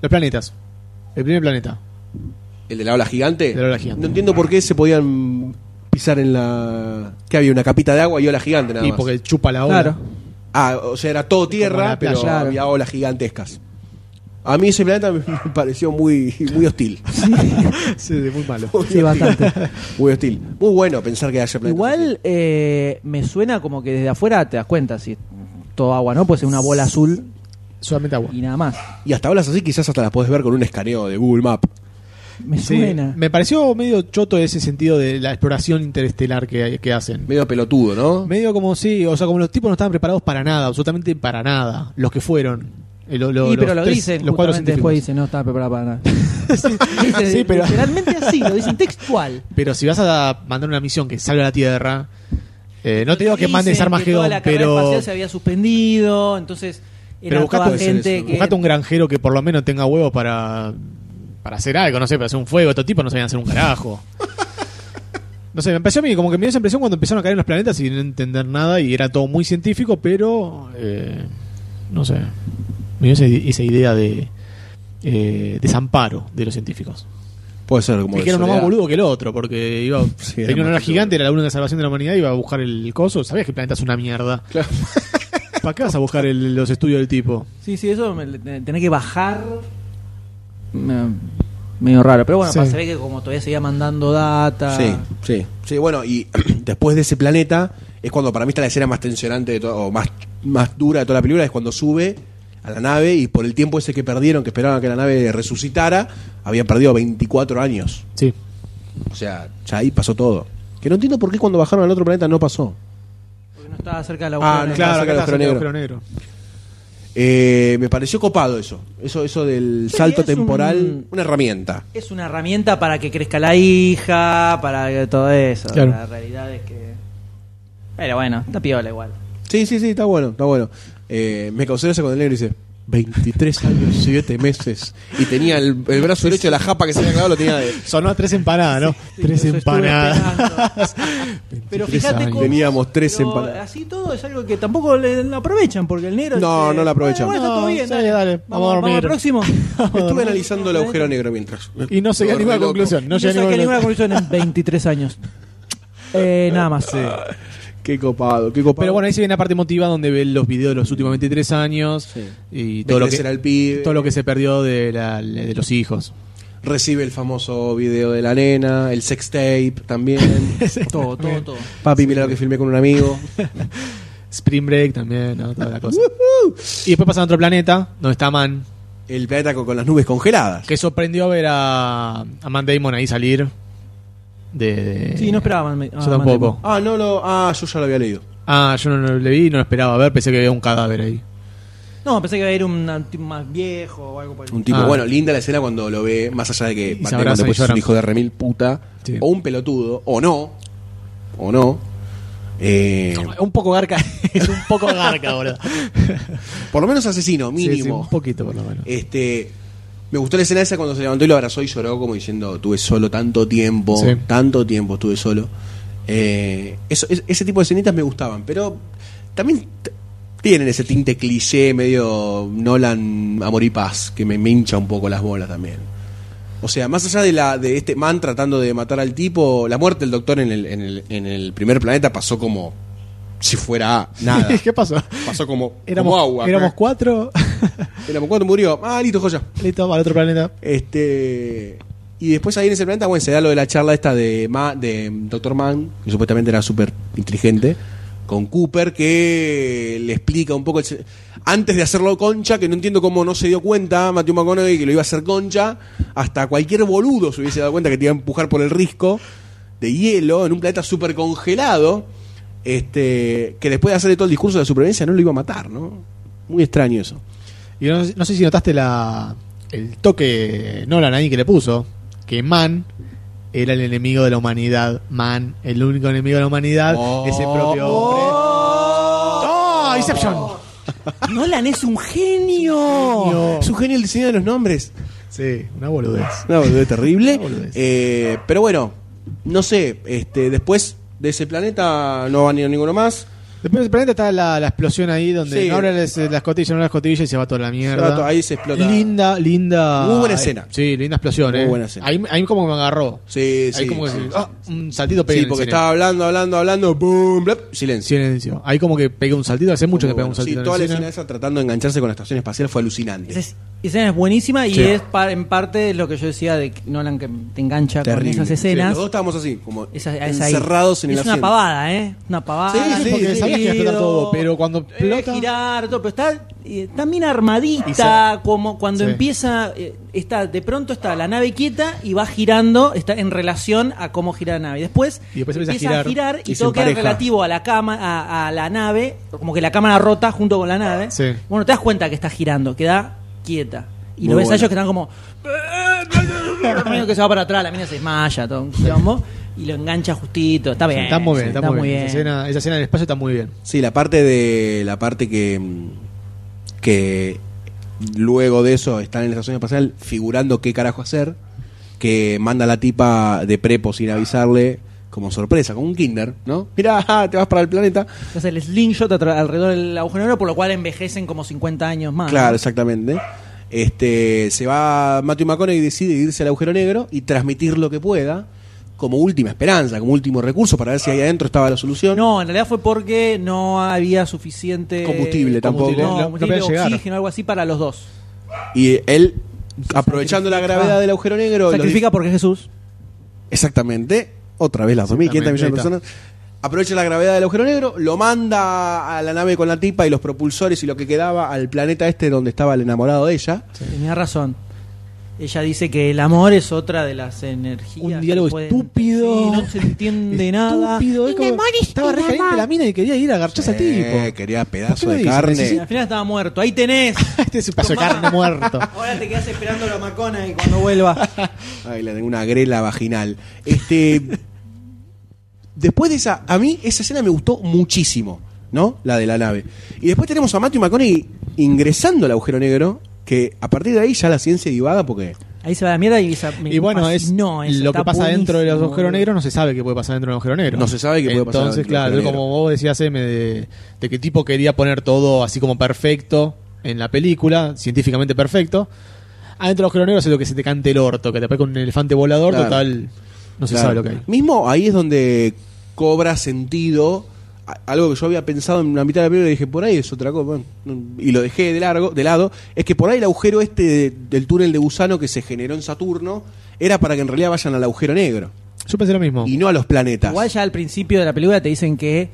D: Los planetas. El primer planeta.
B: El de la ola gigante.
D: De la ola gigante.
B: No entiendo por qué se podían pisar en la. que había una capita de agua y ola gigante nada
D: y
B: más.
D: porque chupa la ola.
E: Claro.
B: Ah, o sea, era todo
D: Como
B: tierra,
D: la playa.
B: pero
D: Claro.
B: había olas gigantescas. A mí ese planeta me me pareció muy, muy hostil.
D: Sí, muy malo.
B: Muy
E: Sí,
B: hostil.
E: bastante.
B: Muy hostil. Muy bueno pensar que haya planetas.
E: Igual eh, me suena como que desde afuera te das cuenta si es todo agua, ¿no? Pues es una bola azul
D: Solamente agua.
E: y nada más.
B: Y hasta olas así quizás hasta las podés ver con un escaneo de Google Maps.
E: Me
D: Sí,
E: suena.
D: Me pareció medio choto ese sentido de la exploración interestelar que, que hacen.
B: Medio pelotudo, ¿no?
D: Medio como sí, o sea, como los tipos no estaban preparados para nada, absolutamente para nada, los que fueron. Eh, lo- lo-
E: y pero lo
D: los tres-
E: dicen,
D: los cuatro
E: justamente después
D: científicos.
E: dicen, no estaba preparada para nada. Dicen,
D: Sí, pero-
E: Literalmente así, lo dicen textual.
D: Pero si vas a mandar una misión que salve a la Tierra, eh, no te digo que
E: Dicen
D: mandes
E: toda
D: Armagedón,
E: la carrera
D: pero,
E: espacial se había suspendido, entonces era
D: pero buscate,
E: toda gente que
D: buscate un granjero que por lo menos tenga huevo para, para hacer algo, no sé, para hacer un fuego. Estos tipos no sabían hacer un carajo. No sé, me pareció a mí como que me dio esa impresión cuando empezaron a caer los planetas sin entender nada y era todo muy científico, pero eh, no sé. Me dio esa, esa idea de eh, desamparo de los científicos.
B: Puede ser como
D: Y que era uno más boludo que el otro, porque iba,
B: era
D: tenía una
B: más
D: hora gigante, era la única salvación de la humanidad, iba a buscar el coso. Sabías que el planeta es una mierda.
B: Claro.
D: ¿Para qué vas a buscar el- los estudios del tipo?
E: Sí, sí, eso me- te- tenés que bajar. me- medio raro. Pero bueno,
B: Sí.
E: pa- se ve que como todavía seguía mandando
D: Ah.
E: data.
B: Sí, sí, sí. Bueno, y después de ese planeta es cuando para mí está la escena más tensionante de todo, o más, más dura de toda la película, es cuando sube a la nave y por el tiempo ese que perdieron, que esperaban que la nave resucitara, habían perdido 24 años.
D: Sí.
B: O sea, ya ahí pasó todo. Que no entiendo por qué cuando bajaron al otro planeta no pasó.
E: Porque no estaba cerca de la
B: Ah, no, claro, claro, agujero negro. Eh, me pareció copado eso, eso, eso del
E: Sí,
B: salto
E: es un-
B: temporal, una herramienta.
E: Es una herramienta para que crezca la hija, para todo eso.
B: Claro.
E: La realidad es que. Pero bueno, está piola igual.
B: Sí, sí, sí, está bueno, está bueno. Eh, me causó eso cuando el negro dice 23 años, 7 meses. Y tenía el, el brazo derecho de la japa que se había clavado, lo tenía de.
D: Sonó a tres empanadas, ¿no? tres
E: eso estuve
D: empanadas.
E: Pero
D: 23
E: fíjate
D: años.
E: cómo.
B: Teníamos tres
E: pero
B: empanadas.
E: Así todo es algo que tampoco le lo aprovechan, porque el negro.
B: No,
E: dice,
B: no lo aprovechan.
E: Bueno, bueno, está todo
D: No,
E: bien,
D: sí,
E: dale.
D: dale, vamos a
E: al
D: dormir.
E: próximo.
B: Estuve analizando el agujero negro mientras.
D: Y no llegué a
B: Todo
D: ninguna
B: re loco.
D: conclusión. No
E: No
D: llegué a
E: saqué
D: ninguna
E: ninguna conclusión en 23 años. Eh, nada más.
B: Qué copado, qué copado.
D: Pero bueno, ahí se viene la parte emotiva donde ve los videos de los últimos 23 años y todo lo,
B: crecer al
D: que,
B: pibe.
D: todo lo que se perdió de, la- de los hijos.
B: Recibe el famoso video de la nena, el sex tape también.
E: Todo, todo, todo.
B: Papi, mira lo que filmé con un amigo.
D: Spring Break también, ¿no? Toda la cosa. y después pasan a otro planeta donde está Man,
B: El planeta con, con las nubes congeladas.
D: que sorprendió ver a, a Man Damon ahí salir. De, de-
E: Sí, no esperaban. me-
D: Yo
E: ah,
D: tampoco.
B: Ah, no lo. Ah, yo ya lo había leído.
D: Ah, yo no lo leí, no lo esperaba ver, pensé que había un cadáver ahí.
E: No, pensé que iba a ir un un tipo más viejo o algo por el
B: Un tipo,
D: Ah.
B: bueno, linda la escena cuando lo ve, más allá de que
D: se
B: Matt Damon
D: abrazan y
B: después es un
D: lloran.
B: hijo de remil puta,
D: Sí.
B: o un pelotudo, o no, o no. Eh,
D: Un poco garca, es un poco garca, boludo.
B: por lo menos asesino, mínimo.
D: Sí, sí, un poquito por lo menos.
B: Este, me gustó la escena esa cuando se levantó y lo abrazó y lloró como diciendo, tuve solo tanto tiempo,
D: Sí.
B: tanto tiempo estuve solo. Eh, eso- es- ese tipo de escenitas me gustaban, pero también t- tienen ese tinte cliché medio Nolan Amor y Paz, que me, me hincha un poco las bolas también. O sea, más allá de, la, de este man tratando de matar al tipo, la muerte del doctor en el, en el, en el primer planeta pasó como si fuera nada.
D: ¿Qué pasó?
B: Pasó como,
D: Éramos,
B: como agua.
D: éramos cuatro,
B: Éramos cuatro, murió. Ah, listo, joya.
D: listo, para el otro planeta.
B: Este. Y después ahí en ese planeta, bueno, se da lo de la charla esta de, Ma- de Dr. Mann, que supuestamente era súper inteligente, con Cooper, que le explica un poco. el se- antes de hacerlo concha, que no entiendo cómo no se dio cuenta Matthew McConaughey que lo iba a hacer concha, hasta cualquier boludo se hubiese dado cuenta que te iba a empujar por el risco de hielo en un planeta súper congelado, este, que después de hacerle todo el discurso de supervivencia no lo iba a matar, ¿no? Muy extraño eso.
D: Y no, no sé si notaste la, el toque Nolan ahí que le puso, que Man era el enemigo de la humanidad. Man, el único enemigo de la humanidad, es el propio hombre. ¡Oh, Inception!
E: Nolan es un
D: Oh.
E: genio.
B: Es un genio el diseño de los nombres.
D: Sí, una boludez.
B: Una boludez terrible.
D: Una boludez.
B: Eh, pero bueno, no sé, este, después de ese planeta no van a ir ninguno más.
D: Después del planeta está la, la explosión ahí donde
B: Sí.
D: no abren las, las cotillas, no abren las cotillas y se va toda la mierda.
B: todo- ahí se explota.
D: Linda, linda.
B: Muy buena escena.
D: Sí, linda explosión,
B: Muy
D: eh.
B: buena escena.
D: Ahí, ahí como que me agarró.
B: Sí,
D: ahí
B: sí.
D: como que
B: sí,
D: ah, un saltito
B: Sí,
D: pegué en el
B: porque
D: cine.
B: estaba hablando, hablando, hablando, boom, blap, silencio.
D: Silencio. Ahí como que pegué un saltito, hace mucho
B: Muy
D: que pegué
B: bueno.
D: un
B: Sí,
D: saltito. en
B: toda
D: el
B: la
D: cine.
B: escena esa tratando de engancharse con la estación espacial fue
E: Esa
B: alucinante.
E: es- esa escena es buenísima y
D: Sí.
E: es pa- en parte lo que yo decía de que Nolan que te engancha
B: Terrible.
E: con esas
B: Sí,
E: escenas.
B: los dos estábamos así, como
E: Esa- esa ahí.
B: encerrados en el
E: Es una
B: asiento.
E: pavada, ¿eh? Una pavada.
B: Sí, sí,
D: porque
B: sí.
D: sabías que iba a explotar todo, pero cuando
E: Eh,
D: explota-
E: girar, todo, pero está, eh, está bien armadita, como cuando
D: Sí.
E: empieza, eh, está, de pronto está la nave quieta y va girando, está en relación a cómo gira la nave. Después,
D: Y después empieza a girar
E: y,
B: y se
E: todo queda
B: empareja.
E: relativo a la cama, a, a la nave, como que la cámara rota junto con la nave.
D: Sí.
E: Bueno, te das cuenta que está girando, queda quieta. Y
B: Muy
E: lo ves
B: bueno.
E: a ellos que están como medio que se va para atrás, la mina se desmaya, todo un quilombo, y lo engancha justito. Está bien.
D: Está muy bien,
E: sí,
D: está, muy bien. Esa, escena, esa escena del espacio está muy bien.
B: Sí, la parte de la parte que mm, que luego de eso están en la estación espacial figurando qué carajo hacer, que manda la tipa de prepo sin avisarle como sorpresa, como un kinder, ¿no? Mirá, ajá, te vas para el planeta.
E: Entonces el slingshot atra- alrededor del agujero negro, por lo cual envejecen como 50 años más.
B: Claro, exactamente. Este, se va Matthew McConaughey decide irse al agujero negro y transmitir lo que pueda como última esperanza, como último recurso para ver si ahí adentro estaba la solución.
E: No, en realidad fue porque no había suficiente
B: Combustible tampoco.
E: combustible,
B: No,
E: no,
B: no
E: combustible,
B: podían llegar.
E: oxígeno, algo así para los dos.
B: Y él aprovechando la gravedad del agujero negro, los
E: Sacrifica porque es Jesús.
B: Exactamente. Otra vez las 2.500 millones de
E: Exactamente,
B: personas. Aprovecha la gravedad del agujero negro, lo manda a la nave con la tipa y los propulsores y lo que quedaba al planeta este donde estaba el enamorado de ella.
E: Tenía razón. Ella dice que el amor es otra de las energías.
D: Un diálogo
E: que pueden-
D: estúpido.
E: Sí, no se entiende nada.
D: Estúpido, es como- estaba re caliente la mina y quería ir a agarcharse a
B: Eh,
D: tipo.
B: quería
D: ¿Por qué
B: pedazo
D: no
B: de
D: dice?
E: Sí,
B: carne.
E: al final estaba muerto. Ahí tenés.
D: Este es un paso de
E: Tomá.
D: carne muerto.
E: Ahora te quedas esperando a Macona y cuando vuelva.
B: Ay, le tengo una grela vaginal. Este. después de esa. A mí esa escena me gustó muchísimo, ¿no? La de la nave. Y después tenemos a Matthew McConaughey ingresando al agujero negro, que a partir de ahí ya la ciencia divaga porque.
E: Ahí se va la mierda y esa- me
D: Y bueno, es
E: fascinó eso,
D: lo
E: está
D: que pasa dentro de los
E: buenísimo,
D: agujeros
E: boludo.
D: negros, no se sabe qué puede pasar dentro de un agujero negro.
B: No se sabe qué puede pasar
D: Entonces,
B: dentro de un
D: claro,
B: agujero
D: como vos decías, Eme, de, de que tipo quería poner todo así como perfecto en la película, científicamente perfecto. Adentro del agujero negro es lo que se te cante el orto, que te pegue con un elefante volador,
B: Claro.
D: total, no se
B: Claro.
D: sabe lo que hay.
B: Mismo ahí es donde cobra sentido a- algo que yo había pensado en la mitad de la película y dije, por ahí es otra cosa, bueno, no- y lo dejé de largo, de lado, es que por ahí el agujero este de- del túnel de gusano que se generó en Saturno era para que en realidad vayan al agujero negro
D: Yo pensé lo mismo.
B: y no a los planetas.
E: Igual ya al principio de la película te dicen que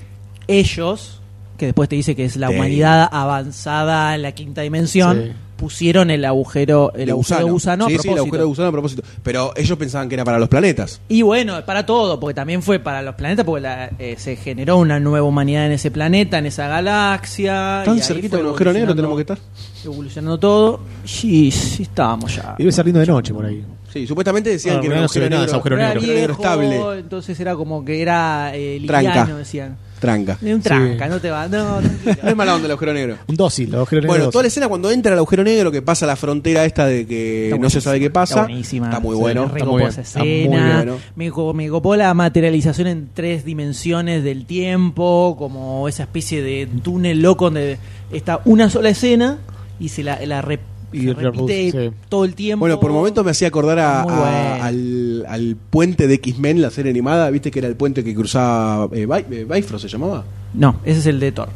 E: ellos, que después te dice que es la
B: Sí.
E: humanidad avanzada en la quinta dimensión,
D: Sí.
E: pusieron el agujero, el
B: De
E: agujero
B: Sí,
E: gusano, a
B: sí, el
E: propósito.
B: agujero de gusano a propósito. Pero ellos pensaban que era para los planetas.
E: Y bueno, para todo, porque también fue para los planetas, porque la- eh, se generó una nueva humanidad en ese planeta, en esa galaxia. y
B: Tan
E: ahí
B: cerquita
E: fue
B: de un agujero negro tenemos que
E: evolucionando-
B: estar.
E: Evolucionando todo. Sí, sí, estábamos ya.
D: Y debe ser lindo de noche por ahí.
B: Sí, supuestamente decían
D: Ah,
B: que era un
D: no se
B: agujero
D: ve nada,
B: negro,
D: es agujero
E: Era
D: negro.
E: viejo,
B: estable.
E: Entonces era como que era eh, liviano,
B: Tranca.
E: decían.
B: Tranca.
E: De un tranca, no te va. No, tranquilo.
B: No es mala onda el agujero negro.
D: Un dócil, los agujeros
B: Bueno,
D: negros.
B: toda la escena cuando entra al agujero negro que pasa la frontera esta de que
E: Está
B: Eh, no se sabe qué pasa.
E: Está buenísima.
B: Está muy
E: Sí,
B: bueno.
E: me
D: está
E: recopó
D: muy
E: esa
D: bien, está muy
E: escena.
B: bueno.
E: Me, co- me copó la materialización en tres dimensiones del tiempo, como esa especie de túnel loco donde está una sola escena y se la, la re-
D: Y
E: se
D: reproduce,
E: repite
D: sí.
E: todo el tiempo.
B: Bueno, por momentos me hacía acordar a-
E: Muy
B: a-
E: bueno.
B: al, al puente de X-Men, la serie animada. ¿Viste que era el puente que cruzaba eh, Bi- eh, Bifrost, se llamaba?
E: No, ese es el de Thor.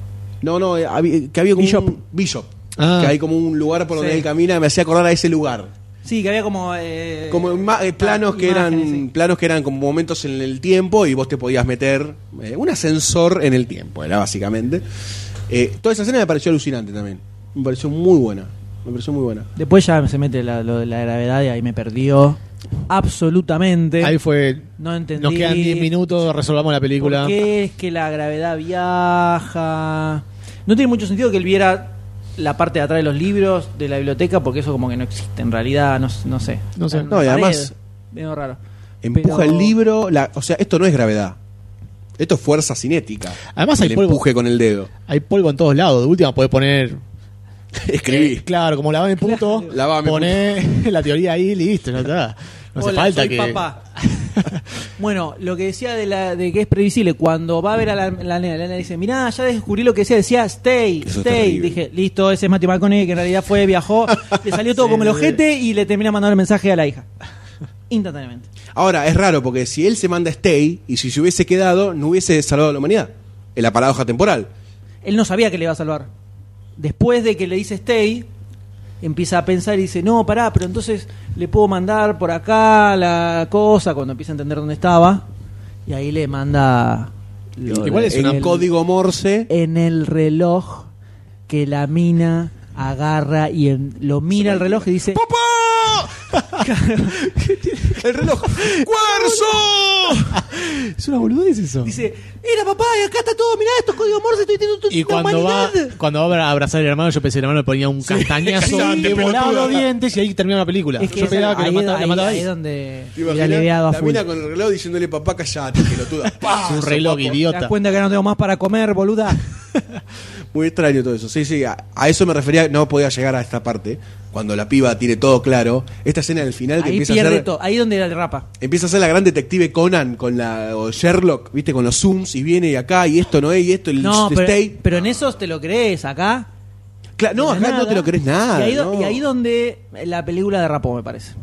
B: No, no, eh, había- que había como
E: Bishop.
B: un Bishop.
D: Ah.
B: Que hay como un lugar por donde
E: Sí.
B: él camina. Me hacía acordar a ese lugar.
E: Sí, que había como. eh, ah,
B: Como ima- eh, planos que
E: imágenes,
B: eran
E: sí.
B: planos que eran como momentos en el tiempo y vos te podías meter eh, un ascensor en el tiempo, era básicamente. Eh, toda esa escena me pareció alucinante también. Me pareció muy buena. Me pareció muy buena.
E: Después ya se mete la- lo de la gravedad y ahí me perdió. Absolutamente.
D: Ahí fue.
E: no entendí.
D: Nos quedan 10 minutos, resolvamos la película.
E: ¿Por qué es que la gravedad viaja? No tiene mucho sentido que él viera la parte de atrás de los libros de la biblioteca porque eso como que no existe en realidad, no, no sé.
D: No sé.
E: Está en
B: No,
E: una
B: y
E: pared,
B: además-
E: medio raro.
B: Empuja
E: Pero-
B: el libro, la- o sea, esto no es gravedad. Esto es fuerza cinética.
D: Además hay
B: el
D: polvo.
B: empuje con el dedo.
D: Hay polvo en todos lados. De última podés poner
B: Escribí.
D: Eh, Claro, como lavame puto,
B: Lavame
D: poné la teoría ahí y listo, ya está. No hace
E: Hola,
D: falta
E: soy
D: que.
E: papá. bueno, lo que decía de, la, de que es previsible, cuando va a ver a la, la nena, la nena dice, mirá, ya descubrí lo que decía, decía stay,
B: Eso es
E: stay.
B: terrible.
E: Dije, listo, ese es Matthew McConaughey que en realidad fue, viajó, le salió todo como el ojete y le termina mandando el mensaje a la hija. Instantáneamente.
B: Ahora, es raro porque si él se manda a Stay y si se hubiese quedado, no hubiese salvado a la humanidad. En la paradoja temporal.
E: Él no sabía que le iba a salvar. Después de que le dice stay, empieza a pensar y dice, no, pará, pero entonces le puedo mandar por acá la cosa, cuando empieza a entender dónde estaba, y ahí le manda... lo
D: Igual
E: de-
D: es una-
B: el
E: el-
B: código Morse.
E: en el reloj que la mina agarra y en- lo mira el reloj y dice
B: ¡Papá! el reloj. ¡Cuarzo!
D: Es una boludez eso.
E: dice mira papá y acá está todo mirá estos códigos morse estoy teniendo tu
D: y cuando va, cuando va a abra- abrazar al hermano, yo pensé el hermano le ponía un castañazo y le volaba los dientes y ahí termina la película.
E: es que
D: yo
E: esa-
D: pensaba que
E: ahí,
D: lo mataba,
E: ahí-
D: lo mataba
E: ahí
D: ahí.
E: es donde
B: ¿Te
E: hubiera
B: imaginas?
E: aliviado a
B: La
E: full
B: mina con el reloj diciéndole, papá, callate, pelotuda. Pa,
D: Es un reloj
B: sopapo.
E: te das
D: idiota.
E: cuenta que no tengo más para comer boluda
B: Muy extraño todo eso. Sí, sí, a, a eso me refería, no podía llegar a esta parte. cuando la piba tiene todo claro, esta escena del final que
E: Ahí
B: empieza a
E: pierde
B: ser
E: todo. Ahí donde la derrapa.
B: Empieza a ser la gran detective Conan con la o Sherlock, viste, con los zooms y viene y acá y esto no es y esto el
E: No, pero,
B: stay.
E: pero en esos te lo crees. Acá.
B: Cla- no,
E: de la
B: acá no te lo crees nada,
E: Y ahí, do-
B: no.
E: y ahí donde la película derrapó, me parece.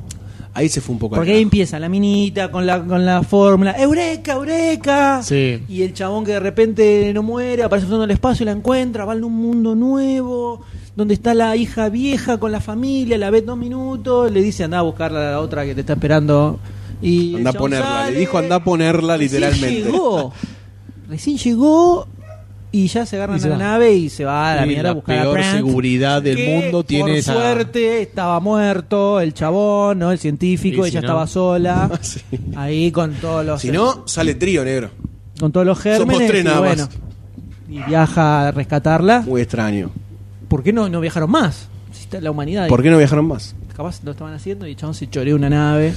B: Ahí se fue un poco. al
E: Porque ahí empieza la minita con la, con la fórmula. ¡Eureka, eureka!
D: Sí.
E: Y el chabón que de repente no muere, aparece flotando en el espacio y la encuentra, va en un mundo nuevo, donde está la hija vieja con la familia, la ve dos minutos, le dice anda a buscar a la otra que te está esperando. Y el
B: Anda a
E: chabón
B: ponerla,
E: sale,
B: le dijo anda a ponerla
E: recién
B: literalmente.
E: llegó. Recién llegó y ya se agarran
D: Y se
E: a la
D: va.
E: nave y se va a la
D: Sí,
E: mierda
D: la
E: a buscar a
D: peor
E: Brandt,
D: seguridad del
E: que,
D: mundo tiene
E: por
D: esa-
E: suerte estaba muerto el chabón, ¿no? El científico,
B: Y si
E: ella
B: no-
E: estaba sola. Ahí con todos los
B: Si no, sale trío negro.
E: con todos los gérmenes.
B: Somos tres
E: y
B: nada
E: bueno,
B: más.
E: y viaja a rescatarla.
B: Muy extraño.
E: ¿Por qué no, no viajaron más? Si está la humanidad.
B: ¿Por qué no viajaron más?
E: Capaz lo estaban haciendo y el chabón se choreó una nave.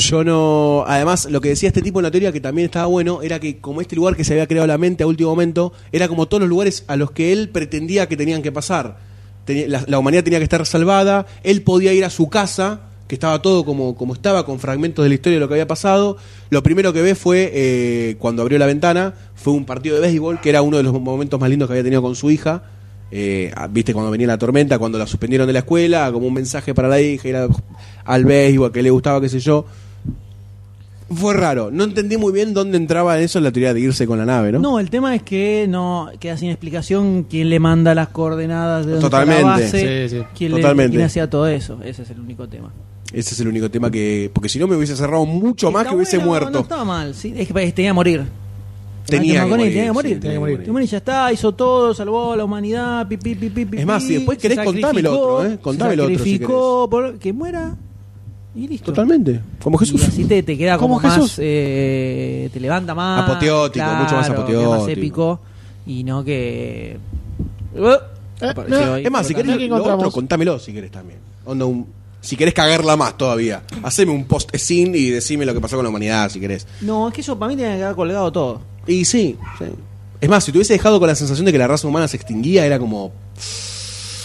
B: Yo no. Además, lo que decía este tipo en la teoría que también estaba bueno era que, como este lugar que se había creado la mente a último momento, era como todos los lugares a los que él pretendía que tenían que pasar. Tenía- la, la humanidad tenía que estar salvada, él podía ir a su casa, que estaba todo como, como estaba, con fragmentos de la historia de lo que había pasado. Lo primero que ve fue, eh, cuando abrió la ventana, fue un partido de béisbol, que era uno de los momentos más lindos que había tenido con su hija. Eh, ah, viste cuando venía la tormenta, cuando la suspendieron de la escuela, como un mensaje para la hija, ir a- al béisbol, que le gustaba, qué sé yo. Fue raro, no entendí muy bien dónde entraba eso en la teoría de irse con la nave, ¿no?
E: ¿no? el tema es que no queda sin explicación quién le manda las coordenadas de dónde está
B: Totalmente.
E: la base,
B: Sí, sí.
E: Quién, le-
B: Totalmente.
E: quién hacía todo eso. Ese es el único tema.
B: Ese es el único tema que. Porque si no me hubiese cerrado mucho más
E: Está
B: que hubiese
E: bueno, No
B: muerto.
E: estaba mal, sí. Es que tenía que morir.
B: Tenía
E: Ah,
B: que
E: Maconel,
B: morir,
E: tenía que morir.
B: sí, tenía que morir.
E: Y ya está, hizo todo, salvó a la humanidad, pi, pi, pi, pi, pi,
B: Es más,
E: pi,
B: si después
E: se
B: querés, contame el otro,
E: sacrificó,
B: ¿eh? Contame el otro, si
E: Se sacrificó por- que muera y listo.
B: Totalmente. Como Jesús.
E: Y así te, te queda como,
B: Como Jesús.
E: más, eh, te levanta más.
B: Apoteótico, mucho más
E: claro, que
B: apoteótico.
E: Más épico y no que... Apareció
B: no,
E: ahí.
B: es más, si
E: Totalmente.
B: querés lo otro, contámelo si querés también. Onda un- si querés cagarla más todavía. Haceme un post scene y decime lo que pasó con la humanidad si querés.
E: No, es que eso para mí tiene que quedar colgado todo.
B: Y sí, sí. Es más, si te hubiese dejado con la sensación de que la raza humana se extinguía, era como.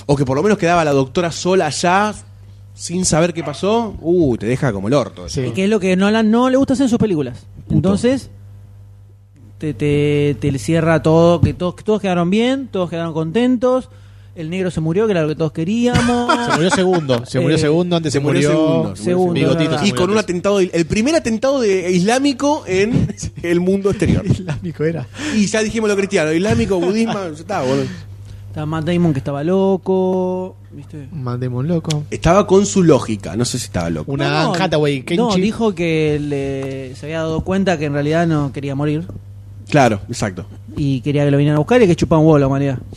B: O que por lo menos quedaba la doctora sola allá, sin saber qué pasó. Uh, te deja como el orto. eso.
E: Y que es lo que Nolan no le gusta hacer en sus películas. Entonces, te, te, te cierra todo, que todos, que todos quedaron bien, todos quedaron contentos. El negro se murió, que era lo que todos queríamos.
D: Se murió segundo, se murió
E: Eh,
D: segundo, antes se, murió,
B: segundo, se murió
E: segundo,
D: Bigotito
E: es verdad.
D: se
B: Y
D: murió
B: con un
D: antes.
B: atentado, el primer atentado de- eh, islámico en el mundo exterior.
D: Islámico era.
B: Y ya dijimos lo cristiano, islámico, budismo, ya está, boludo.
E: Estaba Matt Damon que estaba loco. ¿viste?
D: Mandemos un loco.
B: Estaba con su lógica, no sé si estaba loco.
D: Una
E: No, no,
D: Anne Hathaway, Kenchi.
E: No, dijo que le- se había dado cuenta que en realidad no quería morir
B: Claro, exacto.
E: y quería que lo vinieran a buscar y que chupa un huevo la humanidad.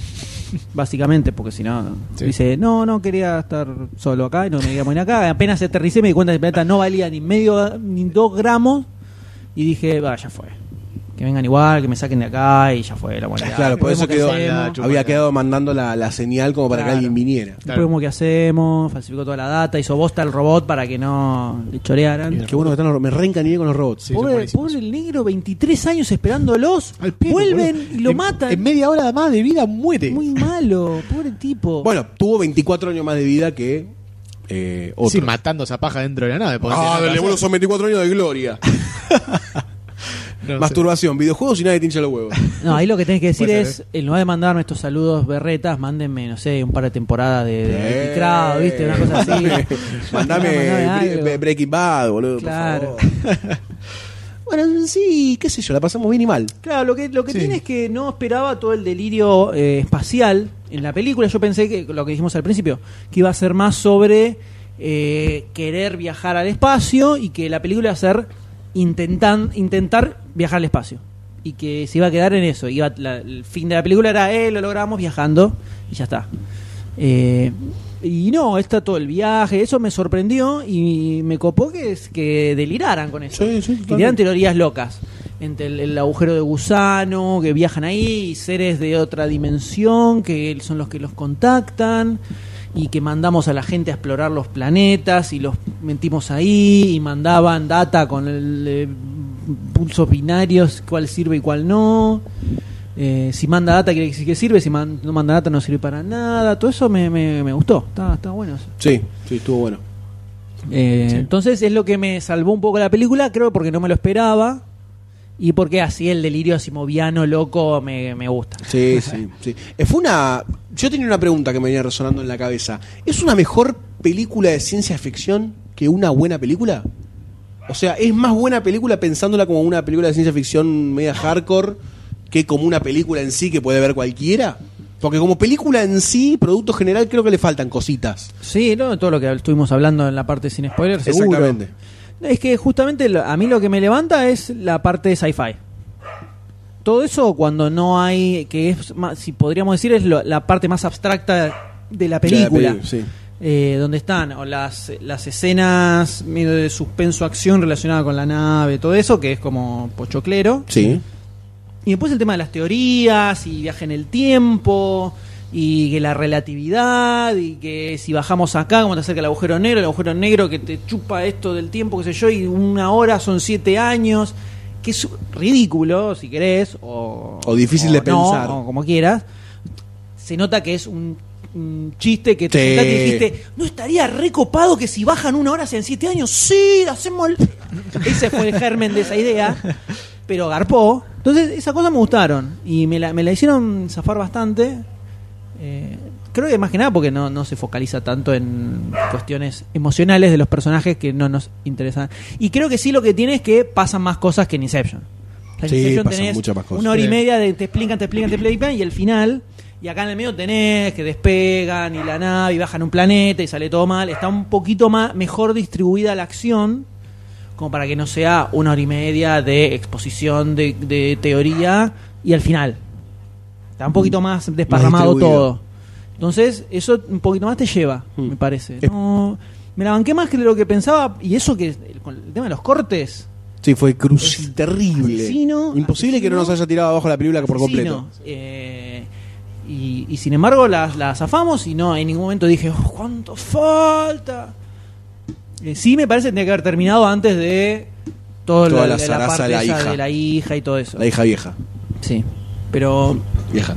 E: Básicamente, porque si no,
D: Sí.
E: dice, no, no quería estar solo acá y no me quería morir acá. Apenas aterricé me di cuenta que el planeta no valía ni medio, ni dos gramos y dije, va, ya fue. Que vengan igual, que me saquen de acá y ya fue la humanidad.
B: Claro, por
E: Vemos
B: eso
E: qué
B: quedó,
E: hacemos.
B: había quedado mandando la, la señal como para que
E: Claro.
B: alguien viniera.
E: Después vemos qué hacemos, falsificó toda la data, hizo bosta el robot para que no le chorearan.
B: Qué bueno que están los ro- Me reencaniné con los robots.
E: Pobre, pobre el negro, 23 años esperándolos.
D: Pero,
E: vuelven
D: boludo,
E: y lo
D: en-
E: matan.
D: En media hora más de vida muere.
E: Muy malo, pobre tipo.
B: Bueno, tuvo 24 años más de vida que eh, otro.
D: Sí, matando esa paja dentro de la nave. porque
B: Ah,
D: no
B: dale,
D: la-
B: boludo, son 24 años de gloria.
D: no sé.
B: Masturbación, videojuegos y nadie te hincha los huevos.
E: No, ahí lo que tenés que decir
D: Puede
E: es,
D: ser, ¿eh?
E: en lugar de mandarme estos saludos berretas, mándenme, no sé, un par de temporadas de, de, de
B: Eh,
E: Crowd, ¿viste? Una cosa así.
B: mandame- Mandame
E: Mandame
B: Bre-
E: algo.
B: Breaking Bad, boludo. por
E: Claro.
B: favor. bueno, sí, qué sé yo, la pasamos bien y mal.
E: Claro, lo que, lo que tiene es que no esperaba todo el delirio eh, espacial en la película. Yo pensé que lo que dijimos al principio, que iba a ser más sobre eh, querer viajar al espacio y que la película iba a ser intentan, intentar viajar al espacio. Y que se iba a quedar en eso. Iba, la- el fin de la película era, eh, lo logramos viajando y ya está. Eh, y no, está todo el viaje, eso me sorprendió y me copó que, es, que deliraran con eso.
B: Sí, sí,
E: que dieran teorías locas. Entre el, el agujero de gusano, que viajan ahí, y seres de otra dimensión, que son los que los contactan, y que mandamos a la gente a explorar los planetas, y los metimos ahí, y mandaban data con el, eh, pulsos binarios, cuál sirve y cuál no. eh, si manda data quiere decir que sirve, si man- no manda data no sirve para nada, todo eso me, me- me gustó, está, está bueno. eso.
B: Sí, sí, estuvo bueno.
E: Eh,
B: Sí.
E: Entonces es lo que me salvó un poco la película, creo porque no me lo esperaba y porque así el delirio asimoviano loco me, me gusta.
B: Sí, sí, sí. Eh, Fue una. Yo tenía una pregunta que me venía resonando en la cabeza. ¿Es una mejor película de ciencia ficción que una buena película? O sea, ¿es más buena película pensándola como una película de ciencia ficción media hardcore que como una película en sí que puede ver cualquiera? Porque como película en sí, producto general, creo que le faltan cositas.
E: Sí, no, todo lo que estuvimos hablando en la parte sin spoiler, seguro.
B: Exactamente.
E: Es que justamente lo- a mí lo que me levanta es la parte de sci-fi. Todo eso cuando no hay, que es, más- si podríamos decir, es lo- la parte más abstracta de la película.
B: Sí.
E: Eh, donde están o las, las escenas medio de suspenso-acción relacionada con la nave, todo eso, que es como pochoclero.
B: Sí.
E: Y después el tema de las teorías y viaje en el tiempo y que la relatividad y que si bajamos acá como te acerca el agujero negro, el agujero negro que te chupa esto del tiempo, qué sé yo, y una hora son siete años, que es ridículo si querés, o,
B: O difícil de
E: no,
B: pensar.
E: o como quieras. Se nota que es un, un chiste que te
B: Sí.
E: sentaste y dijiste, no estaría recopado que si bajan una hora sean siete años, sí, hacemos el... Ese fue el germen de esa idea pero garpó. Entonces, esas cosas me gustaron y me la, me la hicieron zafar bastante. Eh, creo que más que nada porque no, no se focaliza tanto en cuestiones emocionales de los personajes que no nos interesan. Y creo que sí lo que tiene es que pasan más cosas que en Inception. O sea, en
B: Sí,
E: Inception
B: pasan
E: tenés
B: muchas más cosas.
E: Una hora y
B: Sí.
E: media de te explican, te explican, te explican y el final. Y acá en el medio tenés que despegan y la nave y bajan un planeta y sale todo mal. Está un poquito más, mejor distribuida la acción como para que no sea una hora y media de exposición de, de teoría y al final. Está un poquito más desparramado
B: distribuido. Hmm.
E: todo. Entonces, eso un poquito más te lleva, me parece.
B: Es-
E: No, me la banqué más que de lo que pensaba y eso que el, con el tema de los cortes.
B: Sí, fue cruci terrible.
E: Asesino,
B: Imposible que no nos haya tirado abajo la película por completo.
E: asesino, eh, y, y sin embargo la, la zafamos y no, en ningún momento dije, "Oh, ¿cuánto falta? Eh, sí me parece que tenía que haber terminado antes de todo lo
B: Toda
E: de
B: la zaraza de la
E: esa
B: hija.
E: de la hija y todo eso.
B: La hija vieja.
E: Sí. Pero
B: Vieja.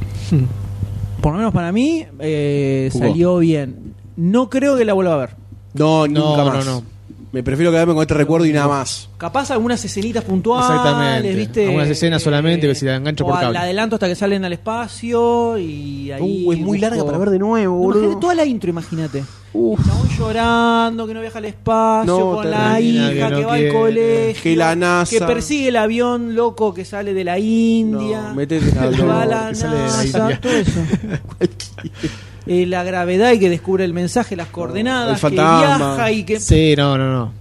E: por lo menos para mí eh,
B: Jugó.
E: salió bien. No creo que la vuelva a ver.
B: No, nunca
D: no,
B: más.
D: no.
B: Me prefiero quedarme con este recuerdo y nada más.
E: Capaz algunas escenitas puntuales,
D: Exactamente.
E: ¿viste? Eh,
D: Algunas escenas solamente, que si la engancho
E: o
D: por
E: a-
D: cable.
E: la adelanto hasta que salen al espacio y ahí
B: Uh, es muy larga
E: busco-
B: para ver de nuevo,
E: No, imagínate
B: boludo.
E: toda la intro, imagínate. El chabón llorando, que no viaja al espacio,
B: No,
E: con la
D: terrible.
E: hija que,
D: Que no
E: va
D: quiere.
E: al colegio,
B: Que la NASA.
E: que persigue el avión loco que sale de la India,
B: Métete en
E: que
B: algo.
E: va a la
D: que sale de la
E: NASA,
D: India.
E: todo eso. Eh, la gravedad y que descubre el mensaje, las coordenadas,
B: El
E: que
B: fantasma.
E: viaja y que...
D: Sí, no, no, no.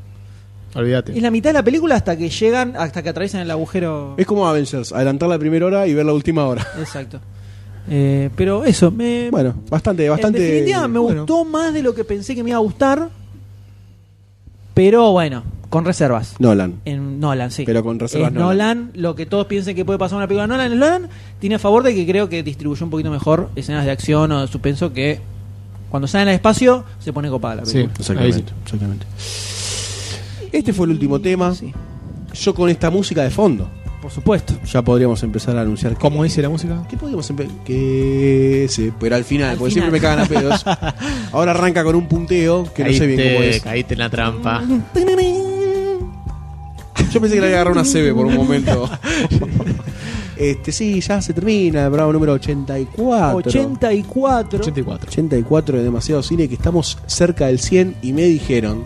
D: Olvídate.
E: Es la mitad de la película hasta que llegan, hasta que atraviesan el agujero.
B: Es como Avengers, adelantar la primera hora y ver la última hora.
E: Exacto. Eh, pero eso, me.
B: Bueno, bastante, bastante.
E: En definitiva, me
B: bueno.
E: gustó más de lo que pensé que me iba a gustar. Pero bueno, con reservas.
B: Nolan.
E: En Nolan, sí.
B: Pero con reservas
E: Es
B: Nolan.
E: Nolan. lo que todos piensen que puede pasar en una película de Nolan, es Nolan tiene a favor de que creo que distribuyó un poquito mejor escenas de acción o de suspenso que cuando salen al espacio se pone copada la película.
D: Ahí
B: Exactamente, exactamente. Este fue el último tema.
E: Mm, Sí,
B: Yo con esta música de fondo.
E: por supuesto.
B: Ya podríamos empezar a anunciar. que-
D: ¿Cómo dice la música?
B: ¿Qué podríamos empezar? Que se. Pero al final,
E: Al
B: porque
E: final.
B: siempre me cagan a pedos. Ahora arranca con un punteo que no sé bien cómo es.
D: caíste en la trampa.
B: Yo pensé que le había agarrado una CB por un momento. este, sí, ya se termina el programa número 84.
E: 84.
D: 84.
B: 84 de demasiado cine, que estamos cerca del 100 y me dijeron,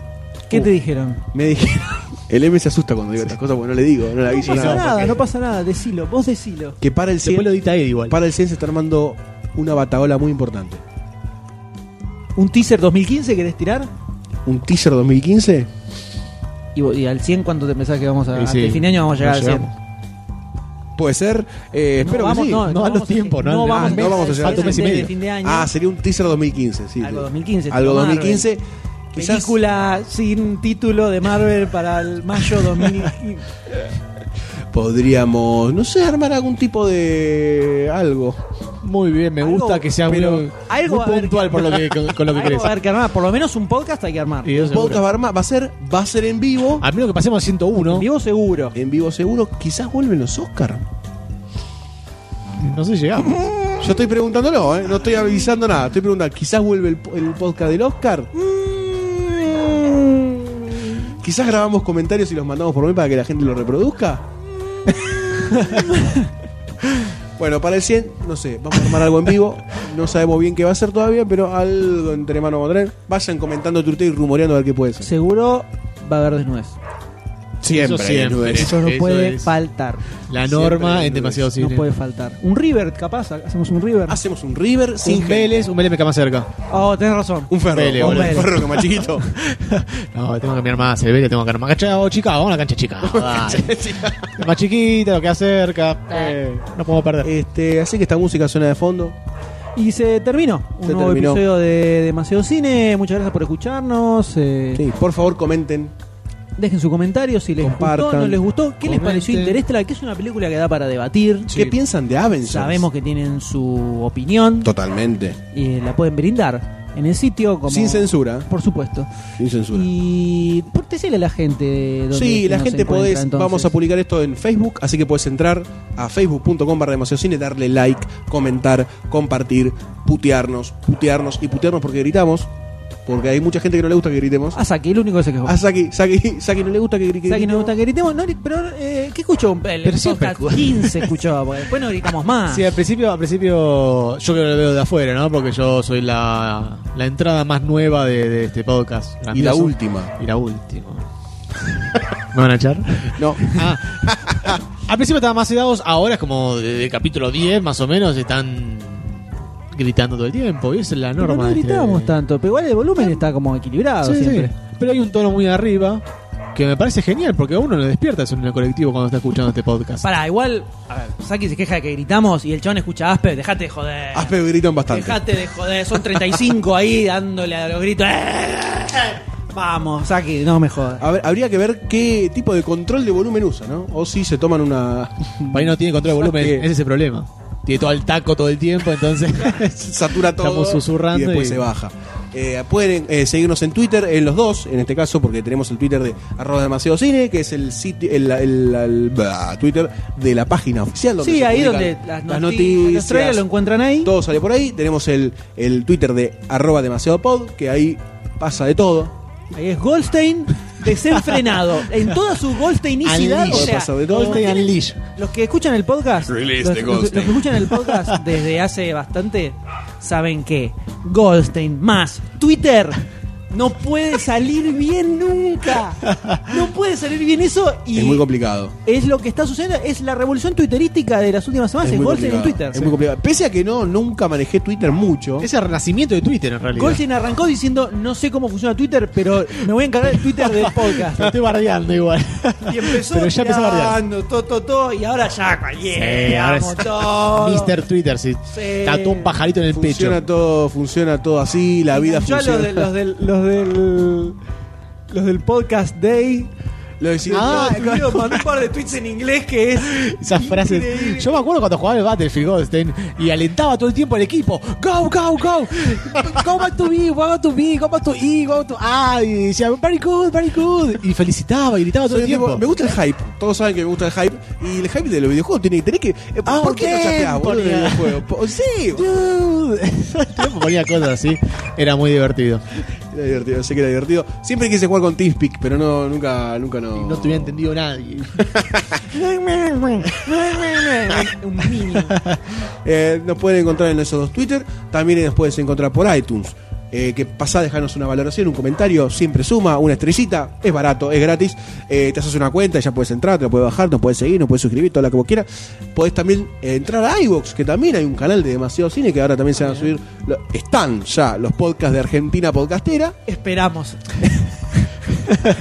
E: ¿Qué te dijeron?
B: me dijeron, el M se asusta cuando digo estas cosas porque no le digo, no le
E: No
B: aviso
E: pasa
B: nada.
E: nada, no pasa nada, decilo, vos decilo.
B: Que para el
D: Después
B: 100,
D: lo edita él igual.
B: para el 100 se está armando una bataola muy importante.
E: ¿Un teaser 2015 querés tirar?
B: Un teaser 2015,
E: Y, vo- y al 100, ¿cuánto te pensás que vamos a.?
D: Y sí,
E: hasta el fin de año vamos a llegar
D: no
E: al 100.
D: llegamos.
B: puede ser, eh, espero
E: vamos,
B: que sí.
D: no dan los
E: vamos a-
D: tiempos, no
E: No,
D: dan-
E: vamos,
B: ah, no vamos a llegar.
E: Falta un mes y medio. fin de año.
B: Ah, sería un teaser 2015, sí.
E: Algo
B: sí.
E: 2015,
B: Algo
E: Marvel.
B: 2015. quizás-
E: Película sin título de Marvel para el mayo 2015.
B: Podríamos, no sé, armar algún tipo de algo.
D: Muy bien, me
E: Algo,
D: gusta que sea
B: pero
D: muy,
E: algo
D: muy
E: va a haber
D: puntual
E: que-
D: por lo que, con, con lo que
E: Algo
D: querés.
E: va a haber que armar. Por lo menos un podcast hay que armar.
D: Y yo
B: El
D: seguro.
B: podcast va a, armar- va a ser, va a ser en vivo.
E: Ah.
D: A menos que pasemos a 101.
E: En vivo seguro.
B: En vivo seguro, quizás vuelven los Oscar.
D: No sé si llegamos.
B: Yo estoy preguntándolo, ¿eh? no estoy avisando nada. Estoy preguntando, quizás vuelve el, po- el podcast del Oscar. Quizás grabamos comentarios y los mandamos por mail para que la gente lo reproduzca. bueno, para el 100, no sé, vamos a armar algo en vivo. No sabemos bien qué va a ser todavía, pero algo entre mano vamos a tener. Vayan comentando tu y rumoreando a ver qué puede ser.
E: Seguro va a haber desnudez.
B: Siempre,
D: Eso siempre.
B: desnudez.
E: Eso no
D: Eso
E: puede
D: es.
E: faltar.
D: La norma
E: Siempre
D: en demasiado
E: No
D: cine.
E: puede faltar. Un River, capaz, hacemos un River.
B: Hacemos un River sin
D: un Vélez, un Vélez me queda más cerca.
E: Oh, tenés razón.
B: Un ferro,
D: Vélez,
B: un
D: boludo.
B: ferro que más chiquito.
D: No, tengo que cambiar más. El Vélez tengo que cambiar más. Cancha o Chicago, vamos a la cancha de Chicago. dale. La más chiquita, lo que cerca. Eh, no podemos perder.
B: Este, así que esta música suena de fondo.
E: Y se terminó. Un
B: Se
E: nuevo
B: terminó.
E: episodio de Demasiado Cine. Muchas gracias por escucharnos. eh,
B: Sí, por favor, comenten.
E: Dejen su comentario si les gustó,
B: Compartan.
E: no les gustó. ¿Qué les
D: Comenten.
E: pareció Interestral? Que es una película que da para debatir.
D: Sí.
B: ¿Qué piensan de Avengers?
E: Sabemos que tienen su opinión
B: Totalmente.
E: y eh, la pueden brindar en el sitio. Como,
B: Sin censura.
E: Por supuesto.
B: Sin censura.
E: Y pórtesele a la gente. Donde
B: Sí, la
E: nos
B: gente
E: encuentra,
B: podés,
E: entonces.
B: vamos a publicar esto en Facebook, así que podés entrar a facebook.com barra demasiado cine, darle like, comentar, compartir, putearnos, putearnos y putearnos porque gritamos, porque hay mucha gente que no le gusta que gritemos.
E: A Saki, el único que se quejó.
B: A Saki, Saki, Saki no le gusta que, gri- que
E: Ah, Saki
B: gritemos.
E: no me gusta que gritemos, no, pero eh, ¿qué escuchó? El podcast
D: siempre escucha.
E: 15 escuchaba, porque después no gritamos más.
D: Sí, al principio, al principio yo que lo veo de afuera, ¿no? Porque yo soy la, la entrada más nueva de, de este podcast.
B: Y la
D: Grandioso.
B: última.
D: Y la última. ¿Me van a echar?
B: No,
D: Ah. Al principio estaban más sedados, ahora es como de, de capítulo 10 más o menos, están gritando todo el tiempo. Y esa es la
E: Pero
D: norma.
E: no
D: de este-
E: gritábamos tanto, pero igual el volumen está como equilibrado
D: Sí, sí.
E: siempre.
D: Pero hay un tono muy arriba que me parece genial porque a uno lo despierta eso en el colectivo cuando está escuchando este podcast.
E: Pará, igual, a ver, Saki se queja de que gritamos y el chabón escucha Aspe, dejate de joder.
B: Aspe ah, gritan bastante.
E: Dejate de joder, son 35 ahí dándole a los gritos. Vamos, Saki, no me jodas.
B: A ver, habría que ver qué tipo de control de volumen usa, ¿no? O si se toman una
D: Para ahí no tiene control de
B: Sí.
D: volumen, ese es el problema. Tiene todo el taco todo el tiempo, entonces.
B: satura todo
D: Estamos susurrando
B: y después
D: y-
B: se baja. Eh, pueden eh, seguirnos en Twitter, en los dos, en este caso, porque tenemos el Twitter de arroba demasiado cine, que es el sitio, el, el- el- bah, Twitter de la página oficial donde
E: Sí,
B: se
E: ahí donde
B: publican
E: las, noticias, los trailers lo encuentran ahí.
B: todo sale por ahí. Tenemos el, el Twitter de arroba demasiado pod, que ahí pasa de todo.
E: Ahí es Goldstein desenfrenado. en toda su Goldsteinicidad. o
B: Unleashed.
E: sea,
B: Pasa de todo.
D: Goldstein Unleash.
E: Los que escuchan el podcast,
M: Release de
E: los, los- los que
M: Goldstein.
E: escuchan el podcast desde hace bastante, saben que Goldstein más Twitter no puede salir bien nunca. No puede salir bien eso y
B: es muy complicado.
E: es lo que está sucediendo, es la revolución twitterística de las últimas semanas,
B: Es
E: es,
B: muy
E: Goldstein en
B: complicado.
E: Twitter.
B: Es muy complicado. Pese a que no, nunca manejé Twitter mucho.
D: Ese renacimiento de Twitter en realidad.
E: Goldstein arrancó diciendo, no sé cómo funciona Twitter, pero me voy a encargar el Twitter del podcast.
D: Lo estoy bardeando igual.
E: Y empezó
D: Pero ya empezó a bardear.
E: tirando, to, to, to, y ahora ya cualquiera.
D: Sí, ahora
E: vamos,
D: es-
E: todo.
D: Mr. Twitter, sí.
E: Sí.
D: Tató un pajarito en el
B: funciona
D: pecho.
B: todo, funciona todo así, la vida
E: Enganchó a
B: funciona.
E: los del, los del los del los del podcast day.
B: Lo decía-
D: Ah,
E: Lo- lo- mandó un par de tweets en inglés que es
D: Esas frases. Yo me acuerdo cuando jugaba el Battlefield Goldstein y alentaba todo el tiempo al equipo. Go, go, go. Go back to me, go back to me, go back to E, go back to A. Y decía, very good, very good. Y felicitaba y gritaba todo
B: Soy
D: el
B: tipo,
D: tiempo.
B: me gusta el hype. Todos saben que me gusta el hype. Y el hype de los videojuegos tiene que tener que. eh,
D: Ah,
B: ¿Por qué no chateás, boludo, de
D: ponía.
B: videojuegos? Po- Sí,
D: Dude. Todo el tiempo Ponía cosas así. Era muy divertido.
B: era divertido, sé que era divertido. Siempre quise jugar con TeamSpeak, pero no, nunca, nunca no.
D: No te hubiera entendido nadie.
E: un mínimo.
B: Eh, nos pueden encontrar en esos dos Twitter. También nos puedes encontrar por iTunes. Eh, que pasá, dejanos una valoración, un comentario, siempre suma, una estrellita, es barato, es gratis. Eh, te haces una cuenta, y ya puedes entrar, te la puedes bajar, nos puedes seguir, nos puedes suscribir, todo lo que vos quieras. Podés también eh, entrar a iVox, que también hay un canal de demasiado cine, que ahora también se van a subir. lo- están ya los podcasts de Argentina Podcastera.
E: Esperamos.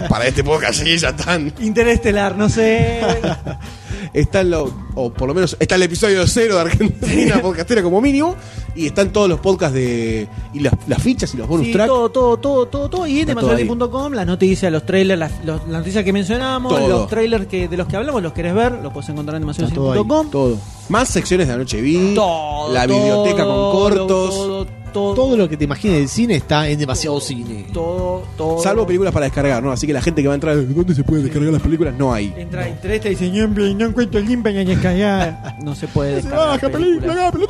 B: Para este podcast, sí, ya están.
E: Interestelar, no sé.
B: están los, o por lo menos está el episodio cero de Argentina Podcastera como mínimo, y están todos los podcasts de. y las, las fichas y los bonus
E: Sí,
B: tracks.
E: todo, todo, todo, todo, todo. Y en
B: Está todo ahí.
E: demasiado.com, las noticias, los trailers, las, los- las noticias que mencionamos,
B: Todo.
E: los trailers que, de los que hablamos, los querés ver, los podés encontrar en
D: Está todo ahí.
E: demasiado.com.
B: Todo. Más secciones de Anoche Vi,
E: Todo,
B: la
E: todo,
B: biblioteca con
E: todo,
B: cortos,
E: todo,
B: todo,
E: todo.
D: Todo lo que te imagines del cine está en demasiado cine.
E: Todo, todo.
B: Salvo películas para descargar, ¿no? Así que la gente que va a entrar, ¿dónde se pueden descargar las películas? No hay.
E: Entra en 3 y dice, "Ñembe, no encuentro el limpia ni descargar. No se puede descargar.
B: baja
E: películas.
B: película,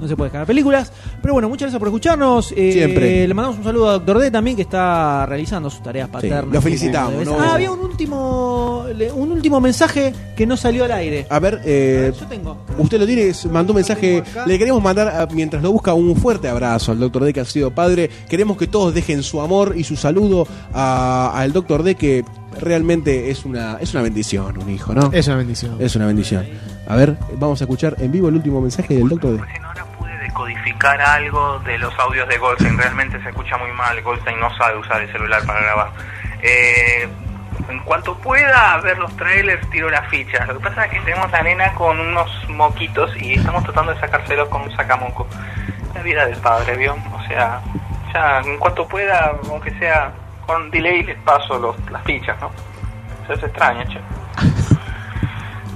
E: No se puede descargar películas. Pero bueno, muchas gracias por escucharnos. Eh,
B: Siempre.
E: Le mandamos un saludo a Doctor D también, que está realizando sus tareas paternas.
B: lo felicitamos,
E: Como
B: ¿no?
E: Ah, había un último, le- un último mensaje que no salió al aire.
B: A ver, eh,
E: Yo tengo.
B: usted lo tiene, es- mandó un mensaje.
E: tengo acá.
B: Le queremos mandar, a- mientras lo busca, un fuerte abrazo al Doctor D que ha sido padre. Queremos que todos dejen su amor y su saludo a- al Doctor D que realmente es una, es una bendición, un hijo, ¿no?
D: Es una bendición.
B: Es una bendición. A ver, vamos a escuchar en vivo el último mensaje del Doctor D.
J: Decodificar algo de los audios de Goldstein. Realmente se escucha muy mal. Goldstein no sabe usar el celular para grabar. Eh, en cuanto pueda ver los trailers, tiro las fichas. Lo que pasa es que tenemos la nena con unos moquitos y estamos tratando de sacárselos con un sacamoco. La vida del padre, ¿vio? O sea, ya en cuanto pueda, aunque sea con delay, les paso los- las fichas, ¿no? Eso es extraño, che.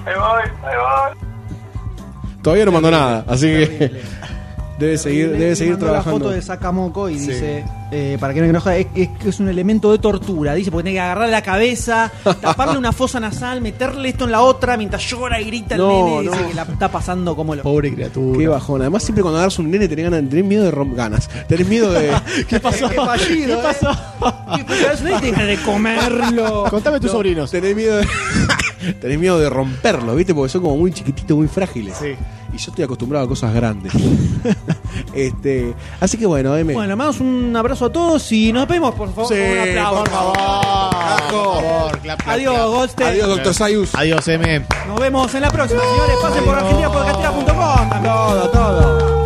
J: Ahí voy, ahí voy.
B: Todavía no mandó nada, así que debe seguir, debe seguir
E: mandó la
B: trabajando.
E: foto de Sakamoco y dice, eh, para que no me enoje, es, es que es un elemento de tortura. Dice, porque tiene que agarrarle la cabeza, taparle una fosa nasal, meterle esto en la otra mientras llora y grita el
B: No,
E: nene.
B: no.
E: Dice que la está pasando como lo.
D: Pobre criatura.
B: Qué bajón. Además, siempre cuando agarras un nene tenés, ganas, tenés miedo de romper ganas. Tenés miedo de.
D: ¿Qué pasó?
E: Qué fallido, ¿eh? Y pues, ¿sabes? Nadie tiene de comerlo.
D: Contame tus
B: No,
D: sobrinos.
B: Tenés miedo de. tenés miedo de romperlo, ¿viste? Porque son como muy chiquititos, muy frágiles.
D: Sí.
B: Y yo estoy acostumbrado a cosas grandes. este, así que bueno, M.
E: Bueno, le mandamos un abrazo a todos y nos vemos, por favor.
B: Sí,
E: con un aplauso.
B: por
D: Por favor, clap, clap,
E: Adiós,
D: clap.
E: Goldstein.
B: Adiós, doctor Sayus.
D: Adiós, M.
E: Nos vemos en la próxima, señores. Pasen por argentinapodcastera.com.
B: Todo, todo.
E: Uh,